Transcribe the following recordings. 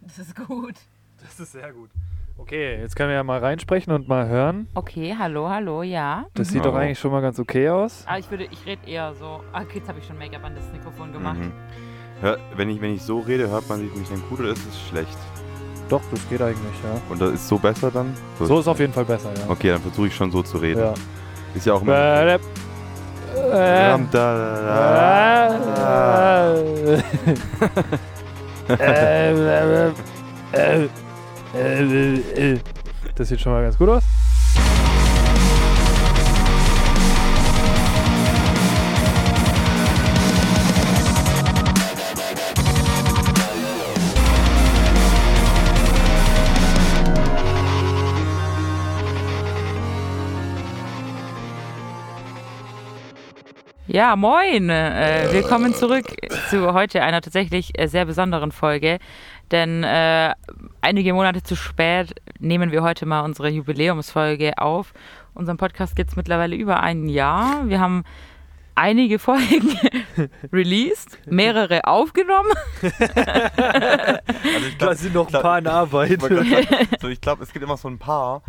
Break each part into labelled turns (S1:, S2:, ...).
S1: Das ist gut.
S2: Das ist sehr gut. Okay, jetzt können wir ja mal reinsprechen und mal hören.
S1: Okay, hallo, hallo, ja.
S2: Das sieht doch
S3: Hallo.
S2: eigentlich schon mal ganz okay aus.
S1: Aber ich würde, ich rede eher so. Ah, okay, jetzt habe ich schon Make-up an das Mikrofon gemacht.
S3: Mhm. Hör, wenn, ich, wenn ich so rede, hört man sich mich dann gut oder ist es schlecht?
S2: Doch, das geht eigentlich, ja.
S3: Und das ist so besser dann?
S2: So ist auf jeden Fall besser, ja.
S3: Okay, dann versuche ich schon so zu reden.
S2: ja.
S3: Ist ja auch immer.
S2: Äh, äh,
S3: Ram, da, da, da.
S2: äh, äh, äh, äh, äh, äh. Das sieht schon mal ganz gut aus.
S1: Ja, moin. Äh, willkommen zurück zu heute einer tatsächlich äh, sehr besonderen Folge. Denn äh, einige Monate zu spät nehmen wir heute mal unsere Jubiläumsfolge auf. Unserem Podcast gibt es mittlerweile über ein Jahr. Wir haben einige Folgen released, mehrere aufgenommen.
S3: Also ich
S2: Da
S3: glaub-
S2: sind noch ein paar in Arbeit.
S3: Ich wollte gerade sagen, so, ich glaube, es gibt immer so ein paar,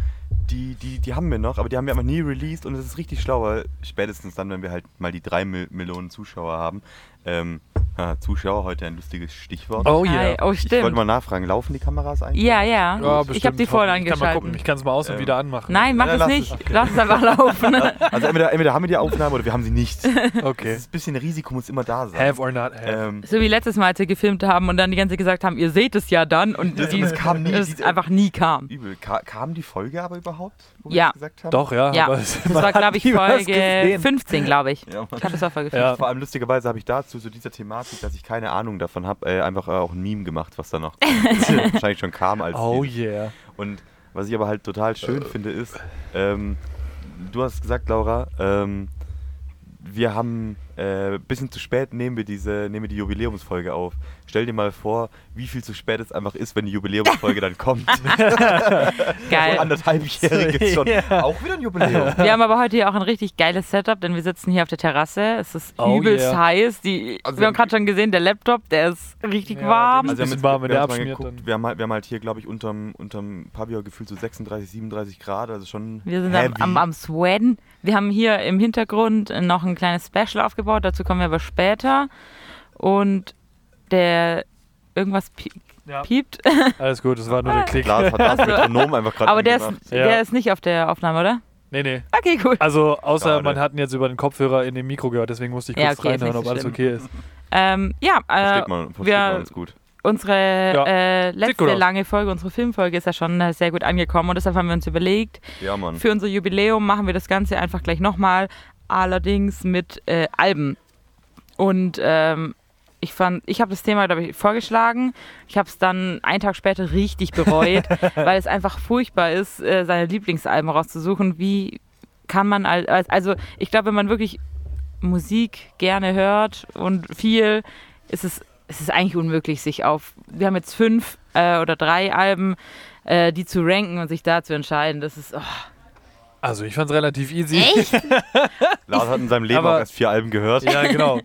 S3: die, die, die haben wir noch, aber die haben wir einfach nie released und es ist richtig schlau, weil spätestens dann, wenn wir halt mal die drei Mil Millionen Zuschauer haben. Ähm, ha, Zuschauer, heute ein lustiges Stichwort.
S2: Oh
S1: Hi.
S2: yeah.
S1: Oh,
S3: ich wollte
S1: stimmt.
S3: mal nachfragen, laufen die Kameras eigentlich?
S1: Ja, ja.
S2: Ja,
S1: ich habe
S2: bestimmt.
S1: die vorhin
S2: Ich kann mal gucken.
S1: angeschaltet.
S2: Ich kann es mal aus und
S3: Ähm,
S2: wieder anmachen.
S1: Nein, mach
S3: Ja,
S1: es
S3: lass
S1: nicht.
S3: es.
S1: Lass es einfach laufen.
S3: Also entweder, entweder haben wir die Aufnahme oder wir haben sie nicht.
S2: Okay.
S3: Das ist ein bisschen Risiko, muss immer da sein.
S2: Have or not have.
S3: Ähm,
S1: So wie letztes Mal, als wir gefilmt haben und dann die ganze Zeit gesagt haben, ihr seht es ja dann und
S3: Das-
S1: die,
S3: das kam nie,
S1: es
S3: diese-
S1: einfach nie kam.
S3: übel. Ka kam die Folge aber überhaupt? Wo wir
S1: Ja.
S3: das gesagt haben?
S2: Doch, ja.
S1: Ja,
S2: aber
S1: das
S2: man
S1: war
S2: hat
S1: glaube ich
S2: nie was
S1: Folge
S2: gesehen.
S1: 15, glaube ich.
S3: Ja, Mann.
S1: Ich habe das war Folge 15.
S2: Ja.
S3: Vor allem lustigerweise habe ich dazu, so dieser Thematik, dass ich keine Ahnung davon habe, äh, einfach äh, auch ein Meme gemacht, was da noch wahrscheinlich schon kam als
S2: Oh Äh.
S3: Meme.
S2: yeah.
S3: Und was ich aber halt total schön finde, ist, ähm, du hast gesagt, Laura, ähm, wir haben äh, bisschen zu spät nehmen wir diese, nehmen wir die Jubiläumsfolge auf. Stell dir mal vor, wie viel zu spät es einfach ist, wenn die Jubiläumsfolge dann kommt.
S1: Geil.
S3: Anderthalbjähriges schon.
S2: Ja.
S3: Auch wieder ein Jubiläum.
S1: Wir haben aber heute hier auch ein richtig geiles Setup, denn wir sitzen hier auf der Terrasse. Es ist
S2: Oh
S1: übelst
S2: yeah.
S1: heiß. Die,
S3: Also-
S1: wir haben gerade schon gesehen, der Laptop, der ist richtig
S2: Ja,
S1: warm.
S2: den-
S3: Also wir haben
S2: Bisschen
S3: jetzt,
S2: warm, wenn
S3: wir
S2: der
S3: haben jetzt mal
S2: abschmiert,
S3: geguckt,
S2: dann-
S3: wir haben, halt- wir haben halt hier, glaube ich, unterm, unterm Pavillon gefühlt so 36, 37 Grad, also schon
S1: Wir sind am,
S3: heavy.
S1: am, am Sweden. Wir haben hier im Hintergrund noch ein kleines Special aufgebaut, dazu kommen wir aber später. Und der irgendwas pie-
S2: Ja.
S1: piept.
S2: Alles gut, das war
S1: Ah.
S2: nur der Klick.
S3: Lars hat das Metronom einfach gerade
S1: Also, Aber der ist,
S3: angemacht.
S2: Ja.
S1: der ist nicht auf der Aufnahme, oder?
S2: Nee, nee.
S1: Okay, cool.
S2: Also, außer
S3: Schade.
S2: man hat ihn jetzt über den Kopfhörer in dem Mikro gehört, deswegen musste ich
S1: Ja,
S2: kurz
S1: okay, ist
S2: reinhören, ob
S1: nicht
S2: alles
S1: so
S2: okay ist.
S1: Ähm, ja, äh,
S3: Versteht man, versteht
S1: wir-
S3: man uns gut.
S1: unsere
S2: Ja.
S1: äh, letzte
S2: gut aus.
S1: lange Folge, unsere Filmfolge ist ja schon äh, sehr gut angekommen und deshalb haben wir uns überlegt,
S3: Ja, Mann.
S1: für unser Jubiläum machen wir das Ganze einfach gleich nochmal, allerdings mit äh, Alben. Und ähm, ich fand, ich habe das Thema, glaube ich, vorgeschlagen. Ich habe es dann einen Tag später richtig bereut, weil es einfach furchtbar ist, äh, seine Lieblingsalben rauszusuchen. Wie kann man als, als- also ich glaube, wenn man wirklich Musik gerne hört und viel, ist es, es ist eigentlich unmöglich, sich auf, wir haben jetzt fünf äh, oder drei Alben, äh, die zu ranken und sich da zu entscheiden. Das ist, oh,
S2: Also, ich fand's relativ easy.
S3: Lars hat in seinem Leben
S2: Aber-
S3: auch erst vier Alben gehört.
S2: Ja, genau.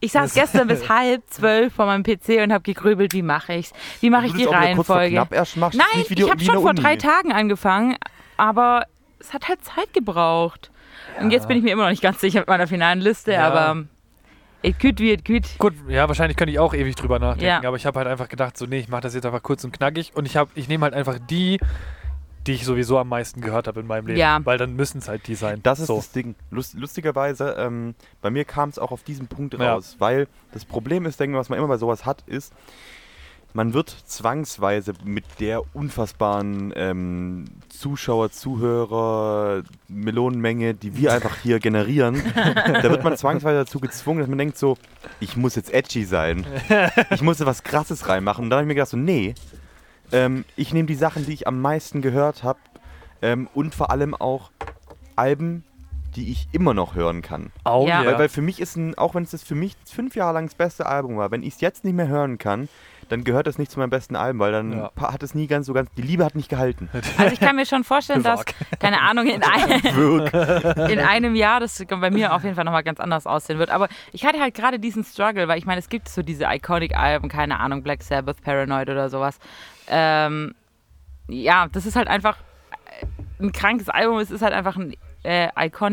S1: Ich saß gestern bis halb zwölf vor meinem PC und habe gegrübelt, wie mache ich's? Wie mache ich die Reihenfolge?
S3: Knapp erst machst,
S1: Nein,
S3: nicht wie die-
S1: ich habe
S3: wie
S1: schon
S3: eine
S1: vor
S3: Uni.
S1: drei Tagen angefangen, aber es hat halt Zeit gebraucht. Und jetzt bin ich mir immer noch nicht ganz sicher mit meiner finalen Liste,
S2: Ja.
S1: aber it gut wie it gut.
S2: Gut, ja, wahrscheinlich könnte ich auch ewig drüber nachdenken,
S1: Ja.
S2: aber ich habe halt einfach gedacht, so, nee, ich mache das jetzt einfach kurz und knackig und ich, hab- ich nehme halt einfach die, die ich sowieso am meisten gehört habe in meinem Leben.
S1: Ja.
S2: Weil dann müssen es halt die sein.
S3: Das ist
S2: so.
S3: das Ding. Lust, lustigerweise, ähm, bei mir kam es auch auf diesen Punkt
S2: Ja.
S3: raus, weil das Problem ist, denke ich, was man immer bei sowas hat, ist, man wird zwangsweise mit der unfassbaren ähm, Zuschauer, Zuhörer, Melonenmenge, die wir einfach hier generieren, da wird man zwangsweise dazu gezwungen, dass man denkt so, ich muss jetzt edgy sein. Ich muss da was Krasses reinmachen. Und dann habe ich mir gedacht so, nee, ähm, ich nehme die Sachen, die ich am meisten gehört habe ähm, und vor allem auch Alben, die ich immer noch hören kann.
S2: Oh,
S1: Ja.
S2: ja.
S3: Weil, weil für mich ist ein, auch wenn es das für mich fünf Jahre lang das beste Album war, wenn ich es jetzt nicht mehr hören kann, dann gehört das nicht zu meinem besten Album, weil dann
S2: Ja.
S3: pa- hat es nie ganz so ganz. Die Liebe hat nicht gehalten.
S1: Also ich kann mir schon vorstellen, dass,
S2: Gewagt.
S1: keine Ahnung, in, ein,
S3: Wirk.
S1: in einem Jahr das bei mir auf jeden Fall nochmal ganz anders aussehen wird. Aber ich hatte halt gerade diesen Struggle, weil ich meine, es gibt so diese Iconic-Alben, keine Ahnung, Black Sabbath, Paranoid oder sowas. Ähm, ja, das ist halt einfach ein krankes Album, es ist halt einfach ein äh,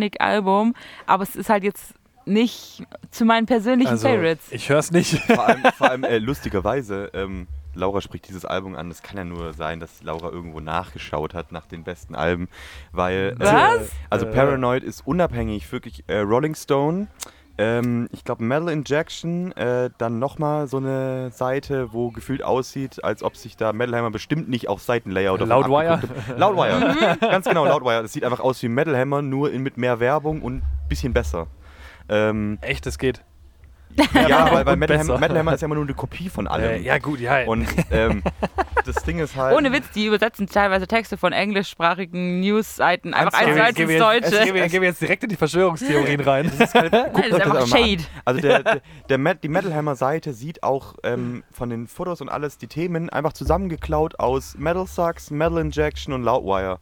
S1: Iconic-Album, aber es ist halt jetzt nicht zu meinen persönlichen
S2: Also,
S1: Favorites.
S2: ich hör's nicht.
S3: vor allem, vor allem äh, lustigerweise, ähm, Laura spricht dieses Album an. Es kann ja nur sein, dass Laura irgendwo nachgeschaut hat nach den besten Alben, weil. äh,
S1: Was?
S3: Also
S2: Äh,
S3: Paranoid ist unabhängig, wirklich äh, Rolling Stone. Ähm, ich glaube Metal Injection, äh, dann nochmal so eine Seite, wo gefühlt aussieht, als ob sich da Metal Hammer bestimmt nicht auf Seitenlayout davon
S2: Loudwire? Mhm.
S3: abgeguckt hat. Loudwire, ganz genau, Loudwire. Das sieht einfach aus wie Metal Hammer, nur in, mit mehr Werbung und ein bisschen besser. Ähm,
S2: Echt, es geht.
S3: ja, weil, weil
S2: Und
S3: Metal,
S2: besser.
S3: Hammer, Metal Hammer ist ja immer nur eine Kopie von allem.
S2: Äh, ja, gut, ja.
S3: Und ähm, das Ding ist halt.
S1: Ohne Witz, die übersetzen teilweise Texte von englischsprachigen News-Seiten einfach eins
S3: Ernsthaft?
S1: zu eins
S2: Gehen wir
S1: ins
S2: jetzt-
S1: Deutsche.
S2: gehen wir- gehen wir jetzt direkt in die Verschwörungstheorien rein.
S1: Nein, das ist
S3: Guckt euch
S1: einfach
S3: das aber mal
S1: Shade.
S3: an. Also der, der, der Met- die Metal Hammer Seite sieht auch ähm, von den Fotos und alles die Themen einfach zusammengeklaut aus Metal Sucks, Metal Injection und Loudwire.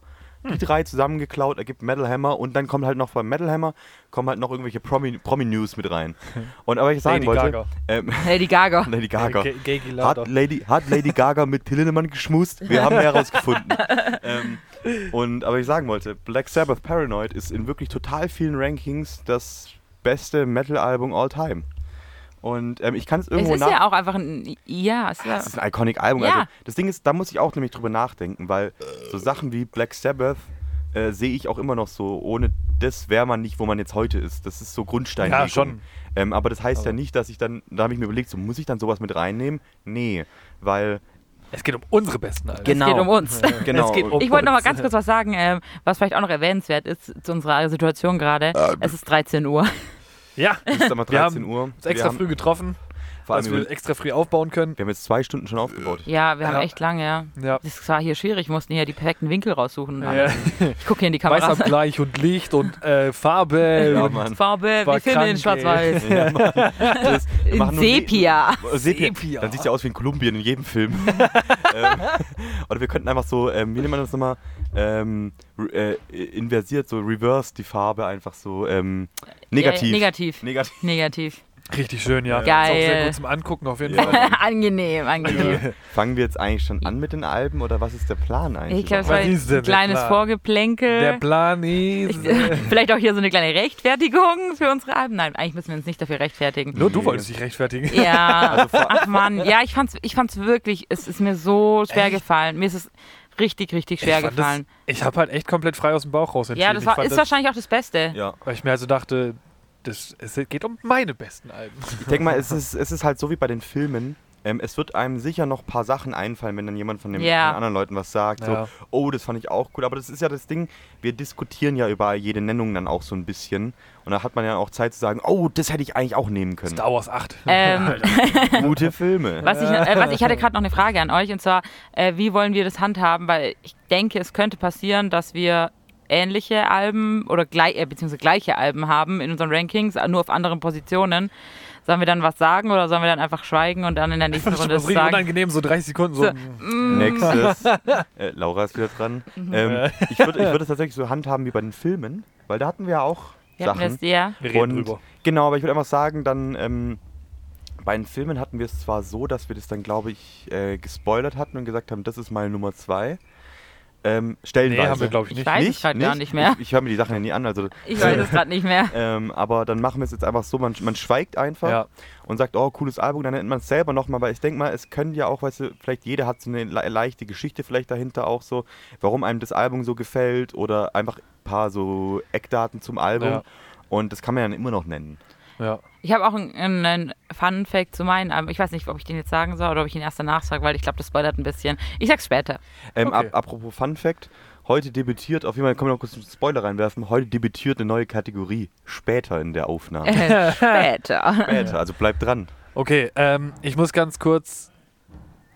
S3: Die drei zusammengeklaut ergibt Metal Hammer und dann kommt halt noch beim Metal Hammer kommen halt noch irgendwelche Promi- Promi-News mit rein. Und aber was ich sagen
S2: Lady
S3: wollte,
S2: Gaga. Äh,
S3: Ähm,
S1: Lady Gaga.
S3: Lady Gaga.
S2: Ge- Gegi Lauda.
S3: Hat Lady, hat Lady Gaga mit Till Lindemann geschmust? Wir haben herausgefunden. ähm, und, aber ich sagen wollte, Black Sabbath Paranoid ist in wirklich total vielen Rankings das beste Metal-Album all time. Und ähm, ich kann es
S1: Es
S3: irgendwo
S1: ist
S3: nach...
S1: ja auch einfach ein. Ja, es ist ja.
S3: das ist ein iconic Album.
S1: Ja.
S3: Also, das Ding ist, da muss ich auch nämlich drüber nachdenken, weil so Sachen wie Black Sabbath äh, sehe ich auch immer noch so. Ohne das wäre man nicht, wo man jetzt heute ist. Das ist so Grundstein.
S2: Ja, schon. Also.
S3: Ähm, aber das heißt ja
S2: Aber-
S3: nicht, dass ich dann, da habe ich mir überlegt, so muss ich dann sowas mit reinnehmen? Nee, weil
S2: Es geht um unsere besten Alben.
S3: Genau.
S1: Es geht um uns.
S3: Genau.
S2: Es geht um
S1: Ich wollte noch mal
S2: uns.
S1: ganz kurz was sagen, ähm, was vielleicht auch noch erwähnenswert ist zu unserer Situation gerade.
S2: Ah,
S1: Es ist 13 Uhr.
S2: Ja,
S3: es ist aber
S2: Wir
S3: 13
S2: haben
S3: Uhr.
S2: uns extra
S3: wir
S2: früh
S3: haben,
S2: getroffen,
S3: vor allem
S2: dass
S3: über,
S2: wir extra früh aufbauen können.
S3: wir haben jetzt zwei Stunden schon aufgebaut.
S1: Ja, wir haben
S2: Ja.
S1: echt lange, ja.
S2: Ja.
S1: Das war hier schwierig, wir mussten hier die perfekten Winkel raussuchen.
S2: Ja.
S1: Ich gucke hier in die Kamera.
S2: Weißabgleich und Licht und äh, Farbe.
S3: Ja,
S2: und
S3: Mann.
S1: Farbe,
S2: War
S1: wir filmen in
S2: krank,
S1: Schwarz-Weiß.
S3: Das- wir
S1: In
S3: machen nur-
S2: Ne-
S1: Sepia.
S3: Äh, Sepia.
S2: Sepia.
S3: Dann sieht es ja aus wie in Kolumbien in jedem Film. ähm, oder wir könnten einfach so, ähm, wie nennt man das nochmal, ähm, re- äh, inversiert, so reverse die Farbe einfach so ähm, negativ.
S1: Ja,
S2: Ne-
S1: negativ.
S3: Negativ.
S1: Negativ.
S2: Richtig schön, ja.
S1: Geil.
S2: Ist auch sehr gut zum Angucken auf jeden
S3: Ja.
S2: Fall.
S1: angenehm,
S2: Also.
S1: angenehm.
S3: Fangen wir jetzt eigentlich schon an mit den Alben oder was ist der Plan eigentlich?
S1: Ich glaube, es war
S2: Was
S3: überhaupt?
S1: ein
S2: ist denn der
S1: kleines
S2: Plan?
S1: Vorgeplänkel.
S2: Der Plan ist.
S1: Vielleicht auch hier so eine kleine Rechtfertigung für unsere Alben. Nein, eigentlich müssen wir uns nicht dafür rechtfertigen.
S2: Nur du wolltest dich rechtfertigen.
S1: Ja, ach Mann, ja, ich fand's, ich fand's wirklich, es ist mir so schwer
S2: Echt?
S1: gefallen. Mir ist es richtig, richtig schwer
S2: ich fand das,
S1: gefallen.
S2: ich habe halt echt komplett frei aus dem Bauch raus entschieden.
S1: ja, das
S2: ich
S1: war,
S2: fand
S1: ist wahrscheinlich auch das Beste.
S3: ja.
S2: Weil ich mir also dachte, das, es geht um meine besten Alben.
S3: Ich denke mal, es ist, es ist halt so wie bei den Filmen. Ähm, es wird einem sicher noch ein paar Sachen einfallen, wenn dann jemand von, dem,
S1: Ja.
S3: von den anderen Leuten was sagt.
S2: Ja.
S3: So, oh, das fand ich auch cool. Aber das ist ja das Ding, wir diskutieren ja über jede Nennung dann auch so ein bisschen. Und da hat man ja auch Zeit zu sagen, oh, das hätte ich eigentlich auch nehmen können.
S2: Star Wars 8.
S1: Ähm,
S3: Gute Filme.
S1: was, ich, äh, was ich hatte gerade noch eine Frage an euch und zwar, äh, wie wollen wir das handhaben? Weil ich denke, es könnte passieren, dass wir ähnliche Alben oder gleich, äh, beziehungsweise gleiche Alben haben in unseren Rankings, äh, nur auf anderen Positionen. Sollen wir dann was sagen oder sollen wir dann einfach schweigen und dann in der nächsten
S2: Das ist
S1: Runde
S2: richtig
S1: sagen?
S2: unangenehm, so 30 Sekunden. So. hm,
S1: So.
S3: Nächstes. Äh, Laura ist wieder dran.
S1: Mhm.
S3: Ähm, ich würde ich würd es tatsächlich so handhaben wie bei den Filmen, weil da hatten wir ja auch
S1: Wir hatten
S3: Sachen.
S1: das, ja.
S2: Wir reden
S3: und,
S2: drüber.
S3: Genau, aber ich würde einfach sagen, dann ähm, bei den Filmen hatten wir es zwar so, dass wir das dann, glaube ich, äh, gespoilert hatten und gesagt haben, das ist meine Nummer zwei. Ähm,
S2: Nee,
S3: stellenweise.
S2: haben wir, glaube ich,
S1: Ich
S2: nicht.
S1: weiß- es grad gar nicht mehr.
S3: Ich, ich höre mir die Sachen ja nie an. Also,
S1: Ich weiß es gerade nicht mehr.
S3: ähm, aber dann machen wir es jetzt einfach so, man, man schweigt einfach
S2: Ja.
S3: und sagt, oh, cooles Album, dann nennt man es selber nochmal, weil ich denke mal, es können ja auch, weißt du, vielleicht jeder hat so eine le leichte Geschichte vielleicht dahinter auch so, warum einem das Album so gefällt oder einfach ein paar so Eckdaten zum Album
S2: Ja.
S3: und das kann man ja dann immer noch nennen.
S2: Ja.
S1: Ich habe auch einen, einen Fun-Fact zu meinen Alben. Ich weiß nicht, ob ich den jetzt sagen soll oder ob ich ihn erst danach sage, weil ich glaube, das spoilert ein bisschen. Ich sag's später.
S3: Ähm,
S2: Okay.
S3: ap apropos Fun Fact, heute debütiert, auf jeden Fall können wir noch kurz einen Spoiler reinwerfen, heute debütiert eine neue Kategorie, später in der Aufnahme.
S1: Äh, später.
S3: Später, also bleibt dran.
S2: Okay, ähm, ich muss ganz kurz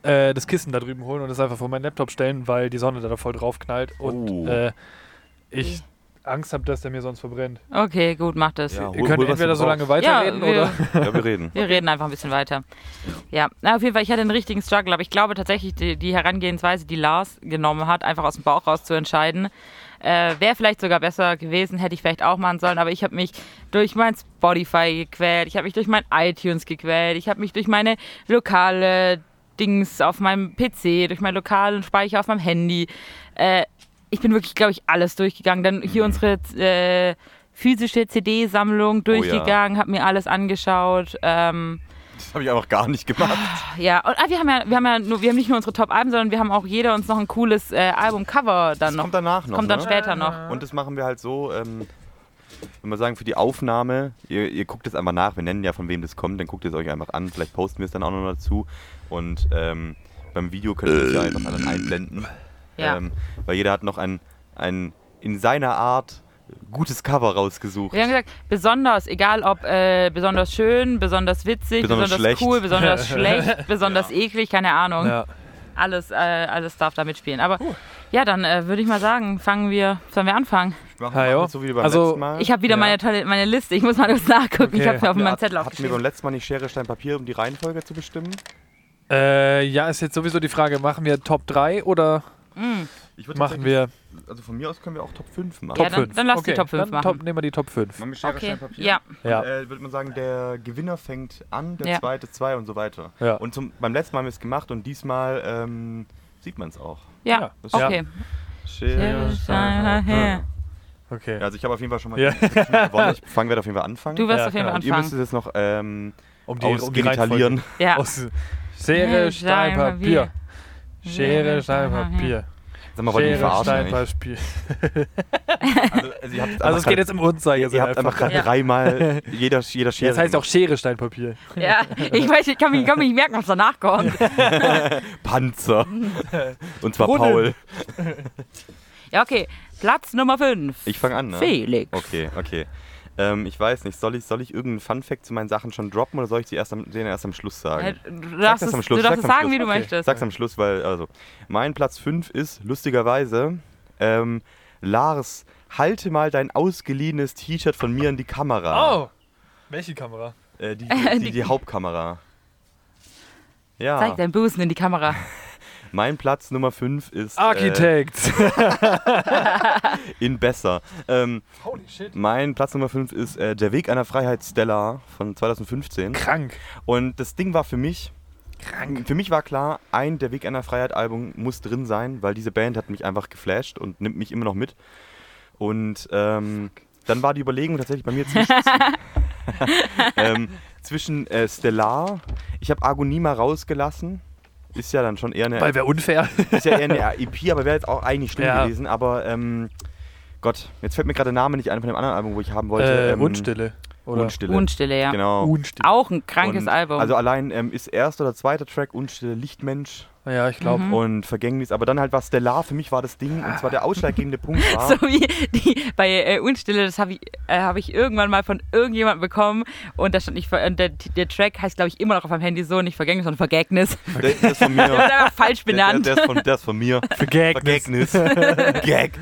S2: äh, das Kissen da drüben holen und es einfach vor meinen Laptop stellen, weil die Sonne da voll drauf knallt. Und
S3: Oh.
S2: äh, ich Angst habe, dass der mir sonst verbrennt.
S1: Okay, gut, macht es.
S3: Ja.
S1: Ja,
S2: Ihr
S3: Hol-
S2: könnt
S3: hol was
S2: entweder
S3: du
S2: so lange
S1: wir,
S2: weiterreden oder.
S3: Ja, wir reden.
S1: wir reden einfach ein bisschen weiter. Ja, na, auf jeden Fall, ich hatte einen richtigen Struggle, aber ich glaube tatsächlich, die, die Herangehensweise, die Lars genommen hat, einfach aus dem Bauch raus zu entscheiden, äh, wäre vielleicht sogar besser gewesen, hätte ich vielleicht auch machen sollen, aber ich habe mich durch mein Spotify gequält, ich habe mich durch mein iTunes gequält, ich habe mich durch meine lokale Dings auf meinem PC, durch meinen lokalen Speicher auf meinem Handy. Äh, ich bin wirklich, glaube ich, alles durchgegangen. Dann hier
S3: Mhm.
S1: unsere äh, physische
S3: Oh
S1: CD-Sammlung durchgegangen, habe mir alles angeschaut. Ähm,
S3: Das habe ich auch noch gar nicht gemacht.
S1: ja, und ah, wir haben ja, wir haben ja nur, wir haben nicht nur unsere Top-Alben, sondern wir haben auch jeder uns noch ein cooles äh, Album-Cover dann
S3: Das
S1: noch.
S3: kommt danach noch.
S1: kommt dann
S3: ne?
S1: später noch.
S3: Und das machen wir halt so, ähm, wenn wir sagen, für die Aufnahme, ihr, ihr guckt es einfach nach, wir nennen ja von wem das kommt, dann guckt es euch einfach an, vielleicht posten wir es dann auch noch dazu. Und ähm, beim Video könnt ihr es ja einfach dann einblenden.
S1: Ja.
S3: Ähm, weil jeder hat noch ein, ein in seiner Art gutes Cover rausgesucht.
S1: Wir haben gesagt, besonders, egal ob äh, besonders schön, besonders witzig,
S3: Besonders
S1: besonders,
S3: schlecht.
S1: cool, besonders schlecht, besonders eklig, keine Ahnung.
S2: Ja.
S1: Alles, äh, alles darf da mitspielen. Aber ja, dann äh, würde ich mal sagen, fangen wir, sollen wir anfangen?
S3: Machen
S2: Ah, jo.
S3: wir so wie beim
S2: Also,
S3: letzten Mal.
S1: Ich habe wieder
S2: Ja.
S1: meine tolle, meine Liste, ich muss mal kurz nachgucken, ich
S2: Okay.
S1: habe es auf meinem
S3: Hat-
S1: Zettel
S3: Hatten wir beim
S1: aufgeschrieben.
S3: letzten Mal nicht Schere, Stein, Papier, um die Reihenfolge zu bestimmen?
S2: Äh, ja, ist jetzt sowieso die Frage, machen wir Top 3 oder
S3: Ich würd
S2: machen wir
S3: Also von mir aus können wir auch Top 5 machen.
S1: Ja,
S2: Top
S1: dann-
S2: 5?
S1: dann lass die Top 5
S2: dann
S1: machen.
S2: Top, nehmen wir die Top 5.
S3: Machen wir Schere,
S1: Okay,
S3: Stein, Papier?
S1: ja.
S2: Ja.
S3: Äh, würde man sagen, der Gewinner fängt an, der
S1: Ja.
S3: zweite zwei und so weiter.
S2: Ja.
S3: Und zum, beim letzten Mal haben wir es gemacht und diesmal ähm, sieht man es auch.
S1: Ja,
S2: Ja, das-
S1: okay.
S3: Schere,
S1: Stein, Papier.
S2: Okay.
S3: Ja, Also ich habe auf jeden Fall schon mal
S2: Ja.
S3: die gewonnen. Ich fange werde auf jeden Fall anfangen.
S1: Du wirst
S2: Ja,
S1: auf jeden
S2: genau.
S1: Fall
S3: und ihr müsst
S1: anfangen.
S3: es jetzt noch ähm,
S2: Um
S3: ausgenitalieren.
S1: Ja.
S2: Aus Schere, Stein, Papier. Schere, Stein, Papier.
S3: Sag mal, wollt ihr mich
S2: Schere,
S3: verarschen
S2: Stein, Papier.
S3: eigentlich? Also, also, ihr habt
S2: Also es geht jetzt im Uhrzeigersinn.
S3: Ihr habt einfach
S2: einfach.
S3: gerade
S1: Ja.
S3: dreimal jeder, jeder Schere.
S2: Das heißt auch Schere, Stein, Papier.
S1: Ja, ich weiß, ich kann mich, kann mich nicht merken, was danach kommt.
S3: Panzer. Und zwar
S2: Brunnen.
S3: Paul.
S1: Ja, okay. Platz Nummer 5.
S3: Ich fange an, ne?
S1: Felix.
S3: Okay, okay. Ähm, ich weiß nicht, soll ich, soll ich irgendeinen Fun-Fact zu meinen Sachen schon droppen oder soll ich die erst am, den erst am Schluss
S1: Äh,
S3: sagen?
S1: Du darfst
S3: das
S1: es,
S3: am Schluss,
S1: du darfst es
S3: sag am
S1: sagen,
S3: Schluss.
S1: wie du
S2: Okay.
S1: möchtest.
S3: Sag's am Schluss, weil, also, mein Platz 5 ist, lustigerweise, ähm, Lars, halte mal dein ausgeliehenes T-Shirt von mir in die Kamera.
S2: Oh! Welche Kamera?
S3: Äh, die, die, die, die Hauptkamera.
S1: Zeig
S3: Ja,
S1: deinen Busen in die Kamera.
S3: mein Platz Nummer 5 ist äh,
S2: Architekt!
S3: in Besser. Ähm,
S2: Holy shit.
S3: mein Platz Nummer 5 ist äh, Der Weg einer Freiheit Stella von 2015.
S2: Krank.
S3: Und das Ding war für mich. Krank. Für mich war klar, ein Der Weg einer Freiheit-Album muss drin sein, weil diese Band hat mich einfach geflasht und nimmt mich immer noch mit. Und ähm, dann war die Überlegung tatsächlich bei mir zwischen, ähm, zwischen äh, Stellar, ich habe Agonie mal rausgelassen. Ist ja dann schon eher eine,
S2: Weil wäre unfair.
S3: ist ja eher eine EP, aber wäre jetzt auch eigentlich schlimm
S2: Ja.
S3: gewesen. Aber ähm, Gott, jetzt fällt mir gerade der Name nicht ein von dem anderen Album, wo ich haben wollte.
S2: Äh,
S3: ähm,
S2: Wundstille. Oder?
S3: Wundstille.
S1: Unstille, ja.
S3: Genau.
S2: Wundstille.
S1: Auch ein krankes
S3: Und
S1: Album.
S3: Also allein ähm, ist erster oder zweiter Track Unstille Lichtmensch
S2: Ja, ich
S1: Mhm.
S2: glaube.
S3: und Vergängnis. Aber dann halt war Stellar, für mich war das Ding, und zwar der ausschlaggebende Punkt war.
S1: so wie die, bei äh, Unstille, das habe ich, äh, hab ich irgendwann mal von irgendjemandem bekommen und da stand nicht, ver- und der, der Track heißt, glaube ich, immer noch auf meinem Handy so, nicht Vergängnis, sondern Vergängnis.
S3: Der, der ist von mir.
S1: Der wird einfach falsch
S3: Der,
S1: benannt.
S3: der, der, ist von, der ist von mir.
S2: Vergängnis.
S3: Vergängnis. Gag.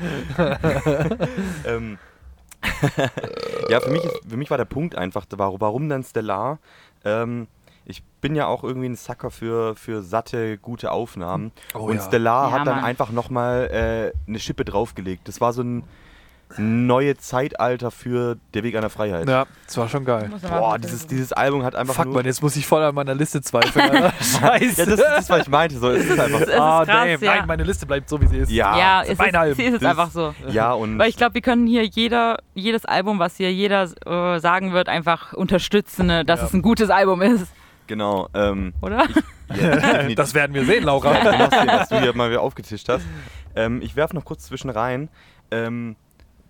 S3: ähm. ja, für mich, ist, für mich war der Punkt einfach, warum, warum dann Stellar? Ähm, ich bin ja auch irgendwie ein Sucker für, für satte, gute Aufnahmen.
S2: Oh
S3: Und
S2: ja.
S3: Stellar
S1: Ja,
S3: hat dann
S1: Mann.
S3: einfach nochmal äh, eine Schippe draufgelegt. Das war so ein neue Zeitalter für Der Weg einer Freiheit.
S2: Ja, das war schon geil.
S1: Muss man mal
S3: Boah,
S1: machen.
S3: dieses, dieses Album hat einfach
S2: Fuck,
S3: nur...
S2: man, jetzt muss ich voll an meiner Liste zweifeln. Alter. Scheiße.
S3: ja, das ist das, was ich meinte. So, es ist einfach...
S1: Es ist
S2: ah,
S1: krass,
S2: damn.
S1: ja.
S2: Nein, meine Liste bleibt so, wie sie ist.
S3: Ja,
S1: ja,
S2: das
S1: es
S2: ist mein Album.
S1: ist, sie ist jetzt
S3: Das-
S1: einfach so.
S3: ja und...
S1: Weil ich glaube, wir können hier jeder, jedes Album, was hier jeder äh, sagen wird, einfach unterstützen, ne, dass
S2: Ja.
S1: es ein gutes Album ist,
S3: Genau. Ähm,
S1: oder?
S3: ja, definitiv.
S2: Das werden wir sehen, Laura.
S3: Ja, Genoss, den, was du hier mal wieder aufgetischt hast. Ähm, ich werfe noch kurz zwischen rein. Ähm,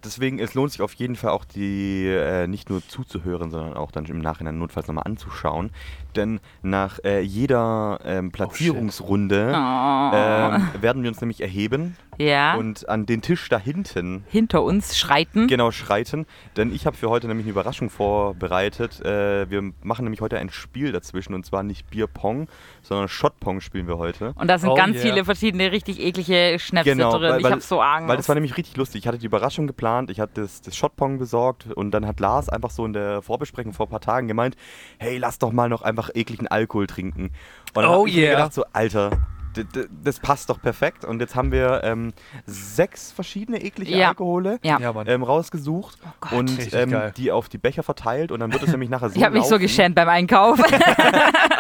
S3: deswegen, es lohnt sich auf jeden Fall auch, die äh, nicht nur zuzuhören, sondern auch dann im Nachhinein notfalls nochmal anzuschauen. Denn nach äh, jeder ähm, Platzierungsrunde
S1: Oh.
S3: ähm, werden wir uns nämlich erheben
S1: ja.
S3: und an den Tisch da hinten
S1: Hinter uns schreiten.
S3: genau schreiten. Denn ich habe für heute nämlich eine Überraschung vorbereitet. Äh, wir machen nämlich heute ein Spiel dazwischen und zwar nicht Bierpong, sondern Schottpong spielen wir heute.
S1: Und da sind
S2: Oh
S1: ganz
S2: yeah.
S3: Genau,
S1: viele verschiedene richtig eklige Schnäpse drin. ich hab so Angst.
S3: Weil das war nämlich richtig lustig. Ich hatte die Überraschung geplant geplant. Ich hatte das, das Shotpong besorgt und dann hat Lars einfach so in der Vorbesprechung vor ein paar Tagen gemeint, hey, lass doch mal noch einfach ekligen Alkohol trinken. Und dann
S2: Oh
S3: hab ich mir
S2: yeah.
S3: gedacht, so, Alter, d- d- das passt doch perfekt. Und jetzt haben wir ähm, sechs verschiedene eklige
S1: Ja.
S3: Alkohole
S1: Ja. Oh
S2: Ja, Mann.
S3: ähm, rausgesucht
S1: Gott.
S3: und
S2: Richtig
S3: ähm,
S2: geil.
S3: die auf die Becher verteilt und dann wird es nämlich nachher so
S1: Ich habe mich so
S3: laufen.
S1: geschämt beim Einkauf.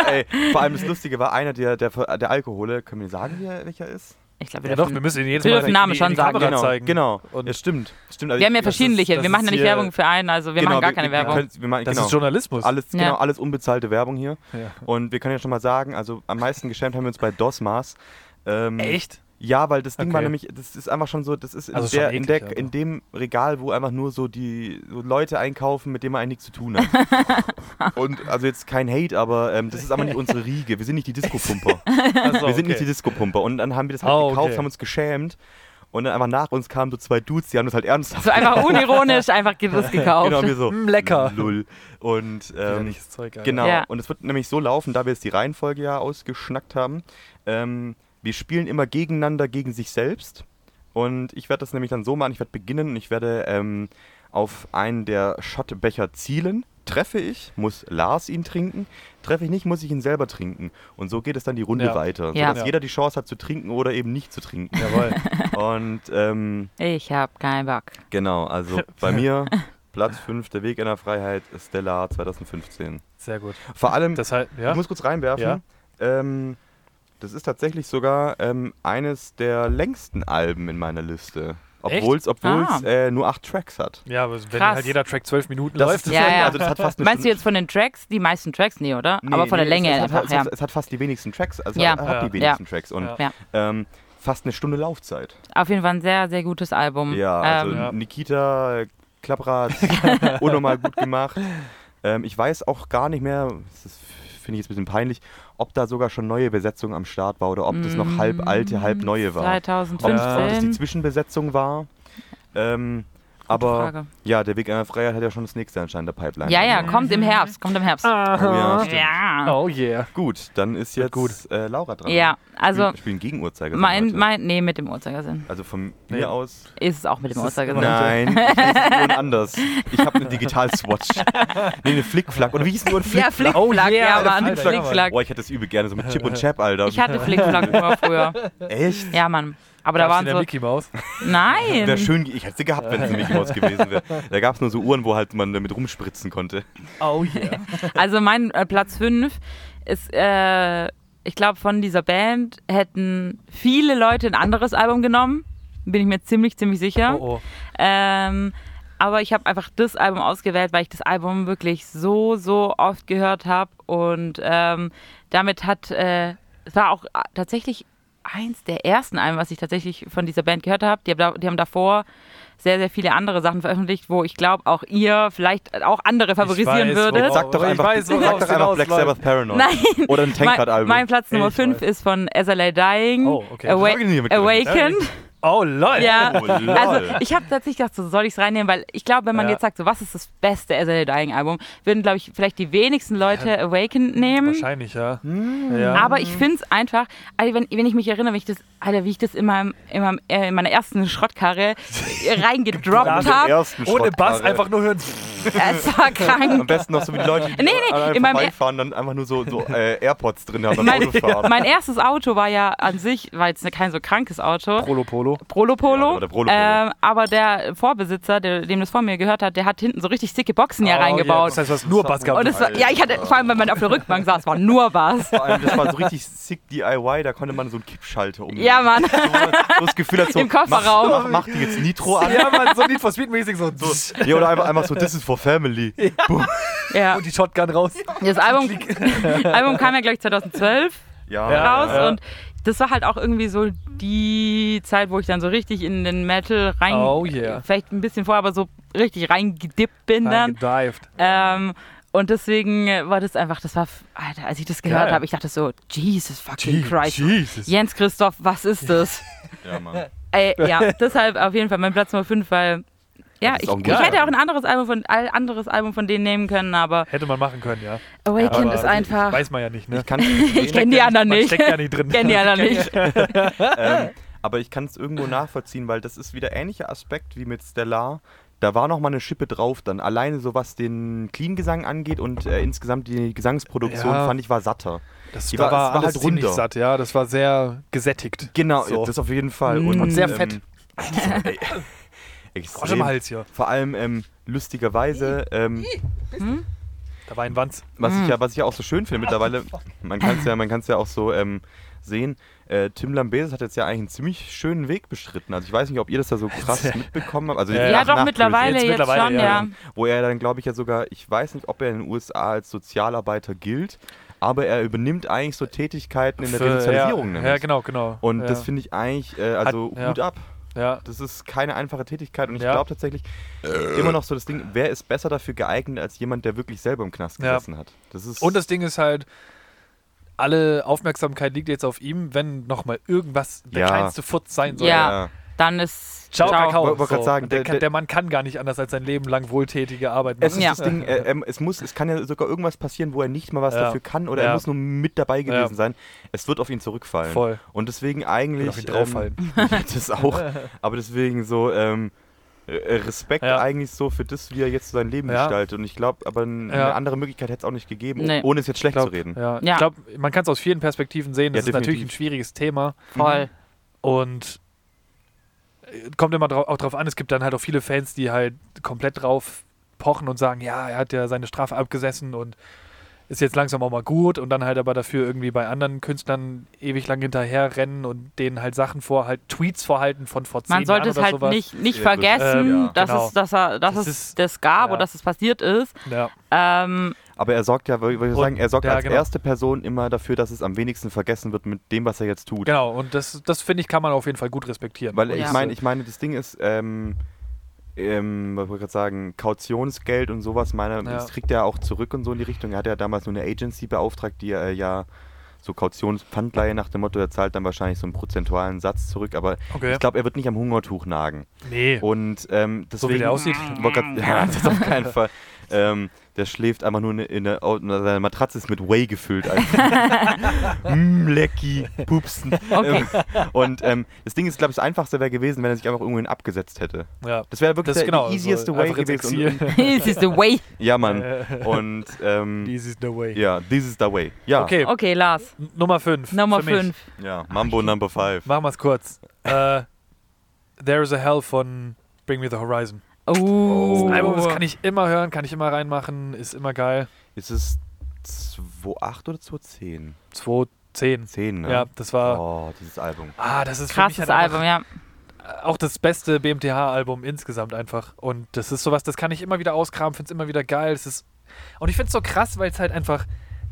S3: Ey, vor allem das Lustige war, einer der, der, der Alkohole, können wir sagen, wer, welcher ist?
S1: Ich glaube, wir,
S2: Ja, doch,
S1: dürfen-
S2: wir müssen ihn jedes
S1: Wir
S2: Mal
S1: dürfen Namen
S2: in die,
S1: schon
S2: in die
S1: sagen.
S2: Kamera
S3: genau,
S2: zeigen.
S3: Genau,
S2: Und
S3: ja, stimmt. stimmt. Also
S1: wir haben ja
S3: ich- das
S1: verschiedene.
S2: das
S1: Wir machen ja
S2: ist
S1: nicht
S2: hier-
S1: Werbung für einen, also wir
S3: genau,
S1: machen gar keine
S3: wir
S1: Werbung.
S3: können- Wir machen,
S2: das
S3: genau,
S2: ist Journalismus.
S3: alles,
S1: Ja.
S3: genau, alles unbezahlte Werbung hier.
S2: Ja.
S3: Und wir können ja schon mal sagen, also am meisten geschämt haben wir uns bei Dosmas. Ähm,
S2: Echt?
S3: Ja, weil das Ding
S2: Okay.
S3: war nämlich, das ist einfach schon so, das ist in,
S2: Also schon
S3: der, in,
S2: eklig,
S3: der,
S2: aber.
S3: in dem Regal, wo einfach nur so die so Leute einkaufen, mit denen man eigentlich nichts zu tun hat. Und also jetzt kein Hate, aber ähm, das ist aber nicht unsere Riege. Wir sind nicht die Disco-Pumper.
S2: Achso,
S3: Wir sind nicht
S2: okay.
S3: die Disco-Pumper. Und dann haben wir das halt
S2: Oh,
S3: gekauft,
S2: okay.
S3: haben uns geschämt. Und dann einfach nach uns kamen so zwei Dudes, die haben das halt ernsthaft
S1: So einfach unironisch einfach ge- das gekauft.
S3: Genau, wir so.
S2: Mm, lecker.
S3: Lull. Und ähm,
S2: Widerliches Zeug, Alter.
S3: genau.
S1: Ja.
S3: Und es wird nämlich so laufen, da wir jetzt die Reihenfolge ja ausgeschnackt haben. Ähm, wir spielen immer gegeneinander gegen sich selbst. Und ich werde das nämlich dann so machen. Ich werde beginnen und ich werde ähm, auf einen der Schottbecher zielen. Treffe ich, muss Lars ihn trinken. Treffe ich nicht, muss ich ihn selber trinken. Und so geht es dann die Runde
S2: Ja.
S3: weiter.
S1: Ja.
S3: Sodass
S2: Ja.
S3: jeder die Chance hat zu trinken oder eben nicht zu trinken.
S2: Jawohl.
S3: Und ähm,
S1: Ich hab keinen Bock.
S3: Genau, also bei mir Platz 5, der Weg in der Freiheit, Stella 2015.
S2: Sehr gut.
S3: Vor allem,
S2: Das heißt, ja.
S3: ich muss kurz reinwerfen,
S2: Ja.
S3: ähm, das ist tatsächlich sogar ähm, eines der längsten Alben in meiner Liste. Obwohl es
S1: Ah.
S3: äh, nur acht Tracks hat.
S2: ja, aber wenn
S1: Krass.
S2: halt jeder Track zwölf Minuten
S3: Das
S2: läuft. halt-
S3: ist-
S1: Ja, ja.
S3: Also das hat fast eine
S1: Meinst du
S3: Stunde-
S1: jetzt von den Tracks? Die meisten Tracks, nee, oder?
S3: Nee,
S1: Aber von der
S3: nee,
S1: Länge
S3: es, es,
S1: einfach,
S3: hat, es,
S1: ja.
S3: hat, es hat fast die wenigsten Tracks. Also
S1: Ja.
S3: hat, hat die
S1: Ja.
S3: wenigsten Tracks. Und
S2: Ja.
S1: Ja.
S3: ähm, fast eine Stunde Laufzeit.
S1: Auf jeden Fall ein sehr, sehr gutes Album.
S3: Ja, also
S1: ähm,
S2: Ja.
S3: Nikita äh, Klapprad, unnormal gut gemacht. Ähm, ich weiß auch gar nicht mehr, das ist- finde ich jetzt ein bisschen peinlich, ob da sogar schon neue Besetzung am Start war oder ob das noch halb alte, halb
S1: Mm,
S3: neue war. Ob, ob das die
S1: 2015.
S3: Zwischenbesetzung war. Ähm, aber
S1: Frage.
S3: ja, der Weg einer Freiheit hat ja schon das nächste anscheinend in der Pipeline.
S1: Ja, ja, kommt im Herbst, kommt im Herbst.
S2: Ah,
S3: Oh, ja, stimmt.
S1: Ja.
S2: Oh yeah.
S3: Gut, dann ist jetzt
S2: gut.
S3: Äh, Laura dran.
S1: Ja, also
S3: Spielen- spielen gegen Uhrzeigersinn
S1: mein,
S3: heute.
S1: mein, nee, mit dem Uhrzeigersinn.
S3: also von
S2: Nee.
S3: mir aus
S1: Ist es auch mit dem
S2: Das ist
S1: Uhrzeigersinn.
S2: immer-
S3: Nein, ich hieß nur anders. Ich habe eine Digital-Swatch. Nee, eine Flickflack. Oder wie hieß nur ein
S1: Ja,
S3: Flickflack?
S1: Flickflack,
S2: Oh
S1: ja,
S2: yeah,
S1: Mann,
S2: Alter, ja, Mann.
S1: Flickflack.
S3: Boah, ich hätte das übel gerne, so mit Chip und Chap, Alter.
S1: Ich hatte Flickflack immer früher.
S3: Echt?
S1: Ja, Mann. Aber da waren
S2: der
S1: so,
S2: Mickey Maus.
S1: nein.
S3: Wäre schön, ge- ich hätte sie gehabt, wenn es nämlich Maus gewesen wäre. Da gab es nur so Uhren, wo halt man damit rumspritzen konnte.
S2: Oh yeah.
S1: Also mein äh, Platz 5 ist, äh, ich glaube, von dieser Band hätten viele Leute ein anderes Album genommen. Bin ich mir ziemlich, ziemlich sicher.
S2: Oh, oh.
S1: Ähm, aber ich habe einfach das Album ausgewählt, weil ich das Album wirklich so, so oft gehört habe. Und ähm, damit hat, äh, es war auch äh, tatsächlich eins der ersten Alben, was ich tatsächlich von dieser Band gehört habe. Die, hab da- die haben davor sehr, sehr viele andere Sachen veröffentlicht, wo ich glaube, auch ihr vielleicht auch andere favorisieren
S2: weiß,
S1: würdet.
S2: worauf-
S3: Sag doch
S2: aber Oh, ich
S3: einfach,
S2: weiß, worauf
S3: sag doch
S2: es
S3: einfach
S2: hinausläuft.
S3: Black Sabbath Paranoid.
S1: Nein.
S3: Oder ein Tankard-Album.
S1: Mein, mein Platz Nummer
S2: Ich
S1: 5
S2: weiß.
S1: ist von As I Lay Dying,
S2: Oh, okay.
S1: Awa-
S3: Das hab ich nie mitgerechnet.
S1: Awakened.
S2: oh lol.
S1: Ja,
S3: Oh, lol.
S1: also ich habe tatsächlich gedacht, so, soll ich es reinnehmen, weil ich glaube, wenn man
S2: Ja.
S1: jetzt sagt, so, was ist das beste As I Lay Dying Album, würden, glaube ich, vielleicht die wenigsten Leute Awakened nehmen.
S2: Wahrscheinlich, ja.
S3: Hm.
S2: ja.
S1: Aber ich finde es einfach, also wenn, wenn ich mich erinnere, wie ich das, Alter, wie ich das in, meinem, in, meinem, äh, in meiner ersten Schrottkarre reingedroppt
S3: Nach dem
S1: habe.
S3: ersten
S2: Ohne
S3: Schrott,
S2: Bass
S3: Alter.
S2: einfach nur hören.
S1: Es war
S3: Am
S1: krank.
S3: besten noch so wie die Leute, die
S1: Nee, nee,
S3: an
S1: in
S3: einem
S1: meinem
S3: vorbeifahren, dann einfach nur so, so äh, AirPods drin haben beim
S1: Mein,
S3: Autofahren.
S1: mein erstes Auto war ja an sich, war jetzt kein so krankes Auto.
S2: Polo Polo.
S1: Prolopolo.
S3: Ja, oder Prolopolo.
S1: Ähm, aber der Vorbesitzer, der, dem das vor mir gehört hat, der hat hinten so richtig dicke Boxen hier
S2: Oh, yeah.
S1: reingebaut.
S2: Das heißt, du hast nur Bass gehabt.
S1: und es war, ja, ich hatte, vor allem, wenn man auf der Rückbank saß, war nur Bass.
S3: Vor allem, das war so richtig sick DIY, da konnte man so einen Kippschalter umlegen.
S1: Ja, Mann.
S3: So, wo man so das Gefühl hat, so,
S1: Im Kofferraum.
S3: Mach, mach, mach die jetzt Nitro an.
S2: ja, man, so Need for Speed mäßig so. so.
S3: Ja, oder einfach, einfach so, this is for family. Boom.
S1: Ja.
S2: Und die Shotgun raus.
S1: Das Album, Album kam ja, glaube ich, 2012
S3: Ja,
S2: Ja.
S1: raus.
S2: Ja.
S1: Und das war halt auch irgendwie so die Zeit, wo ich dann so richtig in den Metal rein.
S2: Oh, yeah.
S1: Vielleicht ein bisschen vorher, aber so richtig reingedippt bin dann.
S2: Gedived.
S1: Ähm, und deswegen war das einfach, das war, Alter, als ich das gehört
S2: Geil.
S1: habe, ich dachte so, Jesus fucking Christ.
S2: Jesus.
S1: Jens Christoph, was ist das?
S3: Ja, Mann.
S1: Ey, ja, deshalb auf jeden Fall mein Platz Nummer 5, weil ja,
S3: Das ist
S1: ich,
S3: auch ein
S1: ich
S3: gutes
S1: hätte auch
S3: Album.
S1: ein anderes Album von all- anderes Album von denen nehmen können, aber
S2: Hätte man machen können, ja.
S1: Awakened
S2: Aber
S1: ist einfach.
S2: Weiß man ja nicht, ne?
S3: Ich kann es
S1: Ich kenne die anderen
S2: Man
S1: nicht.
S2: steckt ja nicht drin.
S1: Kenne die anderen nicht.
S3: ähm, Aber ich kann es irgendwo nachvollziehen, weil das ist wieder ähnlicher Aspekt wie mit Stellar. Da war noch mal eine Schippe drauf dann. Alleine so was den Clean-Gesang angeht und äh, insgesamt die Gesangsproduktion
S2: Ja.
S3: fand ich war satter.
S2: Das
S3: Die
S2: war,
S3: war-
S2: war
S3: es war
S2: alles
S3: halt
S2: ziemlich
S3: runder.
S2: satt, ja. Das war sehr gesättigt.
S3: Genau,
S2: So.
S3: das auf jeden Fall.
S4: Mm. Und
S2: sehr fett.
S3: ähm,
S2: halt.
S3: ey,
S2: Frosch im
S3: extrem.
S2: Hals hier.
S3: Vor allem ähm, lustigerweise, ähm,
S2: Da war ein Wanz.
S3: was,
S4: Mhm.
S3: ich ja, was ich ja auch so schön finde mittlerweile, man kann es ja, man kann's ja auch so ähm, sehen, äh, Tim Lambesis hat jetzt ja eigentlich einen ziemlich schönen Weg bestritten. Also ich weiß nicht, ob ihr das da so krass mitbekommen habt. Also
S2: Ja,
S4: Ja,
S3: nach-
S4: doch,
S3: nach
S4: mittlerweile
S2: jetzt
S4: jetzt,
S2: mittlerweile,
S4: schon,
S2: ja.
S4: ja.
S3: wo er dann, glaube ich, ja sogar, ich weiß nicht, ob er in den USA als Sozialarbeiter gilt, aber er übernimmt eigentlich so Tätigkeiten in der
S2: Für-
S3: Digitalisierung.
S2: ja,
S3: nämlich.
S2: ja, genau, genau.
S3: Und
S2: ja.
S3: das finde ich eigentlich, äh, also
S2: Hat- ja.
S3: gut ab.
S2: ja.
S3: Das ist keine einfache Tätigkeit und ich
S2: Ja. Äh.
S3: glaube tatsächlich immer noch so das Ding, wer ist besser dafür geeignet als jemand, der wirklich selber im Knast
S2: Ja.
S3: gesessen hat? Das ist
S2: Und das Ding ist halt, alle Aufmerksamkeit liegt jetzt auf ihm, wenn nochmal irgendwas der
S3: Ja.
S2: kleinste Furz sein soll.
S4: Ja.
S3: ja.
S4: Dann ist.
S2: Ciao, Kakao.
S3: Wollte- wollte grad sagen,
S2: der,
S3: der-
S2: kann, der Mann kann gar nicht anders als sein Leben lang wohltätige Arbeit
S3: Es ist
S4: Ja.
S3: das Ding, äh, ähm, es muss, es kann ja sogar irgendwas passieren, wo er nicht mal was
S2: Ja.
S3: dafür kann oder
S2: Ja.
S3: er muss nur mit dabei gewesen
S2: Ja.
S3: sein. Es wird auf ihn zurückfallen.
S2: Voll.
S3: Und deswegen
S2: Wird
S3: eigentlich
S2: auf ihn drauffallen.
S3: Ähm, das auch. Aber deswegen so ähm, äh, Respekt
S2: Ja.
S3: eigentlich so für das, wie er jetzt sein Leben
S2: Ja.
S3: gestaltet. Und ich glaube, aber n-
S2: Ja.
S3: eine andere Möglichkeit hätte es auch nicht gegeben,
S4: Nee.
S3: ohne es jetzt schlecht
S2: glaub,
S3: zu reden.
S2: Ja.
S4: Ja.
S2: Ich glaube, man kann es aus vielen Perspektiven sehen. Das
S3: Ja,
S2: ist natürlich ein
S3: definitiv.
S2: schwieriges Thema.
S1: Mhm.
S4: Voll.
S2: Und äh, kommt immer drau- auch drauf an, es gibt dann halt auch viele Fans, die halt komplett drauf pochen und sagen, ja, er hat ja seine Strafe abgesessen und ist jetzt langsam auch mal gut und dann halt aber dafür irgendwie bei anderen Künstlern ewig lang hinterherrennen und denen halt Sachen vorhalten, Tweets vorhalten von vor zehn
S4: Man sollte
S2: Jahren
S4: es
S2: oder
S4: halt
S2: sowas.
S4: nicht, nicht
S3: Ja, das-
S4: vergessen,
S2: Ähm, ja.
S4: dass,
S2: Genau.
S4: es, dass, er, dass
S2: Das
S4: es
S2: ist-
S4: das gab
S2: ja.
S4: oder dass es passiert ist.
S2: Ja,
S4: Ähm,
S3: Aber er sorgt ja, würde ich
S2: Und-
S3: sagen, er sorgt
S2: ja,
S3: als
S2: genau.
S3: erste Person immer dafür, dass es am wenigsten vergessen wird mit dem, was er jetzt tut.
S2: genau. Und das, das finde ich, kann man auf jeden Fall gut respektieren.
S3: Weil
S2: Und
S3: ich
S4: Ja.
S3: meine, ich meine, das Ding ist, ähm, ähm, was wollte ich gerade sagen, Kautionsgeld und sowas, meine,
S2: Ja.
S3: das kriegt er auch zurück und so in die Richtung. Er hat ja damals nur eine Agency beauftragt, die er ja so Kautionspfandleihe nach dem Motto, er zahlt dann wahrscheinlich so einen prozentualen Satz zurück, aber
S2: Okay.
S3: ich glaube, er wird nicht am Hungertuch nagen.
S2: nee,
S3: Und ähm,
S2: so
S3: deswegen,
S2: wie der aussieht.
S3: Wollte grad- ja, das auf keinen Fall. Ähm, der schläft einfach nur in, in der, oh, na, seine Matratze ist mit Whey gefüllt. einfach.
S2: Hm,
S3: mm, lecky, pupsen.
S4: Okay.
S3: Ähm, und ähm, das Ding ist, glaube ich, das Einfachste wäre gewesen, wenn er sich einfach irgendwohin abgesetzt hätte.
S2: Ja.
S3: Das wäre wirklich
S2: Das
S3: der
S2: ist genau.
S3: die easiest
S2: so,
S3: way
S2: einfach Äh. ins
S3: gewesen. Und,
S2: Exil.
S4: this is the way.
S3: ja, Mann. Und ähm,
S2: Easiest no way.
S3: ja, this is the way. Ja,
S2: Okay,
S4: Okay, Lars.
S2: N- Nummer 5.
S4: Nummer 5.
S3: ja Mambo Number 5.
S2: Machen wir es kurz. äh, There is a Hell von Bring Me the Horizon.
S4: Oh.
S2: Das Album, das kann ich immer hören, kann ich immer reinmachen, ist immer geil.
S3: Ist es 2.8 oder 2.10?
S2: 210.
S3: 10, ne?
S2: Ja, das war.
S3: Oh, dieses Album.
S2: Ah, das ist für
S4: Krasses
S2: mich halt
S4: Album, ja.
S2: einfach, auch das beste BMTH-Album insgesamt einfach. Und das ist sowas, das kann ich immer wieder auskramen, finde es immer wieder geil. Es ist, und ich finde es so krass, weil es halt einfach,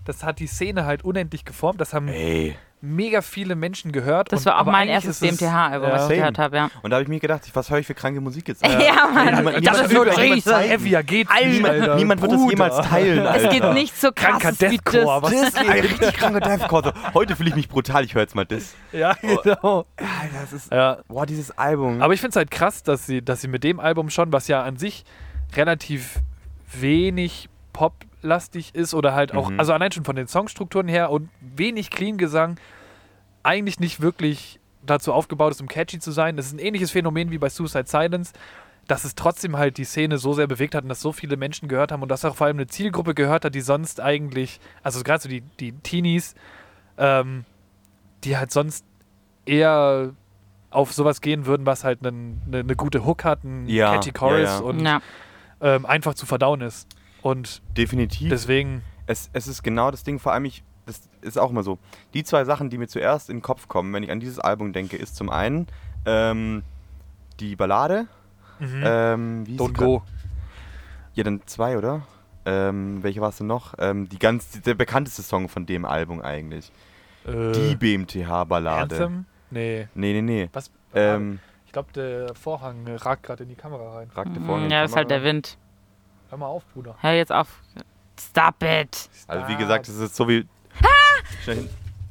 S2: das hat die Szene halt unendlich geformt. Das haben
S3: Ey.
S2: mega viele Menschen gehört.
S4: Das
S2: und-
S4: war auch
S2: aber
S4: mein
S2: eigentlich
S4: erstes
S2: ist es-
S4: BMTH-Album, was
S2: Ja.
S4: ich
S3: Same.
S4: gehört habe, ja.
S3: Und da habe ich mir gedacht, was höre ich für kranke Musik jetzt?
S4: Ja, Mann.
S3: niemand-
S4: das
S3: niemand
S4: ist
S3: will
S4: so
S3: das jemals
S4: richtig.
S3: zeigen.
S2: F, ja, geht nicht, Alter.
S3: Niemand, niemand wird das
S2: Bruder.
S3: jemals teilen, Alter.
S4: Es geht nicht so
S2: Kranker
S4: krass wie
S2: Deathcore,
S4: das.
S2: was
S3: Das ist ein richtig kranker Deathcore. So, Heute fühle ich mich brutal, ich höre jetzt mal das.
S2: Ja, genau.
S3: Alter, das ist...
S2: Ja.
S3: Boah, dieses Album.
S2: Aber ich finde es halt krass, dass sie, dass sie mit dem Album schon, was ja an sich relativ wenig poplastig ist oder halt auch,
S3: Mhm.
S2: also allein schon von den Songstrukturen her und wenig Clean Gesang, eigentlich nicht wirklich dazu aufgebaut ist, um catchy zu sein. Das ist ein ähnliches Phänomen wie bei Suicide Silence, dass es trotzdem halt die Szene so sehr bewegt hat und dass so viele Menschen gehört haben und dass auch vor allem eine Zielgruppe gehört hat, die sonst eigentlich, also gerade so die, die Teenies, ähm, die halt sonst eher auf sowas gehen würden, was halt einen- eine ne gute Hook hat, einen
S3: Ja,
S2: catchy Chorus
S3: ja, ja.
S2: und
S4: Ja.
S2: ähm, einfach zu verdauen ist. Und
S3: Definitiv.
S2: deswegen,
S3: es, es ist genau das Ding, vor allem ich, das ist auch immer so. Die zwei Sachen, die mir zuerst in den Kopf kommen, wenn ich an dieses Album denke, ist zum einen ähm, die Ballade. Ähm, wie hieß
S2: don't
S3: die
S2: mhm. go.
S3: Ja, dann zwei, oder? Ähm, welche war es denn noch? Ähm, die ganz, der bekannteste Song von dem Album eigentlich.
S2: Äh,
S3: die BMTH-Ballade.
S2: Anthem? Nee.
S3: Nee, nee, nee.
S2: Was? Ah,
S3: Ähm,
S2: ich glaube, der Vorhang äh, ragt gerade in die Kamera rein.
S3: ragte vorhin
S4: Mm,
S3: die
S4: Ja, ist halt
S3: Kamera.
S4: der Wind.
S2: Hör mal auf, Bruder.
S4: Hör jetzt auf. Stop it.
S3: Also wie gesagt, es ist so wie. Schnell hin.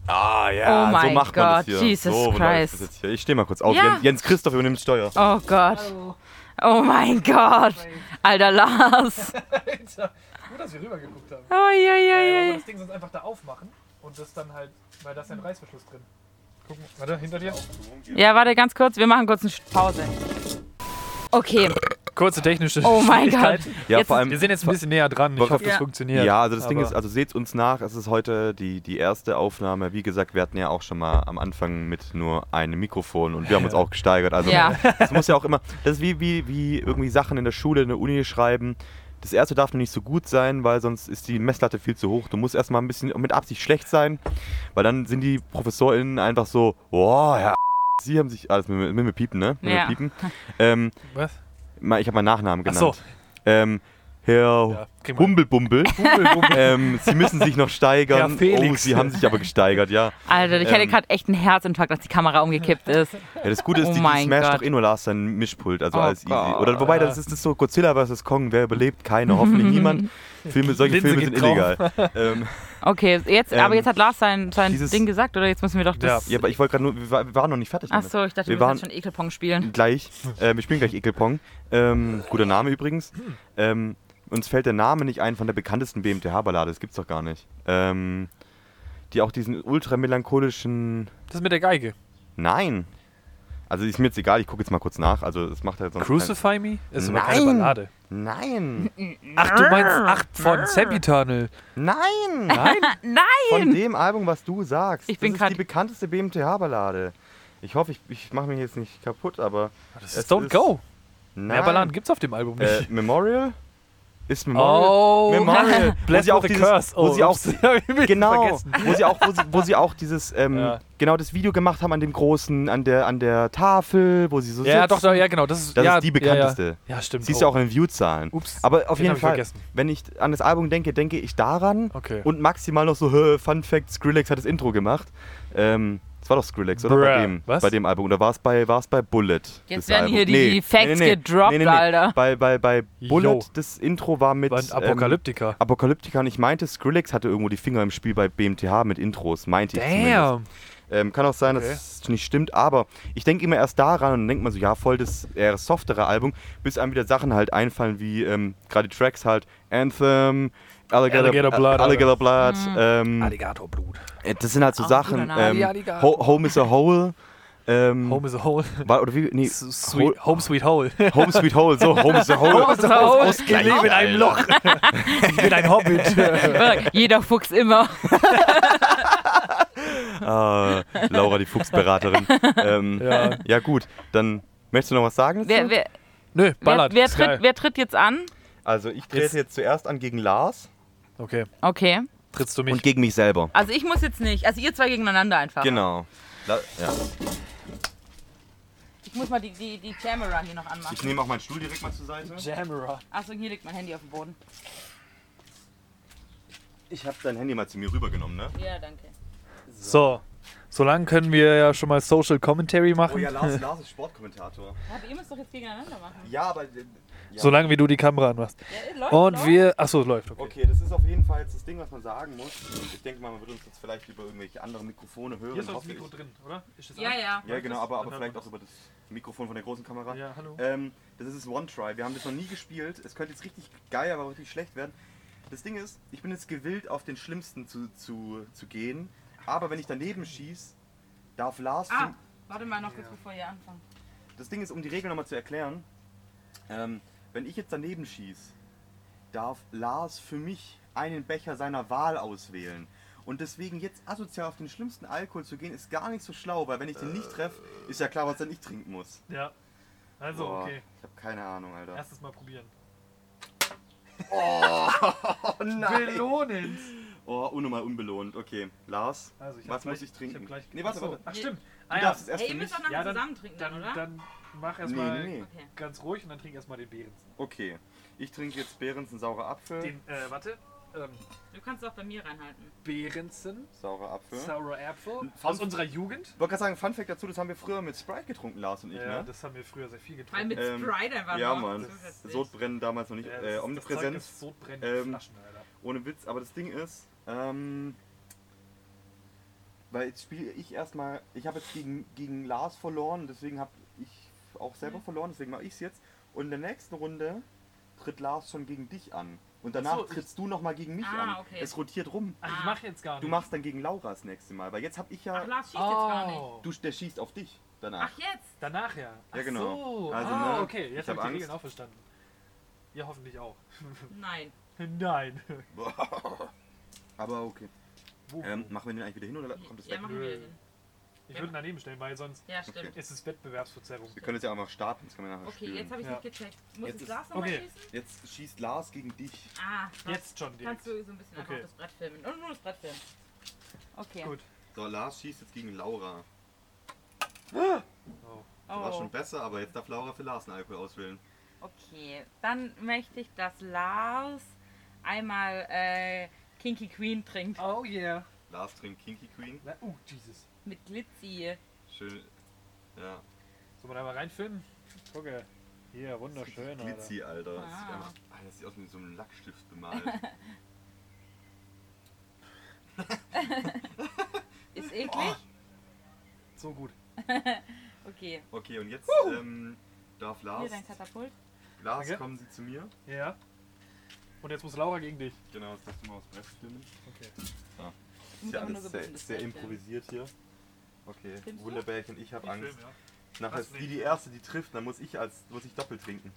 S3: Ah
S4: Oh
S3: ja, so
S4: mein
S3: macht man das
S4: Gott,
S3: hier.
S4: Jesus
S3: so läuft
S4: Christ.
S3: Das jetzt hier. Ich stehe mal kurz auf.
S4: Ja.
S3: Jens, Jens Christoph übernimmt Steuer.
S4: Oh Gott. Oh mein Gott. Alter Lars.
S2: Alter, gut, dass wir rübergeguckt haben.
S4: Oi, oi,
S2: Äh, wollen wir
S4: oi, oi. Hm.
S2: das Ding sonst einfach da aufmachen und das dann halt, weil da ist ja ein Reißverschluss drin. Guck gucken. Warte, hinter dir.
S4: Ja, warte ganz kurz, wir machen kurz eine Pause. Okay,
S2: Kurze technische
S4: oh mein Gott.
S2: Schwierigkeit.
S3: Ja,
S4: Jetzt
S3: vor
S4: ist-
S3: allem.
S2: Wir sind jetzt ein bisschen näher dran. Ich
S3: Ja.
S2: hoffe, das funktioniert.
S3: Ähm, Ja, also das Ding
S2: Aber
S3: ist, also seht's uns nach, es ist heute die, die erste Aufnahme. Wie gesagt, wir hatten ja auch schon mal am Anfang mit nur einem Mikrofon und wir haben uns auch gesteigert. Also
S4: Ja.
S3: das muss ja auch immer, das ist wie, wie, wie irgendwie Sachen in der Schule, in der Uni schreiben. Das erste darf noch nicht so gut sein, weil sonst ist die Messlatte viel zu hoch. Du musst erstmal ein bisschen mit Absicht schlecht sein, weil dann sind die ProfessorInnen einfach so, boah, Herr Sie haben sich, Ah, alles mit, mit, mit Piepen, ne? Mit,
S4: Ja.
S3: mit Piepen. Ähm,
S2: Was?
S3: mal- ich habe meinen Nachnamen
S2: Ach
S3: genannt.
S2: so.
S3: Ähm, Herr
S2: Ja, kriegen wir.
S3: Bumbelbumbel. ähm, sie müssen sich noch
S2: Herr
S3: steigern.
S2: Felix.
S3: Oh, sie haben sich aber gesteigert, ja.
S4: Alter, ich hätte
S3: Ähm.
S4: gerade echt einen Herzinfarkt, als die Kamera umgekippt ist.
S3: ja das Gute
S4: Oh
S3: ist, die, die
S4: mein
S3: Smash
S4: Gott.
S3: doch eh nur Lars sein Mischpult, also
S4: Oh
S3: alles easy.
S4: Gott.
S3: Oder wobei, das ist, das ist so Godzilla vs. Kong, wer überlebt? Keiner, hoffentlich niemand. Filme, solche
S2: Linse
S3: Filme sind
S2: geht drauf.
S3: illegal. ähm,
S4: Okay, jetzt, aber
S3: Ähm,
S4: jetzt hat Lars sein, sein
S3: dieses-
S4: Ding gesagt, oder? Jetzt müssen wir doch das.
S3: ja, aber ich wollte gerade nur, wir wa- wir waren noch nicht fertig.
S4: Ach
S3: damit.
S4: so, ich dachte,
S3: Wir
S4: wir, müssen
S3: waren-
S4: jetzt schon Ekelpong spielen.
S3: Gleich. Äh, wir spielen gleich Ekelpong. Ähm, guter Name übrigens. Ähm, uns fällt der Name nicht ein von der bekanntesten BMTH-Ballade, das gibt's doch gar nicht. Ähm, die auch diesen ultra melancholischen
S2: Das mit der Geige.
S3: Nein. Also ist mir jetzt egal, ich gucke jetzt mal kurz nach. Also das macht er sonst.
S2: Crucify Me? Das ist aber keine
S3: Nein.
S2: Ballade.
S3: kein- Nein!
S2: Ach, du meinst ach, von Seppitanel.
S3: Nein!
S2: Nein?
S3: Von dem Album, was du sagst.
S4: Ich bin
S3: das ist
S4: grad-
S3: die bekannteste BMTH-Ballade. Ich hoffe, ich, ich mache mich jetzt nicht kaputt, aber.
S2: Das
S3: Es
S2: ist Don't
S3: ist-
S2: Go.
S3: Nein.
S2: Mehr Balladen gibt's auf dem Album nicht.
S3: Äh, Memorial? Ist Memorial.
S2: Oh,
S3: Memorial. Wo
S2: Bless
S3: sie auch
S2: the
S3: dieses,
S2: Curse. Oh,
S3: wo sie auch,
S2: ups, hab ich wieder
S3: genau,
S2: vergessen.
S3: wo sie auch, wo sie, wo sie auch dieses, ähm,
S2: Ja.
S3: genau das Video gemacht haben an dem großen, an der, an der Tafel, wo sie so
S2: Ja,
S3: sitzen.
S2: doch, doch, ja, genau. Das ist,
S3: Das
S2: ja,
S3: ist die
S2: Ja,
S3: bekannteste.
S2: ja. ja stimmt.
S3: Siehst du auch in den View-Zahlen.
S2: Ups.
S3: Aber auf
S2: Den
S3: jeden
S2: hab ich
S3: Fall,
S2: vergessen.
S3: wenn ich an das Album denke, denke ich daran
S2: Okay.
S3: und maximal noch so, "Hö, Fun Fact, Skrillex hat das Intro gemacht. Ähm, das war doch Skrillex, oder?
S2: Bruh.
S3: Bei dem,
S2: Was?
S3: bei dem Album. Oder war es bei, war es bei Bullet? das
S4: werden
S3: Album?
S4: hier die Facts gedroppt, Alter.
S3: Bei, bei, bei Bullet,
S2: Yo.
S3: das Intro war mit
S2: War ein Apokalyptiker.
S3: Ähm, Apokalyptiker und ich meinte, Skrillex hatte irgendwo die Finger im Spiel bei BMTH mit Intros, meinte ich zumindest.
S2: Damn.
S3: Ähm, kann auch sein, dass
S2: Okay.
S3: es nicht stimmt, aber ich denke immer erst daran und dann denkt man so, ja, voll das eher softere Album, bis einem wieder Sachen halt einfallen, wie ähm, gerade die Tracks halt Anthem, Alligator,
S2: Alligator Blood,
S3: Alligator Blood ähm,
S2: Alligatorblut.
S3: äh, das sind halt so
S4: Mhm. Auch
S3: Sachen,
S4: guter Name.
S3: ähm,
S2: Alligator.
S3: Ho Home is a Hole, ähm,
S2: Home is a hole.
S3: war, oder wie, nee,
S2: S- Sweet, home sweet hole.
S3: Ho- Home Sweet Hole, so, Home is a Hole.
S2: Home is a hole.
S3: Ausgleich,
S2: Ich lebe in einem Loch.
S3: Alter.
S2: ich bin ein Genau. Hobbit.
S4: Jeder Fuchs immer.
S3: Ah, Laura, die Fuchsberaterin. ähm, ja.
S2: ja.
S3: gut, dann möchtest du noch was sagen?
S4: Wer, wer,
S2: Nö,
S4: wer,
S2: ballert.
S4: wer,
S2: ist geil.
S4: tritt, wer tritt jetzt an?
S3: Also ich trete
S2: Jetzt-
S3: jetzt zuerst an gegen Lars
S2: Okay,
S4: Okay.
S2: trittst du mich.
S3: und gegen mich selber.
S4: Also ich muss jetzt nicht. Also ihr zwei gegeneinander einfach.
S3: Genau. La ja.
S4: Ich muss mal die, die, die Camera hier noch
S3: Ich
S4: anmachen.
S3: nehme auch meinen Stuhl direkt mal zur Seite.
S2: Jammerer.
S4: Achso, hier liegt mein Handy auf dem Boden.
S3: Ich habe dein Handy mal zu mir rübergenommen, ne?
S4: Ja, danke.
S2: So, solange können wir ja schon mal Social Commentary
S3: Oh
S2: machen.
S3: ja, Lars, Lars ist Sportkommentator.
S4: Aber ihr müsst doch jetzt gegeneinander machen.
S3: Ja, aber. äh, Ja.
S2: Solange wie du die Kamera anmachst.
S4: Ja, äh, läuft,
S2: Und
S4: läuft.
S2: wir. Achso, läuft. Okay.
S3: Okay, das ist auf jeden Fall jetzt das Ding, was man sagen muss. Ich denke mal, man wird uns jetzt vielleicht über irgendwelche anderen Mikrofone hören. hoffe ich.
S2: drin, oder?
S4: Ja, ja.
S3: Ja, genau, aber, aber vielleicht auch über das Mikrofon von der großen Kamera.
S2: Ja, hallo.
S3: Ähm, das ist das One Try. Wir haben das noch nie gespielt. Es könnte jetzt richtig geil, aber richtig schlecht werden. Das Ding ist, ich bin jetzt gewillt, auf den Schlimmsten zu, zu, zu gehen. Aber wenn ich daneben schieß, darf Lars.
S4: Ah,
S3: zum-
S4: warte mal noch kurz, bevor ihr anfangt.
S3: Das Ding ist, um die Regel nochmal zu erklären, ähm, wenn ich jetzt daneben schieß, darf Lars für mich einen Becher seiner Wahl auswählen. Und deswegen jetzt asozial auf den schlimmsten Alkohol zu gehen, ist gar nicht so schlau, weil wenn ich den nicht treffe, ist ja klar, was er nicht trinken muss.
S2: Ja. Also,
S3: Boah, Ich habe keine Ahnung, Alter.
S2: Erstes Mal probieren.
S3: Oh nein!
S2: Belohnend.
S3: Oh, unnormal unbelohnt. Okay, Lars,
S2: Also, ich hab
S3: was
S2: gleich-
S3: muss ich trinken?
S2: ich hab gleich-
S3: nee, warte,
S2: Achso,
S3: warte. Du
S2: Ach, stimmt. Ah, ja.
S3: darfst es erst
S4: Hey,
S3: für
S4: ihr
S3: mich.
S4: müsst doch noch
S2: Ja, dann-
S4: zusammen trinken, dann, oder?
S2: dann mach
S3: Nee,
S2: erstmal
S3: nee, nee.
S4: Okay.
S2: ganz ruhig und dann trink erstmal den Beeren.
S3: Okay, ich trinke jetzt Behrensen saurer Apfel.
S2: Den, äh, warte. Ähm,
S4: Du kannst es auch bei mir reinhalten.
S2: Behrensen,
S3: Saurer Apfel. Ich
S2: Sour Apple
S3: Fun-
S2: aus unserer Jugend.
S3: wollte gerade sagen, Fun Fact dazu, das haben wir früher mit Sprite getrunken, Lars und ich,
S2: Ja,
S3: ne?
S2: das haben wir früher sehr viel
S4: Weil
S2: getrunken.
S4: mit
S3: Ähm,
S4: Sprite einfach
S3: Ja,
S4: noch
S3: Mann.
S4: zusätzlich.
S3: Sodbrennen damals noch nicht
S2: Ja,
S3: äh,
S2: das- Das Zeug
S3: omnipräsent.
S2: ist sodbrennende
S3: Ähm,
S2: Flaschen,
S1: Ah.
S2: Alter.
S3: Ohne Witz, aber das Ding ist, ähm, weil jetzt spiele ich erstmal, ich habe jetzt gegen, gegen Lars verloren, deswegen habe
S1: Mhm.
S3: ich auch selber verloren, deswegen mache ich es jetzt. Und in der nächsten Runde tritt Lars schon gegen dich an. Und danach
S2: so, ich-
S3: trittst du nochmal gegen mich
S1: Ah,
S3: an.
S1: okay. Ah,
S3: Es rotiert rum.
S2: Ach, ich mache jetzt gar nicht.
S3: Du machst dann gegen Laura das nächste Mal, weil jetzt hab ich ja.
S1: Ach, Lars schießt jetzt gar nicht.
S2: oh.
S3: du, der schießt auf dich danach.
S1: Ach, jetzt?
S2: Danach ja. Ach
S3: Ja, genau.
S2: So.
S3: Also,
S2: ah,
S3: ne,
S2: okay,
S3: ich
S2: jetzt habe
S3: hab
S2: ich die
S3: Angst.
S2: Regeln auch verstanden. Ja, hoffentlich auch.
S1: Nein.
S2: Nein.
S3: Aber okay.
S2: Wo?
S3: Ähm, machen wir den eigentlich wieder hin oder kommt es
S1: Ja,
S3: weg?
S1: machen wir den.
S2: ich würde ihn daneben stellen, weil sonst
S1: Ja, stimmt.
S2: ist es Wettbewerbsverzerrung.
S3: Wir können es ja auch noch starten, das können wir nachher
S1: Okay,
S3: spielen.
S1: jetzt habe ich
S2: Ja.
S1: nicht gecheckt. Muss
S3: Jetzt
S1: das
S3: ist-
S1: Glas nochmal
S2: Okay.
S1: schießen?
S3: jetzt schießt Lars gegen dich.
S1: Ah, was?
S2: Jetzt schon direkt.
S1: Kannst du so ein bisschen einfach
S2: Okay.
S1: auf das Brett filmen. Und nur das Brett filmen. Okay.
S2: Gut.
S3: So, Lars schießt jetzt gegen Laura.
S2: Oh.
S3: War schon
S1: Oh,
S3: besser, aber jetzt darf Laura für Lars einen Alkohol auswählen.
S1: okay. Dann möchte ich, dass Lars einmal äh, Kinky Queen trinkt.
S2: oh yeah.
S3: Lars trinkt Kinky Queen.
S2: Na, oh, Jesus.
S1: Mit Glitzy.
S3: Schön. Ja.
S2: Soll man einmal reinfilmen? Gucke. Hier, wunderschön. Alter.
S3: Glitzy, Alter. Das, sieht
S1: Ah.
S3: einfach, Alter, das sieht aus wie mit so einem Lackstift bemalt. Oh.
S1: Ist eklig?
S2: So gut.
S1: Okay.
S3: Okay, und jetzt ähm, darf
S1: Hier
S3: Oh. Lars.
S1: dein Katapult.
S3: Lars,
S2: Danke.
S3: kommen Sie zu mir.
S2: Ja. Und jetzt muss Laura gegen dich.
S3: Genau, das darfst du mal aufs Brett filmen.
S2: Okay.
S1: Muss
S3: Ist ja
S1: aber nur so
S3: alles
S1: ein
S3: sehr,
S1: bisschen das
S3: sehr
S1: Brett filmen.
S3: improvisiert hier. Okay,
S1: Filmst du?
S3: Wunderbärchen, ich habe Angst.
S2: Film, ja.
S3: Nachher
S2: Das
S3: ist die
S2: nicht.
S3: die erste, die trifft, dann muss ich als muss ich doppelt trinken.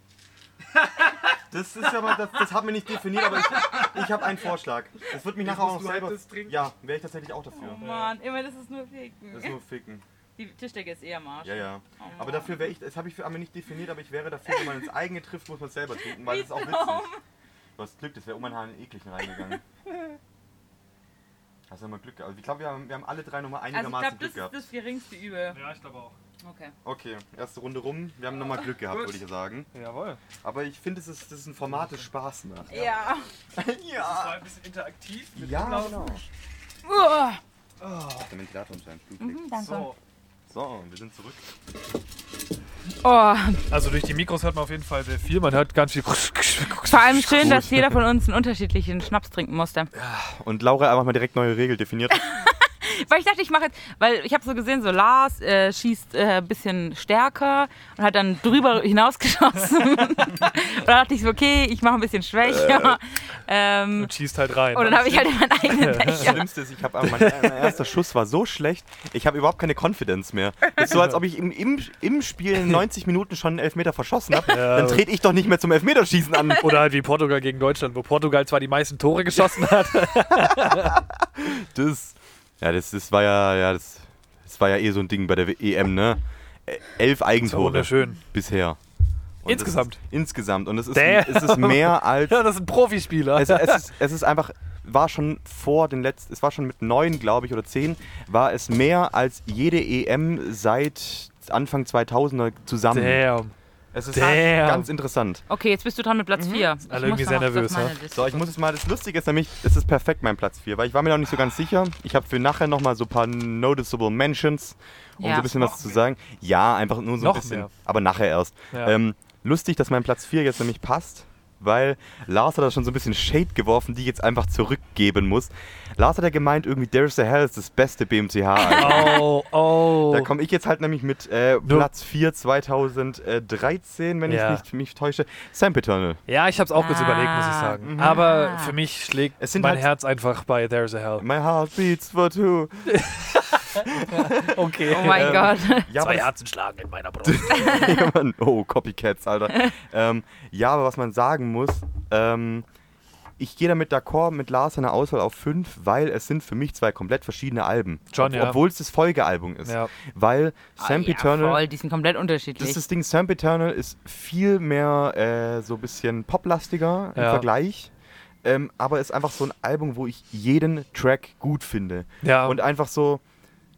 S3: Das ist aber, das, das haben wir nicht definiert, aber ich, ich habe einen Vorschlag. Das wird mich nachher auch
S2: musst
S3: noch
S2: du halt
S3: selber.
S2: das trinken.
S3: Ja, wäre ich tatsächlich auch
S1: Oh
S3: dafür.
S1: Mann, immer das ist nur
S3: Das ist
S1: Ficken.
S3: nur Ficken.
S1: Die Tischdecke ist eher am Arsch.
S3: Ja, ja.
S1: Oh Mann.
S3: Aber dafür wäre ich, das habe ich für einmal nicht definiert, aber ich wäre dafür, wenn man ins eigene trifft, muss man es selber trinken, weil das ist auch witzig. Du hast Glück, das wäre um meinen Haaren in den ekligen reingegangen. Hast du mal Glück gehabt. Also ich glaube, wir haben, wir haben alle drei nochmal
S1: Also ich
S3: einigermaßen
S1: glaube, das
S3: Glück
S1: ist
S3: gehabt.
S1: das geringste Übel.
S2: Ja, ich glaube auch.
S1: Okay.
S3: Okay, erste Runde rum. Wir haben nochmal Glück gehabt,
S2: Gut.
S3: würde ich sagen.
S2: Jawohl.
S3: Aber ich finde, es ist, das ist ein Format, das Spaß macht.
S1: Ja.
S2: Das war
S3: ja,
S2: ein bisschen interaktiv. Mit
S3: ja
S2: Umlauf.
S3: genau.
S1: Uah.
S3: Der Ventilator anscheinend
S1: Mhm, danke.
S2: So.
S3: So, wir sind zurück.
S4: Oh,
S2: Also durch die Mikros hört man auf jeden Fall sehr viel. Man hört ganz viel.
S4: vor allem schön, dass jeder von uns einen unterschiedlichen Schnaps trinken musste.
S3: Und Laura einfach mal direkt neue Regel definiert.
S4: Weil ich dachte, ich mache jetzt, weil ich habe so gesehen, so Lars äh, schießt äh, ein bisschen stärker und hat dann drüber hinausgeschossen. und dann dachte ich so, okay, ich mache ein bisschen schwächer. Ähm,
S2: Und schießt halt rein.
S4: und dann habe ich halt in meinen eigenen
S3: Das
S4: Becher.
S3: Schlimmste ist, ich habe mein, mein erster Schuss war so schlecht, ich habe überhaupt keine Confidence mehr. Ist so, als ob ich im, im, im Spiel in 90 Minuten schon einen Elfmeter verschossen habe. Dann trete ich doch nicht mehr zum Elfmeterschießen an.
S2: Oder halt wie Portugal gegen Deutschland, wo Portugal zwar die meisten Tore geschossen hat.
S3: Das, ja, das, das war ja, ja, das, das war ja eh so ein Ding bei der EM, ne? Äh, Elf Eigentore
S2: Wunderschön.
S3: bisher. Und das
S2: Insgesamt.
S3: Ist, insgesamt. Und es ist,
S2: Damn.
S3: es ist mehr als
S2: Ja, das sind Profispieler.
S3: es, Also es, ist, es ist einfach, war schon vor den letzten, es war schon mit neun, glaube ich, oder zehn, war es mehr als jede EM seit Anfang 2000er zusammen.
S2: Damn.
S3: Es ist halt
S2: Damn.
S3: ganz interessant.
S4: Okay, jetzt bist du dran mit Platz 4.
S2: Mhm. Alle irgendwie sehr nervös, ne?
S3: So, ich muss jetzt mal, das Lustige ist nämlich, es ist perfekt mein Platz 4, weil ich war mir noch nicht so ganz sicher. Ich habe für nachher nochmal so ein paar Noticeable Mentions, um
S4: Ja.
S3: so ein bisschen was zu sagen. Ja, einfach nur so
S2: Noch
S3: ein bisschen,
S2: mehr.
S3: aber nachher erst.
S2: Ja.
S3: Ähm, lustig, dass mein Platz 4 jetzt nämlich passt, weil Lars hat da schon so ein bisschen Shade geworfen, die ich jetzt einfach zurückgeben muss. Lars hat ja gemeint, irgendwie Darius the Hell ist das beste BMCH. Alter.
S2: Oh,
S3: Da
S2: oh.
S3: komme ich jetzt halt nämlich mit äh,
S2: Du-
S3: Platz 4 2013, wenn
S2: Ja.
S3: ich nicht mich täusche. Sam Eternal.
S2: Ja, ich hab's auch kurz
S4: Ah.
S2: überlegt, muss ich sagen. Aber für mich schlägt
S3: Mhm. Es sind
S2: mein
S3: halt-
S2: Herz einfach bei There's a Hell.
S3: My heart beats for two.
S2: Okay.
S4: Oh mein
S2: ähm,
S4: Gott.
S3: Äh, Ja, aber es-
S2: Herzen schlagen in meiner Brust.
S3: Ja, Mann. oh, Copycats, Alter. ähm, ja, aber was man sagen muss, ähm, ich gehe damit d'accord mit Lars seiner Auswahl auf 5, weil es sind für mich zwei komplett verschiedene Alben.
S2: Schon, ja.
S3: Obwohl es das Folgealbum ist.
S2: Ja.
S3: Weil Samp
S4: Ah, Ja,
S3: Eternal.
S4: voll, die sind komplett unterschiedlich.
S3: das, ist das Ding, Samp Eternal ist viel mehr äh, so ein bisschen poplastiger im
S2: Ja.
S3: Vergleich. Ähm, aber ist einfach so ein Album, wo ich jeden Track gut finde.
S2: ja.
S3: Und einfach so,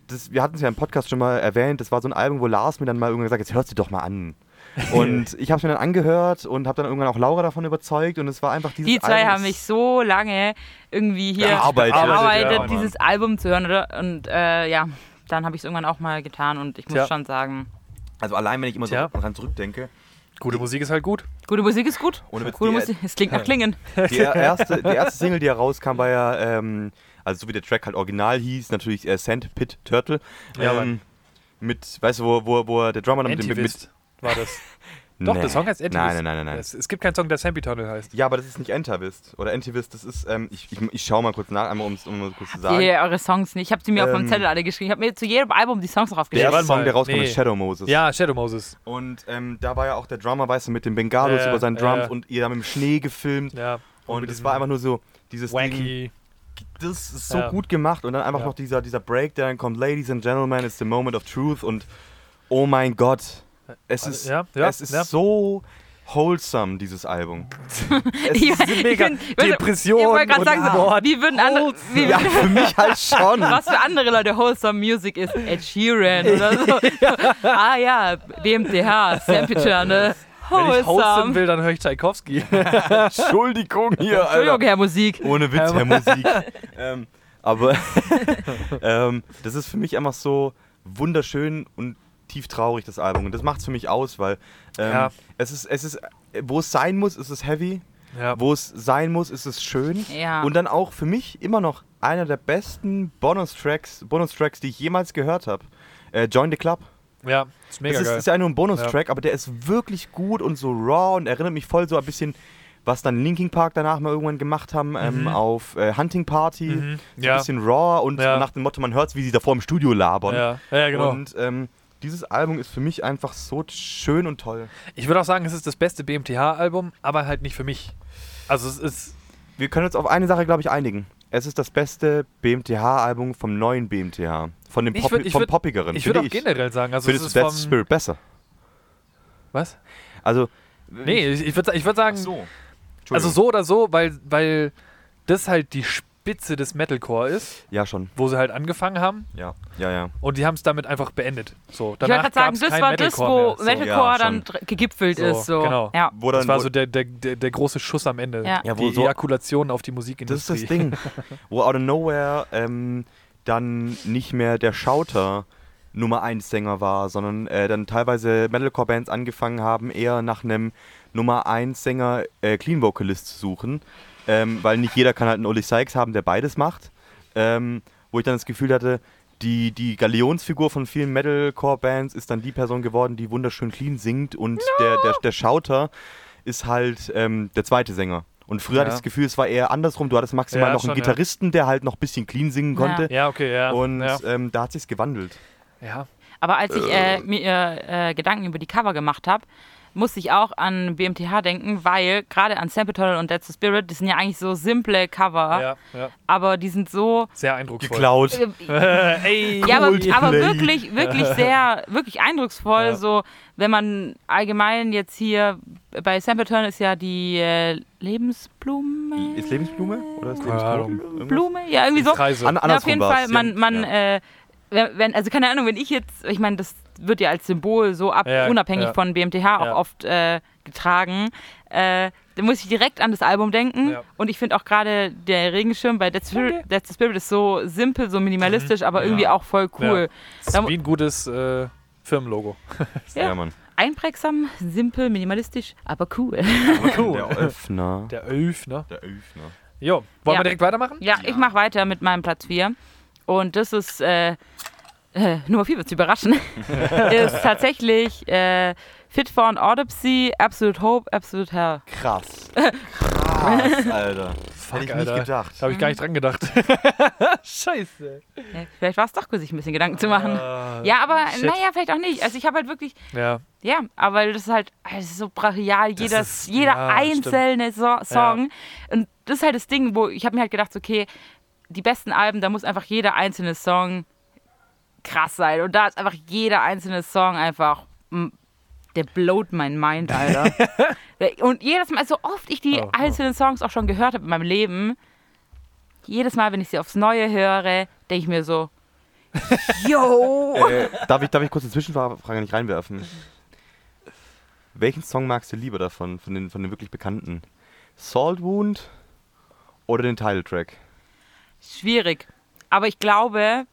S3: das, wir hatten es ja im Podcast schon mal erwähnt, das war so ein Album, wo Lars mir dann mal irgendwann gesagt hat, jetzt hörst du doch mal an. Und ich habe es mir dann angehört und habe dann irgendwann auch Laura davon überzeugt und es war einfach dieses
S4: Die zwei
S3: Album
S4: haben
S3: ist-
S4: mich so lange irgendwie hier
S3: Gearbeitet.
S4: bearbeitet,
S2: Ja, Mann.
S4: dieses Album zu hören. Oder? Und äh, ja, dann habe ich es irgendwann auch mal getan und ich muss
S2: Tja.
S4: schon sagen,
S3: Also allein, wenn ich immer so
S2: Tja.
S3: dran zurückdenke,
S2: Gute Musik ist halt gut.
S4: gute Musik ist gut.
S3: Ohne Witz,
S4: gute
S3: die-
S4: Musik, es klingt nach Klingen.
S3: die erste, die erste Single, die herauskam, war ja, ähm, also so wie der Track halt original hieß, natürlich äh, Sandpit Turtle.
S2: Ja,
S3: ähm, mit, weißt du, wo, wo, wo der Drummer dann mit, dem- mit,
S2: Antivist war das. Doch,
S3: Nee.
S2: der Song heißt Antivist.
S3: Nein, nein, nein, nein, nein.
S2: Es, es gibt keinen Song, der Sampi Tunnel heißt.
S3: Ja, aber das ist nicht Entavist oder Entivist, das ist, ähm, ich, ich, ich schau mal kurz nach, einmal um's- um es kurz zu sagen.
S1: Habt ihr eure Songs nicht? Ich habe sie mir auf meinem
S3: Ähm,
S1: Zettel alle geschrieben. Ich habe mir zu jedem Album die Songs
S3: Der
S1: draufgeschrieben.
S2: warte
S3: Song,
S2: mal,
S3: der rauskommt,
S2: nee.
S3: ist Shadow Moses.
S2: Ja, Shadow Moses.
S3: Und ähm, da war ja auch der Drummer, weißt du, mit den Bengalos
S2: Ja,
S3: über seinen
S2: ja.
S3: Drums und ihr haben im Schnee gefilmt.
S2: Ja.
S3: Und
S2: mit
S3: es
S2: diesem
S3: war einfach nur so, dieses Ding,
S2: Wacky.
S3: das ist so
S2: Ja.
S3: gut gemacht. Und dann einfach
S2: Ja.
S3: noch dieser, dieser Break, der dann kommt, Ladies and Gentlemen, it's the moment of truth. Und oh mein Gott, es ist,
S2: Äh, Ja, ja,
S3: es ist
S2: ja.
S3: so wholesome, dieses Album. es
S1: Ich-
S3: ist,
S1: ich
S2: Mega
S1: find- ich wollte-
S2: Depression.
S1: Ich wollte gerade
S2: und
S1: sagen,
S2: Mord.
S1: wie würden andere, wie,
S3: ja, für mich halt schon.
S1: was für andere Leute wholesome Music ist Ed Sheeran oder so. ah ja, BMTH, Sampiture, ne?
S2: Wenn ich wholesome
S1: Wholesome.
S2: will, dann höre ich Tchaikovsky.
S3: Entschuldigung hier,
S1: Entschuldigung, Herr Musik.
S3: Ohne Witz, Herr
S2: Ähm.
S3: Musik. ähm, aber ähm, das ist für mich einfach so wunderschön und tief traurig, das Album. Und das macht es für mich aus, weil ähm,
S2: Ja.
S3: es ist, es ist, äh, wo es sein muss, ist es heavy.
S2: ja.
S3: Wo es sein muss, ist es schön.
S1: Ja.
S3: Und dann auch für mich immer noch einer der besten Bonus-Tracks, Bonus-Tracks, die ich jemals gehört habe. Äh, Join the Club.
S2: ja, ist mega
S3: Es ist,
S2: geil.
S3: ist ja nur ein Bonustrack, aber der ist wirklich gut und so raw und erinnert mich voll so ein bisschen, was dann Linkin Park danach mal irgendwann gemacht haben, ähm, auf äh, Hunting Party.
S2: Mhm,
S3: So
S2: ja.
S3: Ein bisschen raw und
S2: Ja.
S3: nach dem Motto, man hört wie sie davor im Studio labern.
S2: ja. ja, ja, genau.
S3: Und ähm, dieses Album ist für mich einfach so schön und toll.
S2: Ich würde auch sagen, es ist das beste BMTH-Album, aber halt nicht für mich. Also es ist,
S3: Wir können uns auf eine Sache, glaube ich, einigen. Es ist das beste BMTH-Album vom neuen BMTH. Von dem
S2: Ich
S3: Pop
S2: würd- ich
S3: vom
S2: würd-
S3: Poppigeren.
S2: ich
S3: finde
S2: würde auch generell sagen, also es
S3: Findest
S2: ist
S3: du Death
S2: vom,
S3: Spirit besser?
S2: was?
S3: Also,
S2: Nee, ich, ich würde ich würd sagen, also
S3: also
S2: so oder so, weil, weil das halt die Spitze des Metalcore ist,
S3: Ja, schon.
S2: wo sie halt angefangen haben
S3: Ja, ja, ja.
S2: und die haben es damit einfach beendet. So,
S1: Ich wollte
S2: danach
S1: gerade sagen,
S2: gab's
S1: das
S2: kein
S1: war das, wo
S2: Metalcore mehr. So.
S1: Metalcore
S3: Ja,
S1: dann
S3: schon.
S1: dr- gegipfelt
S2: So,
S1: ist. So.
S2: genau.
S1: Ja.
S3: Wo
S2: Das war
S3: wo-
S2: so der, der, der, der große Schuss am Ende.
S1: Ja.
S3: Ja, wo
S2: die
S3: so-
S2: Ejakulation auf die
S3: Das ist
S2: Musikindustrie.
S3: das Ding. Wo Out of Nowhere ähm, dann nicht mehr der Shouter Nummer 1 Sänger war, sondern äh, dann teilweise Metalcore-Bands angefangen haben, eher nach einem Nummer 1 Sänger äh, Clean Vocalist zu suchen. Ähm, weil nicht jeder kann halt einen Ollie Sykes haben, der beides macht. Ähm, wo ich dann das Gefühl hatte, die, die Galionsfigur von vielen Metalcore-Bands ist dann die Person geworden, die wunderschön clean singt und der, der, der Shouter ist halt ähm, der zweite Sänger. Und früher hatte
S2: Ja.
S3: ich das Gefühl, es war eher andersrum. Du hattest maximal
S2: Ja,
S3: noch einen
S2: schon, ja.
S3: Gitarristen, der halt noch ein bisschen clean singen
S1: Ja.
S3: konnte.
S2: Ja, okay, ja.
S3: Und
S2: ja.
S3: ähm, da hat sich's gewandelt.
S2: ja.
S1: Aber als ich äh, mir äh, Gedanken über die Cover gemacht habe, musste ich auch an BMTH denken, weil gerade an Sample Tunnel und That's the Spirit, das sind ja eigentlich so simple Cover,
S2: Ja, ja.
S1: aber die sind so.
S2: Sehr eindrucksvoll.
S3: Geklaut.
S1: Äh,
S2: Ey,
S1: ja, aber,
S3: Coldplay.
S1: aber wirklich, wirklich sehr, wirklich eindrucksvoll.
S2: Ja.
S1: So, wenn man allgemein jetzt hier bei Sample Tunnel ist ja die äh, Lebensblume.
S3: Ist Lebensblume? Oder ist
S2: Keine Ahnung.
S3: Lebensblume? Irgendwas?
S1: Blume? Ja, irgendwie so.
S2: Kreise.
S3: An,
S1: Ja, auf
S3: andersrum
S1: jeden
S3: war's,
S1: Fall, man,
S3: ja.
S1: man,
S3: Ja.
S1: äh, wer- wenn, also keine Ahnung, wenn ich jetzt, ich meine, das wird ja als Symbol so ab,
S2: Ja,
S1: unabhängig
S2: ja.
S1: von BMTH auch
S2: Ja.
S1: oft äh, getragen, äh, dann muss ich direkt an das Album denken.
S2: Ja.
S1: Und ich finde auch gerade der Regenschirm bei That's, the Spirit, That's the Spirit ist so simpel, so minimalistisch, aber irgendwie auch voll cool.
S2: Das
S1: Da
S2: ist
S1: mu-
S2: wie ein gutes äh, Firmenlogo.
S1: äh,
S3: ja, Mann.
S1: Einprägsam, simpel, minimalistisch, aber cool.
S3: Der Öffner.
S2: Der Elf, ne?
S3: Der Öffner.
S2: Jo, wollen
S1: Ja.
S2: wir direkt weitermachen?
S1: Ja, ich mache weiter mit meinem Platz 4. Und das ist, äh, äh, Nummer 4 wird's überraschen, ist tatsächlich äh, Fit for an Autopsy, Absolute Hope, Absolute Hell.
S3: Krass. Krass, Alter. Hätte ich nicht
S2: Alter.
S3: gedacht.
S2: Da habe ich gar nicht dran gedacht. Scheiße.
S1: Ja, vielleicht war es doch gut, sich ein bisschen Gedanken zu machen.
S2: Äh,
S1: ja, aber
S2: shit.
S1: naja, vielleicht auch nicht. Also ich habe halt wirklich,
S2: ja.
S1: ja, aber das ist halt, das ist so brachial, jedes,
S2: ist-
S1: jeder
S2: ja,
S1: einzelne so Song. Und das ist halt das Ding, wo ich habe mir halt gedacht, so, okay, die besten Alben, da muss einfach jeder einzelne Song krass sein. Und da ist einfach jeder einzelne Song einfach, mm, der blowt mein Mind, Alter. Und jedes Mal, so oft ich die
S2: Oh, oh.
S1: einzelnen Songs auch schon gehört habe in meinem Leben, jedes Mal, wenn ich sie aufs Neue höre, denke ich mir so, yo,
S3: Äh, darf, ich, darf ich kurz eine Zwischenfrage nicht reinwerfen? Welchen Song magst du lieber davon, von den, von den wirklich bekannten? Salt Wound oder den Titeltrack?
S1: schwierig. Aber ich glaube,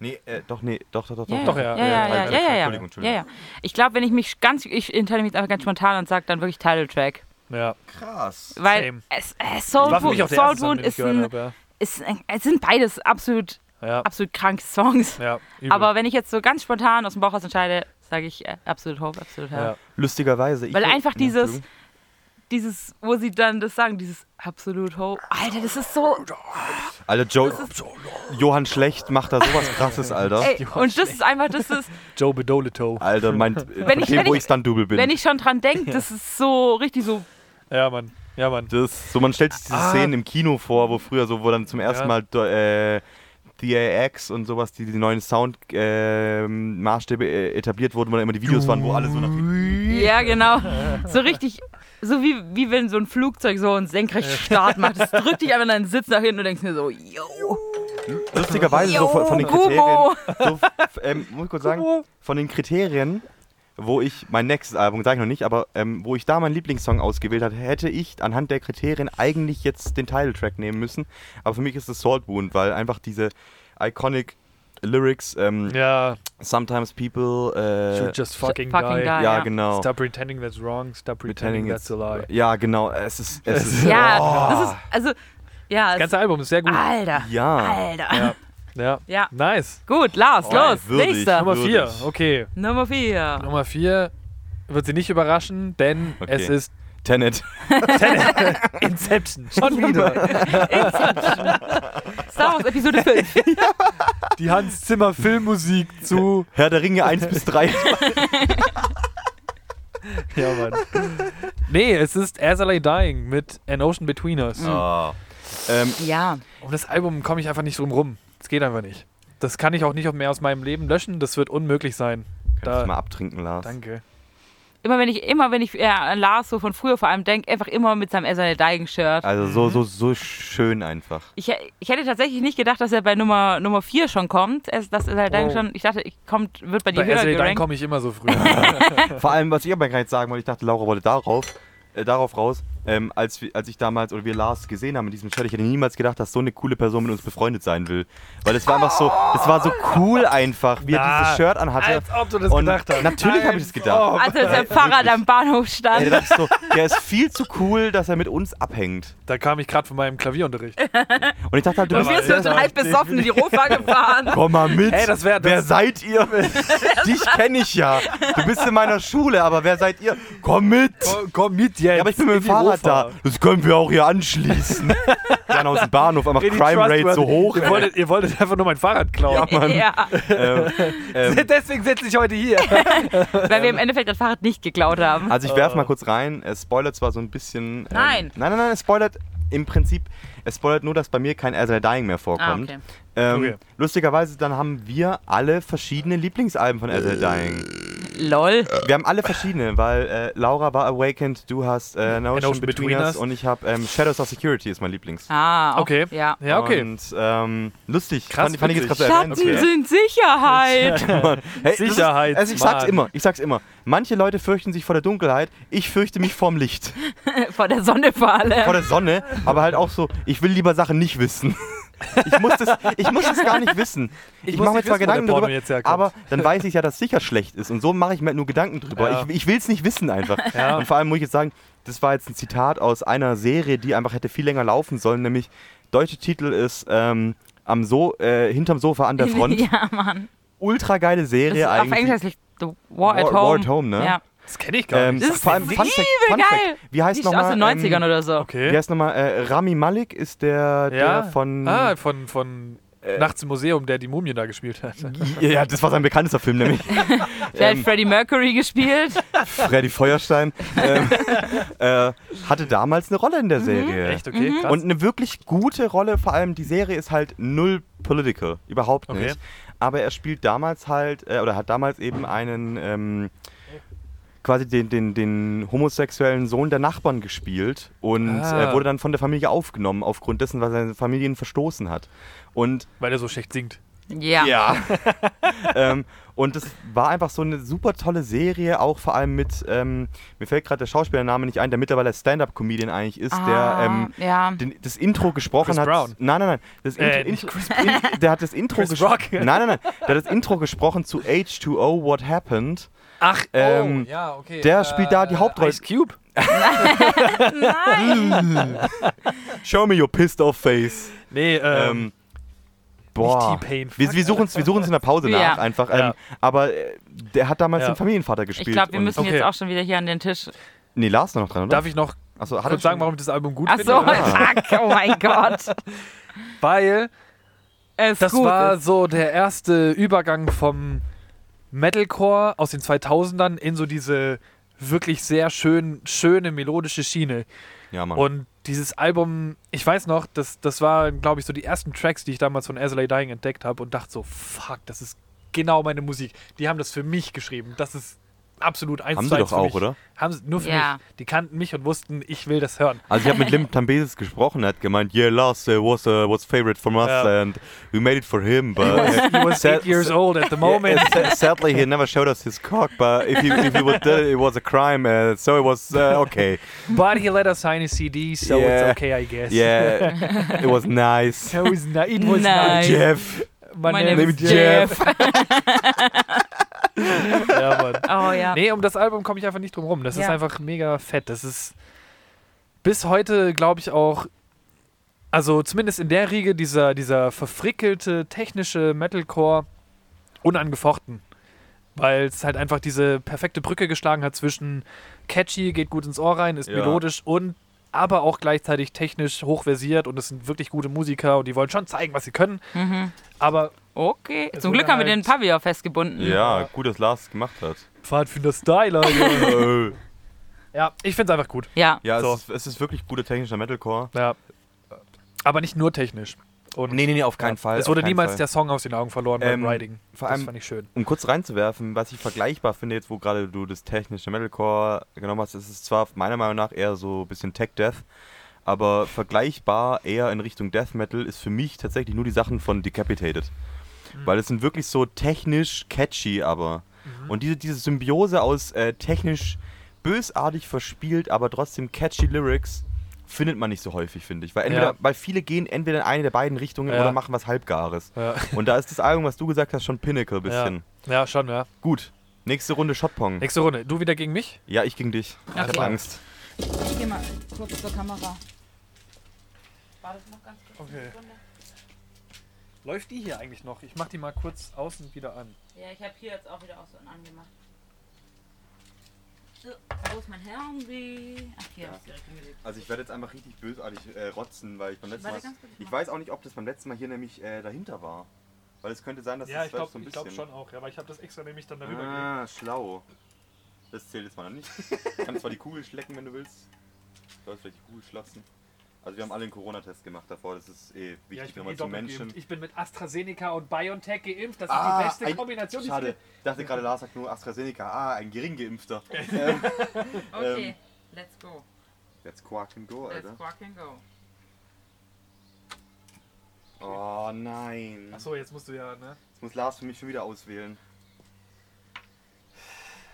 S3: Nee, äh, doch, nee, doch, doch, doch.
S2: Doch, ja.
S1: Ja, ja,
S3: Title
S1: ja,
S3: Track.
S1: ja, ja, ja.
S3: Entschuldigung, Entschuldigung.
S1: Ja, ja. Ich glaube, wenn ich mich ganz, ich entscheide mich jetzt einfach ganz spontan und sage dann wirklich Title Track.
S2: Ja.
S3: Krass.
S1: Weil
S2: Same.
S1: es, äh,
S2: Das
S1: Soul
S2: war für
S1: Food,
S2: mich auch der
S1: Soul
S2: erste Song,
S1: Food
S2: den ich
S1: ist
S2: gehört
S1: ein,
S2: habe. Ja.
S1: ist ein, es sind beides absolut
S2: Ja,
S1: absolut kranke Songs.
S2: ja übel.
S1: Aber wenn ich jetzt so ganz spontan aus dem Bauch raus entscheide, sage ich äh, absolut Hope, absolut Hell.
S2: ja.
S3: Lustigerweise. Ich
S1: Weil
S3: würd-
S1: einfach
S3: Ja,
S1: dieses-
S3: Entschuldigung.
S1: Dieses, wo sie dann das sagen, dieses absolut Hope. Alter, das ist so.
S3: Alter, Joe, Johann Schlecht macht da sowas krasses, Alter.
S1: Ey, und das ist einfach, das ist,
S2: Joe Bedolito.
S3: Alter, mein,
S1: Wenn
S3: wenn
S1: ich-
S3: dem,
S1: wenn
S3: wo
S1: ich-
S3: ich Stunt-Double bin.
S1: wenn ich schon dran denke, das ist so richtig so.
S2: Ja, Mann. Ja, Mann.
S3: das, so, man stellt sich diese
S2: Ah.
S3: Szenen im Kino vor, wo früher so, wo dann zum ersten
S2: Ja.
S3: Mal äh, DAX und sowas, die, die neuen Sound-Maßstäbe äh, etabliert wurden, wo dann immer die Videos waren, wo alle so nach
S1: Ja, genau. So richtig, so wie, wie wenn so ein Flugzeug so einen senkrechten Start macht. Das drückt dich einfach in deinen Sitz nach hinten und denkst mir so, yo,
S3: Lustigerweise so von, von den
S1: Gumo.
S3: Kriterien. So, f- ähm, muss ich kurz sagen, von den Kriterien, wo ich mein nächstes Album, sage ich noch nicht, aber ähm, wo ich da meinen Lieblingssong ausgewählt hatte, hätte ich anhand der Kriterien eigentlich jetzt den Titeltrack nehmen müssen. Aber für mich ist es Salt Wound, weil einfach diese iconic Lyrics, ähm,
S2: Ja,
S3: sometimes people,
S2: you
S3: äh,
S2: just fucking,
S1: fucking
S2: die.
S1: die.
S3: ja,
S1: Ah, ja.
S3: genau.
S2: Stop pretending that's wrong. Stop pretending,
S3: Pretending
S2: that's a lie.
S3: it's- Ja, genau. Es ist, es ist
S1: Ja,
S3: oh,
S1: das ist, also, ja.
S2: Das
S1: Es,
S2: ganze Album ist sehr gut.
S1: Alter.
S3: ja.
S1: Alter.
S2: Ja. Ja.
S1: Ah, Ja.
S2: Nice.
S1: Gut, Lars,
S3: Oh,
S1: los.
S3: würdig.
S1: Nächster.
S2: Nummer vier.
S3: Würdig.
S2: Okay.
S1: Nummer vier.
S2: Nummer vier wird sie nicht überraschen, denn
S3: Okay.
S2: es ist
S3: Tenet.
S2: Inception. Schon wieder.
S1: Star Wars Episode 5.
S2: Die Hans Zimmer Filmmusik zu.
S3: Herr der Ringe 1 bis 3.
S2: Ja, Mann. Nee, es ist As I Lay Dying mit An Ocean Between Us.
S3: Ah. Ähm,
S1: Ja.
S2: Um das Album komme ich einfach nicht drum rum. Es geht einfach nicht. Das kann ich auch nicht mehr aus meinem Leben löschen. Das wird unmöglich sein.
S3: kannst du mal
S2: Da,
S3: abtrinken, Lars.
S2: danke.
S1: Immer wenn ich, immer wenn ich äh, an Lars so von früher vor allem denke, einfach immer mit seinem Esserne Dying Shirt.
S3: Also
S2: Mhm.
S3: so, so, so schön einfach.
S1: Ich, hä- ich hätte tatsächlich nicht gedacht, dass er bei Nummer, Nummer 4 schon kommt. Es, das ist halt dann
S2: Oh.
S1: schon, ich dachte, ich kommt, wird bei dir
S2: Bei As
S1: höher
S2: I Lay Dying
S1: gerankt.
S2: komme ich immer so früh.
S3: Vor allem, was ich aber gerade sagen wollte, ich dachte, Laura wollte darauf, äh, darauf raus, ähm, als, wir- als ich damals oder wir Lars gesehen haben in diesem Chat, ich hätte niemals gedacht, dass so eine coole Person mit uns befreundet sein will. Weil das war einfach so, das war so cool einfach, wie er
S2: Na,
S3: dieses Shirt anhatte.
S2: Als ob du das
S3: Und
S2: gedacht hast. Oh.
S3: natürlich habe ich das gedacht.
S1: Als er mit dem Fahrrad am Bahnhof
S3: Ey,
S1: stand.
S3: da dachte ich so, der ist viel zu cool, dass er mit uns abhängt.
S2: Da kam ich gerade von meinem Klavierunterricht.
S3: Und ich dachte halt, du
S1: Und
S3: bist
S1: wir sind so halb besoffen in die Rofa gefahren.
S3: Komm mal mit.
S2: Ey, das wär- das-
S3: wer seid ihr? Dich kenne ich ja. Du bist in meiner Schule, aber wer seid ihr? Komm mit.
S2: Komm, Oh, komm mit jetzt.
S3: Ja, aber ich bin mit
S2: in
S3: dem
S2: die
S3: Fahrrad
S2: Rofa.
S3: da. Das können wir auch hier anschließen. Dann aus dem Bahnhof, aber
S2: In die
S3: Crime Rate so
S2: Trustworthy-
S3: hoch.
S2: Ihr wolltet, ihr wolltet einfach nur mein Fahrrad klauen.
S3: Mann.
S1: Ja,
S3: Ähm, ähm,
S2: Deswegen sitze ich heute hier.
S1: weil wir im Endeffekt das Fahrrad nicht geklaut haben.
S3: also ich werfe mal kurz rein. Es spoilert zwar so ein bisschen. Ähm,
S1: Nein.
S3: Nein, nein, nein, es spoilert im Prinzip. Es spoilert nur, dass bei mir kein As I Dying mehr vorkommt.
S1: Ah, okay.
S3: ähm,
S2: Okay.
S3: Lustigerweise, dann haben wir alle verschiedene Lieblingsalben von As I
S2: Äh,
S3: Dying.
S1: Lol.
S3: Wir haben alle verschiedene, weil äh, Laura war Awakened, du hast äh, No Ocean Between Us und ich habe ähm, Shadows of Security ist mein Lieblings.
S1: Ah, auch-
S2: Okay.
S1: Ja.
S2: Ja, okay.
S3: Und ähm, lustig.
S2: Krass,
S3: fand, fand ich jetzt
S2: witzig.
S3: gerade so
S1: Schatten
S3: erwähnenswert.
S1: sind Sicherheit.
S3: Hey, das
S2: Sicherheit,
S3: Ist, also ich sag's
S2: Mann.
S3: immer, ich sag's immer. Manche Leute fürchten sich vor der Dunkelheit, ich fürchte mich vorm Licht,
S1: Vor der Sonne vor allem.
S3: vor der Sonne, aber halt auch so, ich will lieber Sachen nicht wissen. Ich muss das, ich muss das gar nicht wissen. Ich,
S2: muss
S3: mache mir
S2: nicht
S3: zwar
S2: wissen, wo der
S3: Gedanken
S2: Porno
S3: darüber,
S2: jetzt herkommt.
S3: aber dann weiß ich ja, dass sicher schlecht ist. Und so mache ich mir halt nur Gedanken drüber.
S2: Ja.
S3: Ich, ich will's nicht wissen einfach.
S2: Ja.
S3: Und vor allem muss ich jetzt sagen, das war jetzt ein Zitat aus einer Serie, die einfach hätte viel länger laufen sollen, nämlich deutsche Titel ist ähm, am so äh, hinterm Sofa an der Front.
S1: Ja, Mann.
S3: Ultra geile
S1: Das
S3: Serie
S1: ist auf
S3: eigentlich.
S1: Englisch heißt nicht The War at
S3: War-
S1: Home.
S3: War at Home, ne?
S1: Ja.
S2: Das kenne ich gar
S3: Ähm,
S2: nicht.
S1: ist
S3: vor allem
S1: übel
S3: Fun Fact, Fun
S1: geil.
S3: Fact. Wie heißt
S1: Die ist aus
S3: nochmal?
S1: den 90ern
S3: ähm,
S1: oder so.
S3: Wie
S2: okay.
S3: heißt nochmal? Äh, Rami Malik ist der,
S2: Ja.
S3: der von. Äh.
S2: ah, von, von Nachts im Museum, der die Mumie da gespielt hat.
S3: Ja, das war sein bekanntester Film, nämlich
S1: Der
S3: ähm,
S1: hat Freddie Mercury gespielt.
S3: Freddy Feuerstein. ähm, äh, hatte damals eine Rolle in der Serie.
S2: Mhm. Echt, okay, krass.
S3: Und eine wirklich gute Rolle, vor allem die Serie ist halt null political, überhaupt
S2: Okay.
S3: nicht. Aber er spielt damals halt, äh, oder hat damals eben einen, ähm, quasi den, den, den homosexuellen Sohn der Nachbarn gespielt und
S2: Ah.
S3: äh, wurde dann von der Familie aufgenommen, aufgrund dessen, was seine Familien verstoßen hat. Und
S2: Weil er so schlecht singt.
S1: Ja.
S3: ja. ähm, und es war einfach so eine super tolle Serie, auch vor allem mit, ähm, mir fällt gerade der Schauspielername nicht ein, der mittlerweile Stand-Up-Comedian eigentlich ist, der
S1: Ah,
S3: ähm,
S1: ja.
S3: den, das Intro gesprochen
S2: Chris
S3: hat.
S2: Brown.
S3: Nein, nein, nein. Das
S2: Äh,
S3: Intro,
S2: nicht
S3: Intro, in, der hat das Intro
S2: Chris Rock.
S3: gesprochen. Nein, nein, nein. Der hat das Intro gesprochen zu H2O What Happened.
S2: Ach,
S3: Ähm,
S2: oh, ja, okay.
S3: der spielt da die Hauptrolle.
S2: Ice Cube.
S1: Nein.
S3: Show me your pissed off face.
S2: Nee, ähm,
S3: Ähm, Boah.
S2: Nicht T-Pain.
S3: Wir, wir suchen es wir suchen's in der Pause
S4: Ja.
S3: nach einfach.
S2: Ja.
S3: Ähm, aber äh, der hat damals
S2: Ja.
S3: den Familienvater gespielt.
S4: Ich glaube, wir
S3: und-
S4: müssen
S2: Okay.
S4: jetzt auch schon wieder hier an den Tisch.
S3: Nee, Lars noch dran, oder?
S2: Darf ich noch
S3: Achso, hat er
S2: kurz sagen, warum ich das Album gut
S4: Achso,
S2: finde?
S4: fuck, oh mein Gott.
S2: Weil
S4: Es
S2: das
S4: gut
S2: war
S4: ist.
S2: so der erste Übergang vom Metalcore aus den 2000ern in so diese wirklich sehr schön, schöne melodische Schiene.
S3: Ja, Mann.
S2: Und dieses Album, ich weiß noch, das, das waren, glaube ich, so die ersten Tracks, die ich damals von As I Lay Dying entdeckt habe und dachte so, fuck, das ist genau meine Musik. Die haben das für mich geschrieben. Das ist absolut eins zu
S3: Haben sie
S2: eins
S3: doch
S2: für
S3: auch,
S2: mich.
S3: oder?
S2: Haben sie nur für
S4: Ja.
S2: mich. Die kannten mich und wussten, ich will das hören.
S3: Also ich habe mit Lim Tambesis gesprochen, er hat gemeint, yeah, Lars uh, was uh, was favorite from us
S2: Ja.
S3: and we made it for him, but
S2: He was
S3: sad-
S2: eight years old at the moment.
S3: sa- sadly he never showed us his cock, but if he if he would do it, it was a crime, uh, so it was uh, okay.
S2: But he let us sign a CD, so it's
S3: Yeah.
S2: okay, I guess.
S3: Yeah, it was nice.
S2: It was, ni- it
S4: Nice.
S2: was nice.
S3: Jeff,
S2: My
S4: My
S2: name
S4: name
S2: is
S4: is
S2: Jeff. ja, Mann.
S4: Oh ja.
S2: Nee, um das Album komme ich einfach nicht drum rum. Das ist
S4: Ja.
S2: einfach mega fett. Das ist bis heute, glaube ich, auch. Also zumindest in der Riege dieser, dieser verfrickelte technische Metalcore unangefochten. Weil es halt einfach diese perfekte Brücke geschlagen hat zwischen catchy, geht gut ins Ohr rein, ist
S3: Ja.
S2: melodisch und aber auch gleichzeitig technisch hochversiert und es sind wirklich gute Musiker und die wollen schon zeigen, was sie können.
S4: Mhm.
S2: Aber
S4: Okay.
S2: Es
S4: Zum
S2: wurde
S4: Glück haben wir den
S2: halt-
S4: Pavillon festgebunden.
S3: ja, gut, dass Lars es gemacht hat.
S2: Pfadfinder Styler. ja.
S3: Äh,
S2: ja, ich finde es einfach gut.
S4: Ja.
S3: ja,
S2: So.
S3: es, ist, es ist wirklich guter technischer Metalcore.
S2: Ja. Aber nicht nur technisch. Und
S3: Nee, nee, nee, auf keinen
S2: ja,
S3: Fall.
S2: Es wurde
S3: auf keinen
S2: niemals
S3: Fall.
S2: der Song aus den Augen verloren
S3: Ähm,
S2: beim Riding.
S3: vor
S2: das
S3: allem-
S2: fand ich schön.
S3: um kurz reinzuwerfen, was ich vergleichbar finde, jetzt wo gerade du das technische Metalcore genommen hast, ist es zwar meiner Meinung nach eher so ein bisschen Tech-Death, aber vergleichbar eher in Richtung Death Metal ist für mich tatsächlich nur die Sachen von Decapitated.
S2: Mhm.
S3: Weil es sind wirklich so technisch catchy, aber.
S2: Mhm.
S3: Und diese, diese Symbiose aus äh, technisch bösartig verspielt, aber trotzdem catchy Lyrics findet man nicht so häufig, finde ich. Weil, entweder,
S2: Ja.
S3: weil viele gehen entweder in eine der beiden Richtungen
S2: Ja.
S3: oder machen was Halbgares.
S2: Ja,
S3: Und da ist das Album, was du gesagt hast, schon Pinnacle ein bisschen.
S2: ja. ja schon, ja.
S3: Gut. Nächste Runde Shotpong.
S2: Nächste Runde. Du wieder gegen mich?
S3: Ja, ich gegen dich. Ich hab
S4: Okay.
S3: Angst.
S1: Ich geh mal kurz zur Kamera. War das noch ganz kurz?
S2: Okay. Läuft die hier eigentlich noch? Ich mach die mal kurz außen wieder an.
S1: Ja, ich habe hier jetzt auch wieder aus und angemacht. So, wo ist mein Handy? Ach, hier ist direkt hingelegt.
S3: Also ich werde jetzt einfach richtig bösartig äh, rotzen, weil ich beim letzten
S1: Warte,
S3: Mal...
S1: ganz kurz
S3: Ich
S1: mal.
S3: weiß auch nicht, ob das beim letzten Mal hier nämlich äh, dahinter war. Weil es könnte sein, dass
S2: ja,
S3: das
S2: ich glaube
S3: vielleicht so ein bisschen...
S2: glaub schon auch. Ja, aber ich habe das extra nämlich dann darüber gelegt.
S3: Ah, schlau. Das zählt jetzt mal noch nicht. Ich kann zwar die Kugel schlecken, wenn du willst. Du sollst vielleicht die Kugel schlatzen. Also wir haben alle einen Corona-Test gemacht davor. Das ist eh wichtig
S2: Ja, ich bin, eh
S3: nochmal zu
S2: doppelt geimpft.
S3: Menschen.
S2: ich bin mit AstraZeneca und BioNTech geimpft. Das ist
S3: Ah,
S2: die beste
S3: ein-
S2: Kombination. die es
S3: Schade.
S2: gibt.
S3: Ich dachte gerade, Lars sagt nur AstraZeneca. Ah, ein Geringgeimpfter.
S2: Ähm.
S1: Okay, let's go.
S3: Let's quark and go,
S1: Let's
S3: Alter.
S1: rock and go.
S3: Oh nein.
S2: Achso, jetzt musst du ja, ne?
S3: Jetzt muss Lars für mich schon wieder auswählen.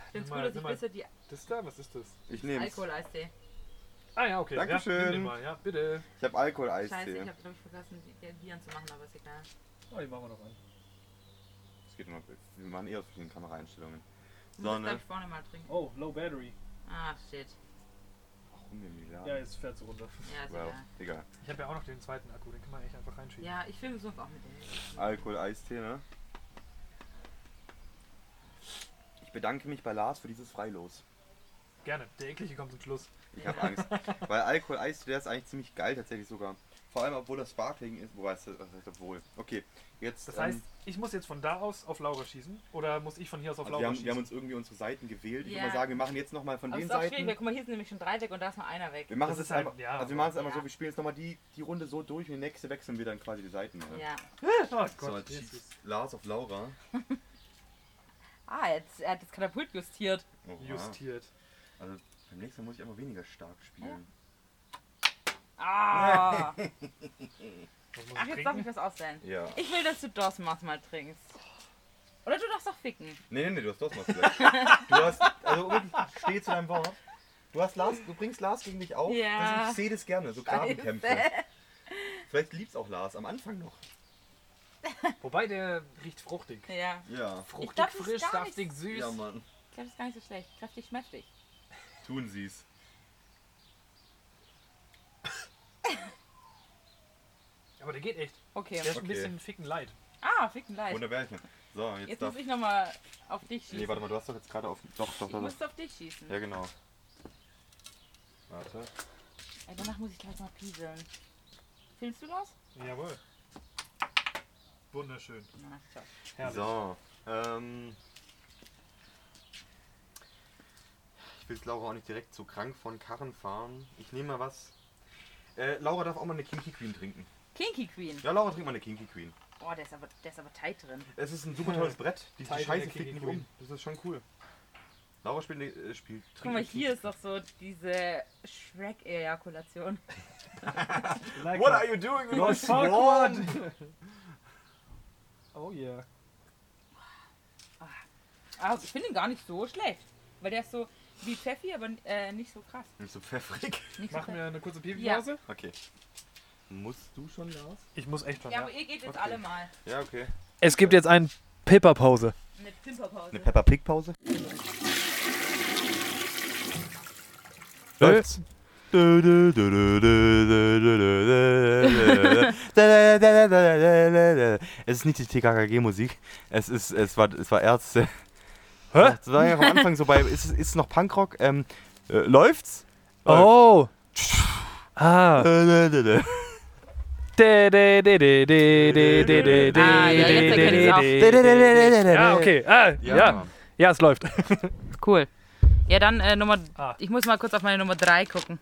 S1: Ich finde es
S2: Nimm mal-
S1: gut, dass
S2: nimm
S1: ich
S2: mal.
S1: bisher die
S2: Das da, was ist das?
S3: Ich nehme Ich
S1: Alkoholeistee.
S2: Ah ja, okay. Ja, nimm
S3: Dankeschön.
S2: den mal. ja bitte.
S3: habe
S1: Scheiße, ich
S3: Alkoholeistee.
S1: habe glaube ich vergessen, die, die anzumachen, aber ist egal.
S2: Oh, die machen wir noch an.
S3: Das geht immer. Wir machen eh aus den Kameraeinstellungen.
S1: Du musst
S3: Sonne.
S1: glaube ich vorne mal trinken.
S2: Oh, Low Battery.
S1: Ah, shit.
S3: Warum denn die
S2: Ja,
S3: Lade?
S2: jetzt fährt sie runter.
S1: Ja, ist
S3: Well,
S1: egal.
S3: egal.
S2: Ich habe ja auch noch den zweiten Akku, den kann man echt einfach reinschieben.
S1: Ja, ich filme sonst auch mit dem.
S3: Alkoholeistee, ne? Ich bedanke mich bei Lars für dieses Freilos.
S2: Gerne, der eklige kommt zum Schluss.
S3: Ich habe Angst. Weil Alkoholeistee, der ist eigentlich ziemlich geil tatsächlich sogar. Vor allem, obwohl das Sparkling ist. Wobei, es- was heißt obwohl? Okay, jetzt.
S2: Das
S3: ähm,
S2: heißt, ich muss jetzt von da aus auf Laura schießen oder muss ich von hier aus auf
S3: also wir,
S2: Laura
S3: haben,
S2: schießen?
S3: wir haben uns irgendwie unsere Seiten gewählt. Ich
S1: Ja. Also
S3: würde mal sagen, wir machen jetzt nochmal von
S1: Aber
S3: den
S1: ist auch schwierig,
S3: Seiten.
S1: weil guck mal, hier sind nämlich schon drei weg und da ist nur einer weg.
S3: Wir machen
S2: Das
S3: es
S2: ist
S3: jetzt
S2: halt-
S3: einfach,
S2: ja,
S3: also
S2: aber-
S3: wir machen es einfach
S1: ja.
S3: so, wir spielen jetzt nochmal die, die Runde so durch und die nächste wechseln wir dann quasi die Seiten. ne?
S1: Ja.
S2: oh Gott,
S3: So, jetzt
S2: Jesus.
S3: schießt Lars auf Laura.
S1: Ah, jetzt, er hat das Katapult justiert.
S3: Oha.
S2: Justiert.
S3: Oh, Also beim nächsten Mal muss ich einfach weniger stark spielen.
S1: Ah.
S2: Was muss
S1: Ach, jetzt darf
S2: ich
S1: ich
S2: trinken?
S1: was auswählen.
S3: Ja.
S1: Ich will, dass du Dosmas mal trinkst. Oder du darfst auch ficken.
S3: Nee, nee, nee, du hast das mal gesagt. du hast, also wirklich, steh zu deinem Wort. Du hast Lars, du bringst Lars gegen dich auf.
S1: Ja.
S3: Das, ich sehe das gerne, so Grabenkämpfe. Vielleicht liebst auch Lars am Anfang noch.
S2: Wobei, der riecht fruchtig.
S1: Ja.
S3: Ja.
S2: Fruchtig,
S1: glaub, das ist
S2: frisch,
S1: gar
S2: saftig, süß.
S3: Ja, Mann.
S1: Ich glaube, das ist gar nicht so schlecht. Kräftig, schmächtig.
S3: Tun sie's.
S2: Aber der geht echt.
S1: Okay.
S2: Der ist ein
S3: Okay.
S2: bisschen ficken leid.
S1: Ah, ficken leicht.
S3: Wunderbärchen. So, jetzt,
S1: Jetzt
S3: darf.
S1: muss ich nochmal auf dich schießen.
S3: Nee, warte mal, du hast doch jetzt gerade auf. Doch, doch,
S1: ich
S3: doch. doch.
S1: musste auf dich schießen.
S3: Ja, genau. Warte.
S1: Ey, danach muss ich gleich mal pieseln. Filmst du das?
S2: Jawohl. Wunderschön.
S1: Na, so.
S2: Herrlich.
S3: So. Ähm, ich will Laura auch nicht direkt zu krank von Karren fahren. Ich nehme mal was. Äh, Laura darf auch mal eine Kinky Queen trinken.
S1: Kinky Queen.
S3: Ja, Laura trinkt mal eine Kinky Queen.
S1: Oh, der ist aber, der ist aber tight drin.
S3: Es ist ein super tolles Brett. Die, die
S2: Teil
S3: Scheiße
S2: der Kinky
S3: fliegt nicht
S2: Queen.
S3: um. Das ist schon cool. Laura spielt, eine- äh, spielt
S1: Guck mal, hier ist doch so diese Shrek-Ejakulation.
S2: Like
S3: What
S2: that.
S3: are you doing with
S2: Oh,
S3: my
S2: fuck,
S3: sword?
S2: Oh yeah.
S1: Ah, ich finde ihn gar nicht so schlecht. Weil der ist so wie Pfeffi, aber äh, nicht so krass.
S3: Nicht so pfeffrig.
S1: Nicht so
S2: Machen
S1: krass.
S2: wir eine kurze Pipi-Pause?
S3: Okay. Musst du schon raus?
S2: Ich muss echt schon.
S1: Ja, aber ihr geht jetzt
S3: Okay.
S1: alle mal.
S3: Ja, okay.
S2: Es gibt jetzt eine Pipper-Pause.
S1: Eine Pimperpause.
S3: Eine Peppa Pig Pause?
S2: Läuft's?
S3: Es ist nicht die TKKG-Musik. Es ist, es war, es war Ärzte.
S2: Hä?
S3: Das war ja am Anfang so bei, ist, es- ist es noch Punkrock? Ähm, äh, läuft's?
S2: Oh! Ah.
S3: Läuft.
S2: De, de, de, de, de, de, de, de, de,
S1: Ah, ja,
S2: de,
S1: jetzt
S2: de,
S1: erkennt ich's auch.
S2: de, de. Ja, okay. Ah, ja. Ja, es läuft.
S4: Cool. Ja, dann äh, Nummer.
S2: Ah.
S4: Ich muss mal kurz auf meine Nummer 3 gucken.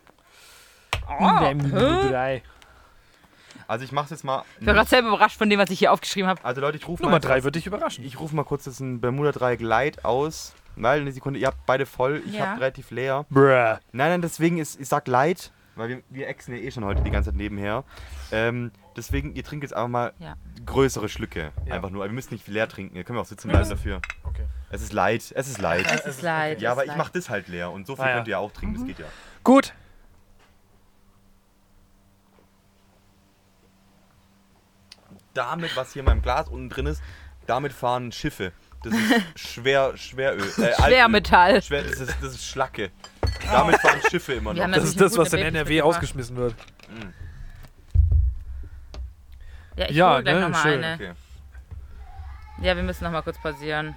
S1: Ah. Äh?
S2: Der Minute drei.
S3: Also ich mach's jetzt mal.
S4: Ich war gerade selber überrascht von dem, was ich hier aufgeschrieben habe.
S3: Also Leute, ich rufe
S2: Nummer
S3: mal,
S2: 3 wird dich überraschen.
S3: ich rufe mal kurz jetzt ein Bermuda Dreieck Light aus. Weil eine Sekunde, ihr habt beide voll, ich
S1: Ja.
S3: hab relativ leer.
S2: Bruh.
S3: Nein, nein, deswegen ist, ich sag Light, weil wir, wir exen ja eh schon heute die ganze Zeit nebenher. Ähm, deswegen, ihr trinkt jetzt einfach mal
S4: Ja.
S3: größere Schlücke.
S2: Ja.
S3: Einfach nur. Aber wir müssen nicht leer trinken, ihr könnt auch sitzen bleiben dafür.
S2: Okay.
S3: Es ist Light, es ist Light.
S4: Es ist Mhm. leid.
S3: Ja,
S4: es
S3: aber
S4: ist
S3: ich
S4: leid.
S3: mach das halt leer und so viel
S2: Ah, ja.
S3: könnt ihr auch trinken, das geht ja.
S2: Gut.
S3: Damit, was hier in meinem Glas unten drin ist, damit fahren Schiffe. Das ist schwer, Schweröl. Äh,
S4: Schwermetall.
S3: Altöl. Schwer, das, ist, das ist Schlacke. Damit fahren Schiffe immer
S4: Wir
S3: noch.
S4: haben
S2: Das
S4: Natürlich
S2: ist
S4: eine
S2: das, was
S4: gute
S2: in
S4: Band,
S2: NRW
S4: ich bin
S2: ausgeschmissen wird.
S4: Ja, ich
S2: Ja,
S4: hole gleich
S2: ne,
S4: nochmal
S2: schön.
S4: eine.
S3: Okay.
S4: Ja, wir müssen nochmal kurz pausieren.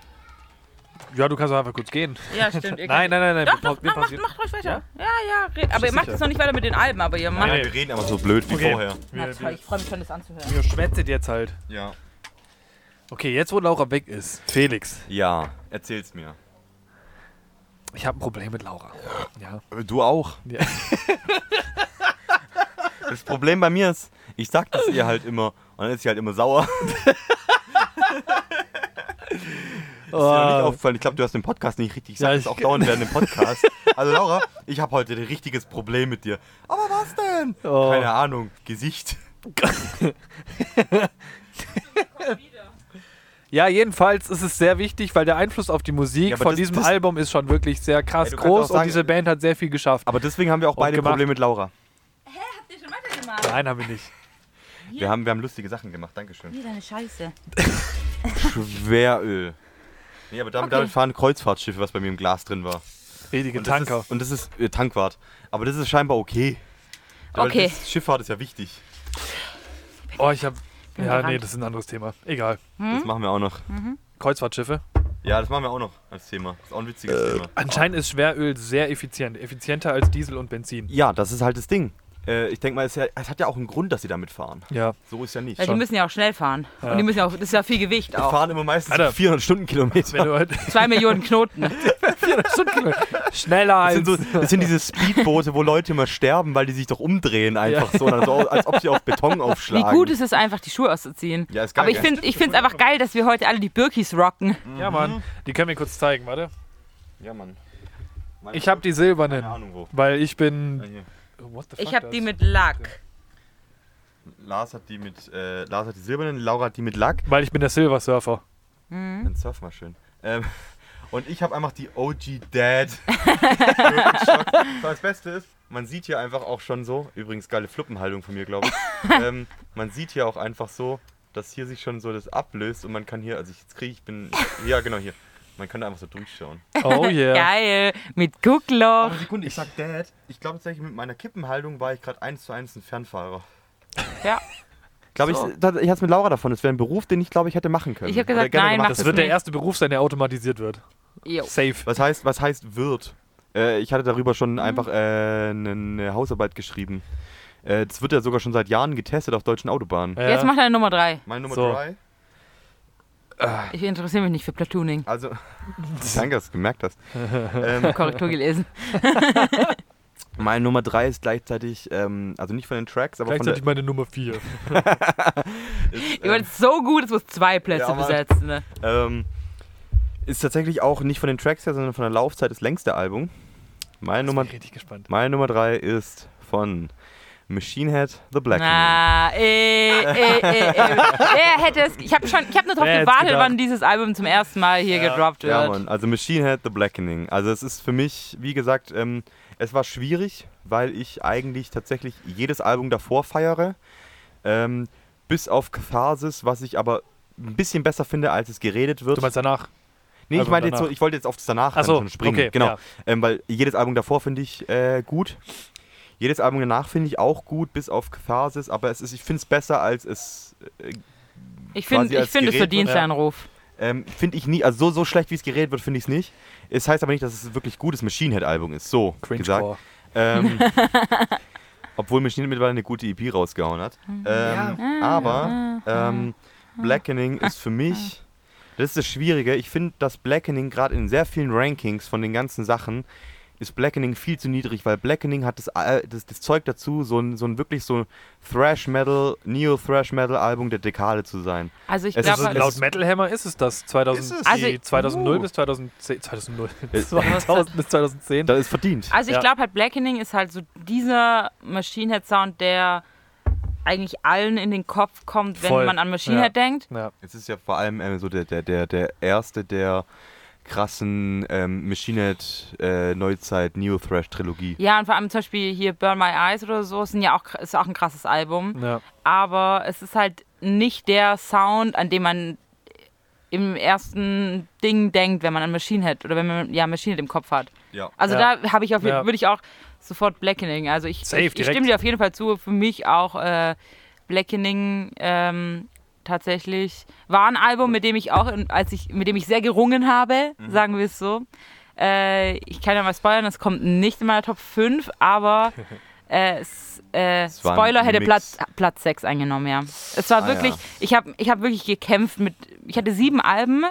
S2: Ja, du kannst auch einfach kurz gehen.
S4: Ja, stimmt. ihr
S2: Nein,
S4: könnt-
S2: nein, nein, nein.
S4: Doch,
S2: wir
S4: doch,
S2: pa- wir
S4: mach, macht,
S2: pausieren.
S4: macht ruhig weiter. Ja, ja. red- aber ihr macht
S2: sicher.
S4: jetzt noch nicht weiter mit den Alben, aber ihr macht.
S2: Nein.
S3: Nein, wir reden aber so blöd wie
S2: Okay.
S3: vorher.
S1: Na toll,
S2: Wir,
S1: ich freue mich schon, das anzuhören.
S2: wir schwätzet jetzt halt.
S3: Ja.
S2: Okay, jetzt wo Laura weg ist. Felix,
S3: Ja, erzähl's mir.
S2: ich habe ein Problem mit Laura. Ja.
S3: Äh, Du auch.
S2: Ja.
S3: Das Problem bei mir ist, ich sag das ihr halt immer und dann ist sie halt immer sauer. Ist dir noch nicht
S2: Oh.
S3: aufgefallen. Ich glaube, du hast den Podcast nicht richtig. Ah. Ich sag
S2: Ja,
S3: das
S2: ich-
S3: auch dauernd während dem Podcast. Also Laura, ich habe heute ein richtiges Problem mit dir. Aber was denn?
S2: Oh.
S3: Keine Ahnung. Gesicht.
S2: Ja, jedenfalls ist es sehr wichtig, weil der Einfluss auf die Musik
S3: Ja, aber
S2: von
S3: das-
S2: diesem
S3: das-
S2: Album ist schon wirklich sehr krass
S3: Ey, du kannst auch
S2: groß und
S3: sagen- äh,
S2: diese Band hat sehr viel geschafft.
S3: Aber deswegen haben wir auch beide ein
S2: gemacht.
S3: Problem mit Laura.
S1: Hä, habt ihr schon weitergemacht?
S2: Nein, haben wir nicht.
S3: Wir haben, wir haben lustige Sachen gemacht. Dankeschön.
S1: Hier deine Scheiße.
S3: Schweröl. Nee, aber damit,
S4: Okay.
S3: damit fahren Kreuzfahrtschiffe, was bei mir im Glas drin war.
S2: Richtige
S3: Und das
S2: Tanker.
S3: Ist, und das ist äh, Tankwart. Aber das ist scheinbar okay. Weil
S4: Okay.
S3: Das Schifffahrt ist ja wichtig.
S2: Oh, ich habe. Ja,
S4: gerannt.
S2: nee, das ist ein anderes Thema. Egal.
S3: Das
S4: Hm?
S3: machen wir auch noch.
S2: Kreuzfahrtschiffe.
S3: Ja, das machen wir auch noch als Thema. Das ist auch ein witziges Thema.
S2: Anscheinend ist Schweröl sehr effizient. Effizienter als Diesel und Benzin.
S3: Ja, das ist halt das Ding. Äh, ich denke mal, es, ist ja, es hat ja auch einen Grund, dass sie damit fahren.
S2: Ja.
S3: So ist ja nicht.
S4: Weil die
S2: schon.
S4: müssen ja auch schnell fahren. Und die müssen ja auch. Das ist ja viel Gewicht
S3: Die
S4: auch.
S3: fahren immer meistens
S2: Alter.
S3: 400 Stundenkilometer.
S2: Wenn du halt
S4: Zwei Millionen Knoten.
S2: schneller
S3: Das
S2: als.
S3: sind, so, das sind diese Speedboote, wo Leute immer sterben, weil die sich doch umdrehen einfach so, also, als ob sie auf Beton
S4: Wie
S3: aufschlagen.
S4: gut ist es einfach, die Schuhe auszuziehen.
S3: Ja, ist geil,
S4: aber ich
S3: gell?
S4: finde es einfach geil, dass wir heute alle die Birkis rocken.
S2: ja,
S3: Mhm.
S2: Mann. Die können wir kurz zeigen, warte.
S3: Ja, Mann. Meine
S2: Ich habe die silbernen,
S3: Keine Ahnung Äh, wo.
S2: weil ich
S3: Ja,
S2: bin.
S3: hier.
S2: What the fuck
S4: Ich habe die
S2: das?
S4: mit Lack.
S3: Lars hat die mit, äh, Lars hat die silbernen, Laura hat die mit Lack.
S2: Weil ich bin der Silver Surfer.
S3: Dann surf mal schön. Ähm, und ich habe einfach die OG Dad. Birkenstock. So, das Beste ist, man sieht hier einfach auch schon so, übrigens geile Fluppenhaltung von mir, glaube ich. ähm, man sieht hier auch einfach so, dass hier sich schon so das ablöst und man kann hier, also ich jetzt kriege, ich bin, ja genau hier, man kann da einfach so durchschauen.
S2: Oh yeah.
S4: Geil. Mit Guckloch.
S3: Sekunde, ich sag Dad. Ich glaube tatsächlich, mit meiner Kippenhaltung war ich gerade eins zu eins ein Fernfahrer.
S4: Ja.
S3: Glaube
S1: So.
S3: ich, da- ich hatte es mit Laura davon. Es wäre ein Beruf, den ich glaube ich hätte machen können.
S1: Ich hab
S3: Oder
S1: gesagt,
S3: gerne
S1: nein,
S3: gemacht
S1: mach
S2: Das
S1: Das
S2: wird der
S1: nicht.
S2: erste Beruf sein, der automatisiert wird.
S4: Oh.
S1: Jo.
S2: Safe.
S3: Was heißt, was heißt wird? Äh, ich hatte darüber schon
S2: Mhm.
S3: einfach äh, eine, eine Hausarbeit geschrieben. Äh, das wird ja sogar schon seit Jahren getestet auf deutschen Autobahnen.
S2: Ja.
S1: Jetzt mach deine Nummer drei.
S3: Meine Nummer
S2: So.
S3: drei.
S1: Ich interessiere mich nicht für Platooning.
S3: Also, danke, dass du gemerkt hast. ähm,
S1: Korrektur gelesen.
S3: meine Nummer drei ist gleichzeitig, ähm, also nicht von den Tracks, aber von der,
S2: Gleichzeitig meine Nummer 4.
S3: ist,
S1: Ihr wart so gut, es muss zwei Plätze
S3: Ja, Mann.
S1: besetzen. Ne?
S3: ähm, ist tatsächlich auch nicht von den Tracks her, sondern von der Laufzeit das längste Album. Meine
S2: Ich bin
S3: Nummer,
S2: richtig gespannt.
S3: meine Nummer drei ist von Machine Head, The Black Moon.
S1: Na, eh, eh, eh, eh. Wer hätte es. Ich habe schon, ich habe nur darauf
S2: Wer hätt's
S1: gewartet,
S2: gedacht?
S1: wann dieses Album zum ersten Mal hier
S2: Ja.
S1: gedroppt wird.
S3: Ja, Mann. Also Machine Head, The Blackening. Also es ist für mich, wie gesagt, ähm, es war schwierig, weil ich eigentlich tatsächlich jedes Album davor feiere. Ähm, bis auf Catharsis, was ich aber ein bisschen besser finde, als es geredet wird.
S2: Du meinst danach?
S3: nee, ich,
S2: Album
S3: meinte jetzt, so-
S2: danach?
S3: ich wollte jetzt auf das danach
S2: Ach
S3: dann
S2: so,
S3: schon springen.
S2: okay,
S3: genau.
S2: ja.
S3: Ähm, weil jedes Album davor finde ich äh, gut. Jedes Album danach finde ich auch gut, bis auf Catharsis, aber es ist, ich finde es besser, als es äh,
S1: Ich
S3: quasi
S1: finde
S3: als
S1: ich find es
S3: Gerät
S1: für
S3: wird, ja.
S1: Diensteinruf.
S3: Ähm, finde ich nie, also so, so schlecht wie es geredet wird, finde ich es nicht. Es heißt aber nicht, dass es ein wirklich gutes Machine Head-Album ist. So gesagt.
S2: Cringecore.
S3: Ähm, obwohl Machine Head mittlerweile eine gute EP rausgehauen hat. Ähm, Aber ähm, Blackening ist für mich, das ist das Schwierige, ich finde, dass Blackening gerade in sehr vielen Rankings von den ganzen Sachen ist Blackening viel zu niedrig, weil Blackening hat das, Al- das, das Zeug dazu, so ein, so ein wirklich so ein Thrash-Metal, Neo-Thrash-Metal-Album der Dekade zu sein.
S1: Also ich
S3: Es
S2: Das
S1: glaube,
S2: ist,
S1: halt,
S2: laut Metal Hammer ist es das. 2000,
S3: Ist es?
S1: Also-
S2: die 2000
S3: Uh.
S2: bis 2010. 2000,
S3: Äh,
S2: 2000 bis 2010.
S3: Das ist verdient.
S1: also ich
S2: ja.
S1: glaub halt Blackening ist halt so dieser Machine Head Sound, der eigentlich allen in den Kopf kommt, wenn
S2: Voll.
S1: man an Machine
S2: Ja.
S1: Head denkt.
S2: Ja.
S3: Es ist ja vor allem ähm, so der, der, der, der erste der krassen ähm, Machine Head äh, Neuzeit Neo Thrash Trilogie.
S1: Ja, und vor allem zum Beispiel hier Burn My Eyes oder so sind ja auch, ist auch ein krasses Album.
S2: Ja.
S1: Aber es ist halt nicht der Sound, an dem man im ersten Ding denkt, wenn man an Machine Head oder wenn man ja Machine Head im Kopf hat.
S3: Ja.
S1: Also
S2: Ja.
S1: da habe ich auf jeden-
S2: Ja.
S1: würde ich auch sofort Blackening. Also ich,
S2: Safe,
S1: ich, ich
S2: direkt.
S1: stimme dir auf jeden Fall zu. Für mich auch äh, Blackening ähm, tatsächlich war ein Album, mit dem ich auch, in- als ich mit dem ich sehr gerungen habe, sagen wir es so. Äh, ich kann ja mal spoilern, es kommt nicht in meiner Top 5, aber äh, es, äh,
S3: war ein
S1: Spoiler hätte
S3: Mix.
S1: Platz, Platz 6 eingenommen, ja. Es war
S3: Ah,
S1: wirklich,
S3: ja.
S1: ich habe ich hab wirklich gekämpft mit, ich hatte sieben Alben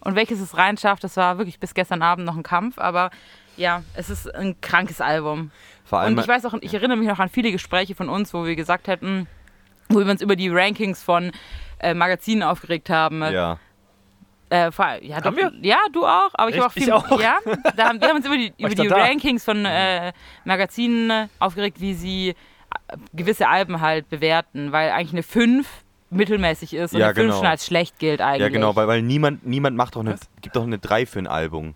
S1: und welches es reinschafft, das war wirklich bis gestern Abend noch ein Kampf, aber ja, es ist ein krankes Album.
S3: Vor allem
S1: Und ich weiß auch, ich erinnere mich noch an viele Gespräche von uns, wo wir gesagt hätten, wo wir uns über die Rankings von äh, Magazinen aufgeregt haben.
S3: ja.
S1: Äh, vor, ja, doch,
S2: wir?
S1: ja, du auch, aber ich habe auch
S2: Echt?
S1: viel.
S2: Ich auch.
S1: Ja, da haben, wir haben uns über die,
S2: War
S1: über
S2: ich
S1: die
S2: dann da?
S1: Rankings von äh, Magazinen äh, aufgeregt, wie sie äh, gewisse Alben halt bewerten, weil eigentlich eine 5 mittelmäßig ist und
S3: Ja,
S1: eine 5
S3: genau.
S1: schon als schlecht gilt eigentlich.
S3: ja, genau, weil, weil niemand, niemand macht doch eine, gibt doch eine 3 für ein Album.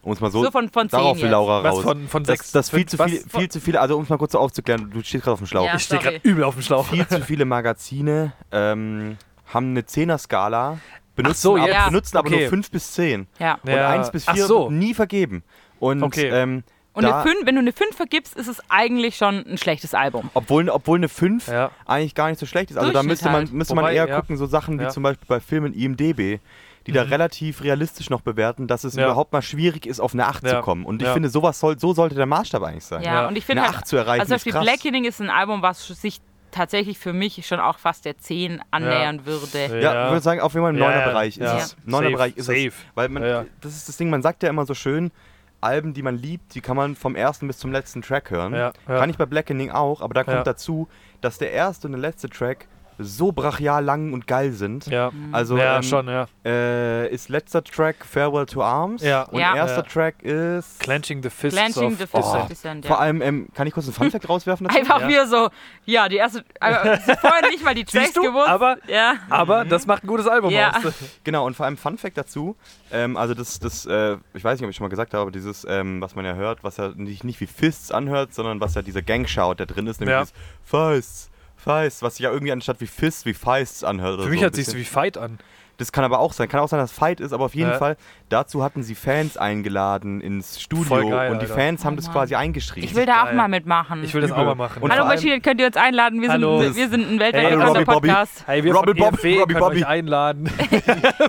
S3: Um es mal so,
S1: So von- von
S3: darauf
S1: zehn
S3: will Laura
S2: Was
S3: raus.
S2: von- von
S3: das
S2: sechs,
S3: das viel,
S2: fünf,
S3: zu
S2: was?
S3: viel, viel zu viele, also um es mal kurz so aufzuklären, du stehst gerade auf dem Schlauch.
S1: Ja.
S2: Ich stehe
S1: Ah, sorry.
S2: gerade übel auf dem Schlauch.
S3: Viel zu viele Magazine ähm, haben eine 10er-Skala, benutzen,
S2: so,
S3: aber,
S1: jetzt.
S3: benutzen aber
S2: Okay.
S3: nur 5 bis 10.
S1: Ja.
S3: Und
S2: Ja.
S3: 1 bis
S2: Ach
S3: 4
S2: so.
S3: nie vergeben. Und
S2: Okay.
S3: ähm,
S1: Und eine
S3: da-
S1: 5, wenn du eine 5 vergibst, ist es eigentlich schon ein schlechtes Album.
S3: Obwohl, obwohl eine 5
S2: Ja.
S3: eigentlich gar nicht so schlecht ist. Also da
S1: Durchschnitt
S3: müsste man,
S1: halt.
S3: müsste man
S2: Wobei,
S3: eher
S2: ja.
S3: gucken, so Sachen wie
S2: Ja. Mhm.
S3: zum Beispiel bei Filmen IMDB, die da relativ realistisch noch bewerten, dass es
S2: Ja.
S3: überhaupt mal schwierig ist, auf eine 8
S2: Ja.
S3: zu kommen. Und ich
S2: Ja.
S3: finde, sowas soll, so sollte der Maßstab eigentlich sein.
S1: Ja,
S2: Ja.
S1: und ich finde
S3: Eine
S1: halt,
S3: Acht zu erreichen
S1: also zum
S3: ist
S1: Beispiel
S3: krass.
S1: Blackening ist ein Album, was sich tatsächlich für mich schon auch fast der 10 annähern würde.
S3: Ja, ich würde sagen, auf jeden Fall im
S2: Ja,
S3: neuner
S2: ja,
S3: Bereich ist
S2: ja.
S3: es.
S2: Ja.
S3: Neuner
S2: Safe,
S3: Bereich ist
S2: safe.
S3: es. Weil man,
S2: Ja, ja.
S3: das ist das Ding, man sagt ja immer so schön, Alben, die man liebt, die kann man vom ersten bis zum letzten Track hören.
S2: Ja, ja.
S3: Kann ich bei Blackening auch, aber da kommt
S2: Ja.
S3: dazu, dass der erste und der letzte Track so brachial lang und geil sind.
S2: ja.
S3: Also
S2: ja,
S3: ähm,
S2: schon, ja.
S3: äh, ist letzter Track Farewell to Arms
S2: Ja.
S3: und
S1: Ja.
S2: Ja.
S3: erster Track ist
S2: Clenching the Fists
S1: Clenching
S2: of Oh.
S1: the Fist
S2: Dissent.
S1: of Dissent, ja.
S3: Oh. vor allem ähm, kann ich kurz einen Funfact rauswerfen dazu?
S1: Einfach
S2: Ja.
S1: wieder so, ja, die erste, aber sie hat vorher nicht mal die Tracks
S2: Siehst du?
S1: gewusst.
S2: Aber-
S1: ja.
S2: Aber das macht ein gutes Album
S1: Ja.
S2: aus.
S3: Genau und vor allem Funfact dazu, ähm, also das das äh, ich weiß nicht, ob ich schon mal gesagt habe, aber dieses ähm, was man ja hört, was ja nicht, nicht wie Fists anhört, sondern was ja dieser Gangshout da drin ist, nämlich
S2: Ja.
S3: dieses Fists Fists, was sich ja irgendwie anstatt wie Fists, wie Fists anhört.
S2: Für mich
S3: so ein
S2: hört sich
S3: bisschen.
S2: wie Fight an.
S3: Das kann aber auch sein. Kann auch sein, dass Fight ist, aber auf jeden
S2: Ja.
S3: Fall, dazu hatten sie Fans eingeladen ins
S2: Voll
S3: Studio
S2: geil,
S3: und die
S2: Alter.
S3: Fans haben das
S1: Oh Mann.
S3: quasi eingeschrieben.
S1: Ich will da auch
S2: geil.
S1: mal mitmachen.
S2: Ich will das auch mal machen.
S3: Und
S1: Hallo
S3: vor allem-
S1: Bushido, könnt ihr uns einladen? Wir,
S2: Hallo.
S1: sind, wir sind ein
S2: Hey,
S1: weltweit großer
S3: Robbie Bobby.
S1: Podcast.
S2: Hey, wir
S3: Robbie
S2: Robbie von
S3: Bob-
S2: IFW
S3: Robbie
S2: können
S3: Bobby.
S2: euch einladen.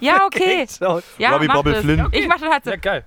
S1: Ja, okay.
S2: Ciao.
S1: Ja,
S3: Robbie
S1: mach
S3: Bobby
S1: das.
S3: Flynn.
S1: Ich mache das halt so.
S2: ja, geil.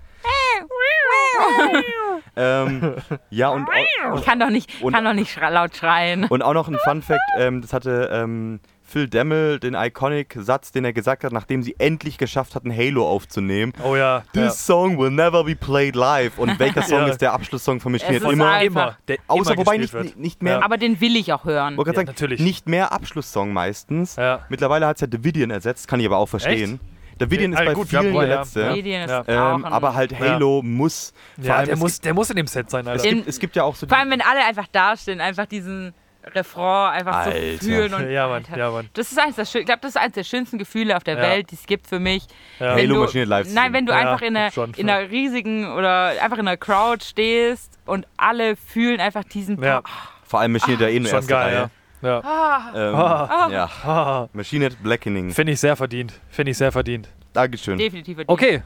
S3: Ähm, ja, und, au-
S1: Ich
S3: und,
S1: kann doch nicht,
S3: Und-
S1: kann doch nicht schra- laut schreien.
S3: und auch noch ein Fun-Fact: ähm, Das hatte ähm, Phil Demmel den Iconic-Satz, den er gesagt hat, nachdem sie endlich geschafft hatten, Halo aufzunehmen.
S2: Oh ja.
S3: This song will never be played live. Und welcher Song
S2: Ja.
S3: ist der Abschlusssong von Mission
S1: Es
S3: jetzt
S1: ist
S3: immer?
S2: ja.
S1: einfach-
S2: Immer. Der
S3: Außer
S2: immer gespielt
S3: wobei nicht,
S2: wird.
S3: nicht- nicht mehr.
S2: Ja.
S1: Aber den will ich auch hören.
S3: wollte gerade
S2: Ja,
S3: sagen,
S2: natürlich.
S3: Nicht mehr Abschlusssong meistens.
S2: Ja.
S3: Mittlerweile hat es ja Davidian ersetzt, kann ich aber auch verstehen. Davidian ist
S2: Also
S3: bei
S2: gut, ja,
S3: vielen
S2: boah,
S3: der
S2: ja.
S3: letzte.
S1: Medien ist
S2: Ja.
S1: auch
S3: Ähm,
S1: ein-
S3: aber halt Halo muss. vor
S2: Ja,
S3: allem
S2: der
S3: es
S2: muss, der muss in dem Set sein, Alter.
S1: In-
S3: gibt, es gibt ja auch so
S1: Vor allem, wenn alle einfach dastehen, einfach diesen Refrain einfach
S3: Alter.
S1: so fühlen. Und,
S2: Ja, Mann,
S1: Alter.
S2: ja, Mann.
S1: Das ist eines der, schön- ich glaube, das ist eines der schönsten Gefühle auf der
S2: Ja.
S1: Welt, die es gibt für mich.
S2: Ja.
S1: Wenn
S3: Halo
S1: du-
S3: Machine live zu
S1: Nein,
S3: sehen.
S1: wenn du
S2: Ja,
S1: einfach in einer,
S2: schon,
S1: in
S2: ja.
S1: einer riesigen oder einfach in einer Crowd stehst und alle fühlen einfach diesen.
S2: Ja,
S3: Vor allem
S1: Ah,
S3: Machine der eh nur
S2: schon
S3: erste
S2: geil,
S3: Reihe.
S2: ja. ja.
S3: Ähm,
S2: Ah.
S3: Ja. Machine Head Blackening.
S2: Finde ich sehr verdient. Finde ich sehr verdient.
S3: Dankeschön.
S1: Definitiv. verdient.
S2: Okay,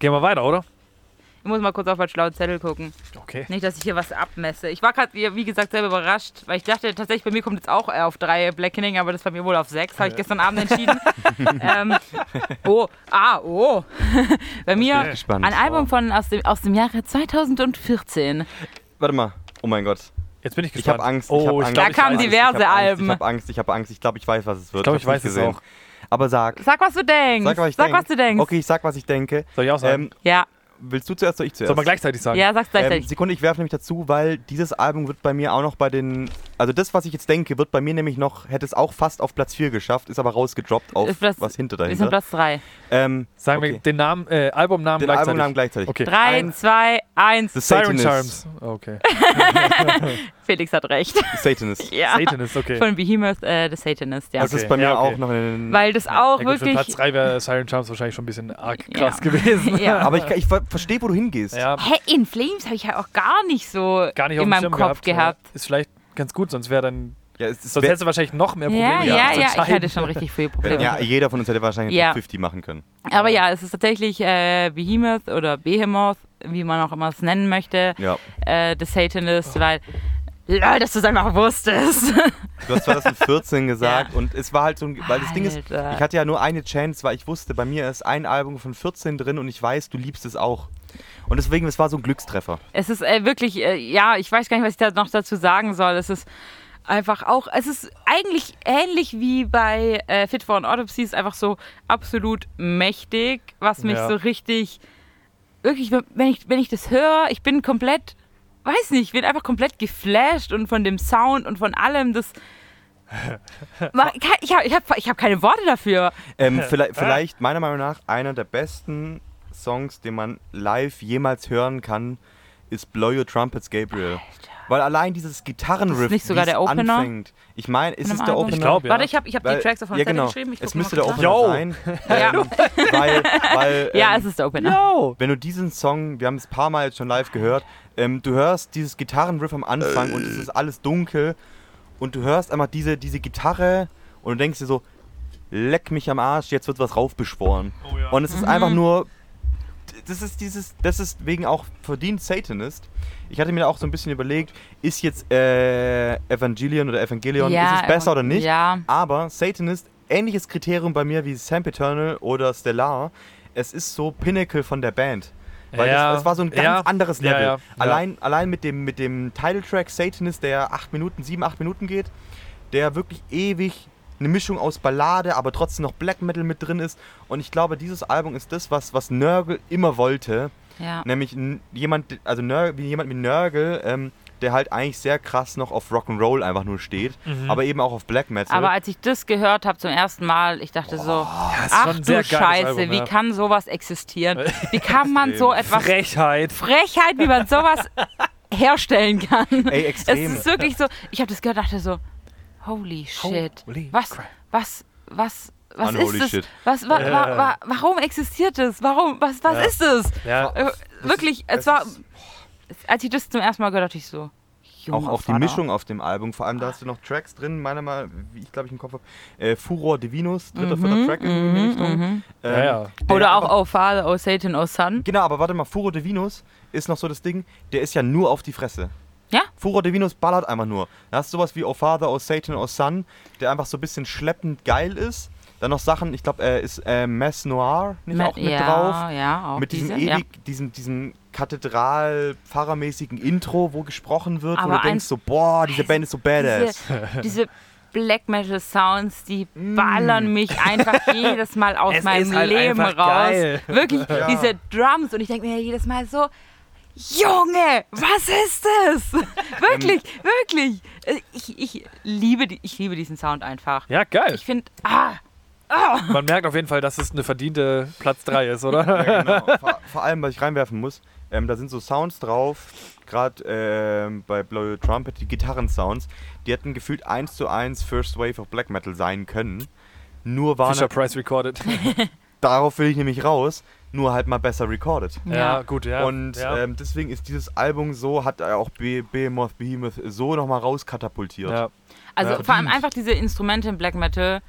S2: gehen wir weiter, oder?
S1: Ich muss mal kurz auf meinen schlauen Zettel gucken.
S2: Okay.
S1: Nicht, dass ich hier was abmesse. Ich war gerade, wie wie gesagt, selber überrascht, weil ich dachte, tatsächlich bei mir kommt jetzt auch äh, auf drei Blackening, aber das ist bei mir wohl auf sechs, habe ich gestern Abend entschieden. ähm, oh, ah, oh. bei mir
S2: Okay.
S3: Gespannt.
S1: ein Album von, aus, dem, aus dem Jahre 2014.
S3: Warte mal. Oh mein Gott.
S2: Jetzt bin ich
S3: Ich
S2: gespannt.
S3: hab Angst, ich
S2: Oh,
S3: hab
S2: ich
S3: Angst.
S2: glaub,
S1: Da
S2: ich
S1: kamen
S2: weiß
S1: die
S2: es.
S1: Wer-
S3: Ich
S1: Diverse
S3: hab Angst,
S1: Alben.
S3: Ich habe Angst, ich habe Angst. Ich glaube, ich weiß, was es wird.
S2: glaub, ich
S3: hab's
S2: weiß es
S3: gesehen.
S2: auch.
S3: Aber sag.
S1: Sag, was du denkst.
S3: Sag, was ich denk.
S1: du denkst.
S3: Okay, ich sag, was ich denke.
S2: Soll ich auch sagen?
S3: Ähm,
S1: Ja,
S3: willst du zuerst oder ich zuerst?
S2: Soll man gleichzeitig sagen?
S1: ja, sag's
S3: Ähm,
S1: gleichzeitig.
S3: Sekunde, ich werfe nämlich dazu, weil dieses Album wird bei mir auch noch bei den. Also, das, was ich jetzt denke, wird bei mir nämlich noch. Hätte es auch fast auf Platz 4 geschafft, ist aber rausgedroppt auf
S1: Ist Platz-
S3: was hinter
S1: Wir sind
S3: dahinter.
S1: Platz drei.
S3: Ähm,
S2: Sagen
S3: okay.
S2: wir den Namen, äh, Albumnamen
S3: den
S2: gleichzeitig.
S3: Albumnamen gleichzeitig.
S2: Okay.
S1: Drei,
S3: Eins.
S1: zwei,
S3: The
S1: eins.
S2: Siren
S3: Satanist.
S2: Charms. Okay.
S1: Felix hat recht.
S3: Satanist.
S1: ja.
S2: Satanist, okay.
S1: Von Behemoth, äh, The Satanist, ja.
S3: Das ist bei mir
S2: Ja, okay.
S3: auch noch in den.
S1: Weil das auch
S2: ja, gut, für
S1: wirklich.
S2: Platz 3 wäre Siren Charms wahrscheinlich schon ein bisschen arg
S1: Ja.
S2: krass gewesen.
S1: ja.
S3: aber ich, ich ver- verstehe, wo du hingehst.
S2: Ja,
S1: Hä, in Flames habe ich ja auch gar nicht so
S2: gar nicht auf
S1: in
S2: dem
S1: meinem
S2: Schirm
S1: Kopf
S2: gehabt.
S1: gehabt.
S2: Ja. Ist vielleicht ganz gut, sonst wäre dann.
S3: Ja, es, es
S2: Sonst
S3: wär,
S2: hättest du wahrscheinlich noch mehr Probleme
S1: Ja,
S2: gehabt,
S1: ja,
S2: zu
S1: ja, ich
S2: entscheiden.
S1: hatte schon richtig viele Probleme.
S3: ja, jeder von uns hätte wahrscheinlich
S1: Ja.
S3: ja. 50 machen können.
S1: Aber ja, es ist tatsächlich äh, Behemoth oder Behemoth, wie man auch immer es nennen möchte,
S3: Ja.
S1: äh, The Satanist, weil. Lol, dass du es einfach wusstest.
S3: Du hast 2014 gesagt und es war halt so ein. Weil das Ding ist, ich
S1: Alter.
S3: hatte ja nur eine Chance, weil ich wusste, bei mir ist ein Album von 14 drin und ich weiß, du liebst es auch. Und deswegen, es war so ein Glückstreffer.
S1: Es ist äh, wirklich, äh, ja, ich weiß gar nicht, was ich da noch dazu sagen soll. Es ist einfach auch, es ist eigentlich ähnlich wie bei äh, Fit for an Autopsy, ist einfach so absolut mächtig, was mich
S2: Ja.
S1: so richtig, wirklich, wenn ich, wenn ich das höre, ich bin komplett, weiß nicht, ich bin einfach komplett geflasht und von dem Sound und von allem, das. Ma- ke- Ich habe ich hab, ich hab keine Worte dafür.
S3: Ähm, vielleicht, vielleicht meiner Meinung nach einer der besten Songs, den man live jemals hören kann, ist Blow Your Trumpets Gabriel. Weil allein dieses Gitarrenriff,
S1: Ist nicht sogar
S3: wie's
S1: der Opener?
S3: anfängt. Ich meine, ist es
S1: einem
S3: der
S1: Album?
S3: Opener?
S2: Ich glaube, ja.
S1: Warte, ich habe ich hab
S3: Weil-
S1: die Tracks auf meiner
S3: ja,
S1: Seite
S3: genau.
S1: geschrieben. Ich
S3: es
S1: guck
S3: müsste
S1: mal
S3: der
S1: kurz
S3: Opener
S1: nach.
S2: Yo.
S3: sein.
S1: Ja.
S3: Ähm, weil, weil,
S1: Ja,
S3: ähm,
S1: es ist der Opener.
S2: Yo!
S3: wenn du diesen Song, wir haben es ein paar Mal jetzt schon live gehört, ähm, du hörst dieses Gitarrenriff am Anfang und es ist alles dunkel und du hörst einmal diese, diese Gitarre und du denkst dir so, leck mich am Arsch, jetzt wird was raufbeschworen. Und es ist
S1: Mhm.
S3: einfach nur, das ist dieses, das ist wegen auch verdient Satanist. Ich hatte mir auch so ein bisschen überlegt, ist jetzt äh, Evangelion oder Evangelion, ist es besser oder nicht?
S1: Ja.
S3: Aber Satanist, ähnliches Kriterium bei mir wie Sempiternal oder Stellar. Es ist so Pinnacle von der Band. Weil
S2: Ja.
S3: das, das war so ein ganz
S2: Ja.
S3: anderes
S2: Ja,
S3: Level.
S2: ja. Ja.
S3: Allein, allein mit dem, mit dem Titeltrack Satanist, der 8 Minuten, 7, 8 Minuten geht, der wirklich ewig eine Mischung aus Ballade, aber trotzdem noch Black Metal mit drin ist. Und ich glaube, dieses Album ist das, was, was Nörgel immer wollte.
S1: ja.
S3: Nämlich n- jemand, also Nör, wie jemand wie Nörgel, ähm, der halt eigentlich sehr krass noch auf Rock'n'Roll einfach nur steht,
S2: Mhm.
S3: aber eben auch auf Black Metal.
S1: Aber als ich das gehört habe zum ersten Mal, ich dachte so,
S2: ist schon
S1: ach
S2: ein
S1: du
S2: sehr geiles
S1: Scheiße,
S2: Album,
S1: wie
S2: ja.
S1: kann sowas existieren? Wie kann man so etwas
S2: Frechheit.
S1: Frechheit, wie man sowas herstellen kann?
S3: Ey,
S1: Es
S3: extrem.
S1: ist wirklich so, ich habe das gehört, dachte so, holy shit.
S2: Holy
S1: was
S2: crap.
S1: was was was
S3: Unholy
S1: ist das?
S3: shit.
S1: Was wa, wa,
S2: Ja.
S1: wa, warum existiert das? Warum was was
S2: Ja.
S1: ist das?
S2: Ja.
S1: Äh, Wirklich,
S3: Das
S1: es war
S3: ist-
S1: als ich das zum ersten Mal gehört, dachte ich so, Junger
S3: Auch, auch die
S1: Vater.
S3: Mischung auf dem Album. Vor allem, da hast du noch Tracks drin, meiner Meinung nach, wie ich glaube ich im Kopf habe. Äh, Furor Divinus, dritter, vierter Track in die Richtung.
S1: mhm.
S3: Ähm,
S2: Ja, ja.
S3: der
S1: Oder
S3: aber-
S1: auch Oh Father, Oh Satan, Oh Son.
S3: Genau, aber warte mal, Furor de Vinus ist noch so das Ding, der ist ja nur auf die Fresse.
S1: Ja.
S3: Furor de Vinus ballert einfach nur. Da hast du sowas wie O Father, O Satan, O Son, der einfach so ein bisschen schleppend geil ist. Dann noch Sachen, ich glaube, äh, ist äh, Mass Noir nicht auch mit
S1: ja,
S3: drauf.
S1: ja, auch
S3: mit diesem
S1: diese, ja.
S3: ewig, diesem, diesem Kathedral-Pfarrermäßigen Intro, wo gesprochen wird,
S1: Aber
S3: wo du denkst
S1: eins-
S3: so, boah, diese Band ist so badass. Mm.
S1: Diese, diese Black Metal Sounds, die ballern mich einfach jedes Mal aus
S2: Es
S1: meinem
S2: ist halt
S1: Leben raus.
S2: einfach geil.
S1: Wirklich, diese Drums. Und ich denke mir jedes Mal so, Junge, was ist das? Wirklich,
S3: Ähm.
S1: wirklich. Äh, Ich, ich, liebe, die- ich liebe diesen Sound einfach.
S2: Ja, geil.
S1: Ich finde, ah,
S2: Man merkt auf jeden Fall, dass es eine verdiente Platz 3 ist, oder?
S3: Ja, genau. vor, vor allem, was ich reinwerfen muss, ähm, da sind so Sounds drauf, gerade ähm, bei Blow Your Trumpet, die Gitarren-Sounds, die hätten gefühlt eins zu eins First Wave of Black Metal sein können. Nur war
S2: Fisher Price recorded.
S3: darauf will ich nämlich raus, nur halt mal besser recorded.
S2: Ja,
S1: Ja.
S2: gut, ja.
S3: Und
S2: ja.
S3: ähm, deswegen ist dieses Album so, hat er auch Be- Behemoth Behemoth so nochmal rauskatapultiert.
S2: ja.
S1: Also
S2: Ja.
S1: vor allem einfach diese Instrumente im Black Metal,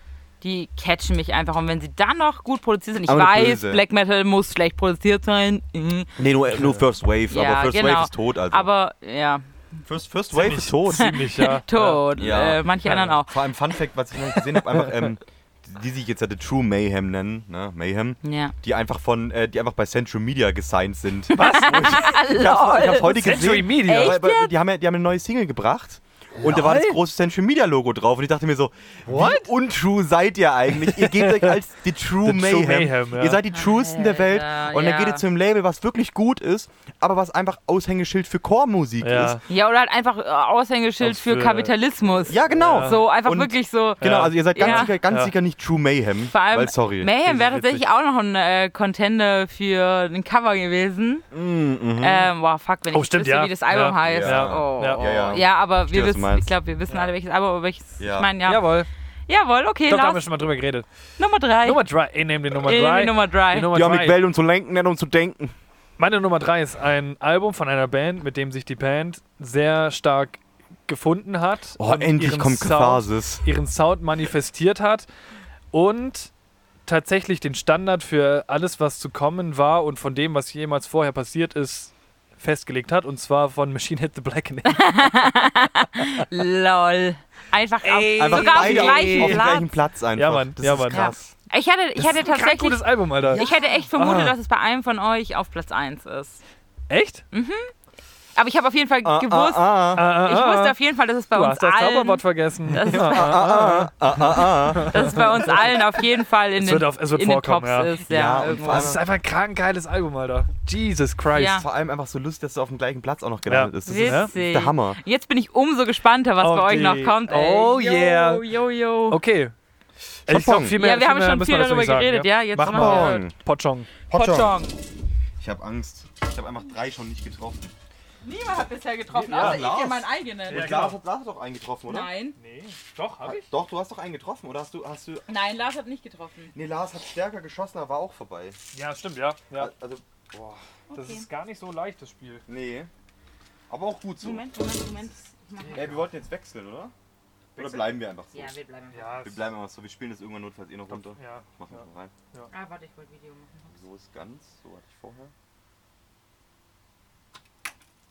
S1: die catchen mich einfach. Und wenn sie dann noch gut produziert sind, ich
S3: Aber
S1: weiß,
S3: böse.
S1: Black Metal muss schlecht produziert sein. Mhm.
S3: Nee, nur, nur First Wave,
S1: Ja,
S3: aber First
S1: genau.
S3: Wave ist tot. Also.
S1: Aber ja,
S3: First, First Wave ist tot.
S2: Ziemlich, ja.
S1: tot.
S3: Ja.
S1: Äh, manche anderen auch.
S3: Vor allem Fun Fact, was ich noch nicht gesehen habe, einfach, ähm, die sich jetzt ja The True Mayhem nennen, ne? Mayhem,
S1: Ja.
S3: die einfach von, äh, die einfach bei Central Media gesigned sind. Was? Ich, ich hab's, ich hab's heute
S2: Century
S3: gesehen.
S2: Media.
S3: Weil- weil Die haben ja die haben eine neue Single gebracht. Und da war das große Central Media Logo drauf und ich dachte mir so, wie untrue seid ihr eigentlich? Ihr gebt euch als die
S2: The
S3: True
S2: True
S3: Mayhem.
S2: Mayhem, ja.
S3: Ihr seid die truesten der Welt
S1: Alter,
S3: und
S1: Ah, ja.
S3: dann geht ihr zu einem Label, was wirklich gut ist, aber was einfach Aushängeschild für Chormusik
S2: Ja.
S3: ist.
S1: ja, oder halt einfach äh, Aushängeschild
S2: Auch
S1: für
S2: für-
S1: Kapitalismus.
S3: Ja, genau.
S1: So, einfach
S3: Und-
S1: wirklich so.
S3: Genau, also ihr seid ganz
S1: Ja.
S3: sicher, ganz
S2: Ja.
S3: sicher nicht True Mayhem.
S1: Vor allem,
S3: weil, sorry.
S1: Mayhem
S3: Das
S1: wäre
S3: ist witzig.
S1: tatsächlich auch noch ein äh, Contender für ein Cover gewesen.
S3: Mhm,
S1: Ähm, wow, fuck, wenn ich
S2: Oh, stimmt,
S1: wüsste,
S2: ja.
S1: wie das Album
S2: Ja.
S1: heißt.
S3: Ja.
S1: Oh.
S2: Ja.
S1: Ja,
S3: Ja, ja.
S1: aber
S3: Verstehe,
S1: wir
S3: was
S1: wissen,
S3: du
S1: ich
S3: meinst.
S1: glaube, wir wissen alle, welches Album, aber welches, ich
S3: Ja.
S1: meine, ja.
S2: Jawohl.
S1: Jawohl, okay,
S2: Ich glaube, da haben wir
S1: Lars,
S2: schon mal drüber geredet.
S1: Nummer drei.
S2: Nummer 3. Ich nehme die Nummer
S1: Irgendwie
S2: 3.
S1: Nummer drei.
S3: Die haben mich Welt, um zu lenken, nicht um zu denken.
S2: Meine Nummer 3 ist ein Album von einer Band, mit dem sich die Band sehr stark gefunden hat.
S3: Oh,
S2: und
S3: endlich
S2: ihren
S3: kommt
S2: Sound-
S3: Katharsis.
S2: ihren Sound manifestiert hat und tatsächlich den Standard für alles, was zu kommen war und von dem, was jemals vorher passiert ist, festgelegt hat. Und zwar von Machine Head the Black.
S1: Lol. Einfach, auf,
S3: Einfach
S1: sogar auf dem
S3: beide auf,
S1: gleichen
S3: auf dem
S1: Platz.
S3: gleichen Platz einfach.
S2: Ja, Mann,
S3: das
S2: ja,
S3: ist
S2: Mann.
S3: krass.
S1: Ich hätte, ich hätte
S2: Kein
S1: tatsächlich,
S2: gutes Album, Alter.
S1: ich hätte echt vermutet,
S2: Ah.
S1: dass es bei einem von euch auf Platz 1 ist.
S2: Echt?
S1: Aber ich habe auf jeden Fall
S3: Ah,
S1: gewusst,
S3: ah, ah,
S2: Ah, ah,
S1: ich
S2: ah.
S1: wusste auf jeden Fall, dass es bei
S2: Du
S1: uns
S2: hast das
S1: allen,
S2: Zauberwort vergessen.
S1: Das-
S2: Ah, ah.
S1: dass es bei uns allen auf jeden Fall in
S2: Es
S1: den,
S2: wird auf- es wird
S1: in den
S2: vorkommen,
S1: Tops
S2: ja.
S1: ist.
S3: Ja,
S1: Ja,
S3: und
S1: irgendwo.
S3: vor allem-
S2: Das ist einfach ein krank geiles Album, Alter. Jesus Christ.
S1: Ja.
S3: Vor allem einfach so lustig, dass du auf dem gleichen Platz auch noch gelandet
S2: Ja.
S3: bist. Das ist
S2: ja?
S1: Witzig.
S3: der Hammer.
S1: Jetzt bin ich umso gespannter, was
S2: Auf
S1: bei euch
S2: ne? Oh, die-
S1: noch kommt. Ey.
S2: Oh
S1: yo,
S2: yeah.
S1: Yo,
S3: Oh,
S1: yo.
S2: Okay.
S3: Popong.
S2: Ich glaub, viel mehr,
S1: Ja, wir
S2: viel
S1: haben
S2: mehr
S1: schon
S2: müssen
S1: viel
S2: wir dazu
S1: darüber
S2: nicht sagen,
S1: geredet. Ja, jetzt
S2: Mach
S1: machen wir-
S2: mal. Pochong.
S1: Pochong.
S3: Ich habe Angst. Ich habe einfach drei schon nicht getroffen.
S5: Niemand hat bisher getroffen,
S3: Ja,
S5: außer ich
S3: Lars.
S5: hier meinen eigenen.
S2: Ja,
S3: Lars
S2: genau.
S3: hat Lars hat doch eingetroffen, oder?
S5: Nein,
S2: Nee, doch, hab ich.
S3: Doch, du hast doch eingetroffen, oder hast du, hast du.
S5: nein, Lars hat nicht getroffen.
S3: Nee, Lars hat stärker geschossen, aber war auch vorbei.
S2: Ja, stimmt, ja. ja.
S3: Also, boah,
S2: Das ist gar nicht so leicht, das Spiel.
S3: nee. Aber auch gut so.
S5: Moment, Moment, Moment. Ich mach mal.
S3: Ey, wir wollten jetzt wechseln, oder? Oder bleiben wir einfach so?
S5: Ja, wir bleiben.
S2: Ja,
S3: Wir bleiben einfach so, wir spielen das irgendwann notfalls eh noch runter.
S2: ja.
S3: Machen wir rein.
S5: Ah, warte, ich wollte Video machen.
S3: So ist ganz, so hatte ich vorher.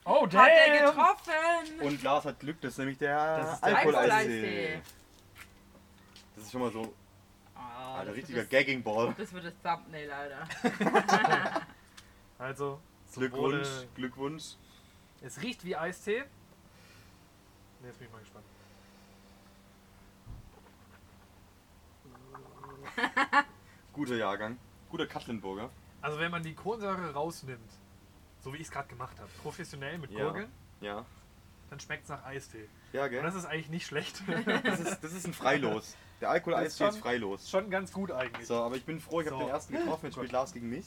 S2: Oh,
S5: Hat er getroffen?
S3: Und Lars hat Glück, das ist nämlich
S2: Das
S3: der
S2: ist der
S3: Alkoholeistee.
S5: Alkoholeistee.
S3: Das ist schon mal so
S5: Ah,
S3: ein
S5: das
S3: richtiger
S5: wird das,
S3: Gagging Ball.
S5: das wird das Thumbnail, Alter.
S2: Also, zum Wohle.
S3: Glückwunsch, Glückwunsch.
S2: Es riecht wie Eistee. Nee, Jetzt bin ich mal gespannt.
S3: Guter Jahrgang. Guter Katlenburger.
S2: Also, wenn man die Kohlensäure rausnimmt, so wie ich es gerade gemacht habe, professionell mit
S3: Ja.
S2: Gurgeln,
S3: Ja.
S2: dann schmeckt es nach Eistee.
S3: Ja,
S2: Und
S3: gell?
S2: das ist eigentlich nicht schlecht.
S3: Das ist, das ist ein Freilos. Der Alkoholeistee
S2: Das ist
S3: ist
S2: schon-
S3: Freilos.
S2: Schon ganz gut eigentlich.
S3: So, aber ich bin froh, ich habe
S2: So.
S3: den ersten getroffen. Jetzt spielt Lars gegen mich.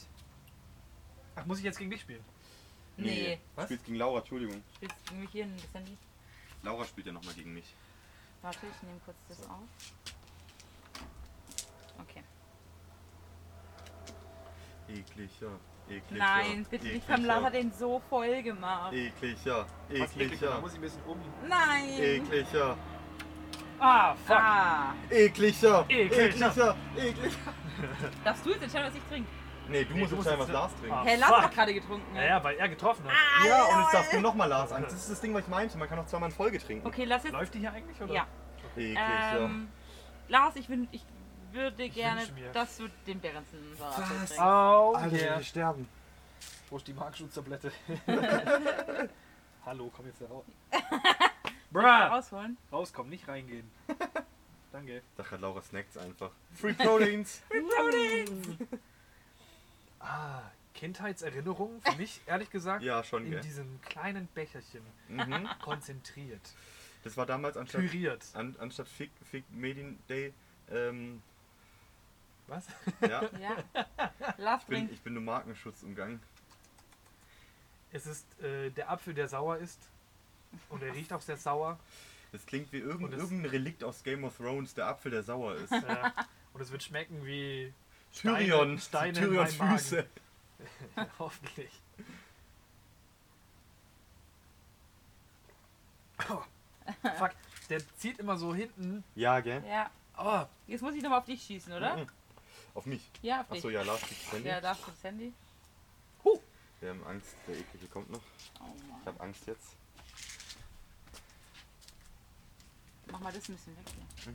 S2: Ach, muss ich jetzt gegen dich spielen?
S5: Nee,
S3: Du
S2: Was?
S3: spielst gegen Laura, Entschuldigung.
S5: spielst du mich hier ein bisschen nicht?
S3: Laura spielt ja nochmal gegen mich.
S5: Warte, ich nehme kurz das auf. Okay.
S3: Eklig, ja. Eklig,
S1: Nein,
S3: ja.
S1: bitte
S3: Eklig,
S1: nicht. Pamela
S3: ja.
S1: hat den so voll gemacht.
S3: Eklig, ja.
S2: Was eklig,
S3: Eklig,
S2: Da
S3: ja.
S2: muss ich ein bisschen um.
S1: Nein.
S3: Eklig, ja.
S2: Ah, fuck.
S1: Ah.
S3: Eklig, ja.
S2: Eklig,
S3: Eklig, ja. Eklig.
S1: Darfst du jetzt entscheiden, was ich trinke?
S3: Nee, du
S2: Nee,
S3: musst
S2: du musst
S3: entscheiden,
S2: jetzt-
S3: was Lars trinkt.
S2: Ah.
S1: Hey, Lars
S2: fuck.
S1: hat gerade getrunken.
S2: Naja, weil er getroffen hat.
S3: Ja, und jetzt darfst du nochmal Lars Angst. Das ist das Ding, was ich meinte. Man kann auch zweimal in Folge trinken.
S1: Okay, lass jetzt.
S2: Läuft die hier eigentlich? Oder?
S1: Ja.
S3: Eklig,
S1: Ähm, Lars, ich, würd, ich würde gerne,
S2: wünsche mir-
S1: dass du den Berenzen Salat trinkst.
S2: Oh,
S3: ja. Alter,
S2: yeah.
S3: wir sterben.
S2: Wo ist die Markschutztablette? Hallo, komm jetzt da raus. Bruh!
S1: Rausholen.
S2: Rauskommen, nicht reingehen. Danke.
S3: Da hat Laura Snacks einfach. Free Proteins.
S2: Ah, Kindheitserinnerungen für mich, ehrlich gesagt,
S3: ja, schon,
S2: in
S3: gell.
S2: diesem kleinen Becherchen
S3: Mhm.
S2: konzentriert,
S3: Das war damals anstatt,
S2: püriert.
S3: an, anstatt Fig, Fig Medien Day. Ähm,
S2: Was?
S3: ja, ich
S1: Ja. Lars
S3: bin,
S1: trinkt.
S3: ich bin nur Markenschutz umgangen.
S2: Es ist äh, der Apfel, der sauer ist. Und er riecht auch sehr sauer.
S3: Das klingt wie
S2: Und
S3: irgend,
S2: das-
S3: irgendein Relikt aus Game of Thrones, der Apfel, der sauer ist.
S2: Äh, und es wird schmecken wie Steine-
S3: Tyrion,
S2: Steine in
S3: Tyrions
S2: meinem Magen.
S3: Füße.
S2: hoffentlich. Oh, fuck, der zieht immer so hinten.
S3: Ja, gell?
S1: Ja.
S2: Oh,
S1: Jetzt muss ich nochmal auf dich schießen, oder?
S3: Mhm. Auf mich.
S1: Ja, auf dich.
S3: Achso, ja, Lars, ich
S1: Ja,
S3: Wir
S1: Lars du das Handy.
S3: haben Angst, der Eklige kommt noch.
S1: Oh Mann.
S3: Ich hab Angst jetzt.
S1: Mach mal das ein bisschen weg hier.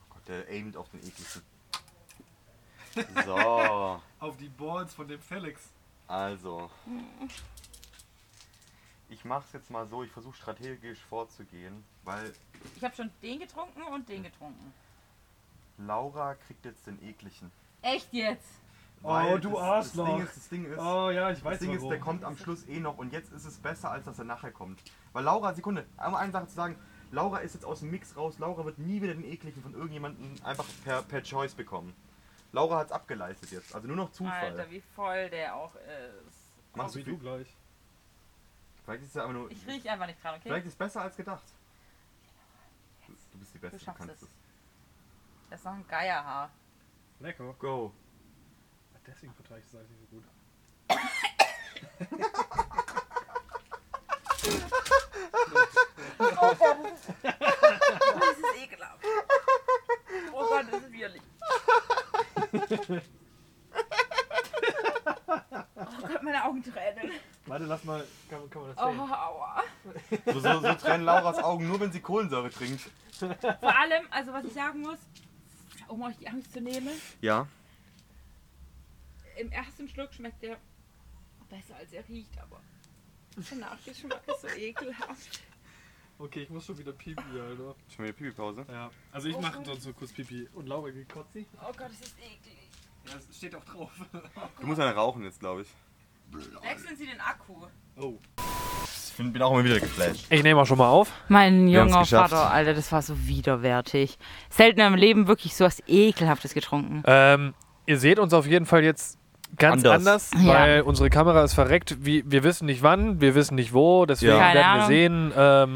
S3: Oh Gott, der aimt auf den Ekligsten. So,
S2: auf die Boards von dem Felix.
S3: also. Ich mach's jetzt mal so, ich versuche strategisch vorzugehen, weil
S1: Ich habe schon den getrunken und den getrunken.
S3: Laura kriegt jetzt den Ekligen.
S1: Echt jetzt?
S2: Oh,
S3: Weil
S2: du
S3: das, das
S2: Arschloch.
S3: Ding ist, das Ding ist,
S2: Oh, ja, ich
S3: das Ding ist, der kommt am Schluss eh noch und jetzt ist es besser, als dass er nachher kommt. Weil Laura, Sekunde, einmal eine Sache zu sagen, Laura ist jetzt aus dem Mix raus, Laura wird nie wieder den Ekligen von irgendjemandem einfach per, per Choice bekommen. Laura hat's abgeleistet jetzt, also nur noch Zufall.
S1: Alter, wie voll der auch ist.
S3: Machst du
S2: wie du gleich.
S3: Vielleicht ist es aber nur.
S1: Ich riech einfach nicht dran, okay?
S3: Vielleicht ist es besser als gedacht. Du bist die Beste,
S1: Du
S3: du,
S1: schaffst
S3: kannst
S1: es.
S3: es.
S1: Das ist noch ein Geierhaar.
S2: Lecker.
S3: Go.
S2: Deswegen vertrage ich das eigentlich nicht so gut.
S1: Das ist ekelhaft. Oh Gott, das ist widerlich. Oh Gott, meine Augen tränen.
S2: Warte, lass mal, kann, kann man das
S1: Oh,
S2: sehen?
S1: aua.
S3: So, so, so trennen Lauras Augen nur, wenn sie Kohlensäure trinkt.
S1: Vor allem, also was ich sagen muss, um euch die Angst zu nehmen,
S3: Ja.
S1: im ersten Schluck schmeckt der besser als er riecht, aber der Nachgeschmack ist so ekelhaft.
S2: Okay, ich muss schon wieder pipi, Alter.
S3: Schon wieder Pipi-Pause.
S2: Ja, also
S6: Oh,
S2: ich mache sonst so kurz pipi. Und Laura geht kotzi.
S1: Oh Gott, das ist eklig.
S2: Ja, das steht auch drauf.
S3: Du musst eine rauchen jetzt, glaube ich.
S1: Wechseln Sie den Akku.
S2: Oh.
S3: Ich bin, bin auch immer wieder geflasht.
S2: Ich nehme auch schon mal auf.
S6: Mein
S3: Wir
S6: junger
S3: haben's geschafft.
S6: Vater, Alter, das war so widerwärtig. Selten im Leben wirklich so was Ekelhaftes getrunken.
S2: Ähm, ihr seht uns auf jeden Fall jetzt ganz anders,
S3: Anders.
S6: Ja.
S2: weil unsere Kamera ist verreckt. Wie, wir wissen nicht wann, wir wissen nicht wo, deswegen
S3: Ja.
S6: Keine
S2: werden wir
S6: Ahnung.
S2: sehen,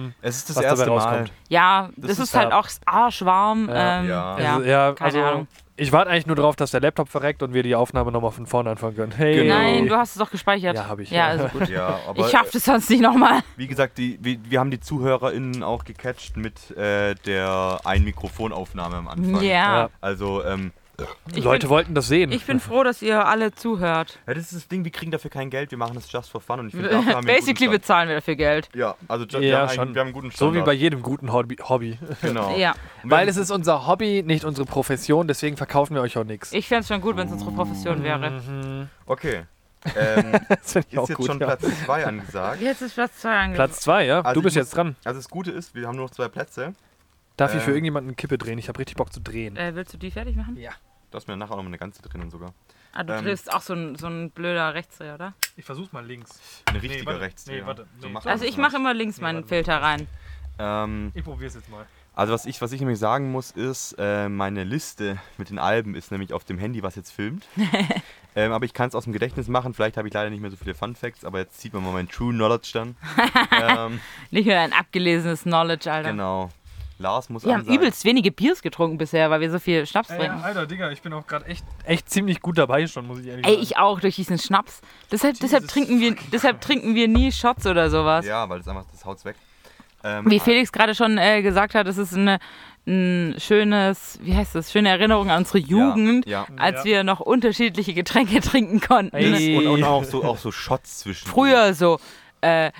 S2: ähm,
S3: Es ist das
S2: was
S3: erste
S2: dabei
S3: Mal.
S2: rauskommt.
S6: Ja, das,
S3: ist
S6: ist, halt
S2: ja-
S6: auch arschwarm.
S2: Ja.
S6: ähm,
S3: Ja.
S6: ja.
S2: Also, ja,
S6: keine
S2: also,
S6: Ahnung.
S2: Ich warte eigentlich nur darauf, dass der Laptop verreckt und wir die Aufnahme nochmal von vorne anfangen können. Hey.
S3: Genau.
S6: Nein, du hast es doch gespeichert.
S2: Ja, hab ich.
S6: Ja, also gut.
S3: Ja, aber
S6: Ich schaff das sonst nicht nochmal.
S3: wie gesagt, die, wir, wir haben die ZuhörerInnen auch gecatcht mit äh, der Ein-Mikrofonaufnahme am Anfang.
S6: Ja.
S3: Also, ähm,
S2: Leute
S6: bin-
S2: wollten das sehen.
S6: Ich bin froh, dass ihr alle zuhört.
S3: ja, das ist das Ding, wir kriegen dafür kein Geld, wir machen das just for fun und ich finde, dafür haben wir einen guten
S6: Basically
S3: Stand.
S6: bezahlen wir dafür Geld.
S3: Ja, also ju- wir,
S2: Ja,
S3: haben einen-
S2: schon.
S3: wir haben einen guten
S2: so
S3: Standard.
S2: wie bei jedem guten Hobby. Hobby.
S3: Genau.
S6: Ja.
S2: Weil es ist unser Hobby, nicht unsere Profession, deswegen verkaufen wir euch auch nichts.
S6: Ich fände es schon gut, wenn es unsere Profession wäre.
S3: Okay. Ähm,
S2: Das finde ich
S3: ist
S2: auch
S3: jetzt
S2: gut.
S3: schon
S2: ja.
S3: Platz 2 angesagt.
S6: Jetzt ist Platz 2 angekommen.
S2: Platz 2, ja?
S3: Also
S2: du
S3: ich
S2: bist
S3: muss-
S2: jetzt dran.
S3: Also das Gute ist, wir haben nur noch zwei Plätze.
S2: Darf ich
S3: äh,
S2: für irgendjemanden eine Kippe drehen? Ich habe richtig Bock zu drehen.
S6: Äh, willst du die fertig machen?
S3: Da ist mir nachher auch noch eine ganze drinnen sogar.
S6: Ah, du
S3: Ähm.
S6: triffst auch so ein, so ein blöder Rechtsdreher, oder?
S2: Ich versuch's mal links.
S3: Eine richtige
S2: warte.
S3: rechts.
S2: Nee, warte.
S3: So
S2: Nee.
S3: macht
S6: Also
S3: man
S6: ich
S3: das
S6: mache immer links meinen
S2: warte.
S6: Filter rein.
S3: Ähm,
S2: Ich probier's jetzt mal.
S3: also was ich, was ich nämlich sagen muss, ist, äh, meine Liste mit den Alben ist nämlich auf dem Handy, was jetzt filmt. ähm, aber ich kann es aus dem Gedächtnis machen. Vielleicht habe ich leider nicht mehr so viele Fun Facts, aber jetzt sieht man mal mein True Knowledge dann. ähm,
S6: Nicht nur ein abgelesenes Knowledge, Alter.
S3: genau. Lars muss
S1: Wir haben
S3: ansagen.
S1: übelst wenige Biers getrunken bisher, weil wir so viel Schnaps
S2: Ey,
S1: trinken.
S2: Äh, Alter, Digga, ich bin auch gerade echt, echt ziemlich gut dabei schon, muss ich ehrlich
S1: Ey,
S2: sagen.
S1: ich auch durch diesen Schnaps. Deshalb, deshalb,
S2: Jesus
S1: trinken wir, deshalb trinken wir nie Shots oder sowas.
S3: Ja, weil das einfach, das haut's weg. Ähm,
S1: Wie Felix gerade schon äh, gesagt hat, es ist eine, ein schönes, wie heißt das, schöne Erinnerung an unsere Jugend,
S3: ja.
S1: als
S2: Ja.
S1: wir noch unterschiedliche Getränke trinken konnten.
S2: Ey.
S3: Das und, und auch so, auch so Shots zwischen.
S1: Früher so äh,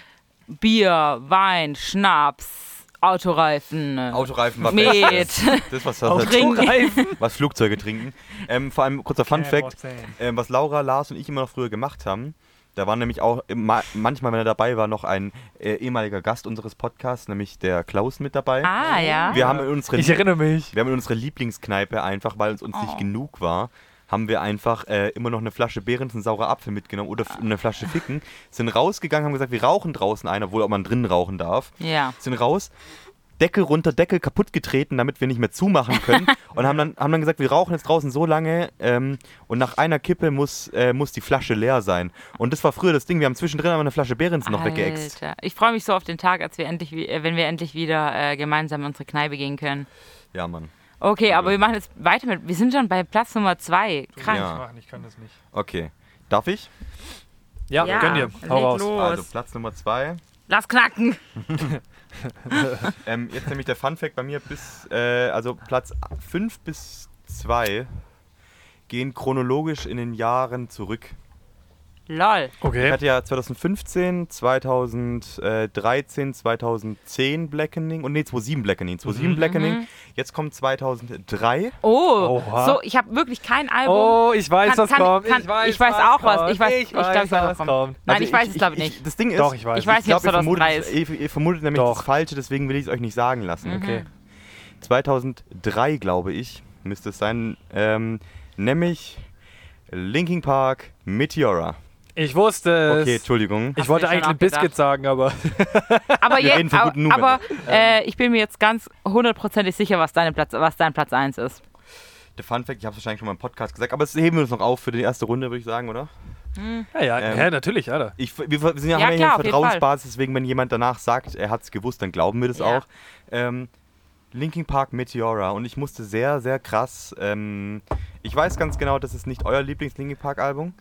S1: Bier, Wein, Schnaps, Autoreifen, äh,
S3: Autoreifen war
S1: Met.
S3: Bestes. Das, was, was,
S1: Ring.
S2: Autoreifen.
S3: was Flugzeuge trinken. Ähm, vor allem, kurzer Fun Fact,
S2: Kein
S3: ähm, was Laura, Lars und ich immer noch früher gemacht haben, da war nämlich auch immer, manchmal, wenn er dabei war, noch ein äh, ehemaliger Gast unseres Podcasts, nämlich der Klaus mit dabei.
S1: Ah ja.
S3: Wir haben in unsere,
S2: Ich erinnere mich.
S3: wir haben in unsere Lieblingskneipe einfach, weil es uns
S1: Oh.
S3: nicht genug war, haben wir einfach äh, immer noch eine Flasche Behrens und saurer Apfel mitgenommen oder
S1: Ah.
S3: f- eine Flasche Ficken, sind rausgegangen, haben gesagt, wir rauchen draußen ein, obwohl auch man drinnen rauchen darf
S1: Ja.
S3: sind raus, Deckel runter, Deckel kaputt getreten, damit wir nicht mehr zumachen können. und haben dann, haben dann gesagt, wir rauchen jetzt draußen so lange ähm, und nach einer Kippe muss, äh, muss die Flasche leer sein. Und das war früher das Ding, wir haben zwischendrin aber eine Flasche Behrens noch weggeext.
S1: Alter. Ich freue mich so auf den Tag, als wir endlich, wie- äh, wenn wir endlich wieder äh, gemeinsam in unsere Kneipe gehen können.
S3: Ja, Mann.
S1: Okay, aber wir machen jetzt weiter mit. Wir sind schon bei Platz Nummer zwei. Krank.
S3: Ja.
S2: Ich mach nicht, kann das nicht.
S3: Okay. Darf ich?
S2: Ja,
S1: Ja,
S2: gönn dir.
S1: leg
S2: Hau raus.
S1: los.
S3: Also Platz Nummer zwei.
S1: Lass knacken.
S3: Ähm, jetzt nämlich der Fun Fact bei mir bis, äh, also Platz 5 bis 2 gehen chronologisch in den Jahren zurück.
S1: Lol.
S3: Ich
S2: Okay.
S3: hatte ja 2015, 2013, 2010 Blackening und nee, 2007
S1: Mhm.
S3: Blackening. 2007 Blackening. Jetzt kommt 2003.
S1: Oh,
S2: Oha.
S1: so, ich habe wirklich kein Album.
S2: Oh, ich weiß,
S1: Kann-
S2: was
S1: kann-
S2: kommt.
S1: kann-
S2: ich weiß,
S1: ich weiß auch was. Ich weiß- ich
S2: ich
S1: glaub,
S2: weiß,
S1: ich weiß, was
S2: was
S1: kommt.
S2: kommt.
S1: Nein, ich weiß es, glaube ich, nicht.
S3: Das Ding ist,
S2: Doch, ich weiß.
S1: Ich weiß nicht, ob
S3: glaub,
S1: es
S3: ihr, vermutet,
S1: 2003
S3: es-
S1: ist. Mhm.
S3: ihr, ihr vermutet nämlich
S2: Doch.
S3: das Falsche, deswegen will ich es euch nicht sagen lassen.
S2: Okay.
S3: 2003, glaube ich, müsste es sein, ähm, nämlich Linkin Park Meteora.
S2: Ich wusste es.
S3: Okay, Entschuldigung.
S1: Hast
S2: ich
S1: du
S2: wollte
S1: dir schon
S2: eigentlich ein Biscuit
S1: abgedacht?
S2: sagen, aber
S1: Aber,
S3: Wir reden
S1: jetzt,
S3: von
S1: aber,
S3: guten Nummern.
S1: aber äh, ich bin mir jetzt ganz hundertprozentig sicher, was, deine Platz, was dein Platz 1 ist.
S3: Der Fun Fact, ich habe es wahrscheinlich schon mal im Podcast gesagt, aber das heben wir uns noch auf für die erste Runde, würde ich sagen, oder?
S2: ja, ja,
S3: Ähm,
S2: ja natürlich, Alter.
S3: Ich, wir, wir sind ja,
S1: Ja,
S3: haben
S1: klar,
S3: ja hier eine
S1: auf jeden Fall.
S3: Vertrauensbasis, deswegen, wenn jemand danach sagt, er hat es gewusst, dann glauben wir das
S1: Ja.
S3: auch. Ähm, Linkin Park Meteora und ich musste sehr, sehr krass. Ähm, ich weiß ganz genau, das ist nicht euer Lieblings-Linkin Park-Album.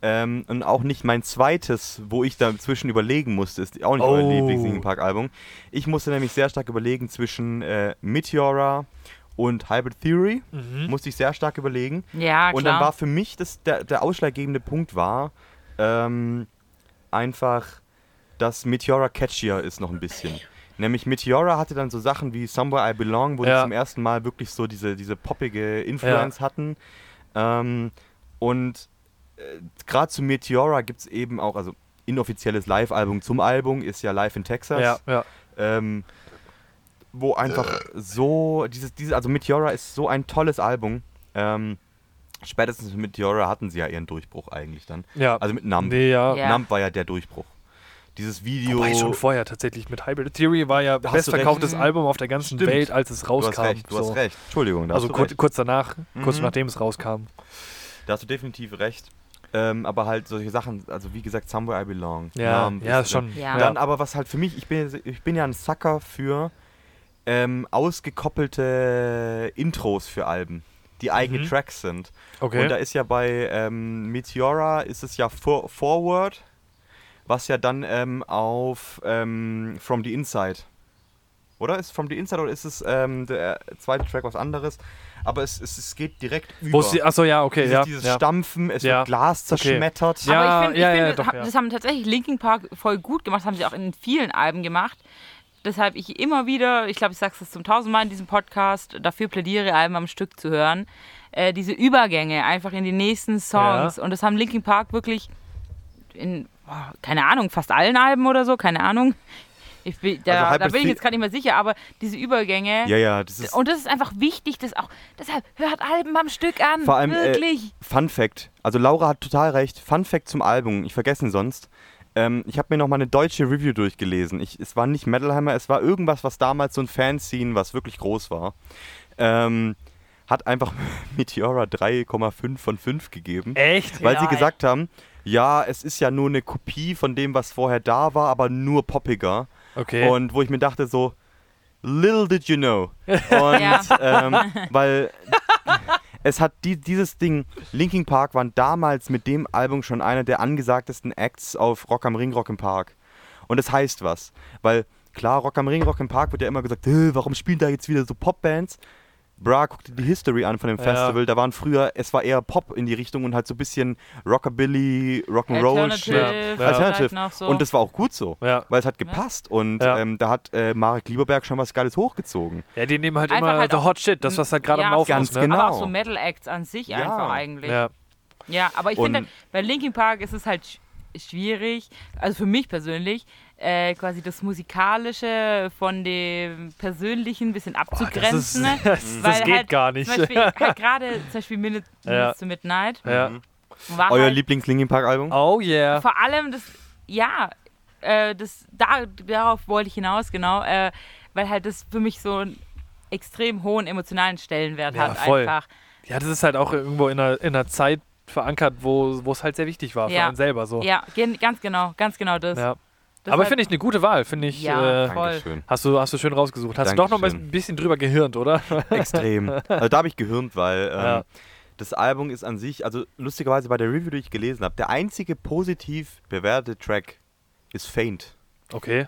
S3: Ähm, und auch nicht mein zweites, wo ich dazwischen überlegen musste, ist auch nicht euer
S2: Oh.
S3: Lieblings-Linkin Park-Album. Ich musste nämlich sehr stark überlegen zwischen äh, Meteora und Hybrid Theory. Musste ich sehr stark überlegen.
S1: Ja, klar.
S3: Und dann war für mich das, der, der ausschlaggebende Punkt war ähm, einfach, dass Meteora catchier ist noch ein bisschen. Nämlich Meteora hatte dann so Sachen wie Somewhere I Belong, wo
S2: Ja.
S3: die zum ersten Mal wirklich so diese, diese poppige Influence hatten. Ähm, und äh, gerade zu Meteora gibt es eben auch, also inoffizielles Live-Album zum Album ist ja Live in Texas
S2: Ja, ja.
S3: ähm, wo einfach so dieses, dieses also Meteora ist so ein tolles Album. Ähm, spätestens mit Meteora hatten sie ja ihren Durchbruch eigentlich dann.
S2: ja.
S3: Also mit Numb.
S2: nee, ja.
S1: Ja.
S3: Numb war ja der Durchbruch. Dieses Video.
S2: Wobei schon vorher tatsächlich mit Hybrid Theory war ja
S3: du
S2: bestverkauftes
S3: recht. Mhm.
S2: Album auf der ganzen
S3: Stimmt.
S2: Welt, als es
S3: du
S2: rauskam.
S3: hast recht, du
S2: so.
S3: hast recht. Entschuldigung, da,
S2: Also
S3: hast du
S2: kurz,
S3: recht.
S2: kurz danach, kurz
S3: Mhm.
S2: nachdem es rauskam.
S3: da hast du definitiv recht. Ähm, aber halt solche Sachen, also wie gesagt, Somewhere I Belong.
S2: Ja,
S3: Numb,
S2: ja,
S3: das-
S2: ist schon.
S1: Ja.
S3: Dann aber was halt für mich, ich bin, ich bin ja ein Sucker für ähm, ausgekoppelte Intros für Alben, die eigene
S2: Mhm.
S3: Tracks sind.
S2: okay.
S3: Und da ist ja bei ähm, Meteora ist es ja for Forward, was ja dann ähm, auf ähm, From the Inside. Oder ist From the Inside oder ist es ähm, der zweite Track was anderes? Aber es, es, es geht direkt
S2: Wo
S3: über.
S2: ist die, achso, ja, okay,
S3: dieses,
S2: ja.
S3: dieses
S2: ja.
S3: Stampfen, es
S2: Ja.
S3: wird Glas
S2: Okay.
S3: zerschmettert.
S2: Ja,
S1: Aber ich finde,
S2: ja,
S1: ich
S2: ja,
S1: find, das
S2: doch,
S1: ha-
S2: ja.
S1: das haben tatsächlich Linkin Park voll gut gemacht. Das haben sie auch in vielen Alben gemacht. Deshalb ich immer wieder, ich glaube, ich sage es zum tausendmal in diesem Podcast, dafür plädiere, Alben am Stück zu hören. Äh, diese Übergänge einfach in die nächsten Songs. Und das haben Linkin Park wirklich in, boah, keine Ahnung, fast allen Alben oder so, keine Ahnung. Ich bin, da,
S3: Also
S1: da
S3: Hybrid
S1: bin ich
S3: The-
S1: jetzt gar nicht mehr sicher, aber diese Übergänge.
S3: Ja, ja, das ist
S1: Und das ist einfach wichtig, dass auch, deshalb hört Alben am Stück an.
S3: Vor allem, äh,
S1: wirklich.
S3: Fun Fact. Also Laura hat total recht. Fun Fact zum Album. Ich vergesse ihn sonst. Ähm, ich habe mir noch mal eine deutsche Review durchgelesen. Ich, es war nicht Metalhammer, es war irgendwas, was damals so ein Fanscene, was wirklich groß war. Ähm, hat einfach Meteora 3,5 von 5 gegeben.
S2: Echt?
S3: Weil sie
S1: Ja, ey.
S3: gesagt haben, ja, es ist ja nur eine Kopie von dem, was vorher da war, aber nur poppiger.
S2: Okay.
S3: Und wo ich mir dachte so, Little did you know. Und
S1: Ja.
S3: ähm, weil es hat die, dieses Ding, Linkin Park waren damals mit dem Album schon einer der angesagtesten Acts auf Rock am Ring, Rock im Park. Und das heißt was. Weil klar, Rock am Ring, Rock im Park wird ja immer gesagt, "Äh, warum spielen da jetzt wieder so Popbands? Bra, guck dir die History an von dem
S2: Ja.
S3: Festival. Da waren früher, es war eher Pop in die Richtung und halt so ein bisschen Rockabilly,
S2: ja.
S3: Rock'n'Roll, Shit.
S2: Ja.
S3: Alternative.
S1: vielleicht noch so.
S3: Und das war auch gut so,
S2: Ja.
S3: weil es hat gepasst und
S2: Ja.
S3: ähm, da hat äh, Marek Lieberberg schon was Geiles hochgezogen.
S2: Ja, die nehmen halt
S1: Einfach
S2: immer
S1: halt
S2: the
S1: auch-
S2: hot shit, das, was halt gerade
S1: Ja,
S2: am Laufen
S3: ganz
S2: ist. Ne?
S3: genau.
S1: Aber auch so Metal-Acts an sich einfach eigentlich.
S2: Ja.
S1: Ja, aber ich
S3: Und-
S1: finde, bei Linkin Park ist es halt sch- schwierig, also für mich persönlich, äh, quasi das Musikalische von dem Persönlichen ein bisschen
S2: Das, ist,
S1: abzugrenzen. ne?
S2: das, das
S1: Weil
S2: geht
S1: halt
S2: gar nicht.
S1: Zum Beispiel, halt gerade zum Beispiel Minutes
S2: Ja.
S1: to Midnight.
S2: Ja.
S3: Mhm.
S1: War
S3: Euer
S1: halt
S3: Lieblings-Linkin Park-Album?
S2: Oh yeah.
S1: vor allem das, ja, äh, das, da, darauf wollte ich hinaus, genau, äh, weil halt das für mich so einen extrem hohen emotionalen Stellenwert
S2: Ja,
S1: hat
S2: voll.
S1: einfach.
S2: Ja, das ist halt auch irgendwo in einer, in einer Zeit verankert, wo wo es halt sehr wichtig war für
S1: Ja.
S2: einen selber. So.
S1: Ja, gen- ganz genau, ganz genau das.
S2: Ja.
S1: Deshalb-
S2: Aber finde ich eine gute Wahl, finde ich.
S1: Ja.
S2: Äh,
S3: Dankeschön.
S2: hast, du, hast du schön rausgesucht. Hast du doch noch
S3: Dankeschön.
S2: ein bisschen drüber gehirnt, oder?
S3: Extrem. Also da habe ich gehirnt, weil ähm,
S2: Ja.
S3: das Album ist an sich, also lustigerweise bei der Review, die ich gelesen habe, der einzige positiv bewährte Track ist Faint.
S2: Okay.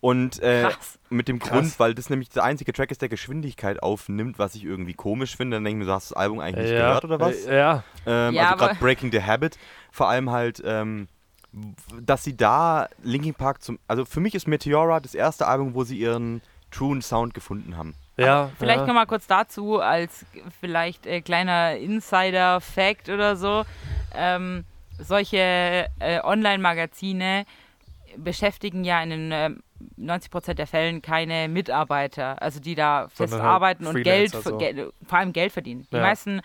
S3: Und äh,
S1: Krass.
S3: mit dem Grund, weil das nämlich der einzige Track ist, der Geschwindigkeit aufnimmt, was ich irgendwie komisch finde. Dann denke ich mir, so, hast du das Album eigentlich nicht
S2: ja.
S3: gehört oder was?
S2: Äh, Ja.
S3: Ähm,
S1: Ja,
S3: also gerade
S1: aber-
S3: Breaking the Habit. Vor allem halt, ähm, w- dass sie da Linkin Park zum. Also für mich ist Meteora das erste Album, wo sie ihren truen Sound gefunden haben.
S2: Ja.
S1: Vielleicht
S2: ja.
S1: noch mal kurz dazu, als vielleicht äh, kleiner Insider-Fact oder so. Ähm, solche äh, Online-Magazine beschäftigen ja in den ähm, 90 Prozent der Fällen keine Mitarbeiter, also die da fest
S2: Sondern halt
S1: arbeiten und Geld,
S2: Freelancer, so.
S1: Gel- vor allem Geld verdienen. Die
S2: Ja.
S1: meisten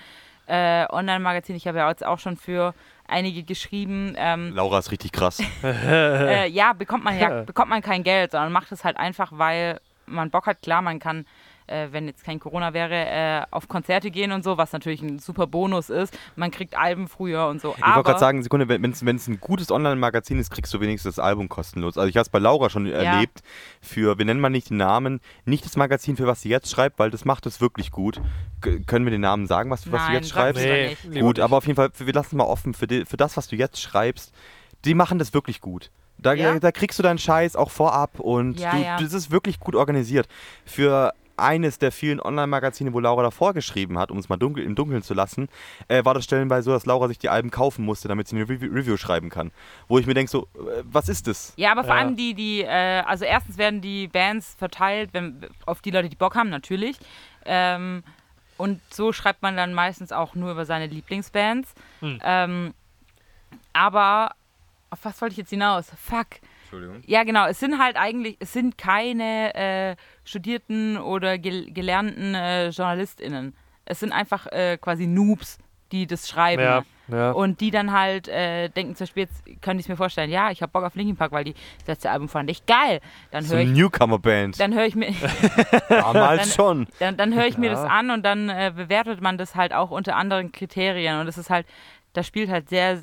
S1: äh, Online-Magazine, ich habe ja jetzt auch schon für einige geschrieben, ähm,
S3: Laura ist richtig krass.
S1: äh, ja, bekommt man
S2: Ja.
S1: ja, bekommt man kein Geld, sondern macht es halt einfach, weil man Bock hat. Klar, man kann, äh, wenn jetzt kein Corona wäre, äh, auf Konzerte gehen und so, was natürlich ein super Bonus ist. Man kriegt Alben früher und so.
S3: ich wollte
S1: aber
S3: gerade sagen, Sekunde, wenn es ein gutes Online-Magazin ist, kriegst du wenigstens das Album kostenlos. Also ich habe es bei Laura schon erlebt, für, wir nennen mal nicht den Namen, nicht das Magazin, für was sie jetzt schreibt, weil das macht es wirklich gut. K können wir den Namen sagen, was, was du
S1: Nein,
S3: jetzt
S1: sag
S3: schreibst?
S1: nicht.
S2: Nee,
S1: Gut,
S2: lieber
S3: Gut,
S2: nicht.
S3: aber auf jeden Fall, wir lassen mal offen für, die, für das, was du jetzt schreibst. Die machen das wirklich gut. Da,
S1: Ja?
S3: da kriegst du deinen Scheiß auch vorab und
S1: Ja,
S3: du,
S1: ja.
S3: das ist wirklich gut organisiert. Für eines der vielen Online-Magazine, wo Laura davor geschrieben hat, um es mal dunkel, im Dunkeln zu lassen, äh, war das stellenweise so, dass Laura sich die Alben kaufen musste, damit sie eine Review, Review schreiben kann. Wo ich mir denke, so, äh, was ist das?
S1: Ja, aber vor
S2: Ja.
S1: allem die, die, äh, also erstens werden die Bands verteilt, wenn, auf die Leute, die Bock haben, natürlich. Ähm, und so schreibt man dann meistens auch nur über seine Lieblingsbands.
S2: Hm.
S1: Ähm, aber auf was wollte ich jetzt hinaus? Fuck.
S3: Entschuldigung.
S1: Ja, genau. Es sind halt eigentlich, es sind keine äh, studierten oder gel gelernten äh, JournalistInnen. Es sind einfach äh, quasi Noobs, die das schreiben.
S2: Ja. Ja.
S1: Und die dann halt äh, denken, zum Beispiel, jetzt könnte ich es mir vorstellen, ja, ich habe Bock auf Linkin Park, weil die, das letzte Album fand ich geil. Dann
S3: So
S1: höre
S3: eine
S1: ich,
S3: Newcomer-Band.
S1: dann höre ich mir,
S3: Damals schon.
S1: dann, dann höre ich mir das an und dann äh, bewertet man das halt auch unter anderen Kriterien. Und das ist halt, da spielt halt sehr,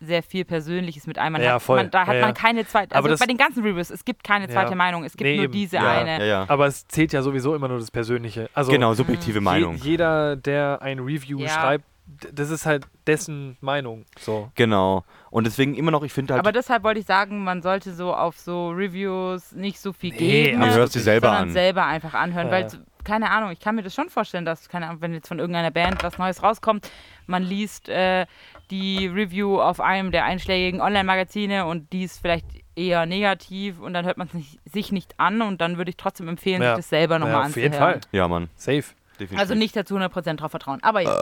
S1: sehr viel Persönliches mit ein. Man
S2: Ja,
S1: hat,
S2: voll.
S1: Man, da hat
S2: Ja, ja.
S1: man keine zweite,
S2: Aber
S1: also
S2: das-
S1: bei den ganzen Reviews, es gibt keine zweite
S2: Ja.
S1: Meinung, es gibt
S2: Nee,
S1: nur
S2: eben.
S1: diese
S2: Ja,
S1: eine.
S3: Ja, ja.
S2: Aber es zählt ja sowieso immer nur das Persönliche. Also
S3: Genau,
S1: Mhm.
S3: subjektive Meinung.
S2: Je, jeder, der ein Review
S1: Ja.
S2: schreibt, d- das ist halt dessen Meinung. So.
S3: Genau. Und deswegen immer noch, ich finde halt,
S1: Aber deshalb wollte ich sagen, man sollte so auf so Reviews nicht so viel
S2: Nee, also
S1: geben.
S2: aber
S3: du hörst sie selber
S1: sondern
S3: an.
S1: selber einfach anhören,
S2: Ja,
S1: weil
S2: ja.
S1: so- keine Ahnung, ich kann mir das schon vorstellen, dass keine Ahnung, wenn jetzt von irgendeiner Band was Neues rauskommt, man liest äh, die Review auf einem der einschlägigen Online-Magazine und die ist vielleicht eher negativ und dann hört man es nicht, sich nicht an und dann würde ich trotzdem empfehlen,
S2: Ja.
S1: sich das selber nochmal
S2: Ja,
S1: anzuhören.
S2: auf jeden Fall.
S3: ja, Mann.
S2: Safe.
S3: Definitiv.
S1: Also nicht dazu 100% drauf vertrauen. Aber ja,
S3: Äh,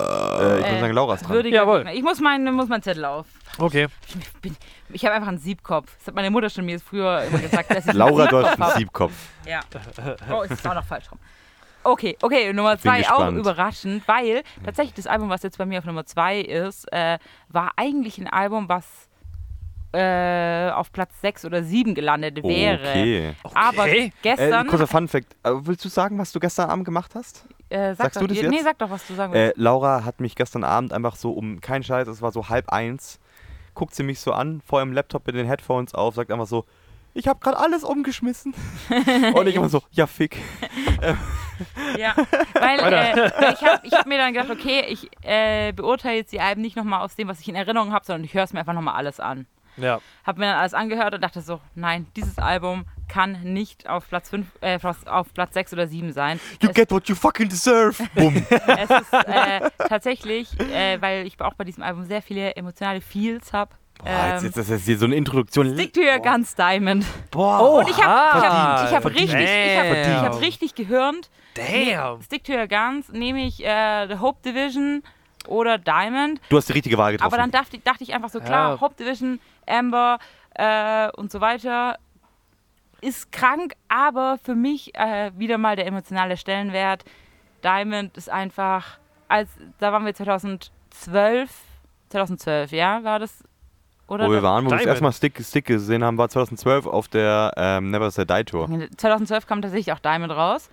S3: ich würde
S1: äh,
S3: sagen, Laura ist dran.
S1: würdiger.
S2: Jawohl.
S1: Ich muss meinen muss mein Zettel auf.
S2: Okay.
S1: Ich, bin- ich habe einfach einen Siebkopf. Das hat meine Mutter schon mir früher immer gesagt. Dass ich
S3: Laura,
S1: einen
S3: du hast
S1: Siebkopf
S3: einen
S1: habe.
S3: Siebkopf.
S1: Ja. Oh, es ist auch noch falsch rum. Okay, okay, Nummer zwei auch
S3: gespannt.
S1: überraschend, weil tatsächlich das Album, was jetzt bei mir auf Nummer zwei ist, äh, war eigentlich ein Album, was äh, auf Platz sechs oder sieben gelandet wäre.
S3: Okay.
S1: Aber
S2: Okay.
S3: Äh,
S1: gestern.
S3: kurzer Fun-Fact. Äh, Willst du sagen, was du gestern Abend gemacht hast?
S1: Äh, sag
S3: sagst
S1: doch,
S3: du das
S1: ihr-
S3: jetzt?
S1: Nee, sag doch, was du sagen willst.
S3: Äh, Laura hat mich gestern Abend einfach so um, kein Scheiß, es war so halb eins, guckt sie mich so an, vor ihrem Laptop mit den Headphones auf, sagt einfach so, ich habe gerade alles umgeschmissen. Und ich immer so, ja, fick.
S1: Ja, weil äh, ich habe ich hab mir dann gedacht, okay, ich äh, beurteile jetzt die Alben nicht nochmal aus dem, was ich in Erinnerung habe, sondern ich höre es mir einfach nochmal alles an.
S2: Ja.
S1: Habe mir dann alles angehört und dachte so, nein, dieses Album kann nicht auf Platz 5, äh, auf Platz 6 oder 7 sein.
S3: You get what you fucking deserve. Bumm.
S1: Es ist äh, tatsächlich, äh, weil ich auch bei diesem Album sehr viele emotionale Feels habe.
S3: Boah, Ah, jetzt, jetzt, das ist jetzt hier so eine Introduktion.
S1: Ähm, Stick to your guns, Diamond.
S2: Boah.
S1: Und ich habe ich hab, ich hab
S2: Verdient.
S1: richtig, ich hab, ich hab
S2: Damn.
S1: richtig gehirnt.
S2: Damn.
S1: Stick to your guns nehme ich äh, The Hope Division oder Diamond.
S3: Du hast die richtige Wahl getroffen.
S1: Aber dann dachte, ich- dachte ich einfach so, klar,
S2: Ja.
S1: Hope Division, Amber äh, und so weiter ist krank, aber für mich äh, wieder mal der emotionale Stellenwert. Diamond ist einfach, als da waren wir 2012, 2012, ja, war das? Oder
S3: wo wir waren, wo wir das
S2: Diamond.
S3: erstmal Stick, Stick gesehen haben, war 2012 auf der ähm, Never Say Die Tour.
S1: 2012 kam tatsächlich auch Diamond raus.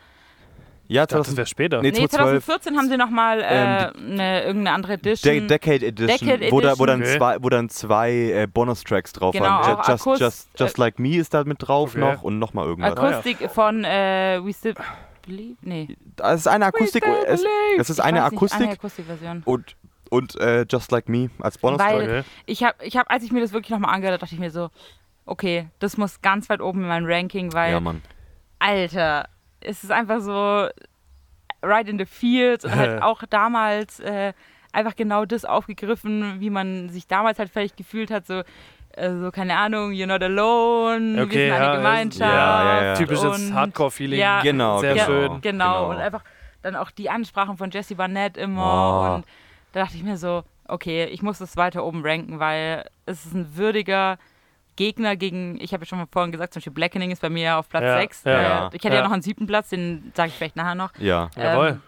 S3: Ja,
S2: Das, das
S3: 2012.
S2: wäre später.
S3: Nee,
S1: Nee,
S3: 2012.
S1: 2014 haben sie nochmal äh,
S3: Ähm,
S1: eine, irgendeine andere
S3: De
S1: Edition.
S3: Decade Edition,
S1: Decade
S3: Wo, da, wo dann
S2: Edition.
S3: zwei, wo dann zwei äh, Bonus-Tracks drauf
S1: Genau,
S3: waren.
S1: auch äh,
S3: Ju- Just,
S1: Akkus-
S3: just, just Like Me ist da mit drauf
S2: Okay.
S3: noch und nochmal irgendwas.
S1: Akustik von äh, We Still Believe? Nee.
S3: es ist eine Akustik,
S1: Still
S3: es,
S1: Believe.
S3: es ist
S1: Ich
S3: eine
S1: weiß nicht, Eine
S3: Akustik
S1: Akustikversion.
S3: und, und äh, Just Like Me als Bonus-Track.
S1: Weil ich habe, ich hab, als ich mir das wirklich nochmal angehört habe, dachte ich mir so, okay, das muss ganz weit oben in meinem Ranking, weil,
S3: Ja, Mann.
S1: Alter, es ist einfach so right in the field und halt auch damals äh, einfach genau das aufgegriffen, wie man sich damals halt vielleicht gefühlt hat, so, äh, so keine Ahnung, you're not alone,
S2: Okay,
S1: wir sind eine
S2: ja, es-
S1: Gemeinschaft.
S3: ja, ja, ja.
S2: Typisches
S1: und-
S2: Hardcore-Feeling.
S1: Ja.
S3: Genau,
S2: Sehr
S3: genau.
S2: schön.
S1: Genau, und einfach dann auch die Ansprachen von Jesse Barnett immer.
S2: Ah.
S3: Oh.
S1: Und da dachte ich mir so, okay, ich muss das weiter oben ranken, weil es ist ein würdiger Gegner gegen, ich habe ja schon mal vorhin gesagt, zum Beispiel Blackening ist bei mir auf Platz
S2: Ja,
S1: 6.
S2: ja.
S3: Ja.
S1: ich hätte ja.
S2: Ja.
S1: noch einen siebten Platz, den sage ich vielleicht nachher noch.
S3: Ja.
S2: Jawohl.
S1: Ähm,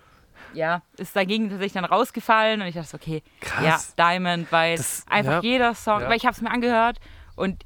S1: Ja, ist dagegen tatsächlich dann rausgefallen und ich dachte, so, okay,
S2: Krass.
S1: ja, Diamond, weil
S2: Das-
S1: einfach
S2: ja.
S1: jeder Song,
S2: Ja.
S1: weil ich habe es mir angehört und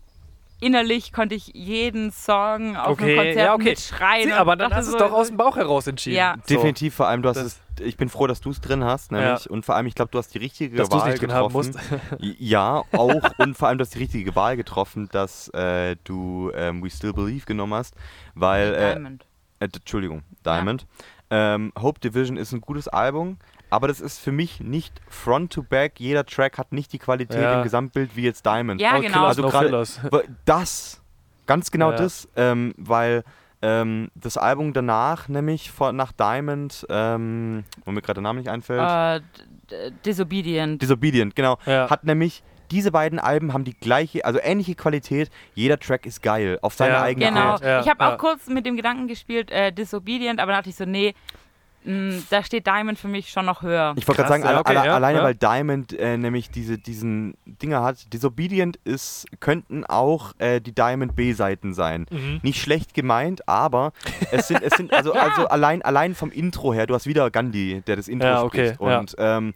S1: innerlich konnte ich jeden Song auf
S2: Okay,
S1: dem Konzert
S2: ja, okay.
S1: mitschreien.
S2: Sie,
S1: und
S2: aber dann
S1: dachte
S2: hast du
S1: so,
S2: es doch aus dem Bauch heraus entschieden.
S1: Ja.
S2: So.
S3: Definitiv, vor allem, du hast
S2: Das-
S3: es, ich bin froh, dass du es drin hast, nämlich. Und vor allem, ich glaube, du hast die richtige
S2: Dass du es
S3: Wahl
S2: nicht drin haben
S3: halt getroffen. ja, auch. und vor allem, du hast die richtige Wahl getroffen, dass äh, du ähm, We Still Believe genommen hast, weil. Äh,
S1: Diamond.
S3: äh, d- Entschuldigung, Diamond. Ähm, Hope Division ist ein gutes Album, aber das ist für mich nicht Front to Back. Jeder Track hat nicht die Qualität
S2: Ja.
S3: im Gesamtbild wie jetzt Diamond.
S1: Ja,
S2: Oh,
S1: genau.
S2: Killers,
S3: Also
S2: no
S3: gerade-
S2: Fillers.
S3: Weil Das, ganz genau
S2: Ja.
S3: das, ähm, weil ähm, das Album danach, nämlich vor, nach Diamond, ähm, wo mir gerade der Name nicht einfällt,
S1: Äh, d- d- Disobedient.
S3: Disobedient, genau,
S2: Ja.
S3: hat nämlich diese beiden Alben haben die gleiche, also ähnliche Qualität. Jeder Track ist geil, auf seine
S2: Ja.
S3: eigene
S1: Genau.
S3: Art.
S2: Ja,
S1: ich habe
S2: ja.
S1: auch kurz mit dem Gedanken gespielt, äh, Disobedient, aber dachte ich so, nee, mh, da steht Diamond für mich schon noch höher.
S3: Ich wollte gerade
S2: Krass,
S3: sagen,
S2: ja,
S3: alle-
S2: okay,
S3: alle-
S2: ja,
S3: alleine
S2: ja.
S3: weil Diamond äh, nämlich diese diesen Dinger hat, Disobedient ist, könnten auch äh, die Diamond B-Seiten sein.
S2: Mhm.
S3: Nicht schlecht gemeint, aber es sind, es sind also, also allein, allein vom Intro her, du hast wieder Gandhi, der das Intro
S2: Ja, okay,
S3: spricht. Und ähm,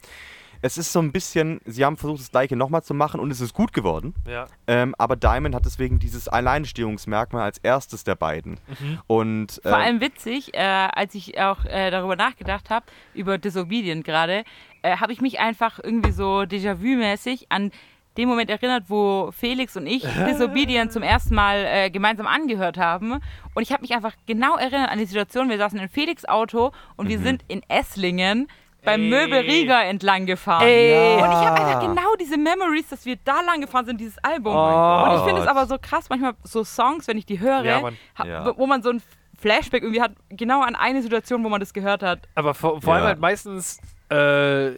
S3: es ist so ein bisschen, sie haben versucht, das gleiche nochmal zu machen und es ist gut geworden.
S2: Ja.
S3: Ähm, aber Diamond hat deswegen dieses Alleinstehungsmerkmal als erstes der beiden.
S2: Mhm.
S3: Und
S1: Vor
S3: äh,
S2: Ähm.
S1: allem witzig, äh, als ich auch äh, darüber nachgedacht habe, über Disobedient gerade, äh, habe ich mich einfach irgendwie so Déjà-vu-mäßig an den Moment erinnert, wo Felix und ich Disobedient zum ersten Mal äh, gemeinsam angehört haben. Und ich habe mich einfach genau erinnert an die Situation, wir saßen in Felix Auto und
S2: Mhm.
S1: wir sind in Esslingen beim Möbelrieger entlang gefahren. Und ich habe einfach genau diese Memories, dass wir da lang gefahren sind, dieses Album.
S2: Oh.
S1: und ich finde es
S3: Gott.
S1: aber so krass, manchmal so Songs, wenn ich die höre,
S2: Ja, Mann.
S1: ha-
S3: Ja.
S1: wo man so ein Flashback irgendwie hat, genau an eine Situation, wo man das gehört hat.
S2: Aber vor, vor
S3: Ja.
S2: allem halt meistens äh,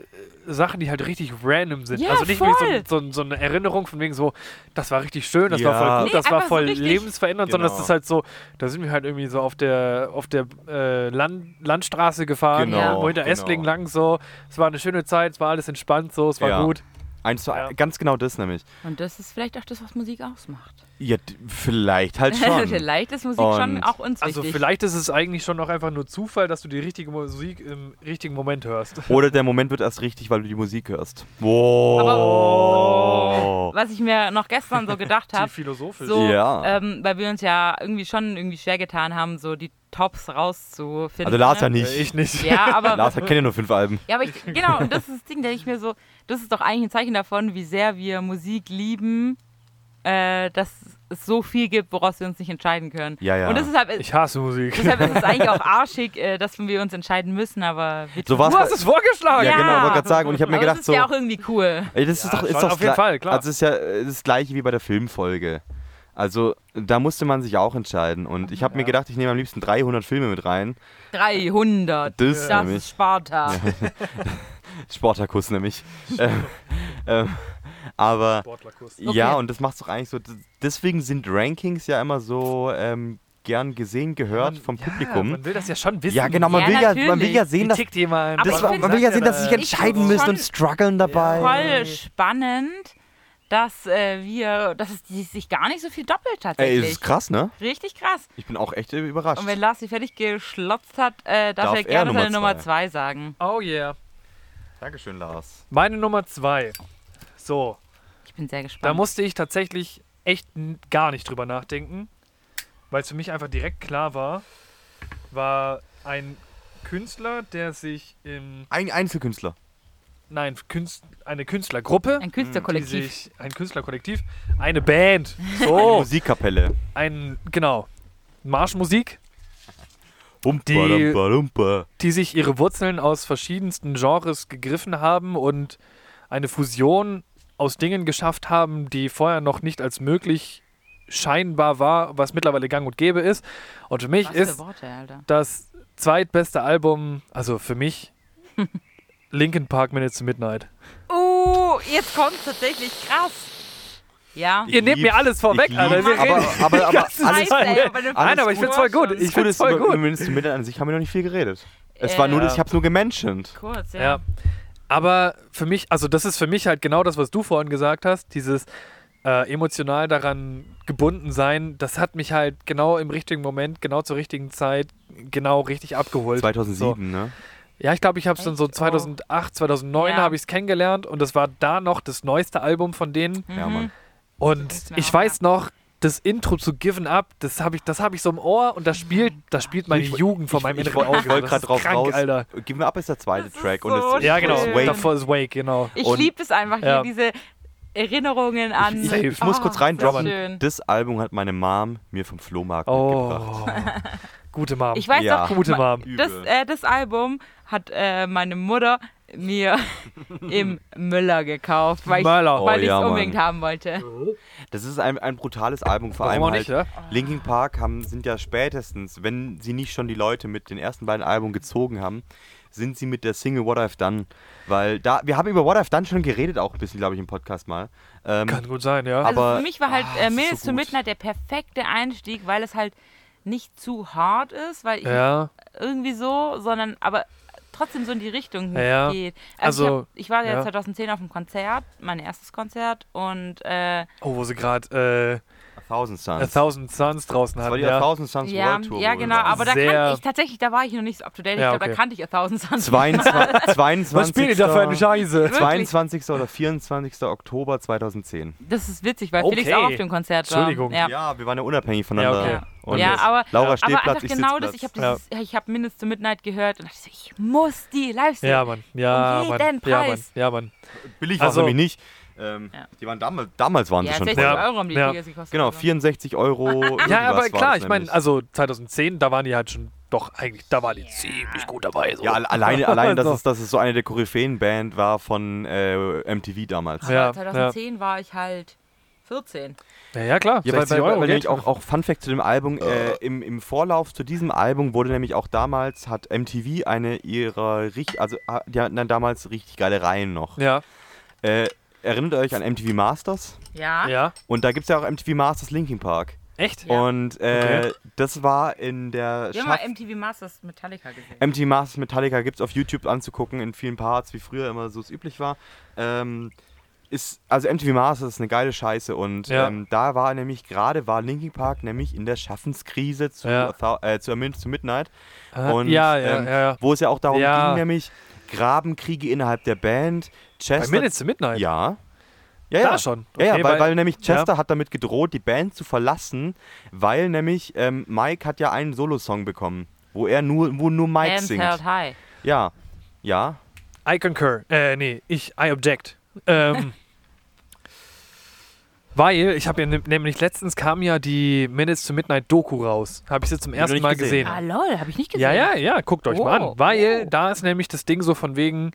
S2: Sachen, die halt richtig random sind.
S1: Ja,
S2: also nicht
S1: voll.
S2: wie so, so, so eine Erinnerung von wegen so, das war richtig schön, das war
S3: Ja.
S2: voll gut,
S3: Nee,
S2: das war
S1: einfach so
S2: voll
S1: richtig-
S2: lebensverändernd, sondern es
S3: Genau.
S2: ist halt so, da sind wir halt irgendwie so auf der auf der äh, Land, Landstraße gefahren,
S3: Genau,
S2: irgendwo hinter
S3: genau.
S2: Esslingen lang so. Es war eine schöne Zeit, es war alles entspannt so, es war
S3: Ja.
S2: gut.
S3: eins zu,
S2: Ja.
S3: ganz genau das nämlich.
S1: Und das ist vielleicht auch das, was Musik ausmacht.
S3: Ja, d- vielleicht halt schon.
S1: vielleicht ist Musik schon
S3: Und-
S1: auch uns
S2: Also
S1: wichtig.
S2: vielleicht ist es eigentlich schon auch einfach nur Zufall, dass du die richtige Musik im richtigen Moment hörst.
S3: Oder der Moment wird erst richtig, weil du die Musik hörst. Oh. Wow.
S1: was ich mir noch gestern so gedacht
S2: Die
S1: habe,
S2: philosophisch.
S1: so,
S3: Ja.
S1: ähm, weil wir uns ja irgendwie schon irgendwie schwer getan haben, so die Tops rauszufinden.
S3: also Lars ja
S1: ne?
S3: nicht.
S2: Äh, ich nicht.
S1: Ja, aber
S3: Lars hat kennt ja nur fünf Alben.
S1: Ja, aber ich, genau, und das ist das Ding, denke ich mir so, das ist doch eigentlich ein Zeichen davon, wie sehr wir Musik lieben, äh, dass es so viel gibt, woraus wir uns nicht entscheiden können.
S3: Ja, ja.
S1: Und halt, deshalb,
S2: Ich hasse Musik.
S1: deshalb ist es eigentlich auch arschig, äh, dass wir uns entscheiden müssen, aber wir
S3: So
S1: tun's.
S3: war's
S2: Du hast es vorgeschlagen.
S3: Ja, genau, wollte gerade sagen. Und ich habe mir
S1: Aber
S3: gedacht,
S1: das ist
S3: so.
S1: ja auch irgendwie cool.
S3: Ey, Das ist
S2: Ja,
S3: doch, ist
S2: schon,
S3: doch
S2: auf jeden
S3: gla-
S2: Fall, klar.
S3: Also es ist ja äh, das gleiche wie bei der Filmfolge. Also da musste man sich auch entscheiden. Und ich habe mir gedacht, ich nehme am liebsten 300 Filme mit rein.
S1: 300.
S3: Das
S1: Das
S3: nämlich.
S1: ist Sparta.
S3: Sportakus nämlich. ähm, ähm, aber ja, und das macht's doch eigentlich so. d- Deswegen sind Rankings ja immer so ähm, gern gesehen, gehört vom Publikum.
S2: Ja, man will das ja schon wissen.
S3: ja, genau, man,
S1: Ja,
S3: will ja, man will
S1: natürlich.
S3: ja sehen,
S2: Wie
S3: dass,
S2: tickt jemand?
S1: Aber
S3: das,
S1: ich
S3: war-
S1: find's-
S3: man will ja sehen, dass sie sich
S1: ich find's
S3: entscheiden müssen
S1: schon
S3: und strugglen dabei.
S1: Voll spannend, dass äh, wir, dass es die sich gar nicht so viel doppelt
S3: Ey,
S1: tatsächlich.
S3: das ist krass, ne?
S1: Richtig krass.
S3: Ich bin auch echt äh, überrascht.
S1: Und wenn Lars sie fertig geschlotzt hat, äh, darf,
S3: Darf
S1: er
S3: er
S1: gerne
S3: Nummer
S1: seine Nummer
S3: zwei.
S1: 2 sagen.
S2: Oh yeah.
S3: Dankeschön, Lars.
S2: Meine Nummer zwei. So,
S1: Ich bin sehr
S2: Da
S1: gespannt.
S2: musste ich tatsächlich echt n- gar nicht drüber nachdenken, weil es für mich einfach direkt klar war, war ein Künstler, der sich im
S3: Ein Einzelkünstler.
S2: nein, Künst, eine
S1: Ein
S2: Künstlergruppe, Hm, die
S1: Künstlerkollektiv.
S2: sich ein Künstlerkollektiv, eine Band,
S3: Eine
S2: so
S3: Musikkapelle.
S2: ein genau, Marschmusik,
S3: Humpa,
S2: Die-
S3: lumpa, lumpa.
S2: die sich ihre Wurzeln aus verschiedensten Genres gegriffen haben und eine Fusion aus Dingen geschafft haben, die vorher noch nicht als möglich scheinbar war, was mittlerweile gang und gäbe ist. Und für mich
S1: Was
S2: ist
S1: für Worte, Alter.
S2: das zweitbeste Album, also für mich, Linkin Park Minutes to Midnight.
S1: Oh, jetzt kommt tatsächlich krass. Ja.
S3: Ich
S2: Ihr nehmt mir
S3: lieb's.
S2: alles
S1: Oh,
S2: vorweg,
S3: Ich
S2: Alter.
S3: lieb's.
S2: Wir reden
S3: Aber, aber, aber
S2: ganze
S3: alles
S2: Zeit.
S1: Scheiße, ey, aber eine
S2: Nein, aber ich find's voll gut. Ich
S3: Ich
S2: find's
S3: würde es
S2: voll gut.
S3: Mindestens mit an sich haben wir noch nicht viel geredet. Es
S1: Äh,
S3: war nur, dass
S2: ja.
S3: ich habe es nur gementioned.
S1: Kurz, ja.
S2: Ja. Aber für mich, also das ist für mich halt genau das, was du vorhin gesagt hast, dieses äh, emotional daran gebunden sein, das hat mich halt genau im richtigen Moment, genau zur richtigen Zeit, genau richtig abgeholt.
S3: 2007,
S2: So.
S3: ne?
S2: Ja, ich glaube, ich habe es dann so
S1: Echt? Oh.
S2: 2008, 2009
S1: Ja.
S2: habe ich es kennengelernt und das war da noch das neueste Album von denen.
S3: Ja, Mann.
S2: Und
S1: Mhm. ist mir
S2: ich
S1: auch
S2: weiß noch, das Intro zu Given Up, das habe ich, das hab ich so im Ohr und das spielt, das spielt meine
S3: Ich-
S2: Jugend vor meinem
S3: ich, ich,
S2: inneren Auge.
S3: Ich wollte
S2: Das
S3: gerade
S2: ist
S3: drauf
S2: krank,
S3: raus.
S2: Alter.
S3: Give Me Up ist der zweite
S1: ist
S3: Track.
S1: so
S3: und das
S2: Ja, genau.
S3: ist Wake.
S2: Davor ist Wake, genau.
S1: Ich
S3: Und-
S1: liebe es einfach hier,
S2: Ja.
S1: diese Erinnerungen an.
S3: Ich, ich muss
S1: Ah,
S3: kurz
S1: sehr schön.
S3: reindroppen. Das Album hat meine Mom mir vom Flohmarkt mitgebracht.
S2: Oh. Gute Mom.
S1: Ich weiß
S3: Ja.
S1: noch,
S2: Gute Mom.
S1: das,
S3: Übel.
S1: äh, das Album hat äh, meine Mutter mir im Müller gekauft, weil ich
S2: Möller.
S1: weil
S3: Oh,
S1: ich es
S3: ja, Mann.
S1: unbedingt haben wollte.
S3: Das ist ein, ein brutales Album, vor
S2: Warum
S3: allem
S2: auch
S3: halt
S2: nicht, ne? ja?
S3: Linkin Park haben, sind ja spätestens, wenn sie nicht schon die Leute mit den ersten beiden Alben gezogen haben, sind sie mit der Single What I've Done. Weil da, wir haben über What I've Done schon geredet, auch ein bisschen, glaube ich, im Podcast mal. Ähm,
S2: Kann gut sein, ja.
S1: Also
S3: Aber-
S1: für mich war halt
S3: Ah,
S1: äh,
S3: das ist so
S1: Minutes to
S3: gut.
S1: Midnight der perfekte Einstieg, weil es halt nicht zu hart ist, weil ich
S2: ja.
S1: irgendwie so, sondern aber trotzdem so in die Richtung
S2: Ja.
S1: geht. Also,
S2: Also,
S1: ich, hab, ich war ja
S2: ja.
S1: 2010 auf einem Konzert, mein erstes Konzert und äh,
S2: Oh, wo sie gerade
S3: A Thousand
S2: äh, A
S3: Suns.
S2: Thousand Suns draußen
S3: Das war
S2: hatten.
S3: die A
S2: Ja.
S3: Thousand Suns
S1: ja,
S3: World Tour.
S1: ja
S3: wo wir
S1: genau,
S3: waren.
S1: aber da kann
S2: Sehr-
S1: ich tatsächlich, da war ich noch nicht so up to date. Ich
S2: Ja,
S1: glaube,
S2: okay.
S1: da kannte ich A Thousand Suns.
S3: 22, 22.
S2: Was spielt ihr da für eine Scheiße?
S3: 22. oder 24. Oktober 2010.
S1: Das ist witzig, weil Felix
S2: Okay.
S1: auch auf dem Konzert war.
S2: Entschuldigung.
S1: Ja.
S3: wir waren ja unabhängig voneinander.
S2: Ja, okay.
S3: Und
S1: Ja, aber-
S3: Laura
S1: Aber
S3: Stehplatz,
S1: einfach
S3: ich
S1: genau das,
S3: Sitzplatz.
S1: ich habe ja. hab Minutes to Midnight gehört und dachte, so, ich muss die live sehen.
S2: Ja, Mann. Ja,
S1: Um jeden
S2: Mann. Ja, Mann.
S1: Preis.
S2: Ja, Mann.
S3: Billig war es
S2: Also-
S3: nämlich nicht. Ähm,
S1: Ja.
S3: Die waren damals, damals waren
S1: Ja,
S3: sie schon
S1: 60
S3: teuer.
S2: Ja.
S1: Euro haben die
S2: Ja.
S1: Tickets gekostet.
S3: Genau,
S1: Also.
S3: 64 Euro.
S2: Ja, aber
S3: irgendwas war
S2: klar,
S3: das
S2: ich meine,
S3: nämlich.
S2: also 2010, da waren die halt schon doch eigentlich, da waren die ziemlich gut dabei. So. Also,
S3: Ja, al- alleine, allein, dass,
S2: So.
S3: es, dass es so eine der Koryphäen-Band war von äh, MTV damals.
S1: Aber
S2: Ja,
S1: 2010 war ich halt 14.
S2: Ja, ja klar.
S3: Ja, weil,
S2: 60
S3: weil, weil
S2: Euro Geld.
S3: nämlich auch, auch Fun Fact zu dem Album, äh, im, im Vorlauf zu diesem Album wurde nämlich auch damals, hat MTV eine ihrer, richt- also ah, die hatten dann damals richtig geile Reihen noch.
S2: ja,
S3: Äh, erinnert ihr euch an MTV Masters?
S1: Ja.
S2: ja.
S3: Und da gibt es ja auch MTV Masters Linkin Park.
S2: Echt?
S1: Ja.
S3: Und äh,
S2: Okay.
S3: das war in der
S1: Wir haben
S3: Schaff-
S1: mal MTV Masters Metallica gesehen.
S3: MT Masters Metallica gibt es auf YouTube anzugucken in vielen Parts, wie früher immer so es üblich war. Ähm, ist, also MTV Masters ist eine geile Scheiße und
S2: Ja.
S3: ähm, da war nämlich gerade war Linkin Park nämlich in der Schaffenskrise zu,
S2: Ja.
S3: A Thou- äh, zu, A Minute to Midnight
S2: Ah,
S3: und
S2: ja, ja,
S3: ähm,
S2: ja, ja.
S3: wo es ja auch darum
S2: Ja.
S3: ging nämlich Grabenkriege innerhalb der Band. Chester,
S2: Bei Minutes to Midnight.
S3: ja. Ja,
S2: Da
S3: ja.
S2: schon.
S3: Ja,
S2: Okay,
S3: ja weil,
S2: weil-
S3: weil, nämlich Chester hat damit gedroht, die Band zu verlassen, weil nämlich ähm, Mike hat ja einen Solosong bekommen, wo er nur, wo nur Mike
S1: Hands
S3: singt.
S1: Held High.
S3: Ja, ja.
S2: I concur. Äh, nee, ich, I object. Ähm, Weil ich habe ja ne- nämlich letztens kam ja die Minutes to Midnight Doku raus. Habe ich sie zum ersten
S3: nicht
S2: Mal
S3: gesehen.
S2: gesehen.
S1: Ah, lol, habe ich nicht gesehen.
S2: Genau. Ja, ja, ja, guckt euch mal
S1: Oh.
S2: an. Weil da ist nämlich das Ding so von wegen,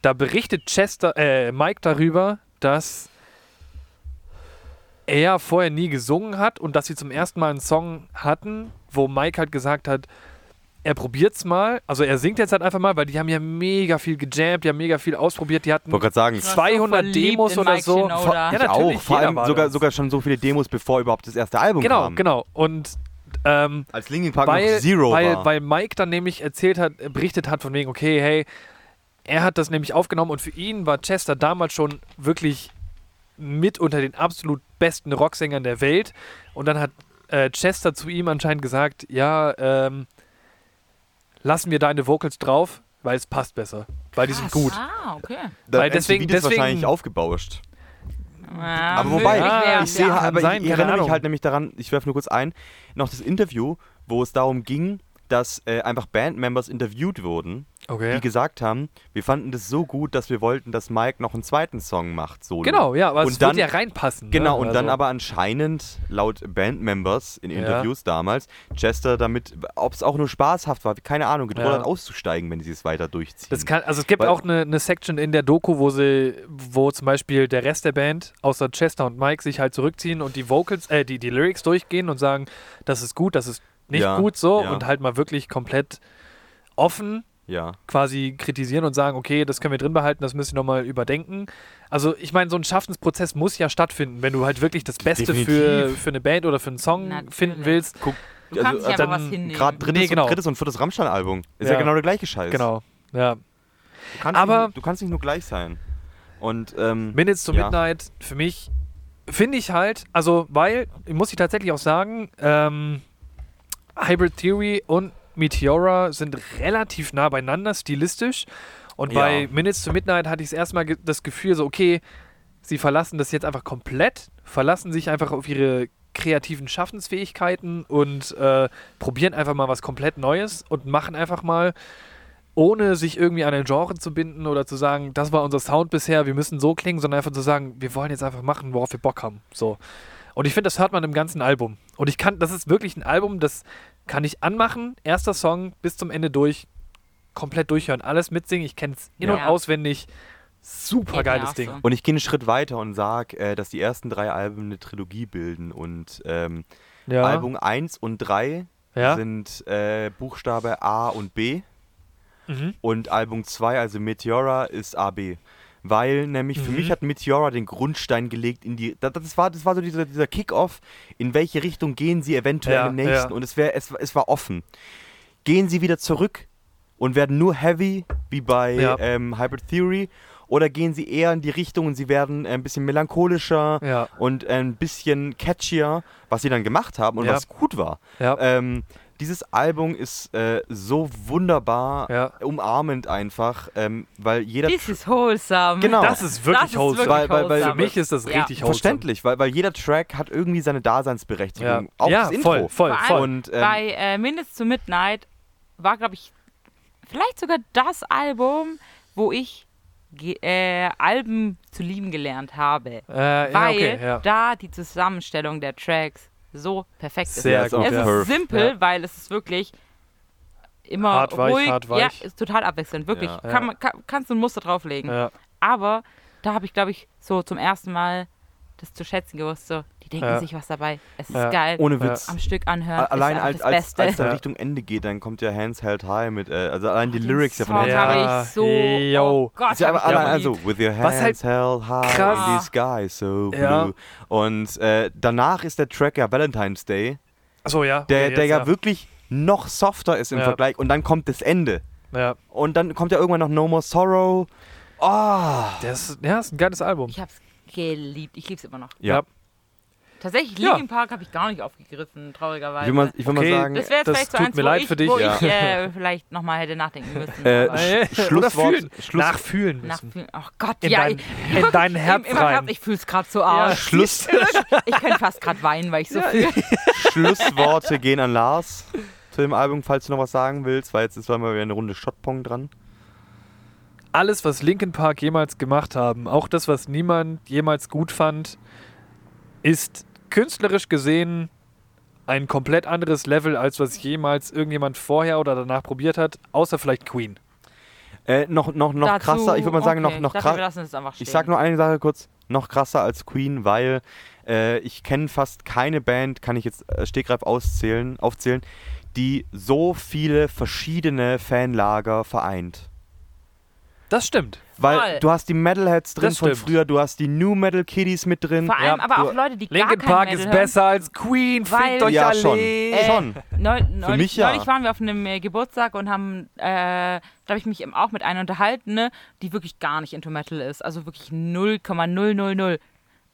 S2: da berichtet Chester, äh, Mike darüber, dass er vorher nie gesungen hat und dass sie zum ersten Mal einen Song hatten, wo Mike halt gesagt hat, er probiert's mal, also er singt jetzt halt einfach mal, weil die haben ja mega viel gejammt, die haben mega viel ausprobiert, die hatten
S3: wollte gerade sagen,
S1: so
S2: 200
S1: verliebt
S2: Demos
S1: in
S2: oder
S1: Mike
S2: so.
S1: Shinoda. Ja,
S3: ich auch. Vor
S2: jeder
S3: allem
S2: war
S3: sogar,
S2: das.
S3: sogar schon so viele Demos, bevor überhaupt das erste Album
S2: Genau,
S3: kam.
S2: genau. Und ähm,
S3: Als Linkin Park noch
S2: weil,
S3: Zero
S2: weil,
S3: war.
S2: weil Mike dann nämlich erzählt hat, äh, berichtet hat von wegen, okay, hey, er hat das nämlich aufgenommen und für ihn war Chester damals schon wirklich mit unter den absolut besten Rocksängern der Welt. Und dann hat äh, Chester zu ihm anscheinend gesagt, ja, ähm, lassen wir deine Vocals drauf, weil es passt besser. Weil die sind gut.
S1: Ah, okay.
S3: Das
S2: weil deswegen-
S3: MTV ist
S2: deswegen-
S3: wahrscheinlich aufgebauscht.
S1: Ah, Ja,
S3: Aber wobei,
S1: möglich
S2: Ja,
S1: wär's,
S3: ich halt, sehe,
S2: kann
S3: aber
S2: sein,
S3: ich
S2: keine
S3: erinnere mich
S2: Ahnung.
S3: halt nämlich daran, ich werfe nur kurz ein, noch das Interview, wo es darum ging, dass äh, einfach Bandmembers interviewt wurden,
S2: Okay.
S3: die gesagt haben, wir fanden das so gut, dass wir wollten, dass Mike noch einen zweiten Song macht. Solo.
S2: Genau, ja, aber
S3: Und
S2: es
S3: dann-
S2: wird ja reinpassen.
S3: Genau,
S2: ne?
S3: und dann
S2: Also-
S3: aber anscheinend laut Bandmembers in
S2: Ja.
S3: Interviews damals, Chester damit, ob es auch nur spaßhaft war, keine Ahnung, gedroht
S2: Ja.
S3: hat auszusteigen, wenn sie es weiter durchziehen.
S2: Das kann, also es gibt
S3: Weil-
S2: auch eine, eine Section in der Doku, wo sie, wo zum Beispiel der Rest der Band, außer Chester und Mike, sich halt zurückziehen und die Vocals, äh, die, die Lyrics durchgehen und sagen, das ist gut, das ist nicht
S3: Ja,
S2: gut so
S3: ja.
S2: und halt mal wirklich komplett offen
S3: ja.
S2: quasi kritisieren und sagen, okay, das können wir drin behalten, das müssen wir nochmal überdenken. Also ich meine, so ein Schaffensprozess muss ja stattfinden, wenn du halt wirklich das Beste für,
S3: Definitiv.
S2: für eine Band oder für einen Song
S1: Natürlich.
S2: finden willst.
S3: Guck,
S1: Du kannst ja
S3: also,
S1: aber
S2: dann
S1: was hinnehmen.
S3: gerade drittes,
S2: Nee, genau.
S3: und drittes und viertes Rammstein-Album. Ist ja.
S2: Ja.
S3: genau der gleiche Scheiß.
S2: Genau, ja.
S3: Du kannst
S2: Aber-
S3: nicht, du kannst nicht nur gleich sein. Und ähm,
S2: Minutes to
S3: Ja.
S2: Midnight für mich finde ich halt, also weil, muss ich tatsächlich auch sagen, ähm, Hybrid Theory und Meteora sind relativ nah beieinander stilistisch. Und
S3: Ja.
S2: bei Minutes to Midnight hatte ich erstmal ge das Gefühl, so, okay, sie verlassen das jetzt einfach komplett, verlassen sich einfach auf ihre kreativen Schaffensfähigkeiten und äh, probieren einfach mal was komplett Neues und machen einfach mal ohne sich irgendwie an ein Genre zu binden oder zu sagen, das war unser Sound bisher, wir müssen so klingen, sondern einfach zu sagen, wir wollen jetzt einfach machen, worauf wir Bock haben. So. Und ich finde, das hört man im ganzen Album. Und ich kann, das ist wirklich ein Album, das kann ich anmachen, erster Song bis zum Ende durch, komplett durchhören, alles mitsingen, ich kenne es in- und
S1: Ja.
S2: auswendig. Super
S1: Geht mir
S2: geiles
S1: auch
S2: Ding.
S1: so.
S3: und ich gehe einen Schritt weiter und sage, äh, dass die ersten drei Alben eine Trilogie bilden. Und ähm,
S2: Ja.
S3: Album 1 und 3
S2: Ja.
S3: sind äh, Buchstabe A und B.
S2: Mhm.
S3: Und Album 2, also Meteora, ist AB. Weil nämlich für
S2: Mhm.
S3: mich hat Meteora den Grundstein gelegt in die. Das, das, war, das war so dieser, dieser Kick-Off, in welche Richtung gehen sie eventuell
S2: Ja,
S3: im nächsten.
S2: ja.
S3: Und es, wär, es, es war offen. Gehen sie wieder zurück und werden nur heavy, wie bei
S2: Ja.
S3: ähm, Hybrid Theory. Oder gehen sie eher in die Richtung und sie werden äh, ein bisschen melancholischer
S2: Ja.
S3: und äh, ein bisschen catchier, was sie dann gemacht haben und
S2: Ja.
S3: was gut war.
S2: Ja.
S3: Ähm, dieses Album ist äh, so wunderbar,
S2: Ja.
S3: umarmend einfach, ähm, weil jeder
S1: This is wholesome.
S3: Genau.
S2: Das ist wirklich
S1: Das ist
S2: wholesome.
S3: Weil- weil- weil-
S2: Für mich ist das
S1: Ja.
S2: richtig wholesome.
S3: verständlich, weil, weil jeder Track hat irgendwie seine Daseinsberechtigung.
S2: Ja,
S3: Auch
S2: ja
S3: das Intro.
S2: voll, voll,
S1: Vor
S2: voll.
S1: allem
S3: Und ähm,
S1: Bei äh, Minutes to Midnight war, glaube ich, vielleicht sogar das Album, wo ich ge- äh, Alben zu lieben gelernt habe.
S2: äh, ja,
S1: Weil
S2: okay, ja.
S1: da die Zusammenstellung der Tracks so perfekt ist.
S2: Sehr
S3: Ja, ist auch
S2: gut.
S1: Es
S2: Ja.
S3: perfekt.
S1: ist simpel,
S2: Ja.
S1: weil es ist wirklich immer
S2: Hart, weich,
S1: ruhig.
S2: hart,
S1: Ja,
S2: weich.
S1: ist total abwechselnd, wirklich.
S3: Ja.
S2: Ja.
S1: Kann, man- kann, kannst du ein Muster drauflegen.
S2: Ja.
S1: Aber da habe ich, glaube ich, so zum ersten Mal das zu schätzen gewusst. So, die denken
S2: Ja.
S1: sich was dabei. Es ist
S2: Ja.
S1: geil.
S3: ohne
S2: Ja.
S3: Witz.
S1: am Stück anhören.
S3: a-
S1: ist
S3: Allein
S1: einfach
S3: als,
S1: das
S3: als,
S1: Beste.
S3: als dann
S2: Ja.
S3: Richtung Ende geht, dann kommt ja Hands Held High mit, äh, also allein die
S1: Den
S3: Lyrics ja von
S1: Song
S3: Hands
S2: Ja.
S3: Held High.
S1: habe ich so.
S2: Yo.
S1: Oh Gott,
S3: Ist ja
S1: hab
S3: aber
S1: ich
S3: allein,
S1: geliebt.
S3: also, with your
S2: Was
S3: hands
S2: halt
S3: held high in the
S2: krass-
S3: sky so blue.
S2: Ja.
S3: Und äh, danach ist der Track ja Valentine's Day,
S2: Achso, ja.
S3: der,
S2: okay,
S3: der
S2: jetzt,
S3: ja, wirklich noch softer ist im
S2: Ja.
S3: Vergleich. Und dann kommt das Ende.
S2: Ja.
S3: Und dann kommt ja irgendwann noch No More Sorrow. Ah.
S2: Der ist, ja, ist ein geiles Album.
S1: Ich hab's geliebt. Ich lieb's immer noch.
S2: Ja.
S1: Tatsächlich,
S2: Ja.
S1: Linkin Park habe ich gar nicht aufgegriffen,
S3: Ich
S1: traurigerweise.
S3: will mal, ich will
S2: Okay,
S3: mal sagen,
S1: das wäre jetzt
S2: das
S1: vielleicht so
S2: tut
S1: eins,
S2: mir
S1: wo
S2: leid
S1: ich,
S2: für dich.
S1: wo
S3: Ja.
S1: ich äh, vielleicht nochmal hätte nachdenken müssen.
S3: Äh,
S1: aber
S3: Sch- Schlusswort-
S2: Oder fühlen.
S3: Schluss-
S2: Nachfühlen
S1: nach,
S2: müssen.
S1: ach Gott,
S2: In
S1: ja.
S2: dein-
S1: ich-
S2: in
S1: guck,
S2: dein
S1: im-
S2: Herz
S1: im, im Herz,
S2: rein.
S1: Ich fühl's gerade so arsch.
S3: Schluss,
S1: Ich könnte fast gerade weinen, weil ich so fühle.
S3: Schlussworte gehen an Lars zu dem Album, falls du noch was sagen willst, weil jetzt ist mal wieder eine Runde Shotpong dran.
S2: Alles, was Linkin Park jemals gemacht haben, auch das, was niemand jemals gut fand, ist künstlerisch gesehen ein komplett anderes Level, als was jemals irgendjemand vorher oder danach probiert hat, außer vielleicht Queen.
S3: Äh, noch noch, noch
S1: Dazu-
S3: krasser, ich würde mal sagen,
S1: okay,
S3: noch, noch
S1: ich dachte, Wir
S3: krasser.
S1: lassen es einfach stehen.
S3: Ich sag nur eine Sache kurz, noch krasser als Queen, weil äh, ich kenne fast keine Band, kann ich jetzt äh, stegreif auszählen, aufzählen, die so viele verschiedene Fanlager vereint.
S2: Das stimmt.
S3: Weil
S1: Voll.
S3: du hast die Metalheads drin
S2: Das
S3: von
S2: stimmt.
S3: früher, du hast die New Metal Kiddies mit drin.
S1: Vor allem
S2: Ja,
S1: aber
S3: du-
S1: auch Leute, die gar
S2: Linkin
S1: kein
S2: Park
S1: Metal
S2: ist
S1: hören.
S2: besser als Queen.
S1: Weil-
S2: Fickt euch
S3: ja,
S2: alle.
S3: schon. schon.
S1: Neu, neulich,
S3: mich ja.
S1: neulich waren wir auf einem äh, Geburtstag und haben, äh, da habe ich mich eben auch mit einer unterhalten, ne, die wirklich gar nicht into Metal ist. Also wirklich 0,000.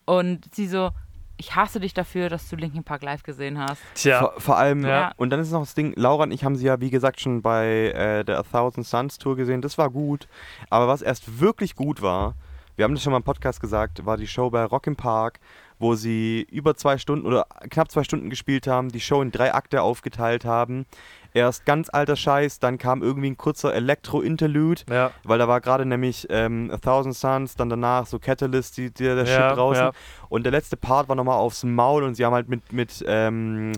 S1: Und sie so, ich hasse dich dafür, dass du Linkin Park live gesehen hast.
S2: Tja,
S3: Vor, vor allem,
S2: Ja.
S3: und dann ist noch das Ding, Laura und ich haben sie ja, wie gesagt, schon bei äh, der A Thousand Suns Tour gesehen. Das war gut. Aber was erst wirklich gut war, wir haben das schon mal im Podcast gesagt, war die Show bei Rock im Park, wo sie über zwei Stunden oder knapp zwei Stunden gespielt haben, die Show in drei Akte aufgeteilt haben. Erst ganz alter Scheiß, dann kam irgendwie ein kurzer Elektro-Interlude,
S2: ja.
S3: weil da war gerade nämlich ähm, A Thousand Suns, dann danach so Catalyst, die, die,
S2: Ja,
S3: der Shit draußen.
S2: ja.
S3: Und der letzte Part war nochmal aufs Maul und sie haben halt mit, mit ähm,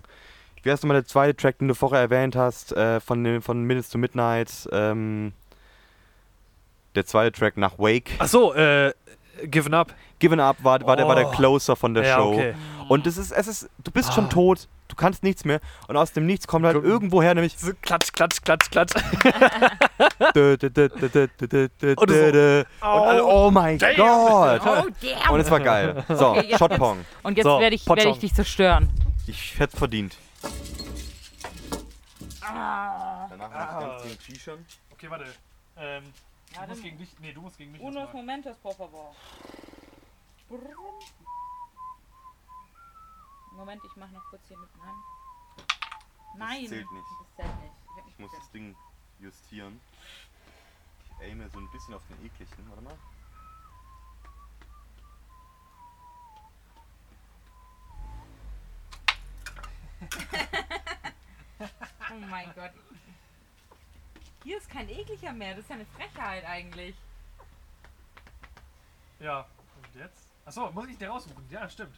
S3: wie heißt nochmal der zweite Track, den du vorher erwähnt hast, äh, von, dem- von Minutes to Midnight, ähm, der zweite Track nach Wake.
S2: Ach so, äh, Given Up.
S3: Given Up war, war, der, war der
S2: Oh.
S3: Closer von der
S2: ja,
S3: Show.
S2: okay.
S3: Und es ist, es ist, du bist schon
S2: Ah.
S3: tot, du kannst nichts mehr. Und aus dem Nichts kommt halt
S2: Guck.
S3: irgendwoher nämlich.
S2: So, Klatsch, klatsch, klatsch, klatsch.
S3: dö, dö, dö, dö, dö, dö, dö,
S2: Und so,
S3: dö, dö. Und alle, oh mein Gott!
S1: Oh, damn.
S3: Und es war geil. So,
S1: Okay, jetzt-
S3: Shotpong.
S1: Und jetzt
S2: So,
S1: werde ich,
S2: Potschong.
S1: werd ich dich zerstören.
S3: Ich hätte verdient.
S7: Danach ah. ganz den T-Shirt.
S2: Okay, warte. Ähm, du musst gegen dich. Nee, du musst gegen mich.
S1: momentos, por favor. Moment, ich mache noch kurz hier mit meinem. Nein.
S7: zählt nicht.
S1: Das zählt nicht. Ich hab mich
S7: Ich muss das Ding justieren. Ich aime so ein bisschen auf den ekligen. Warte mal.
S1: Oh mein Gott. Hier ist kein ekliger mehr. Das ist ja eine Frechheit eigentlich.
S2: Ja, und jetzt? Achso, muss ich den raussuchen? Ja, stimmt.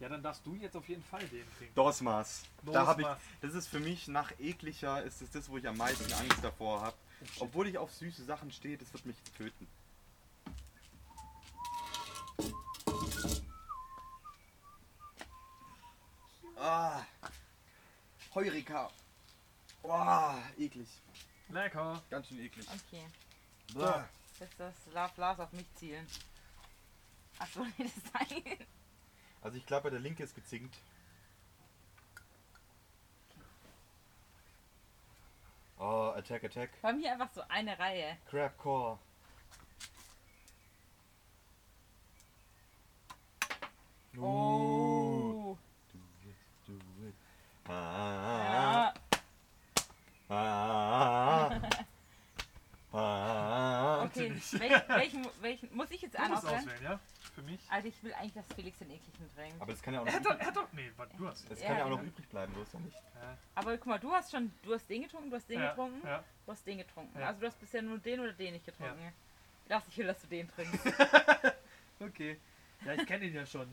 S2: Ja, dann darfst du jetzt auf jeden Fall den trinken.
S7: Dosmas. Da habe ich.
S2: Dosmas.
S7: Das ist für mich nach ekliger, ist das, das wo ich am meisten Angst davor habe. Obwohl ich auf süße Sachen stehe, das wird mich töten. Ah. Heurika. Boah, Ah, eklig.
S2: Lecker.
S7: Ganz schön eklig.
S1: Okay.
S7: Blah.
S1: Jetzt das Love Lars auf mich zielen. Achso, nee, das ist ein.
S7: Also ich glaube, der linke ist gezinkt. Oh, Attack, Attack.
S1: Bei mir einfach so eine Reihe.
S7: Crabcore.
S1: Oh.
S7: Do it. Ah, ah, ah, ah, ah.
S1: Okay, welchen, welchen, welchen muss ich jetzt
S2: Du musst
S1: anordnen?
S2: auswählen, ja? Für mich?
S1: Also ich will eigentlich, dass Felix den ekligen trinkt.
S7: Aber das kann ja auch noch,
S2: Er hat
S7: übrig,
S2: doch, er hat doch. Nee, warte, du hast ihn.
S7: das kann ja auch noch
S1: genau.
S7: übrig bleiben, so ist ja nicht.
S1: Aber guck mal, du hast schon, du hast den getrunken, du hast den
S2: ja,
S1: getrunken,
S2: Ja.
S1: du hast den getrunken.
S2: Ja.
S1: Also du hast bisher nur den oder den nicht getrunken. Lass ich will, dass du den trinkst.
S2: Okay. Ja, ich kenne ihn ja schon.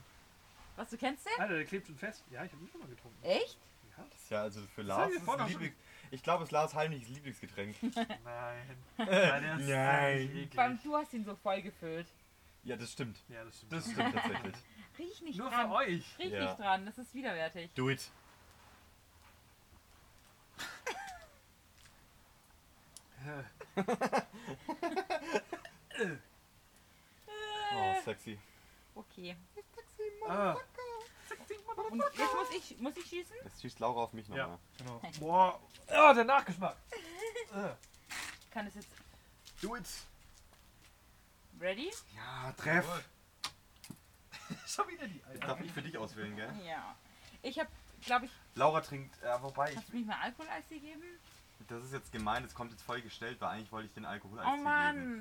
S1: Was, du kennst den?
S2: Alter, der klebt schon fest. Ja, ich habe ihn schon mal getrunken.
S1: Echt?
S7: Das ist ja also für
S2: hab
S7: Lars.
S2: ich
S7: Ist
S2: vorhin auch
S7: ein
S2: schon-
S7: Lieblings, ich glaube, es ist Lars heimliches Lieblingsgetränk.
S2: Nein. Nein, der ist
S7: Nein.
S2: wirklich eklig.
S1: Beim, du hast ihn so voll gefüllt.
S7: Ja, das stimmt.
S2: Ja, das stimmt.
S7: Das stimmt tatsächlich.
S1: Riech nicht
S2: Nur für
S1: dran.
S2: euch.
S1: Riech
S7: Ja.
S1: nicht dran, das ist widerwärtig.
S7: Do it. Oh, sexy.
S1: Okay.
S2: Ah,
S1: Und jetzt muss ich, muss ich schießen?
S7: Jetzt schießt Laura auf mich nochmal.
S2: ja, genau. Boah. Ah, der Nachgeschmack. Ah.
S1: Kann es jetzt.
S7: Do it.
S1: Ready?
S7: Ja, treff.
S2: Schon wieder die Alter.
S7: Darf ich für dich auswählen, gell?
S1: Ja. Ich habe, glaube ich,
S7: Laura trinkt, äh, wobei,
S1: hast du mich mal Alkoholeis gegeben?
S7: ich, das ist jetzt gemein, das kommt jetzt voll gestellt, weil eigentlich wollte ich den Alkoholeistee
S1: Oh
S7: geben.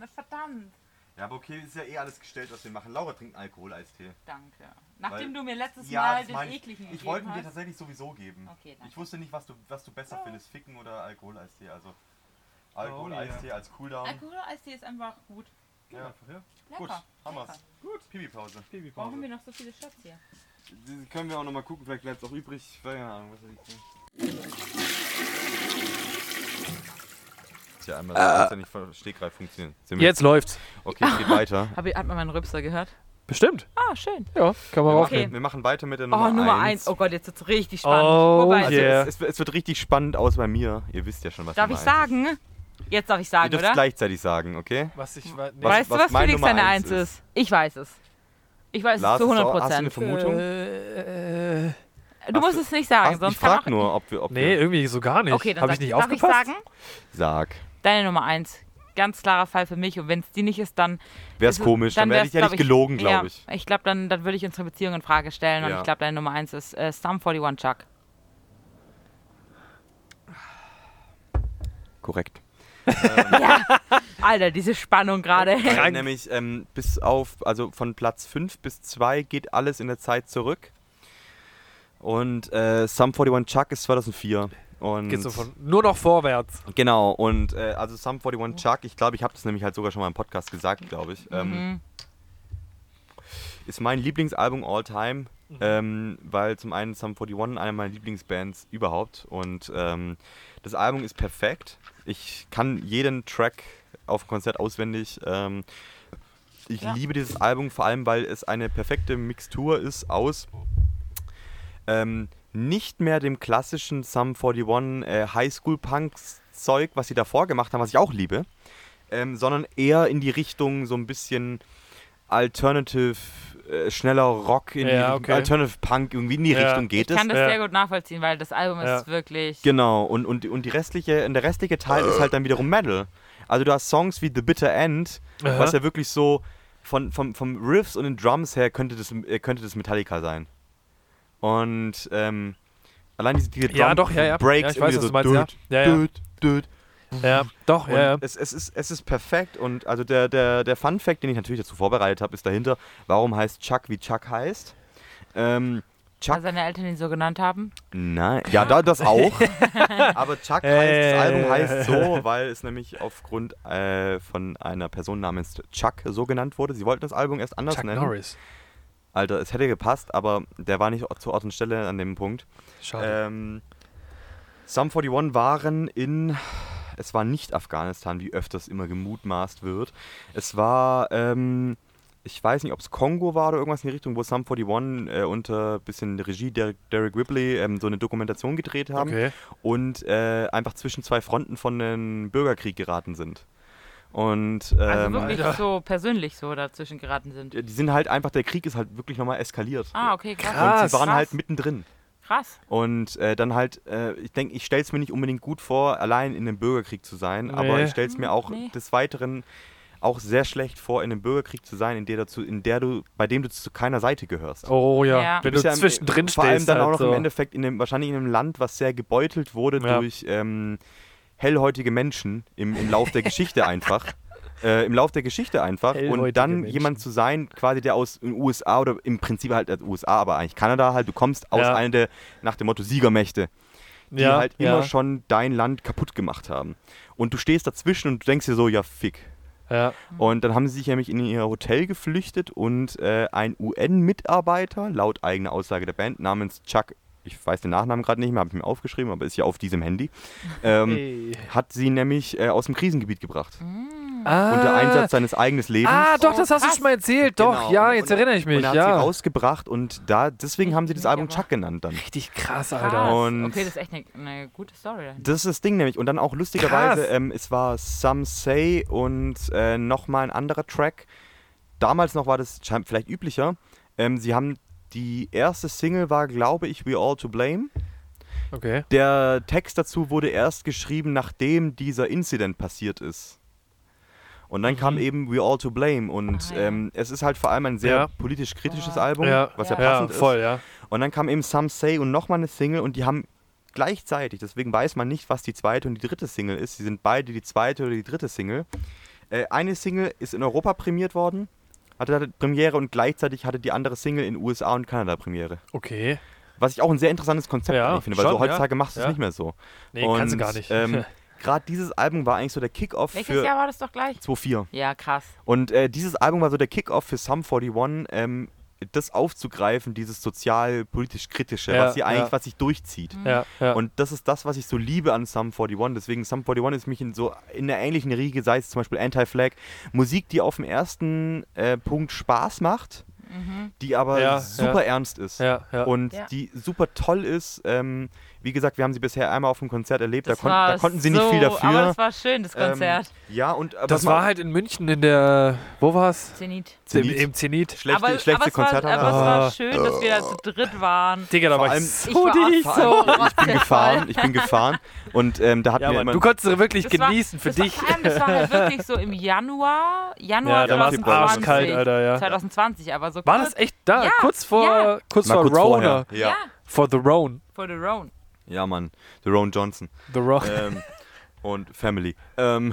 S1: Mann, verdammt.
S7: Ja, aber okay, ist ja eh alles gestellt, was wir machen. Laura trinkt einen Alkoholeistee.
S1: Danke. Nachdem
S7: Weil-
S1: du mir letztes
S7: Ja,
S1: Mal
S7: das
S1: den
S7: meine ich.
S1: ekligen
S7: Ich
S1: gegeben
S7: wollte ihn dir
S1: hast.
S7: tatsächlich sowieso geben.
S1: Okay, danke. Oh.
S7: Ich wusste nicht, was du, was du besser findest, Ficken oder Alkoholeistee. Also Alkoholeistee als Cooldown.
S1: Alkoholeistee ist einfach gut.
S3: Ja.
S8: Einfach, ja.
S3: Gut,
S9: Lecker,
S3: haben wir's.
S9: lecker.
S3: Gut. Pipi-Pause.
S9: Brauchen
S8: Pipi-Pause.
S9: wir noch so viele Shots hier?
S3: Die Können wir auch nochmal gucken, vielleicht bleibt es auch übrig. Keine Ahnung, was weiß ich. Tja, einmal so, dass er nicht vom Stegreif funktioniert. Sind wir-
S2: Jetzt läuft's.
S3: Okay, es geht weiter.
S1: Hab, ich- hat man meinen Rübser gehört?
S2: Bestimmt.
S1: Ah, schön.
S2: Ja, kann man
S1: Okay.
S2: raufnehmen.
S3: Wir machen weiter mit der
S1: Oh,
S3: Nummer
S1: Nummer,
S3: eins.
S1: eins.
S3: Also,
S1: Oh Gott, jetzt wird's richtig spannend.
S2: Oh,
S1: Wobei,
S2: yeah.
S3: Es, es, es wird richtig spannend aus bei mir. Ihr wisst ja schon, was
S1: darf
S3: Nummer
S1: ich
S3: eins Ist.
S1: sagen? Jetzt darf ich
S3: Ihr
S1: sagen,
S3: dürft
S1: oder?
S3: gleichzeitig sagen, okay?
S2: Was ich war, nee.
S3: Was-
S1: weißt du, was
S3: meine
S1: Felix
S3: Nummer
S1: seine
S3: eins
S1: Eins ist? Ich weiß es. Ich weiß
S3: Lars,
S1: es zu
S3: hast du
S1: 100
S3: auch- hast du eine
S1: Prozent.
S3: Vermutung?
S2: Äh, äh,
S1: Du musst
S3: Hast
S1: es nicht sagen,
S3: Ach, ich
S1: sonst kann
S3: frag
S1: auch...
S3: nur, ob wir. Ob
S2: nee,
S3: wir
S2: irgendwie so gar nicht.
S1: Okay, dann
S2: Habe
S1: sag,
S2: ich nicht
S1: darf ich
S2: aufgepasst?
S1: sagen?
S3: sag.
S1: Deine Nummer eins. Ganz klarer Fall für mich. Und wenn es die nicht ist, dann
S3: Wär's
S1: Ist es-
S3: komisch, dann, wär
S1: Also, wär's,
S3: ich, hätte
S1: glaub
S3: ich gelogen, glaube ich.
S1: Ja, ich glaube, dann, dann würde ich unsere Beziehung in Frage stellen. Und
S3: Ja.
S1: ich glaube, deine Nummer eins ist äh, Sum 41 Chuck.
S3: Korrekt.
S1: Alter, diese Spannung gerade.
S3: Weil nämlich ähm, bis auf, also von Platz 5 bis 2 geht alles in der Zeit zurück. Und äh, Sum 41 Chuck ist 2004. Und
S2: Geht so von nur noch vorwärts.
S3: Genau, und äh, also Sum 41 Chuck, ich glaube, ich habe das nämlich halt sogar schon mal im Podcast gesagt, glaube ich. Ähm, Ist mein Lieblingsalbum all time, ähm, weil zum einen Sum 41 eine meiner Lieblingsbands überhaupt und ähm, das Album ist perfekt. Ich kann jeden Track auf dem Konzert auswendig. Ähm, ich
S1: Ja.
S3: liebe dieses Album vor allem, weil es eine perfekte Mixtur ist aus ähm, nicht mehr dem klassischen Sum 41 äh, Highschool-Punk-Zeug, was sie davor gemacht haben, was ich auch liebe, ähm, sondern eher in die Richtung so ein bisschen Alternative, äh, schneller Rock, in
S2: Ja,
S3: die
S2: okay.
S3: Richtung, Alternative Punk, irgendwie in die
S2: Ja.
S3: Richtung geht
S1: ich kann
S3: es.
S1: das
S2: Ja.
S1: sehr gut nachvollziehen, weil das Album
S2: Ja.
S1: ist wirklich.
S3: Genau, und, und, und, die restliche, und der restliche Teil ist halt dann wiederum Metal. Also du hast Songs wie The Bitter End,
S2: Aha.
S3: was ja wirklich so von, vom, vom Riffs und den Drums her könnte das, äh, könnte das Metallica sein. Und ähm, allein diese, diese Drum
S2: Ja, doch, ja, ja.
S3: Breaks,
S2: Ja, ich
S3: irgendwie
S2: weiß,
S3: so
S2: was du meinst, ja.
S3: düt,
S2: Ja, ja.
S3: düt, düt.
S2: Ja, doch,
S3: Und
S2: ja. ja.
S3: Es, es, ist, es ist perfekt und also der, der, der Fun Fact, den ich natürlich dazu vorbereitet habe, ist dahinter, warum heißt Chuck, wie Chuck heißt. Ähm, Chuck
S1: Weil seine Eltern ihn so genannt haben.
S3: Nein. Ja, da, das auch. Aber Chuck heißt,
S2: Äh.
S3: das Album heißt so, weil es nämlich aufgrund äh, von einer Person namens Chuck so genannt wurde. Sie wollten das ne? Album erst anders
S2: Chuck
S3: nennen.
S2: Norris.
S3: Alter, es hätte gepasst, aber der war nicht zur Ort und Stelle an dem Punkt.
S2: Schade.
S3: Ähm, Sum 41 waren in. Es war nicht Afghanistan, wie öfters immer gemutmaßt wird. Es war. Ähm, ich weiß nicht, ob es Kongo war oder irgendwas in die Richtung, wo Sum 41 äh, unter bisschen Regie Derek, Derek Ripley ähm, so eine Dokumentation gedreht haben
S2: okay.
S3: und äh, einfach zwischen zwei Fronten von einem Bürgerkrieg geraten sind. Und
S1: Also
S3: ähm,
S1: wirklich
S2: Alter.
S1: so persönlich so dazwischen geraten sind.
S3: die sind halt einfach, der Krieg ist halt wirklich nochmal eskaliert.
S1: Ah, okay, krass.
S3: und
S2: krass,
S3: sie waren
S1: krass.
S3: halt mittendrin.
S1: Krass.
S3: Und äh, dann halt, äh, ich denke, ich stelle es mir nicht unbedingt gut vor, allein in einem Bürgerkrieg zu sein, aber
S2: Nee.
S3: ich stelle es mir auch
S1: nee.
S3: des Weiteren auch sehr schlecht vor, in einem Bürgerkrieg zu sein, in der, dazu, in der du, bei dem du zu keiner Seite gehörst.
S2: Oh ja,
S1: Ja.
S2: wenn
S3: bist
S2: du
S3: ja im-
S2: zwischendrin
S3: Vor allem
S2: stehst.
S3: dann auch
S2: halt
S3: noch
S2: so.
S3: im Endeffekt in einem, wahrscheinlich in einem Land, was sehr gebeutelt wurde
S2: Ja.
S3: durch ähm, hellhäutige Menschen im, im Lauf der Geschichte einfach. Äh, Im Lauf der Geschichte einfach.
S2: Hellhäutige
S3: Und dann
S2: Menschen.
S3: jemand zu sein, quasi der aus den USA oder im Prinzip halt aus USA, aber eigentlich Kanada halt, du kommst aus
S2: Ja.
S3: einer der, nach dem Motto Siegermächte, die
S2: ja,
S3: halt
S2: ja,
S3: immer schon dein Land kaputt gemacht haben. Und du stehst dazwischen und du denkst dir so, ja fick.
S2: Ja.
S3: Und dann haben sie sich nämlich in ihr Hotel geflüchtet und äh, ein UN-Mitarbeiter, laut eigener Aussage der Band, namens Chuck, ich weiß den Nachnamen gerade nicht mehr, habe ich mir aufgeschrieben, aber ist ja auf diesem Handy, ähm,
S2: Hey.
S3: hat sie nämlich äh, aus dem Krisengebiet gebracht.
S2: Ah,
S3: Unter Einsatz seines eigenen Lebens.
S2: ah, doch, das hast du schon mal erzählt. Doch,
S3: Genau.
S2: ja,
S3: Und-
S2: jetzt erinnere ich mich.
S3: und hat
S2: ja.
S3: sie rausgebracht und da, deswegen haben sie das Album Chuck genannt dann.
S2: Richtig krass,
S1: krass.
S2: Alter.
S3: Und-
S1: okay, das ist echt eine ne gute Story.
S3: Das ist das Ding nämlich. Und dann auch lustigerweise, ähm, es war Some Say und äh, nochmal ein anderer Track. Damals noch war das schein- vielleicht üblicher. Ähm, sie haben die erste Single war, glaube ich, We All to Blame.
S2: Okay.
S3: Der Text dazu wurde erst geschrieben, nachdem dieser Incident passiert ist. Und dann
S2: Mhm.
S3: kam eben We All to Blame. Und
S1: Ah, ja.
S3: ähm, es ist halt vor allem ein sehr
S2: Ja.
S3: politisch kritisches Album,
S2: Ja.
S3: was ja,
S1: Ja.
S2: Ja,
S3: passend ist.
S2: voll, ja.
S3: Und dann kam eben Some Say und nochmal eine Single und die haben gleichzeitig, deswegen weiß man nicht, was die zweite und die dritte Single ist. Sie sind beide die zweite oder die dritte Single. Äh, eine Single ist in Europa prämiert worden, hatte Premiere und gleichzeitig hatte die andere Single in USA und Kanada Premiere.
S2: Okay.
S3: Was ich auch ein sehr interessantes Konzept
S2: Ja,
S3: eigentlich finde, weil
S2: schon,
S3: so heutzutage machst du es
S2: ja.
S3: nicht mehr so.
S2: Nee,
S3: und,
S2: kannst du gar nicht.
S3: Ähm, gerade dieses Album war eigentlich so der Kickoff
S1: Welches
S3: für
S1: Jahr war das doch gleich?
S3: 2.4.
S1: Ja, krass.
S3: Und äh, dieses Album war so der Kickoff für Sum 41, ähm, das aufzugreifen, dieses sozial-politisch-kritische,
S2: Ja,
S3: was sie eigentlich,
S2: ja. Mhm.
S3: was sich durchzieht.
S2: Ja, ja.
S3: Und das ist das, was ich so liebe an Sum 41. Deswegen Sum 41 ist mich in so in einer ähnlichen Riege, sei es zum Beispiel Anti-Flag, Musik, die auf den ersten äh, Punkt Spaß macht, die aber
S2: Ja,
S3: super ernst ist.
S2: ja, ja.
S3: Und
S1: Mhm. Ja.
S3: die super toll ist. Ähm, wie gesagt, wir haben sie bisher einmal auf dem Konzert erlebt, da,
S1: Das
S3: kon
S1: war
S3: da konnten sie nicht
S1: so-
S3: viel dafür.
S1: Aber das war schön, das Konzert.
S3: Ähm, ja, und äh, was
S2: das
S3: man-
S2: war halt in München in der, wo war's?
S1: Zenit.
S3: Zenit.
S2: Im, Im Zenit.
S3: schlechte,
S1: aber, aber,
S3: schlechteste
S1: es war,
S3: Konzert
S1: aber es
S3: aller-
S2: Ah.
S1: war schön, dass wir da zu dritt waren.
S2: Digga, da
S3: Vor
S2: war
S3: allem-
S2: ich
S1: Ich
S2: so
S1: war
S2: dicht.
S1: auch
S3: Vor
S1: so.
S3: allem, ich bin
S1: Voll.
S3: gefahren, ich bin gefahren. Und ähm, da hatten
S2: Ja,
S3: wir
S2: Mann,
S3: immer
S2: du konntest es wirklich
S1: Das
S2: genießen
S1: war,
S2: für
S1: das
S2: dich.
S1: War, vor allem, das war halt wirklich so im Januar, Januar
S2: Ja, da war's
S1: 2020.
S2: arschkalt, Alter, ja.
S1: 2020, aber so
S2: War
S1: kurz-
S2: das echt da?
S1: Ja,
S2: kurz vor,
S1: ja.
S2: kurz
S3: Mal
S2: vor
S3: kurz
S2: Rona.
S3: vorher.
S1: Ja,
S3: Ja.
S2: For the Rhone.
S1: for the Roan.
S3: ja, Mann. The Ron Johnson.
S2: The Rhone.
S3: Ähm, und Family. Ähm,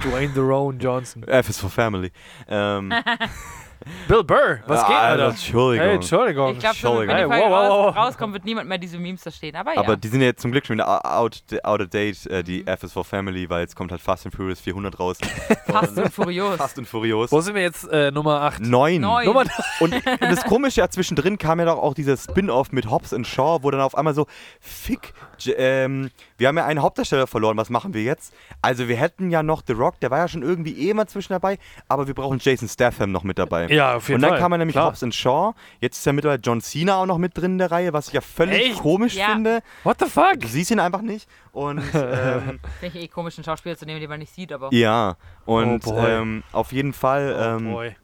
S2: Dwayne The Rhone Johnson.
S3: F is for Family. Ähm,
S2: Bill Burr. Was geht,
S3: ah,
S2: Alter?
S3: Entschuldigung.
S2: Hey, Entschuldigung.
S1: Ich glaube,
S3: Entschuldigung.
S1: wenn die
S2: Ey,
S1: Folge
S2: wow, wow,
S1: raus,
S2: wow.
S1: rauskommt, wird niemand mehr diese Memes verstehen. Aber ja,
S3: Aber die sind ja jetzt zum Glück schon wieder out, out of date, äh, die F is for Family, weil jetzt kommt halt Fast and Furious 400 raus.
S1: fast und furios.
S3: Fast und Furious.
S2: Wo sind wir jetzt? Äh, Nummer 8.
S3: Neun.
S1: Neun.
S2: Nummer
S3: Und das Komische ja zwischendrin kam ja doch auch dieser Spin-off mit Hobbs and Shaw, wo dann auf einmal so, fick, J- ähm, wir haben ja einen Hauptdarsteller verloren, was machen wir jetzt? Also wir hätten ja noch The Rock, der war ja schon irgendwie eh mal zwischen dabei, aber wir brauchen Jason Statham noch mit dabei.
S2: Ja, auf jeden
S3: Und dann
S2: Fall,
S3: kam ja nämlich
S2: klar.
S3: Hobbs and Shaw, jetzt ist ja mittlerweile John Cena auch noch mit drin in der Reihe, was ich ja völlig
S2: Echt?
S3: komisch
S1: Ja.
S3: finde.
S2: What the fuck?
S3: Du siehst ihn einfach nicht und... Ähm,
S1: Finde ich eh komisch, einen Schauspieler zu nehmen, den man nicht sieht, aber
S3: Ja, und
S2: Oh boy. Oh
S3: ähm, auf jeden Fall,
S2: Boy.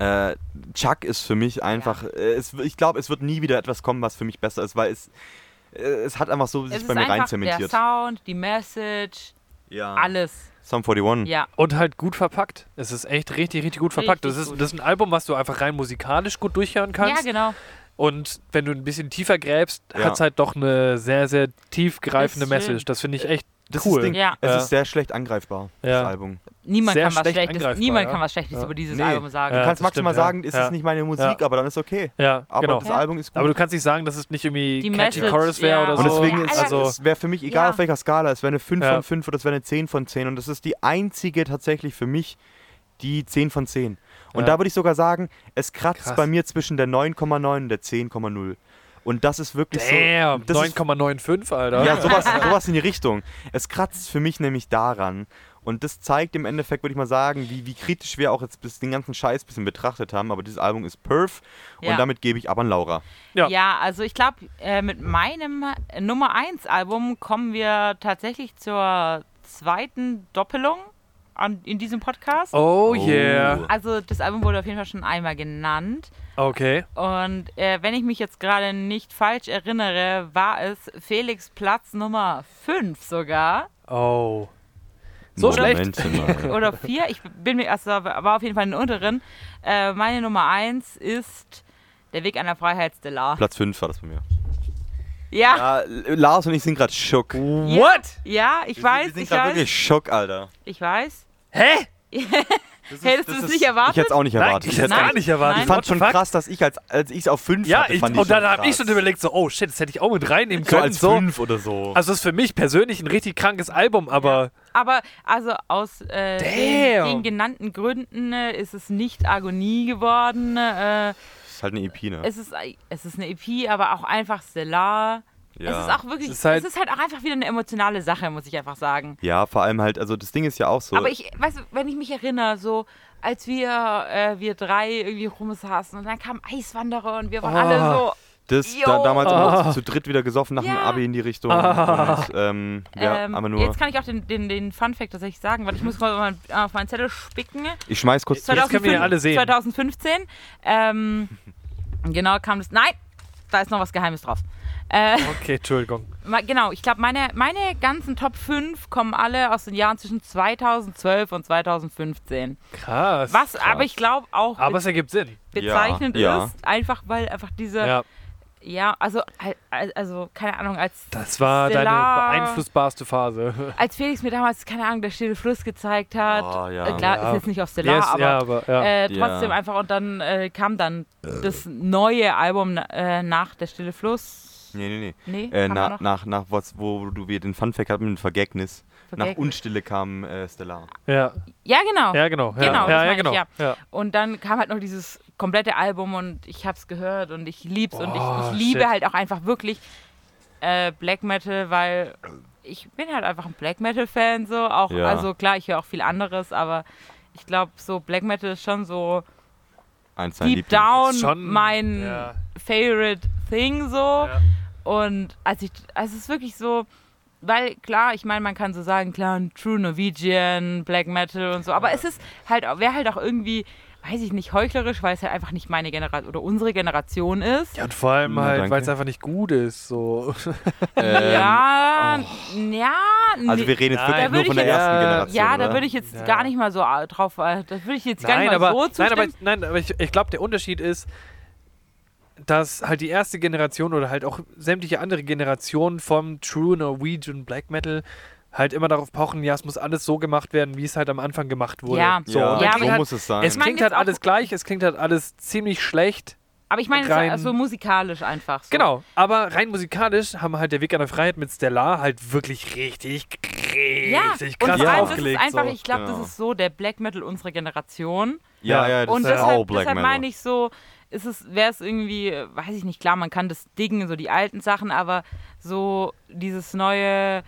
S3: ähm, äh, Chuck ist für mich einfach, äh, es, ich glaube, es wird nie wieder etwas kommen, was für mich besser ist, weil es, äh, es hat einfach so
S1: es
S3: sich
S1: ist
S3: bei mir
S1: einfach der
S3: reinzementiert.
S1: Sound, die Message,
S3: Ja.
S1: alles.
S3: Sum 41.
S1: Ja,
S2: Und halt gut verpackt. Es ist echt richtig, richtig gut verpackt.
S1: Richtig
S2: das, ist,
S1: gut.
S2: das ist ein Album, was du einfach rein musikalisch gut durchhören
S1: ja
S2: kannst.
S1: genau.
S2: Und wenn du ein bisschen tiefer gräbst,
S3: Ja.
S2: hat es halt doch eine sehr, sehr tiefgreifende
S1: Ist schön.
S2: Message. Das finde ich echt
S3: Äh, Das ist
S2: cool.
S3: das Ding,
S1: Ja.
S3: es
S2: Ja.
S3: ist sehr schlecht angreifbar,
S2: Ja.
S3: das Album.
S1: Niemand
S2: Sehr
S1: kann was
S2: schlecht
S1: Schlechtes,
S2: angreifbar,
S1: niemand
S2: ja. Äh,
S1: kann was Schlechtes über dieses
S3: Nee.
S1: Album sagen.
S3: Du
S2: Ja,
S3: kannst
S2: das
S3: maximal
S2: stimmt, ja.
S3: sagen, es
S2: Ja.
S3: ist nicht meine
S2: Ja.
S3: Musik, aber dann ist okay.
S2: ja,
S3: Aber
S2: genau.
S3: das Album ist gut.
S2: Aber du kannst nicht sagen, dass es nicht irgendwie
S1: Die
S2: Catchy
S1: Message,
S2: Chorus wäre
S1: ja.
S2: oder so.
S3: und deswegen
S1: Ja,
S3: ist
S1: Alter,
S2: also,
S3: es wäre für mich egal
S1: ja.
S3: auf welcher Skala, es wäre eine 5
S2: Ja.
S3: von 5 oder es wäre eine 10 von 10 und das ist die einzige tatsächlich für mich die 10 von 10. Und
S2: Ja.
S3: da würde ich sogar sagen, es kratzt
S2: Krass.
S3: bei mir zwischen der 9,9 und der 10,0. Und das ist wirklich
S2: Damn,
S3: so das ist-
S2: 9,95, Alter.
S3: ja, sowas, sowas in die Richtung. Es kratzt für mich nämlich daran. Und das zeigt im Endeffekt, würde ich mal sagen, wie, wie kritisch wir auch jetzt bis den ganzen Scheiß ein bisschen betrachtet haben. Aber dieses Album ist perf.
S1: Ja.
S3: Und damit gebe ich ab an Laura.
S2: Ja.
S1: Ja, also ich glaube, äh, mit meinem äh, Nummer 1 Album kommen wir tatsächlich zur zweiten Doppelung an, in diesem Podcast.
S2: Oh yeah.
S1: Also das Album wurde auf jeden Fall schon einmal genannt.
S2: Okay.
S1: Und äh, wenn ich mich jetzt gerade nicht falsch erinnere, war es Felix Platz Nummer 5 sogar.
S2: Oh. So schlecht.
S3: schlecht.
S1: Oder 4. Ich bin mir, also war auf jeden Fall in den unteren. Äh, meine Nummer 1 ist Der Weg einer Freiheit Stellar.
S3: Platz 5 war das bei mir.
S1: Ja,
S3: Ja, Ah, Lars und ich sind gerade schock. Ich
S2: Oh. What?
S1: ja, ich weiß,
S3: wir sind
S1: ich
S3: gerade
S1: weiß,
S3: wirklich schock, Alter.
S1: ich weiß.
S2: Hä?
S1: Hättest du es nicht erwartet?
S3: Ich hätte es auch nicht
S2: Nein,
S3: erwartet.
S2: ich hätte es
S1: Nein.
S2: gar nicht erwartet.
S1: Nein.
S3: ich fand
S2: What the
S3: schon
S2: fuck?
S3: krass, dass ich als, als ich es auf 5
S2: Ja,
S3: hatte,
S2: ich,
S3: fand
S2: und dann habe ich
S3: krass.
S2: schon überlegt, so, oh shit, das hätte ich auch mit reinnehmen
S3: so
S2: können.
S3: als
S2: So
S3: 5 oder so.
S2: also ist für mich persönlich ein richtig krankes Album, aber
S1: Aber also aus äh, den,
S2: Damn.
S1: den genannten Gründen äh, ist es nicht Agonie geworden. Äh,
S3: das ist halt eine EP, ne?
S1: es, ist, ei- es ist eine EP, aber auch einfach Stellar. Es ist auch wirklich,
S2: Es
S1: es
S2: ist
S1: ist,
S2: halt-
S1: halt auch einfach wieder eine emotionale Sache, muss ich einfach sagen.
S3: ja, vor allem halt, also das Ding ist ja auch so.
S1: Aber ich, weißt du, wenn ich mich erinnere, so als wir, äh, wir drei irgendwie rumsaßen und dann kamen Eiswanderer und wir waren alle so,
S3: das
S1: Jo.
S3: da, damals haben wir
S2: Ah.
S3: auch zu dritt wieder gesoffen nach dem
S1: Ja.
S3: Abi in die Richtung. Und, ähm, ja,
S1: ähm,
S3: aber nur.
S1: jetzt kann ich auch den, den, den Funfact tatsächlich sagen, weil ich muss mal auf meinen- auf meinen Zettel spicken.
S3: Ich schmeiß kurz zu.
S2: Jetzt können wir ja alle sehen.
S1: 2015. Ähm, genau kam das. Nein, da ist noch was Geheimes drauf. Äh,
S2: okay, Entschuldigung.
S1: ma- genau, ich glaube, meine, meine ganzen Top 5 kommen alle aus den Jahren zwischen 2012 und 2015.
S2: Krass.
S1: Was aber ich glaube auch
S2: Aber es ergibt Sinn.
S1: be- bezeichnend
S3: Ja, ja.
S1: ist, einfach weil einfach diese, ja,
S2: Ja,
S1: also, al- also keine Ahnung, als,
S2: das war
S1: Stellar.
S2: deine beeinflussbarste Phase.
S1: als Felix mir damals, keine Ahnung, der stille Fluss gezeigt hat,
S3: Ah, ja.
S1: äh, klar,
S2: Ja.
S1: ist jetzt nicht auf Stellar,
S2: Yes,
S1: aber,
S2: ja, aber ja.
S1: äh,
S3: Ja.
S1: trotzdem einfach und dann äh, kam dann das neue Album na- äh, nach Der Stille Fluss.
S3: Nee, nee, nee.
S1: Nee,
S3: Äh,
S1: kam da
S3: na,
S1: noch?
S3: nach, nach was, wo du wir den Funfact hatten mit dem Vergängnis, Nach
S1: Vergessen.
S3: Unstille kam äh, Stellar.
S2: Ja,
S1: Ja, genau.
S2: ja genau. Ja,
S1: Genau, das
S2: ja, ja,
S1: meine
S2: genau.
S1: ich, ja.
S2: ja.
S1: Und dann kam halt noch dieses komplette Album und ich hab's gehört und ich lieb's und
S2: Oh,
S1: ich, ich liebe
S2: shit.
S1: halt auch einfach wirklich äh, Black Metal, weil ich bin halt einfach ein Black Metal Fan so. Auch
S3: Ja.
S1: also klar, ich höre auch viel anderes, aber ich glaube so Black Metal ist schon so
S3: Eins seiner
S1: deep
S3: Lieblings-
S1: down
S2: Schon,
S1: mein
S2: ja.
S1: favorite thing so.
S2: Ja.
S1: Und als ich, also es ist wirklich so, weil klar, ich meine, man kann so sagen, klar, ein True Norwegian, Black Metal und so, aber es ist halt, wäre halt auch irgendwie, weiß ich nicht, heuchlerisch, weil es halt einfach nicht meine Generation oder unsere Generation ist.
S2: Ja, und vor allem
S3: Na,
S2: halt,
S3: danke.
S2: weil es einfach nicht gut ist. So.
S3: Ähm,
S1: ja, ja,
S3: Also
S1: nee.
S3: wir reden jetzt
S2: Nein.
S3: wirklich
S1: Da
S3: nur
S1: würde
S3: von
S1: ich
S3: der
S2: jetzt-
S3: ersten
S2: Ja,
S3: Generation.
S1: ja, da
S3: oder?
S1: würde ich jetzt
S2: Ja.
S1: gar nicht mal so äh, drauf, äh, das würde ich jetzt gar
S2: Nein
S1: nicht mal
S2: aber,
S1: so
S2: nein,
S1: zustimmen.
S2: aber, ich- nein, aber ich, ich glaube, der Unterschied ist, dass halt die erste Generation oder halt auch sämtliche andere Generationen vom True Norwegian Black Metal halt immer darauf pochen, ja, es muss alles so gemacht werden, wie es halt am Anfang gemacht wurde.
S1: Ja.
S2: so,
S3: ja,
S2: und dann
S1: Ja,
S3: so
S1: aber-
S3: muss es sein.
S2: Es
S1: Ich meine
S2: klingt
S1: jetzt
S2: halt
S1: auch-
S2: alles gleich, es klingt halt alles ziemlich schlecht.
S1: aber ich meine,
S2: rein-
S1: so also musikalisch einfach. So.
S2: Genau, aber rein musikalisch haben halt der Weg an der Freiheit mit Stellar halt wirklich richtig, richtig
S1: Ja,
S2: krass
S1: und vor allem,
S2: aufgelegt.
S1: Das ist einfach,
S2: so.
S1: ich glaube,
S3: Ja.
S1: das ist so der Black Metal unserer Generation.
S3: ja, ja, das
S1: und
S3: ist
S2: ja
S3: all
S1: deshalb,
S3: Black
S1: deshalb
S3: Metal.
S1: meine ich so, ist es, wäre es irgendwie, äh, weiß ich nicht, klar, man kann das Dingen, so die alten Sachen, aber so dieses neue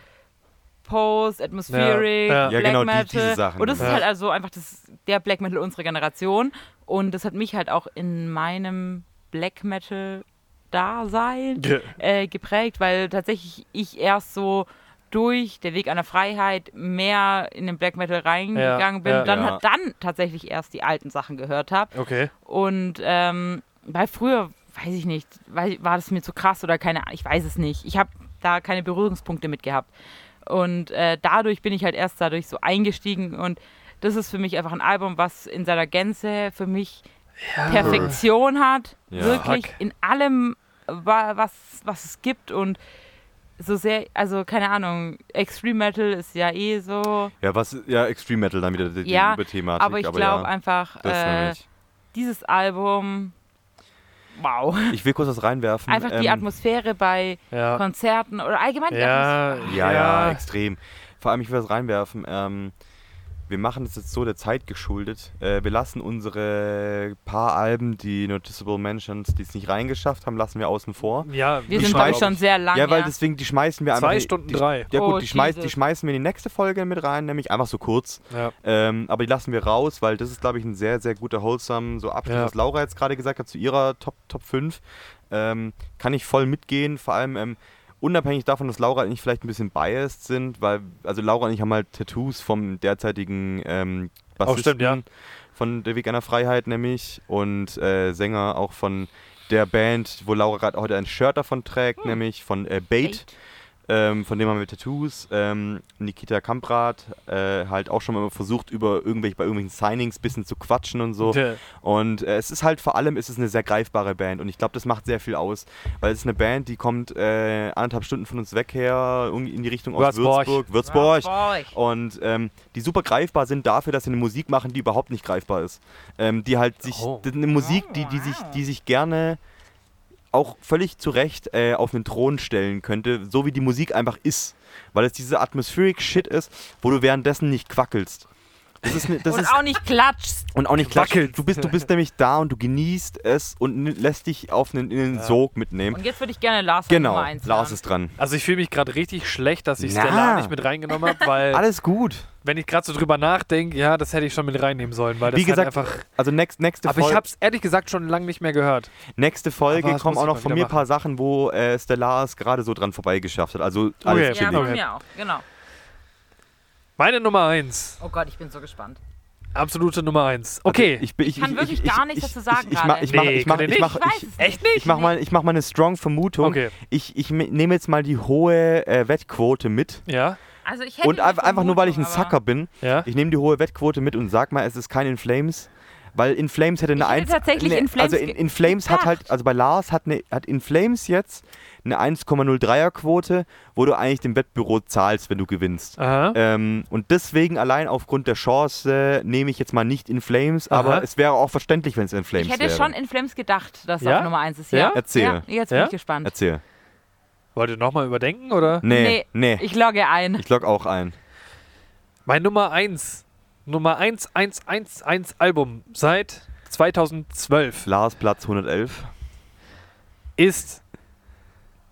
S1: Post, Atmospheric,
S2: Ja, ja.
S3: Ja,
S1: Black
S3: genau, die-
S1: Metal.
S3: diese Sachen.
S1: Und das
S2: Ja.
S1: ist halt also einfach das, der Black Metal unserer Generation. Und das hat mich halt auch in meinem Black Metal Dasein
S2: Ja.
S1: äh, geprägt, weil tatsächlich ich erst so durch der Weg einer Freiheit mehr in den Black Metal reingegangen bin,
S2: ja,
S1: dann,
S3: ja.
S1: dann tatsächlich erst die alten Sachen gehört habe.
S2: Okay.
S1: Und ähm, weil früher, weiß ich nicht, weil, war das mir zu krass oder keine Ahnung, ich weiß es nicht. Ich habe da keine Berührungspunkte mit gehabt. Und äh, dadurch bin ich halt erst dadurch so eingestiegen und das ist für mich einfach ein Album, was in seiner Gänze für mich Perfektion hat.
S3: Ja.
S1: Wirklich
S2: Fuck.
S1: in allem, wa- was, was es gibt und so sehr, also keine Ahnung, Extreme Metal ist ja eh so,
S3: Ja, was, ja, Extreme Metal dann wieder die, die
S1: Ja,
S3: Überthematik.
S1: aber ich glaube
S3: ja,
S1: einfach,
S3: das
S1: äh,
S3: nämlich.
S1: dieses Album, wow.
S3: Ich will kurz was reinwerfen.
S1: Einfach die
S3: ähm,
S1: Atmosphäre bei
S2: Ja.
S1: Konzerten oder allgemein die
S2: Ja,
S3: Ja, ja, extrem. Vor allem, ich will was reinwerfen. Ähm, wir machen das jetzt so der Zeit geschuldet. Äh, wir lassen unsere paar Alben, die Noticeable Mentions, die es nicht reingeschafft haben, lassen wir außen vor.
S2: Ja,
S1: Wir
S3: Die
S1: sind, glaube ich,
S3: schmeißen-
S1: schon sehr lang.
S3: ja, weil deswegen, die schmeißen wir einfach.
S2: Zwei Stunden
S3: die,
S2: drei.
S3: Ja, gut,
S1: Oh,
S3: die, schmeiß, die
S1: Jesus.
S3: schmeißen wir in die nächste Folge mit rein, nämlich einfach so kurz.
S2: ja.
S3: Ähm, aber die lassen wir raus, weil das ist, glaube ich, ein sehr, sehr guter Wholesome. So Abschluss,
S2: Ja.
S3: was Laura jetzt gerade gesagt hat zu ihrer Top, Top 5. Ähm, kann ich voll mitgehen. Vor allem ähm, unabhängig davon, dass Laura und ich vielleicht ein bisschen biased sind, weil, also Laura und ich haben halt Tattoos vom derzeitigen ähm,
S2: Oh,
S3: Bassisten
S2: stimmt, ja.
S3: von Der Weg einer Freiheit nämlich und äh, Sänger auch von der Band, wo Laura gerade heute ein Shirt davon trägt,
S2: Hm.
S3: nämlich von äh, Bait. Ähm, von dem haben wir Tattoos. Ähm, Nikita Kamprad äh, halt auch schon mal versucht, über irgendwelche, bei irgendwelchen Signings ein bisschen zu quatschen und so.
S2: Tja.
S3: Und äh, es ist halt vor allem ist es eine sehr greifbare Band und ich glaube, das macht sehr viel aus, weil es ist eine Band, die kommt äh, anderthalb Stunden von uns weg her, irgendwie in die Richtung aus
S2: Würzburg.
S3: Würzburg, Würzburg.
S1: Boah,
S3: Und ähm, die super greifbar sind dafür, dass sie eine Musik machen, die überhaupt nicht greifbar ist. Ähm, die halt sich,
S2: Oh.
S3: das ist eine Musik, die, die, sich, die sich gerne auch völlig zu Recht äh, auf einen Thron stellen könnte, so wie die Musik einfach ist. Weil es diese atmospheric Shit ist, wo du währenddessen nicht quackelst. Das ist, ne, das
S1: Und
S3: ist
S1: auch nicht klatscht.
S3: und auch nicht
S2: Quackelt.
S3: quackelt. Du bist, du bist nämlich da und du genießt es und n- lässt dich auf einen, in den Sog mitnehmen.
S1: Und jetzt würde ich gerne Lars auf
S3: Genau,
S1: Nummer eins
S3: Lars
S1: hören.
S3: ist dran.
S2: Also ich fühle mich gerade richtig schlecht, dass ich
S3: Na.
S2: Stellar nicht mit reingenommen habe, weil
S3: Alles gut.
S2: wenn ich gerade so drüber nachdenke, ja, das hätte ich schon mit reinnehmen sollen, weil das
S3: Wie gesagt,
S2: halt einfach.
S3: also next, nächste
S2: Aber
S3: Folge-
S2: ich habe es ehrlich gesagt schon lange nicht mehr gehört.
S3: Nächste Folge
S2: Aber das
S3: kommen
S2: muss
S3: auch
S2: ich
S3: noch
S2: mal
S3: von
S2: wieder
S3: mir ein paar Sachen, wo äh, Stellaris gerade so dran vorbeigeschafft hat. Also alles
S2: Okay.
S1: Ja,
S3: chillig.
S1: von
S2: Okay.
S1: mir auch, genau.
S2: Meine Nummer eins,
S1: Oh Gott, ich bin so gespannt.
S2: absolute Nummer eins. Okay,
S3: Ich, bin- ich,
S1: Kann wirklich gar nichts dazu sagen
S3: Ich, ich, mach- ich, mach-
S2: gerade.
S3: ich, mach-
S2: Nee,
S3: ich, mach-
S1: Ich weiß
S3: ich,
S1: es
S2: echt
S3: ich mach mal, ich mach mal eine strong Vermutung.
S2: Okay.
S3: Ich, ich me- nehme jetzt mal die hohe äh, Wettquote mit.
S2: ja,
S1: Also ich hätte
S3: Und
S1: eine
S3: ein- einfach nur, weil ich ein
S1: Vermutung,
S3: Sucker bin.
S2: ja.
S3: Ich nehme die hohe Wettquote mit und sag mal, es ist kein In Flames. Weil In Flames hätte eine
S1: hätte
S3: 1.
S1: tatsächlich In Flames
S3: also in,
S1: ge-
S3: in Flames hat halt, also bei Lars hat, eine, hat In Flames jetzt eine 1,03er Quote, wo du eigentlich dem Wettbüro zahlst, wenn du gewinnst.
S2: Aha.
S3: Ähm, und deswegen allein aufgrund der Chance äh, nehme ich jetzt mal nicht in Flames,
S2: Aha.
S3: aber es wäre auch verständlich, wenn es in
S1: Aber
S3: Flames
S1: ich hätte
S3: wäre.
S1: schon in Flames gedacht, dass
S2: Ja?
S1: auf Nummer eins ist,
S2: Ja?
S1: ja?
S3: Erzähl.
S1: Ja, jetzt bin
S2: Ja?
S1: ich gespannt.
S3: Erzähl.
S2: Wollt ihr nochmal überdenken oder?
S3: Nee, nee.
S1: Ich logge ein.
S3: Ich log auch ein.
S2: Mein Nummer 1. Nummer 1111 Album seit 2012
S3: Lars Platz 111.
S2: ist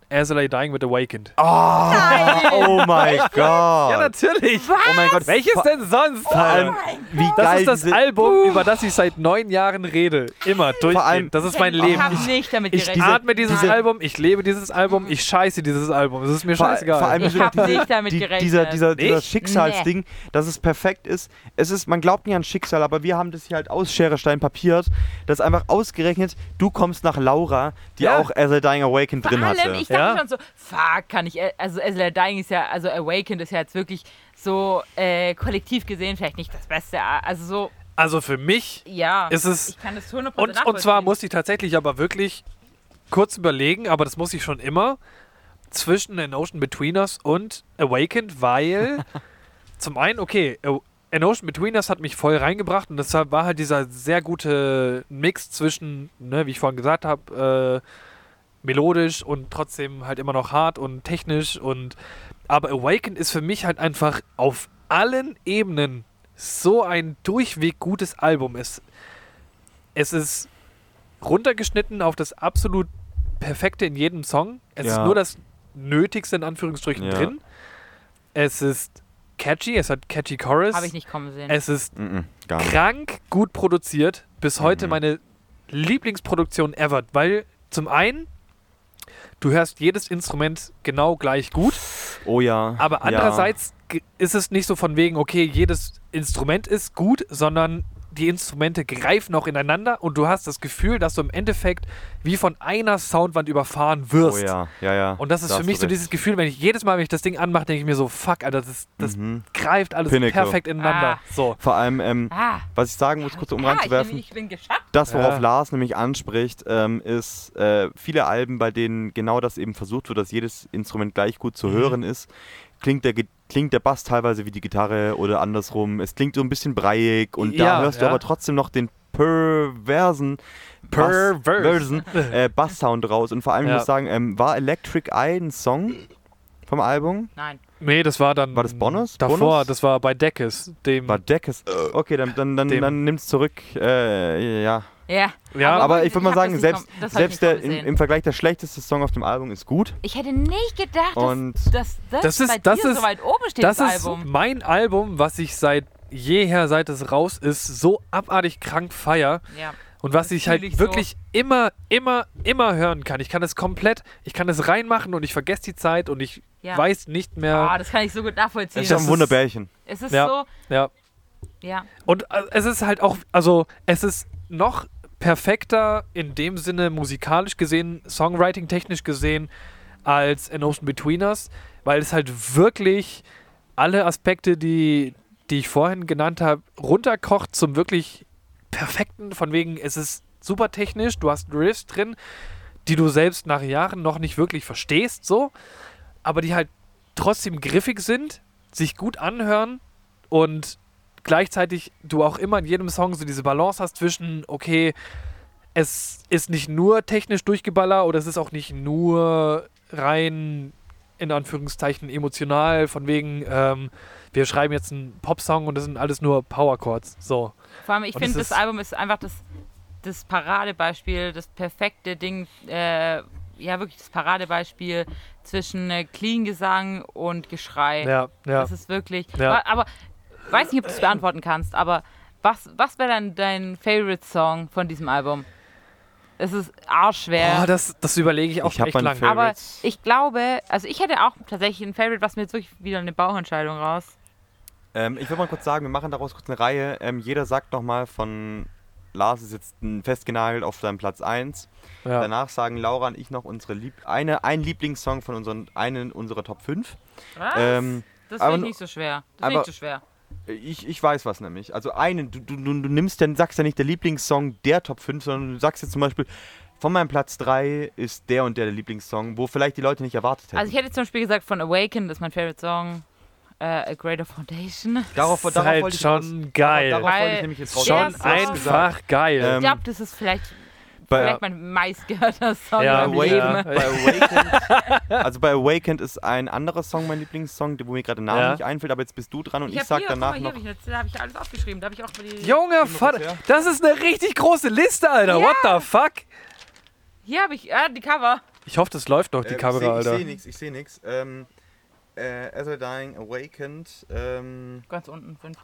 S2: As I Lay Dying with Awakened.
S3: Oh mein Gott.
S2: Ja, natürlich.
S3: Oh mein Gott.
S2: Welches
S3: Vor-
S2: denn sonst?
S3: Vor allem,
S2: Alter?
S3: wie
S2: Das
S3: geil
S2: ist das
S3: diese, Uh.
S2: Album, über das ich seit neun Jahren rede. Immer
S3: allem-
S2: durchgehend. Das ist mein
S1: Ich
S2: Leben.
S1: habe
S2: Ich
S1: nicht damit
S3: ich-
S1: gerechnet.
S3: diese-
S2: atme dieses
S3: diese-
S2: Album, ich lebe dieses Album, ich scheiße dieses Album. Es ist mir
S3: Vor,
S2: scheißegal.
S3: vor allem
S1: Ich
S3: diese-
S1: hab
S3: diese-
S1: nicht damit
S3: die,
S1: gerechnet.
S3: Dieser, dieser, dieser
S2: Nicht?
S3: Schicksalsding, dass es perfekt ist. Es ist, man glaubt nicht an Schicksal, aber wir haben das hier halt aus Schere, Stein, Papiert. Das ist einfach ausgerechnet, du kommst nach Laura, die
S2: Ja.
S3: auch As I Dying Awakened
S1: Vor
S3: drin
S1: allem,
S3: hatte.
S1: ich
S2: Ja.
S1: dachte schon so, fuck, kann ich, also Ezra Dying ist ja, also Awakened ist ja jetzt wirklich so äh, kollektiv gesehen vielleicht nicht das Beste, also so,
S2: Also für mich
S1: ja.
S2: ist es
S1: ich kann das 100%
S2: Und, und zwar musste ich tatsächlich aber wirklich kurz überlegen, aber das muss ich schon immer, zwischen An Ocean Between Us und Awakened, weil zum einen, okay, A- An Ocean Between Us hat mich voll reingebracht und deshalb war halt dieser sehr gute Mix zwischen, ne, wie ich vorhin gesagt habe, äh, melodisch und trotzdem halt immer noch hart und technisch und aber Awakened ist für mich halt einfach auf allen Ebenen so ein durchweg gutes Album. Es es ist runtergeschnitten auf das absolut perfekte in jedem Song. Es ist
S3: Ja.
S2: nur das Nötigste in Anführungsstrichen
S3: Ja.
S2: drin. Es ist catchy, es hat catchy Chorus.
S1: Habe ich nicht kommen sehen.
S2: Es ist
S3: Mhm, gar nicht.
S2: krank gut produziert. Bis heute
S3: Mhm.
S2: meine Lieblingsproduktion ever, weil zum einen du hörst jedes Instrument genau gleich gut.
S3: Oh ja.
S2: Aber andererseits ge- ist es nicht so von wegen, okay, jedes Instrument ist gut, sondern die Instrumente greifen auch ineinander und du hast das Gefühl, dass du im Endeffekt wie von einer Soundwand überfahren
S3: Ja. Oh
S2: wirst.
S3: ja, ja, ja.
S2: Und das ist
S3: Da
S2: für
S3: hast
S2: mich
S3: du
S2: so
S3: recht.
S2: dieses Gefühl, wenn ich jedes Mal, wenn ich das Ding anmache, denke ich mir so, fuck, Alter, das, das
S3: Mhm.
S2: greift alles
S3: Pinnacle.
S2: perfekt ineinander.
S3: Ah.
S2: So.
S3: Vor allem, ähm,
S1: ah,
S3: was ich sagen muss, kurz um
S1: ah ich,
S3: reinzuwerfen.
S1: bin, ich bin geschafft.
S3: Das, worauf
S2: Ja.
S3: Lars nämlich anspricht, ähm, ist äh, viele Alben, bei denen genau das eben versucht wird, dass jedes Instrument gleich gut
S2: Mhm.
S3: zu hören ist. Klingt der, Gi- klingt der Bass teilweise wie die Gitarre oder andersrum. Es klingt so ein bisschen breiig und
S2: Ja,
S3: da hörst
S2: ja.
S3: du aber trotzdem noch den perversen
S2: Perverse.
S3: Bass, äh, Bass-Sound raus. Und vor allem,
S2: Ja.
S3: ich muss sagen, ähm, war Electric Eye ein Song vom Album?
S1: Nein.
S2: Nee, das war dann.
S3: War das Bonus?
S2: Davor,
S3: Bonus?
S2: das war bei Deckes. Dem,
S3: War Deckes. Okay, dann, dann, dann,
S2: Mhm. Äh, Dem-
S3: dann nimm's zurück. Äh, ja.
S1: Ja.
S2: ja,
S3: Aber ich würde mal
S1: hab das
S3: sagen,
S1: nicht
S3: selbst,
S1: kommen- das hab ich
S3: selbst
S1: nicht
S3: der,
S1: kommen
S3: im,
S1: sehen.
S3: im Vergleich der schlechteste Song auf dem Album ist gut.
S1: Ich hätte nicht gedacht, dass,
S3: Und-
S1: dass das,
S2: Das ist-
S1: bei
S2: das
S1: dir
S2: ist-
S1: so weit oben steht,
S2: das
S1: das,
S2: ist
S1: Album.
S2: mein Album, was ich seit jeher, seit es raus ist, so abartig krank feier.
S1: Ja.
S2: Und was
S1: Das
S2: ich
S1: fühl
S2: halt
S1: ich so.
S2: wirklich immer, immer, immer hören kann. Ich kann es komplett, ich kann es reinmachen und ich vergesse die Zeit und ich
S1: Ja.
S2: weiß nicht
S1: Ah,
S2: mehr.
S1: das kann ich so gut nachvollziehen.
S3: Das ist ein Wunderbärchen.
S1: es ist
S2: Ja.
S1: so,
S2: ja.
S1: ja.
S2: Und äh, es ist halt auch, also es ist noch perfekter in dem Sinne musikalisch gesehen, Songwriting technisch gesehen, als An Ocean Between Us, weil es halt wirklich alle Aspekte, die, die ich vorhin genannt habe, runterkocht zum wirklich perfekten, von wegen, es ist super technisch, du hast Riffs drin, die du selbst nach Jahren noch nicht wirklich verstehst, so, aber die halt trotzdem griffig sind, sich gut anhören und gleichzeitig du auch immer in jedem Song so diese Balance hast zwischen, okay, es ist nicht nur technisch durchgeballer oder es ist auch nicht nur rein in Anführungszeichen emotional, von wegen, ähm, wir schreiben jetzt einen Popsong und das sind alles nur Powerchords. So.
S1: Vor allem, ich
S2: Und es
S1: finde, das
S2: ist-
S1: Album ist einfach das, das Paradebeispiel, das perfekte Ding, äh, ja, wirklich das Paradebeispiel zwischen äh, Clean Gesang und Geschrei.
S2: Ja, ja.
S1: Das ist wirklich.
S2: Ja.
S1: Wa- Aber weiß nicht, ob du es beantworten kannst, aber was, was wäre dann dein Favorite Song von diesem Album? Es ist arschschwer.
S2: Oh, das, das überlege ich auch
S3: Ich hab
S2: echt
S3: meinen
S2: lang.
S3: Favorite.
S1: aber ich glaube, also ich hätte auch tatsächlich ein Favorite, was mir jetzt wirklich wieder eine Bauchentscheidung raus.
S3: Ähm, ich will mal kurz sagen, wir machen daraus kurz eine Reihe. Ähm, jeder sagt nochmal von Lars ist jetzt n- festgenagelt auf seinem Platz 1.
S2: Ja.
S3: Danach sagen Laura und ich noch unsere Lieb eine, einen Lieblingssong von unseren, einen unserer Top 5.
S1: Was?
S3: Ähm,
S1: das
S3: aber
S1: finde ich
S3: nu-
S1: nicht so schwer. Das finde
S3: aber-
S1: ich zu schwer.
S3: ich, ich weiß was nämlich. Also einen, du, du, du du nimmst dann, sagst ja nicht der Lieblingssong der Top 5, sondern du sagst jetzt zum Beispiel, von meinem Platz 3 ist der und der der Lieblingssong, wo vielleicht die Leute nicht erwartet hätten.
S1: Also ich hätte zum Beispiel gesagt, von Awaken ist mein Favorite Song. Äh, A Greater Foundation.
S3: darauf,
S2: ist halt
S3: wollte ich raus.
S2: schon geil.
S3: Darauf wollte
S1: Weil
S3: ich nämlich jetzt raus.
S2: Schon
S1: Der Song-
S2: einfach geil.
S1: Ich
S3: Ähm,
S1: glaube, das ist vielleicht
S3: Bei-
S1: vielleicht mein meistgehörter Song
S2: Ja,
S1: im
S2: Wait-
S1: Leben.
S2: Ja.
S3: Bei Awakened, also bei Awakened ist ein anderer Song mein Lieblingssong, wo mir gerade der Name
S2: Ja.
S3: nicht einfällt, aber jetzt bist du dran und ich,
S1: hab
S3: sag
S1: hier, guck mal,
S3: danach
S1: hier
S3: noch.
S1: Hab ich eine, da habe ich alles aufgeschrieben. Da habe ich auch die,
S2: Junge
S7: kurz
S2: Vater,
S7: her.
S2: das ist eine richtig große Liste, Alter. What the fuck?
S1: Hier habe ich ah, die Cover.
S2: Ich hoffe, das läuft doch, die
S3: Äh,
S7: Ähm,
S2: Kamera,
S7: ich seh-
S2: Alter.
S7: Ich sehe nichts, ich sehe nichts. Ähm, äh, As I Dying, Awakened. Ähm,
S1: Ganz unten sind.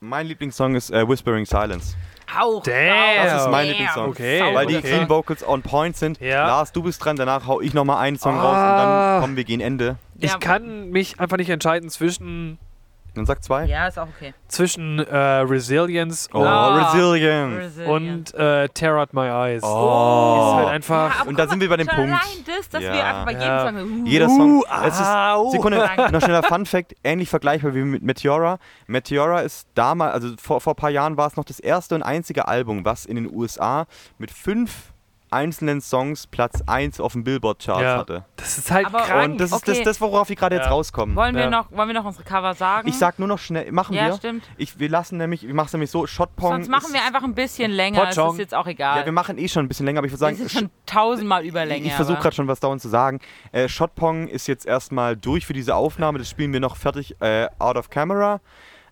S3: Mein Lieblingssong ist äh, Whispering Silence.
S1: Auch.
S2: Damn.
S3: Das ist mein
S1: Ja.
S3: Lieblingssong.
S2: Okay,
S3: Weil die
S2: okay.
S3: Clean Vocals on point sind.
S2: Ja.
S3: Lars, du bist dran, danach hau ich nochmal einen Song raus und
S2: Ah.
S3: dann kommen wir gegen Ende.
S2: Ich kann mich einfach nicht entscheiden zwischen,
S3: Dann sag zwei.
S1: Ja, ist auch okay.
S2: zwischen äh, Resilience
S3: Oh,
S1: Ah.
S3: Resilience.
S2: und äh, Tear Out My Eyes. Ist halt
S3: Oh.
S2: einfach.
S1: aber
S3: Und da
S1: guck
S3: sind wir bei dem
S1: schon
S3: Punkt.
S1: Allein das, dass wir
S3: Ja.
S1: einfach bei jedem
S2: Ja.
S1: Song sagen, uh,
S3: Jeder Song.
S2: Uh,
S3: es
S2: au.
S3: ist, Sekunde, noch schneller Fun Fact, ähnlich vergleichbar wie mit Meteora. Meteora ist damals, also vor, vor ein paar Jahren war es noch das erste und einzige Album, was in den USA mit fünf einzelnen Songs Platz 1 auf dem Billboard-Charts
S2: Ja.
S3: hatte.
S2: Das ist halt
S1: Aber-
S2: krank.
S3: Und das ist
S1: Okay.
S3: das, das worauf wir gerade jetzt
S2: Ja.
S3: rauskommen.
S1: "Hm, wollen, wir
S2: Ja.
S1: noch, wollen wir noch unsere Cover sagen?
S3: Ich sag nur noch schnell, machen
S1: Ja,
S3: wir.
S1: stimmt.
S3: Ich, wir lassen nämlich, wir machen es nämlich so, Shotpong.
S1: Sonst machen
S3: ist-
S1: wir einfach ein bisschen länger. Das
S2: Pochong.
S1: ist jetzt auch egal.
S3: Ja, wir machen eh schon ein bisschen länger, aber ich würde
S1: das
S3: sagen,
S1: ist
S3: Sch-
S1: schon tausendmal Überlänge.
S3: ich versuche
S1: aber-
S3: gerade schon was dauernd zu sagen. Äh, Shotpong ist jetzt erstmal durch für diese Aufnahme, das spielen wir noch fertig äh, out of camera,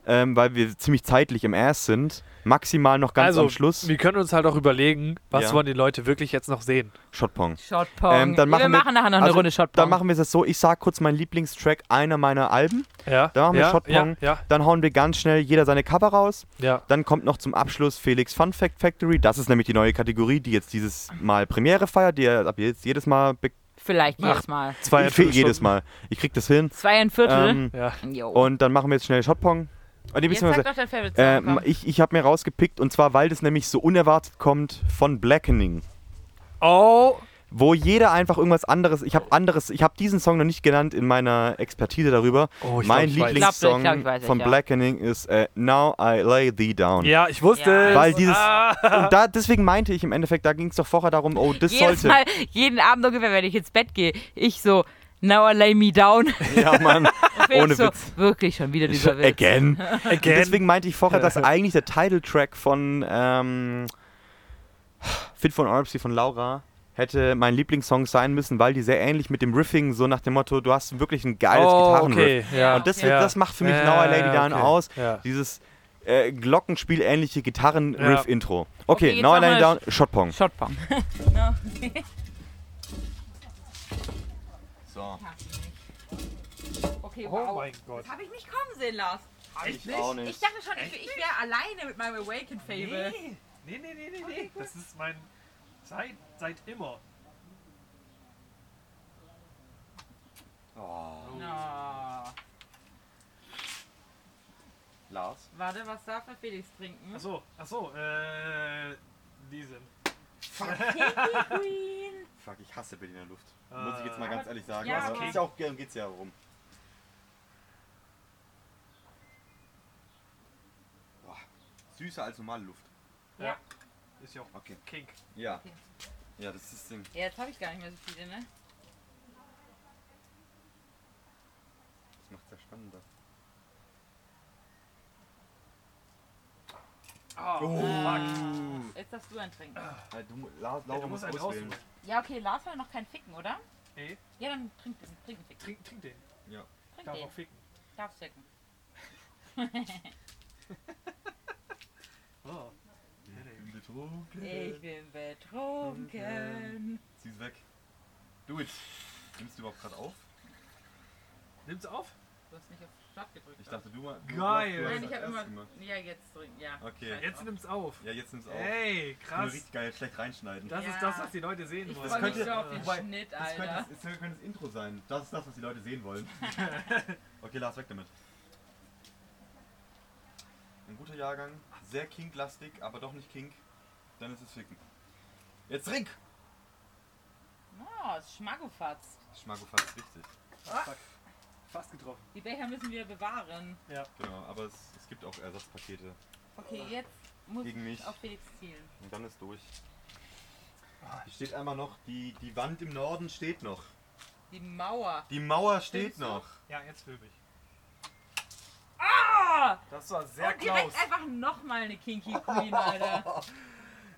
S3: ähm, weil wir ziemlich zeitlich im Ass sind. Maximal noch ganz
S2: also,
S3: am Schluss
S2: wir können uns halt auch überlegen, was
S3: Ja.
S2: wollen die Leute wirklich jetzt noch sehen.
S3: Shotpong.
S1: Shotpong.
S3: Ähm, dann
S1: wir
S3: machen wir-
S1: machen nachher noch eine
S3: also,
S1: Runde Shotpong.
S3: Dann machen wir es jetzt so, ich sag kurz meinen Lieblingstrack einer meiner Alben,
S2: Ja.
S3: dann machen wir
S2: ja,
S3: Shotpong,
S2: Ja, ja,
S3: dann hauen wir ganz schnell jeder seine Cover raus.
S2: ja.
S3: Dann kommt noch zum Abschluss Felix Fun Fact Factory. Das ist nämlich die neue Kategorie, die jetzt dieses Mal Premiere feiert, die er ab jetzt jedes Mal. Be
S1: Vielleicht jedes Mal.
S2: Zwei
S3: ich fehl jedes Mal. Ich krieg das hin.
S1: Zwei ein Viertel.
S3: Ähm,
S2: Ja.
S1: Jo.
S3: und dann machen wir jetzt schnell Shotpong. Und
S1: Jetzt sag doch dein Favorite Song.
S3: äh,
S1: komm.
S3: ich ich habe mir rausgepickt und zwar, weil das nämlich so unerwartet kommt von Blackening.
S2: Oh,
S3: Wo jeder einfach irgendwas anderes. Ich habe anderes. Ich habe diesenOng noch nicht genannt in meiner Expertise darüber.
S2: Oh, ich
S3: mein
S2: glaub, ich weiß.
S3: Lieblingssong
S1: Ich glaub, ich glaub, ich weiß,
S3: von
S1: ja.
S3: Blackening ist äh, Now I Lay Thee Down.
S2: ja, ich wusste.
S1: Ja.
S2: es.
S3: Weil dieses-
S2: Ah.
S3: Und da, deswegen meinte ich im Endeffekt, da ging es doch vorher darum, oh, das
S1: Jedes
S3: sollte.
S1: Mal, jeden Abend ungefähr, wenn ich ins Bett gehe, ich so, now I lay me down.
S3: Ja, Mann.
S1: Felix
S3: Ohne
S1: so,
S3: Witz.
S1: Wirklich schon wieder dieser Witz.
S3: Again.
S2: Again.
S3: Deswegen meinte ich vorher, dass eigentlich der Titeltrack von ähm, Fit von Orbsy von Laura hätte mein Lieblingssong sein müssen, weil die sehr ähnlich mit dem Riffing so nach dem Motto, du hast wirklich ein geiles
S2: oh,
S3: Gitarrenriff.
S2: okay. Ja.
S3: Und das,
S2: ja.
S3: das macht für mich
S2: Ja,
S3: Now I Lady
S2: ja,
S3: Down
S2: Ah, okay.
S3: genau aus.
S2: Ja.
S3: Dieses äh, Glockenspiel-ähnliche Gitarrenriff-Intro.
S1: Okay,
S3: Okay,
S1: jetzt
S3: Now I
S1: machen
S3: Lady
S1: wir
S3: Down, Shotpong.
S1: Shotpong.
S7: so.
S1: Okay,
S2: Oh mein Gott.
S1: Habe ich nicht kommen sehen, Lars.
S7: Ich auch nicht.
S1: dachte schon, ich, wäre alleine mit meinem Awaken-Fable.
S2: nee, nee, nee, nee. Das ist mein. Seit, seit immer.
S7: Oh, Lars.
S1: Warte, was darf der Felix trinken?
S3: Also-
S2: Achso, achso, äh. Diesen.
S1: Queen.
S7: Fuck, ich hasse Berliner Luft.
S2: Ah.
S7: Muss ich jetzt mal ganz ehrlich sagen.
S1: Äh, Ja,
S7: also,
S1: aber-
S7: ist ja auch, darum geht's ja rum. Boah, süßer als normale Luft.
S1: Ja.
S2: Ist ja auch
S7: Okay.
S2: Kink.
S7: Ja.
S1: Okay.
S7: Ja, das ist das Ding.
S1: Ja, jetzt habe ich gar nicht mehr so viele, ne?
S7: Das macht's ja spannender.
S2: Oh,
S1: Jetzt darfst du einen trinken.
S7: Ja, du, Lars, Laura
S2: du
S7: muss
S2: musst einen
S7: auswählen.
S2: aussuchen.
S1: Ja, okay, Lars will noch keinen Ficken, oder?
S2: Nee.
S1: Ja, dann trink den. Trink den Ficken.
S2: Trink, trink den.
S7: Ja.
S1: Trink
S2: Darf auch
S1: den.
S2: ficken.
S1: Darfst ficken.
S2: Oh.
S7: Bin betrunken.
S1: Ich bin betrunken.
S7: Zieh's weg. Do it. Nimmst du überhaupt gerade auf?
S2: Nimm's auf.
S1: Du hast nicht auf Start gedrückt.
S7: Ich dachte, du mal. du-
S2: Geil.
S7: Du hast,
S1: Nein,
S7: du hast
S1: ich habe
S7: erst
S1: immer.
S7: gemacht.
S1: Ja, jetzt trinken. Ja.
S7: Okay.
S1: Scheiß
S2: Jetzt
S1: drauf.
S2: nimm's auf.
S7: Ja, jetzt nimm's auf. Können
S2: Ey,
S7: wir
S2: krass.
S7: richtig geil schlecht reinschneiden.
S2: Das
S1: Ja.
S2: ist das, was die Leute sehen
S1: Ich
S2: wollen.
S1: freue mich
S7: könnte-
S1: so auf den
S2: Wobei,
S1: Schnitt,
S7: Das könnte
S1: Alter.
S7: das, das könnte das Intro sein. Das ist das, was die Leute sehen wollen. okay, Lars, weg damit. Ein guter Jahrgang, sehr kinklastig, aber doch nicht kink. Dann ist es ficken. Jetzt trink!
S1: Oh, ist Schmackofatz.
S7: Schmago fast richtig.
S2: Fast getroffen.
S1: Die Becher müssen wir bewahren.
S7: Genau, aber es, es gibt auch Ersatzpakete.
S1: Okay, jetzt muss
S7: Gegen mich.
S1: ich auf Felix zielen.
S7: Und dann ist durch. Hier steht einmal noch, die, die Wand im Norden steht noch.
S1: Die Mauer.
S7: Die Mauer steht
S1: Stimmt's
S7: noch.
S2: Ja, jetzt Ah! für mich.
S1: Ah!
S2: Das war sehr
S1: Und direkt einfach nochmal eine Kinky Queen, Alter.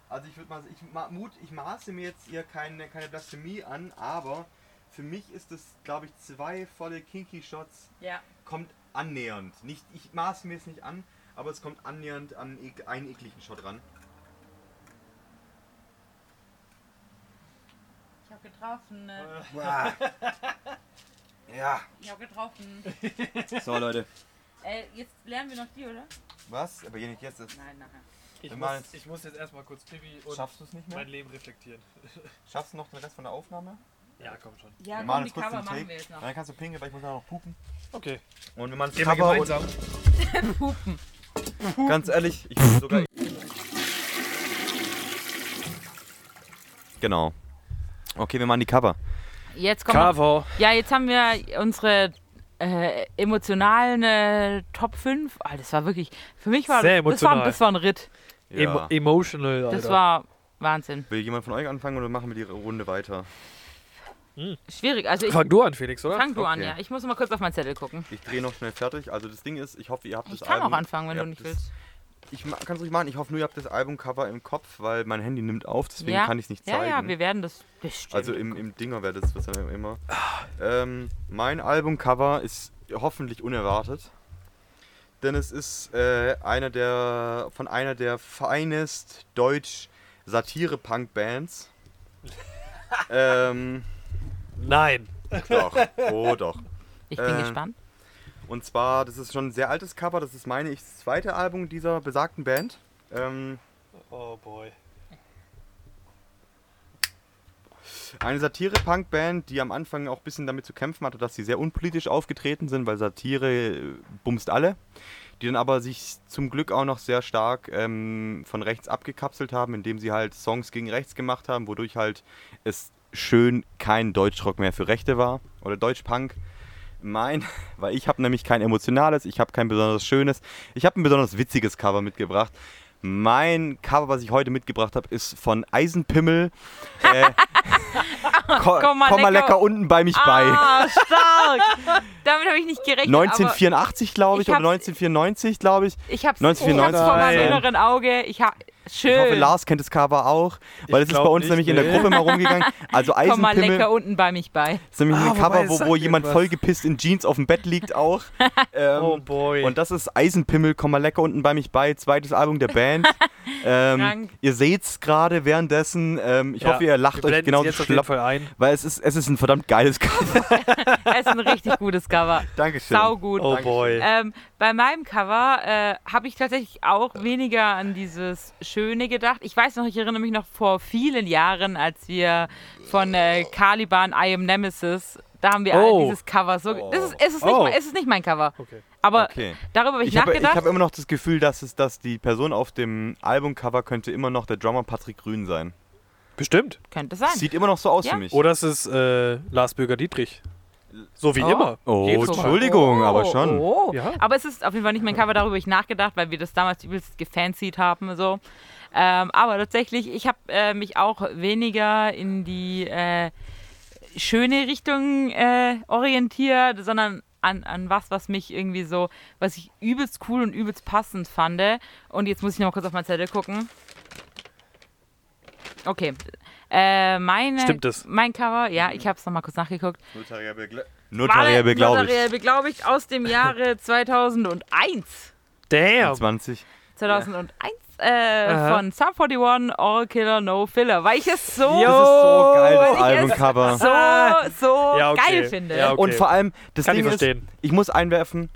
S3: Also ich würde mal, ich, ma- Mut, ich maße mir jetzt hier keine, keine Blasphemie an, aber für mich ist es, glaube ich, zwei volle Kinky-Shots
S1: Ja.
S3: kommt annähernd. Nicht, ich maß mir es nicht an, aber es kommt annähernd an ek- einen ekligen Shot ran.
S1: Ich hab getroffen. ne?
S3: Ja.
S1: Ich hab getroffen.
S3: So Leute.
S1: Äh, jetzt lernen wir noch die, oder?
S3: Was? Aber hier nicht jetzt. Ist,
S1: Nein, nachher.
S2: Ich
S3: Wir machen-
S2: muss, ich muss jetzt erstmal kurz Pipi und
S3: schaffst du es nicht
S2: mein
S3: mehr?
S2: Leben reflektieren.
S3: Schaffst du noch den Rest von der Aufnahme?
S2: Ja, komm schon.
S1: Ja,
S3: wir
S1: komm,
S3: machen
S1: die
S3: jetzt kurz
S1: Cover
S3: den
S1: machen
S3: Take.
S1: wir jetzt noch.
S3: Dann kannst du pinkeln, weil ich muss ja noch pupen.
S2: Okay.
S3: Und wir machen das
S2: Gehen wir
S3: Cover und
S2: gemeinsam.
S3: Ganz ehrlich, ich bin sogar. Genau. Okay, wir machen die Cover.
S1: Jetzt kommt
S2: Cover.
S1: Ja, jetzt haben wir unsere äh, emotionalen äh, Top 5. Ah, das war wirklich, für mich war
S2: Sehr
S1: das, war,
S2: emotional.
S1: das war ein Ritt.
S2: Emo emotional, Alter.
S1: Das war Wahnsinn.
S3: Will jemand von euch anfangen oder machen wir die Runde weiter?
S1: Schwierig. Also ich
S2: Fang du an, Felix, oder?
S1: fang du an,
S3: Okay.
S1: ja. Ich muss mal kurz auf meinen Zettel gucken.
S3: Ich drehe noch schnell fertig. Also das Ding ist, ich hoffe, ihr habt
S1: Ich
S3: das
S1: kann
S3: Album.
S1: auch anfangen, wenn
S3: ihr
S1: du nicht
S3: habt das-
S1: willst.
S3: Ich ma- kann's ruhig machen. Ich hoffe nur, ihr habt das Albumcover im Kopf, weil mein Handy nimmt auf, deswegen
S1: ja.
S3: kann ich es nicht zeigen.
S1: Ja, ja, wir werden das bestimmt.
S3: also im, im Dinger wäre das was dann immer. Ähm, mein Albumcover ist hoffentlich unerwartet. Denn es ist äh, einer der von einer der feinest deutsch Satire-Punk-Bands. ähm,
S2: Nein.
S3: doch, oh doch.
S1: ich bin
S3: äh,
S1: gespannt.
S3: Und zwar, das ist schon ein sehr altes Cover, das ist, meine ich, das zweite Album dieser besagten Band. Ähm,
S2: Oh boy.
S3: Eine Satire-Punk-Band, die am Anfang auch ein bisschen damit zu kämpfen hatte, dass sie sehr unpolitisch aufgetreten sind, weil Satire äh, bumst alle. Die dann aber sich zum Glück auch noch sehr stark ähm, von rechts abgekapselt haben, indem sie halt Songs gegen rechts gemacht haben, wodurch halt es schön kein Deutschrock mehr für Rechte war oder Deutschpunk. Mein, weil ich habe nämlich kein emotionales, ich habe kein besonders schönes, ich habe ein besonders witziges Cover mitgebracht. Mein Cover, was ich heute mitgebracht habe, ist von Eisenpimmel. Äh, ko komm mal, lecker. unten bei mich
S1: Ah, stark! Damit habe ich nicht gerechnet.
S3: bei. 1984, glaube ich,
S1: Ich
S3: oder
S1: hab's-
S3: 1994, glaube ich.
S1: aber ich hab's, ich
S3: 1994.
S1: hab's vor meinem
S2: Nein.
S1: inneren Auge. Ich hab, schön.
S3: Ich hoffe, Lars kennt das Cover auch,
S2: Ich
S3: weil es ist bei
S2: glaub
S3: uns
S2: nicht,
S3: nämlich in der
S2: nee.
S3: Gruppe mal rumgegangen. Also
S1: Komm mal
S3: Eisenpimmel
S1: lecker unten bei mich bei.
S3: ist nämlich
S2: Ah,
S3: ein
S2: wobei,
S3: Cover,
S2: es
S3: wo,
S2: sagt
S3: wo
S2: mir
S3: jemand
S2: was.
S3: vollgepisst in Jeans auf dem Bett liegt auch. Ähm,
S2: Oh boy.
S3: Und das ist Eisenpimmel, komm mal lecker unten bei mich bei, zweites Album der Band. ähm,
S1: Krank.
S3: ihr seht's gerade währenddessen. Ähm, ich
S2: Ja,
S3: hoffe, ihr lacht
S2: wir
S3: euch
S2: blenden
S3: genauso
S2: jetzt auf jeden
S3: schlapp,
S2: Fall ein.
S3: weil es ist, es ist ein verdammt geiles Cover.
S1: Es ist ein richtig gutes Cover.
S3: Dankeschön.
S1: Sau gut.
S2: Oh boy.
S1: Ähm, bei meinem Cover äh, habe ich tatsächlich auch weniger an dieses Schöne gedacht. Ich weiß noch, ich erinnere mich noch vor vielen Jahren, als wir von äh, Caliban I Am Nemesis, da haben wir
S2: Oh.
S1: alle dieses Cover so.
S3: Oh.
S1: Das ist, es, ist nicht,
S2: Oh.
S1: mein- es ist nicht mein Cover.
S2: Okay.
S1: Aber
S3: Okay.
S1: darüber habe ich,
S3: Ich habe
S1: nachgedacht.
S3: hab immer noch das Gefühl, dass, es, dass die Person auf dem Albumcover könnte immer noch der Drummer Patrick Grün sein.
S2: Bestimmt.
S1: Könnte sein.
S3: Sieht immer noch so aus
S1: Ja.
S3: für mich.
S2: Oder es ist äh, Lars Bürger Dietrich. So wie
S1: Oh.
S2: immer.
S3: oh,
S2: Jedes Mal.
S3: Entschuldigung, aber schon.
S1: Oh.
S2: Ja.
S1: Aber es ist auf jeden Fall nicht mein Cover, darüber habe ich nachgedacht, weil wir das damals übelst gefancied haben. So. Ähm, aber tatsächlich, ich habe äh, mich auch weniger in die äh, schöne Richtung äh, orientiert, sondern an, an was, was mich irgendwie so, was ich übelst cool und übelst passend fand. Und jetzt muss ich nochmal kurz auf meinen Zettel gucken. Okay. Äh, meine,
S2: Stimmt es?
S1: Mein Cover, ja, ich habe es nochmal kurz nachgeguckt.
S3: Notariell
S1: Notariell
S3: beglaubigt.
S1: beglaubigt aus dem Jahre 2001.
S2: Damn.
S3: 20.
S1: 2001 äh,
S2: Aha.
S1: von Sum 41 All Killer No Filler, weil ich es so,
S2: Jo. Ah.
S3: Das ist so geil, das
S1: Weil ich es
S3: Albumcover.
S1: so, so
S2: Ja, okay.
S1: geil finde.
S2: Ja, okay.
S3: Und vor allem, das
S2: Kann
S3: Ding
S2: ich
S3: ist,
S2: verstehen.
S3: ich muss einwerfen,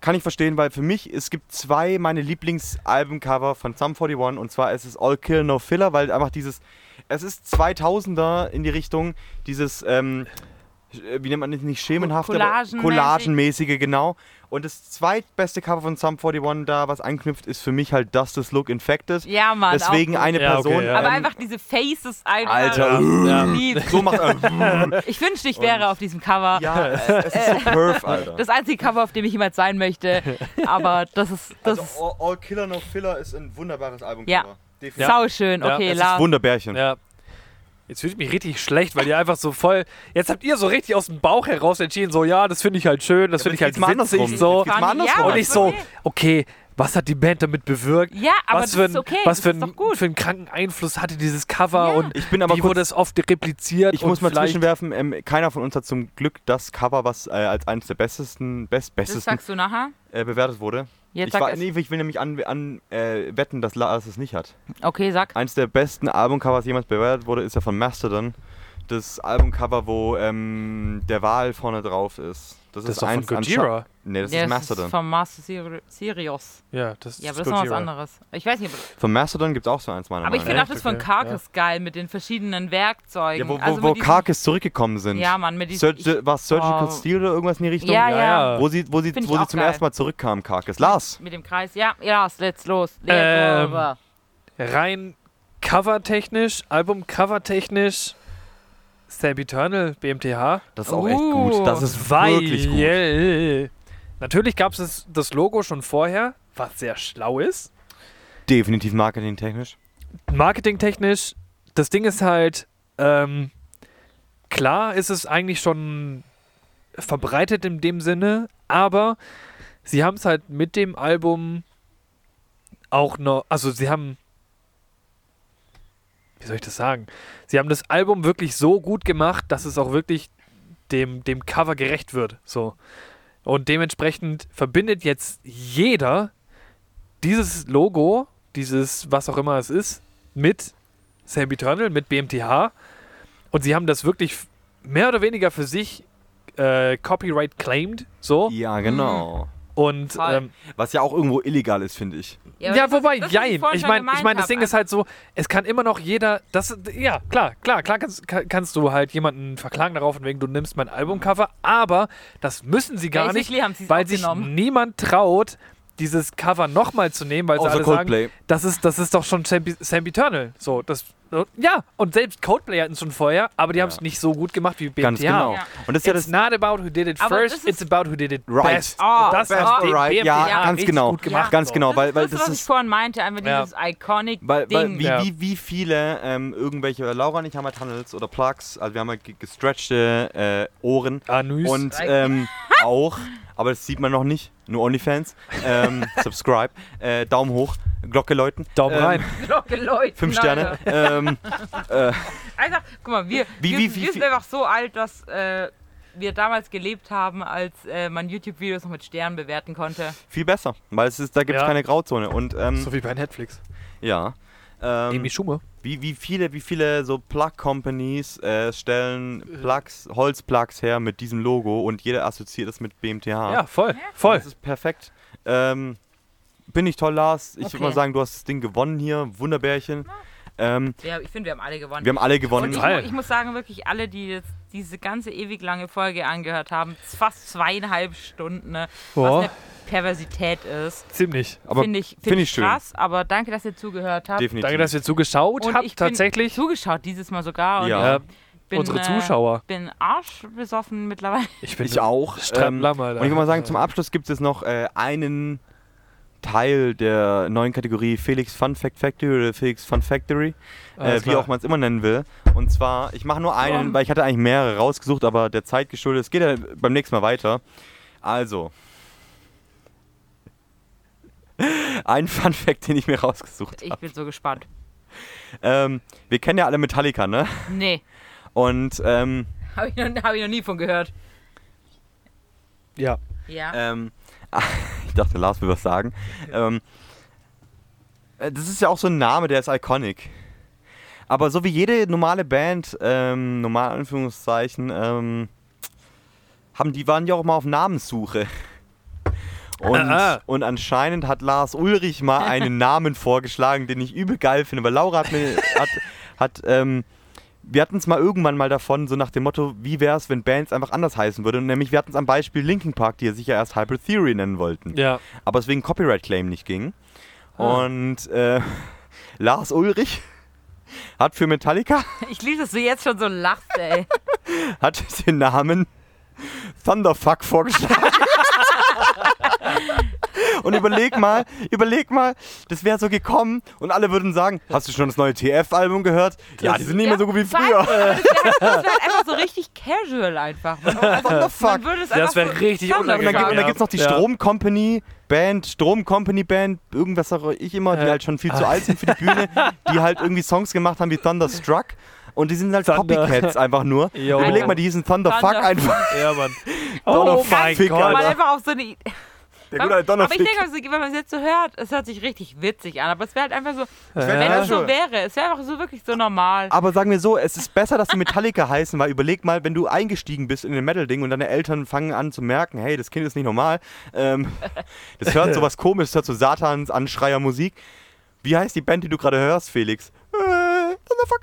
S3: kann ich verstehen, weil für mich, es gibt zwei meine Lieblingsalbumcover von Sum 41 und zwar es ist All Kill No Filler, weil einfach dieses, es ist 2000er in die Richtung, dieses, ähm, äh, wie nennt man das, nicht schemenhafte,
S1: Collagenmäßig.
S3: aber collagenmäßige, genau. Und das zweitbeste Cover von Sum 41 da, was anknüpft, ist für mich halt Does This Look Infected.
S1: Ja, Mann.
S3: Deswegen
S1: auch
S3: eine
S2: Ja, okay,
S3: Person.
S2: ja.
S1: Aber
S3: ähm,
S1: einfach diese Faces einfach.
S3: Alter.
S2: Ja.
S1: Lieb.
S3: So macht er.
S1: Ich wünschte, ich wäre auf diesem Cover.
S3: Ja, äh, es, es ist so perf, Alter.
S1: Das einzige Cover, auf dem ich jemals sein möchte. Aber das ist, das ist
S2: oh,
S3: also, All, All Killer No Filler ist ein wunderbares Album.
S1: Ja.
S3: Definitiv.
S2: Ja.
S1: sauschön.
S2: Ja,
S1: Okay,
S3: Es ist
S1: Lars.
S3: Wunderbärchen.
S2: Ja. Jetzt fühle ich mich richtig schlecht, weil ihr einfach so voll. Jetzt habt ihr so richtig aus dem Bauch heraus entschieden, so ja, das finde ich halt schön, das
S3: Ja,
S2: finde ich
S3: aber
S2: halt
S3: jetzt geht's
S2: witzig
S3: mal andersrum.
S2: so.
S3: Jetzt geht's mal
S1: Ja,
S3: andersrum.
S2: Und ich so, okay, was hat die Band damit bewirkt?
S1: Ja, aber
S2: was
S1: das
S2: für ein,
S1: ist okay.
S2: Was für,
S1: das ist
S2: ein,
S1: doch gut.
S2: für einen kranken Einfluss hatte dieses Cover
S1: Ja.
S2: und
S3: Ich bin aber
S2: wie
S3: kurz-
S2: wurde es oft repliziert?
S3: Ich
S2: und
S3: muss mal
S2: vielleicht-
S3: zwischenwerfen, ähm, keiner von uns hat zum Glück das Cover, was äh, als eines der bestesten, best,
S1: Das
S3: bestesten
S1: sagst du nachher.
S3: äh, bewertet wurde.
S1: Jetzt
S3: ich,
S1: sag
S3: war-
S1: es.
S3: nee, ich will nämlich an, an äh, wetten, dass Lars es nicht hat.
S1: Okay, sag.
S3: Eins der besten Albumcovers, jemals bewertet wurde, ist ja von Mastodon. Das Albumcover, wo ähm, der Wal vorne drauf ist. Das,
S2: Das ist
S3: ist
S2: doch von
S3: eins am
S2: Gojira.
S3: Scha- Nee, das
S1: Ja,
S3: ist
S1: das
S3: Mastodon.
S1: ist vom Master Siri- Sirius.
S2: Ja, das,
S1: Ja, aber das
S2: ist
S1: ist noch was
S2: Gojira.
S1: anderes. Ich weiß nicht, ob-
S3: von Mastodon gibt es auch so eins meiner
S1: aber ich
S3: Meinung
S1: finde auch
S3: nach.
S1: das
S2: Okay,
S1: von Carcass geil mit den verschiedenen Werkzeugen.
S3: Ja, wo, wo,
S1: Also
S3: wo
S1: mit diesen-
S3: Carcass zurückgekommen sind.
S1: Ja, Mann, mit diesem.
S3: Surgi war es Surgical
S1: oh.
S3: Steel oder irgendwas in die Richtung?
S1: ja,
S2: Ja,
S1: ja,
S2: ja.
S3: Wo sie, wo sie,
S1: Find ich
S3: wo sie
S1: auch
S3: zum
S1: geil.
S3: ersten Mal zurückkam, Carcass. Lars!
S1: Mit dem Kreis. Ja, ja, let's los. Let's
S2: Ähm.
S1: go.
S2: Rein covertechnisch, Album-covertechnisch, Stab Eternal, BMTH.
S3: Das ist auch echt
S1: Uh.
S3: gut. Das ist wirklich gut.
S2: Weil natürlich gab es das Logo schon vorher, was sehr schlau ist.
S3: Definitiv marketingtechnisch.
S2: Marketingtechnisch, das Ding ist halt, ähm, klar ist es eigentlich schon verbreitet in dem Sinne, aber sie haben es halt mit dem Album auch noch, also sie haben, wie soll ich das sagen? Sie haben das Album wirklich so gut gemacht, dass es auch wirklich dem, dem Cover gerecht wird. So. Und dementsprechend verbindet jetzt jeder dieses Logo, dieses was auch immer es ist, mit Sam Eternal, mit BMTH. Und sie haben das wirklich f- mehr oder weniger für sich äh, Copyright claimed. So.
S3: Ja,
S1: Mhm.
S3: genau.
S2: Und
S1: Voll.
S2: ähm,
S3: Was ja auch irgendwo illegal ist, finde ich.
S1: aber
S2: ja,
S1: das ist-
S2: wobei,
S1: das, was
S2: jein.
S1: vorhin
S2: Ich
S1: schon
S2: meine, ich
S1: gemeint
S2: mein, das
S1: hab.
S2: Ding ist halt so, es kann immer noch jeder, das, ja, klar, klar, klar kannst, kann- kannst du halt jemanden verklagen darauf, von wegen du nimmst mein Albumcover, aber das müssen sie halt gar
S1: Basically
S2: nicht,
S1: haben sie's
S2: weil sich
S1: aufgenommen.
S2: niemand traut, dieses Cover nochmal zu nehmen, weil sie
S3: Außer
S2: alle
S3: Coldplay.
S2: sagen, das ist, das ist doch schon Sam, Sam Eternal. So, das, ja, und selbst Coldplay hatten es schon vorher, aber die haben es nicht so gut gemacht wie BMTH.
S3: Ganz genau.
S1: Ja.
S3: Und das ist ja
S2: It's
S3: das.
S2: not about who did it
S1: Aber das ist-
S2: first, it's about who did it
S3: Right.
S2: best.
S1: Ah,
S2: Und das
S1: best
S2: hat
S1: or
S2: die
S3: right.
S2: BMTH
S3: Ja, ganz
S2: richtig
S3: genau.
S2: Gut gemacht,
S3: Ganz
S2: so.
S3: genau, weil, weil
S1: das ist,
S3: das
S1: was ich
S3: ist.
S1: vorhin meinte, einfach
S2: Ja.
S1: dieses iconic
S3: Weil, weil
S1: Ding.
S3: wie,
S2: Ja.
S3: wie, wie viele ähm, irgendwelche, Laura und ich haben halt Tunnels oder Plugs, also wir haben halt ge- gestretchte äh, Ohren
S2: Anus.
S3: und ähm, auch, aber das sieht man noch nicht, nur Onlyfans, ähm, subscribe, äh, Daumen hoch, Glocke läuten.
S2: Daumen
S3: ähm,
S2: rein.
S1: Glocke läuten,
S3: Fünf
S1: Alter.
S3: Sterne. Ähm,
S1: Einfach, guck mal, wir,
S3: Wie-
S1: wir,
S3: wie-
S1: sind-
S3: wie-
S1: wir sind
S3: wie-
S1: einfach so alt, dass äh, wir damals gelebt haben, als äh, man YouTube-Videos noch mit Sternen bewerten konnte.
S3: viel besser, weil es ist, da gibt es
S2: Ja.
S3: keine Grauzone. Und ähm,
S2: So wie bei Netflix.
S3: ja. Ähm,
S2: Amy Schumer.
S3: Wie, wie viele, wie viele so Plug-Companies äh, stellen Plugs, Holzplugs her mit diesem Logo und jeder assoziiert es mit BMTH.
S2: Ja, voll. Voll.
S3: Das ist perfekt. Ähm, bin ich toll, Lars. Ich
S1: Okay. Ah.
S3: würde mal sagen, du hast das Ding gewonnen hier. Wunderbärchen. Ähm,
S1: Ja, ich finde, wir haben alle gewonnen.
S3: wir haben alle
S1: Und
S3: gewonnen.
S1: ich,
S2: Total.
S1: mu- ich muss sagen, wirklich alle, die jetzt diese ganze ewig lange Folge angehört haben, z- fast zweieinhalb Stunden, ne,
S2: Boah.
S1: was eine Perversität ist,
S2: Ziemlich.
S3: Aber
S1: finde ich, find
S3: find
S1: ich krass. Aber danke, dass ihr zugehört habt.
S3: Definitiv.
S2: Danke, dass ihr zugeschaut
S1: Und ich
S2: habt,
S1: bin
S2: tatsächlich.
S1: zugeschaut dieses Mal sogar. Und
S3: Ja.
S2: Äh,
S1: ich bin,
S2: unsere
S1: äh,
S2: Zuschauer.
S1: bin arschbesoffen mittlerweile.
S2: Ich bin
S3: ich auch. Ähm,
S2: Stramm, Alter.
S3: und ich muss mal sagen, zum Abschluss gibt es noch äh, einen Teil der neuen Kategorie Felix Fun Fact Factory oder Felix Fun Factory,
S2: Alles
S3: äh, wie
S2: klar.
S3: auch man es immer nennen will. Und zwar, ich mache nur einen, weil ich hatte eigentlich mehrere rausgesucht, aber der Zeit geschuldet. Es geht ja beim nächsten Mal weiter. Also. Ein Fun Fact, den ich mir rausgesucht
S1: Ich
S3: habe.
S1: bin so gespannt.
S3: Ähm, wir kennen ja alle Metallica, ne?
S1: Nee,
S3: Und ähm,
S1: habe ich, noch- hab ich noch nie von gehört.
S2: Ja.
S1: Ja.
S3: Ähm, ich dachte, Lars will was sagen. Ähm, äh, das ist ja auch so ein Name, der ist iconic. Aber so wie jede normale Band, ähm, normal in Anführungszeichen, ähm, haben die waren ja auch mal auf Namenssuche. Und,
S2: Ah, ah.
S3: und anscheinend hat Lars Ulrich mal einen Namen vorgeschlagen, den ich übel geil finde, weil Laura hat mir hat, hat ähm, wir hatten es mal irgendwann mal davon, so nach dem Motto, wie wäre es, wenn Bands einfach anders heißen würden. Nämlich, wir hatten es am Beispiel Linkin Park, die ja sicher erst Hybrid Theory nennen wollten.
S2: Ja.
S3: Aber es wegen Copyright Claim nicht ging.
S2: Ah.
S3: Und äh, Lars Ulrich hat für Metallica
S1: Ich liebe, dass du jetzt schon so lachst, ey.
S3: hat den Namen Thunderfuck vorgeschlagen. Und überleg mal, überleg mal, das wäre so gekommen und alle würden sagen, hast du schon das neue TF-Album gehört? Ja, die sind nicht mehr so gut wie
S1: vor allem,
S3: früher.
S1: aber Das wäre das wär halt einfach so richtig casual einfach. Man,
S3: What the fuck?
S1: man würde es
S2: Ja,
S1: einfach
S2: das wäre
S1: so
S2: richtig
S1: Standard
S3: Und
S2: unangenehm.
S3: dann, gibt-
S1: sagen.
S3: und dann gibt es noch die
S2: Ja.
S3: Strom Company Band, Strom Company Band, irgendwas auch ich immer, die
S2: Ja.
S3: halt schon viel zu alt sind für die Bühne, die halt irgendwie Songs gemacht haben wie Thunderstruck. Und die sind halt
S2: Thunder.
S3: Copycats einfach nur.
S2: Jo.
S3: Überleg mal, die hießen Thunderfuck
S1: Thunder.
S3: einfach.
S2: Ja, Mann. Oh
S3: Donnerfuck,
S2: mein
S3: Ficker,
S1: Weil man
S2: Gott.
S3: Alter.
S1: einfach auf so eine
S3: Der
S1: Aber-
S3: gute alte
S1: aber ich
S3: Donnerfick.
S1: denke, also, wenn man es jetzt so hört, es hört sich richtig witzig an. Aber es wäre halt einfach so,
S3: werd
S1: wenn
S3: Ja.
S1: es so wäre, es wäre einfach so wirklich so normal.
S3: Aber sagen wir so, es ist besser, dass die Metallica heißen, weil überleg mal, wenn du eingestiegen bist in den Metal-Ding und deine Eltern fangen an zu merken, hey, das Kind ist nicht normal, ähm, das hört sowas komisch, das hört so Satans Anschreier Musik. Wie heißt die Band, die du gerade hörst, Felix? Äh, Thunderfuck.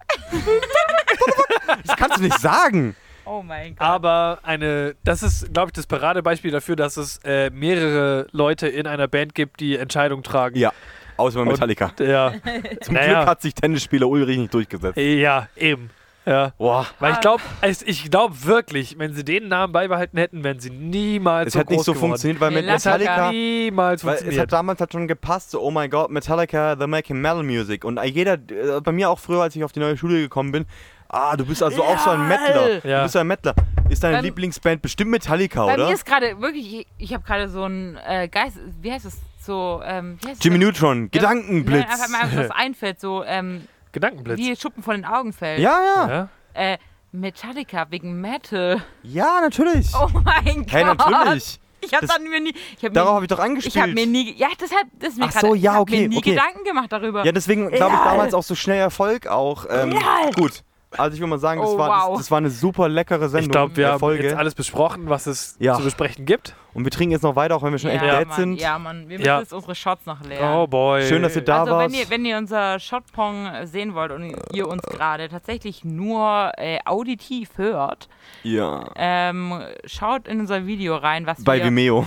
S3: Thunderfuck. Das kannst du nicht sagen.
S1: oh mein Gott.
S2: Aber eine, das ist, glaube ich, das Paradebeispiel dafür, dass es äh, mehrere Leute in einer Band gibt, die Entscheidungen tragen.
S3: Ja, außer bei Metallica.
S2: Ja,
S3: Zum
S2: naja.
S3: Glück hat sich Tennisspieler Ulrich nicht durchgesetzt.
S2: ja eben. Ja.
S1: Ah.
S3: Boah,
S2: Weil ich glaube, ich glaube wirklich, wenn sie den Namen beibehalten hätten, wären sie niemals
S3: es
S2: so
S3: hat
S2: groß
S3: nicht so
S2: geworden.
S3: funktioniert, weil mit
S1: Metallica.
S3: Metallica
S2: Niemals
S3: Weil es
S2: funktioniert.
S3: hat damals halt schon gepasst, so, oh mein Gott, Metallica, The Making Metal Music. Und jeder, äh, bei mir auch früher, als ich auf die neue Schule gekommen bin, ah, du bist also auch so ein Mettler.
S2: Ja.
S3: Du bist ja ein Mettler. Ist deine
S1: Beim-
S3: Lieblingsband bestimmt Metallica,
S1: Ähm, Bei
S3: oder?
S1: mir ist gerade wirklich, ich, ich habe gerade so ein äh, Geist, wie heißt es so, ähm, wie heißt es?
S3: Jimmy Neutron, Gedankenblitz.
S1: Nein, einfach mal einfach was einfällt, so ähm,
S2: Gedankenblitz.
S1: wie Schuppen von den Augen fällt.
S3: ja, ja,
S2: Ja?
S1: Äh, Metallica wegen Metal.
S3: ja, natürlich.
S1: Oh mein
S3: hey,
S1: Gott.
S3: natürlich.
S1: Ich habe
S3: Das-
S1: dann mir nie, ich habe
S3: Darauf
S1: mir,
S3: habe ich doch angespielt.
S1: ich hab mir nie, ja deshalb, das ist mir
S3: Ach so,
S1: gerade, ich
S3: ja,
S1: hab
S3: okay,
S1: mir nie
S3: okay.
S1: Gedanken gemacht darüber.
S3: ja, deswegen glaube ich
S1: Lol.
S3: damals auch so schnell Erfolg auch. Ähm,
S1: Lol.
S3: gut. Also ich würde mal sagen, das,
S1: Oh,
S3: war,
S1: wow.
S3: das, das war eine super leckere Sendung.
S2: Ich glaube, wir
S3: äh,
S2: haben
S3: Folge.
S2: jetzt alles besprochen, was es
S3: Ja.
S2: zu besprechen gibt.
S3: Und wir trinken jetzt noch weiter, auch wenn wir schon echt
S1: ja,
S3: dead
S1: Mann,
S3: sind.
S1: Ja, Mann, wir müssen
S2: Ja.
S1: jetzt unsere Shots noch leeren.
S2: Oh boy.
S3: Schön, dass ihr da
S1: also
S3: wart.
S1: wenn ihr, wenn ihr unser Shotpong sehen wollt und ihr uns gerade tatsächlich nur äh, auditiv hört,
S3: ja.
S1: ähm, schaut in unser Video rein, was
S3: Bei
S1: wir,
S3: Vimeo.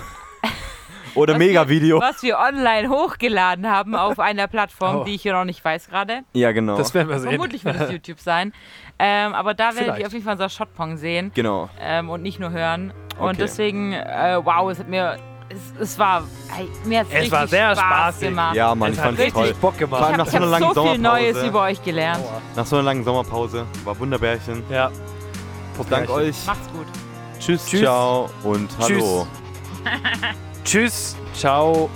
S3: Oder
S1: was
S3: Mega-Video.
S1: Wir, was wir online hochgeladen haben auf einer Plattform,
S2: Oh.
S1: die ich hier noch nicht weiß gerade.
S3: Ja, genau.
S2: Das werden wir sehen.
S1: Vermutlich wird es YouTube sein. Ähm, aber da werdet
S2: Also Vielleicht.
S1: ihr auf jeden Fall unser Shotpong sehen
S3: genau.
S1: ähm, und nicht nur hören. Und
S3: Okay.
S1: deswegen, äh, wow, es hat mir, es, es war, ey, mir hat's
S2: Es
S1: richtig
S2: war sehr
S1: Spaß
S2: spaßig.
S1: gemacht.
S3: Ja, Mann,
S2: es
S3: ich
S2: hat
S3: fand's
S2: richtig
S3: toll.
S2: Bock
S1: Ich
S3: Vor allem
S2: gemacht.
S3: nach
S1: habe
S3: so einer
S1: hab
S3: langen
S1: so viel
S3: Sommerpause.
S1: Neues über euch gelernt.
S3: Nach so einer langen Sommerpause war Wunderbärchen.
S2: Ja.
S3: Dank euch.
S1: Macht's gut.
S3: Tschüss,
S2: Tschüss.
S3: ciao und hallo.
S2: Tschüss, ciao.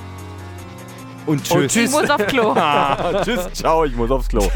S3: Und
S2: Und
S3: tschüss.
S1: Ich muss auf Klo.
S3: Ah, tschüss, ciao, ich muss aufs Klo.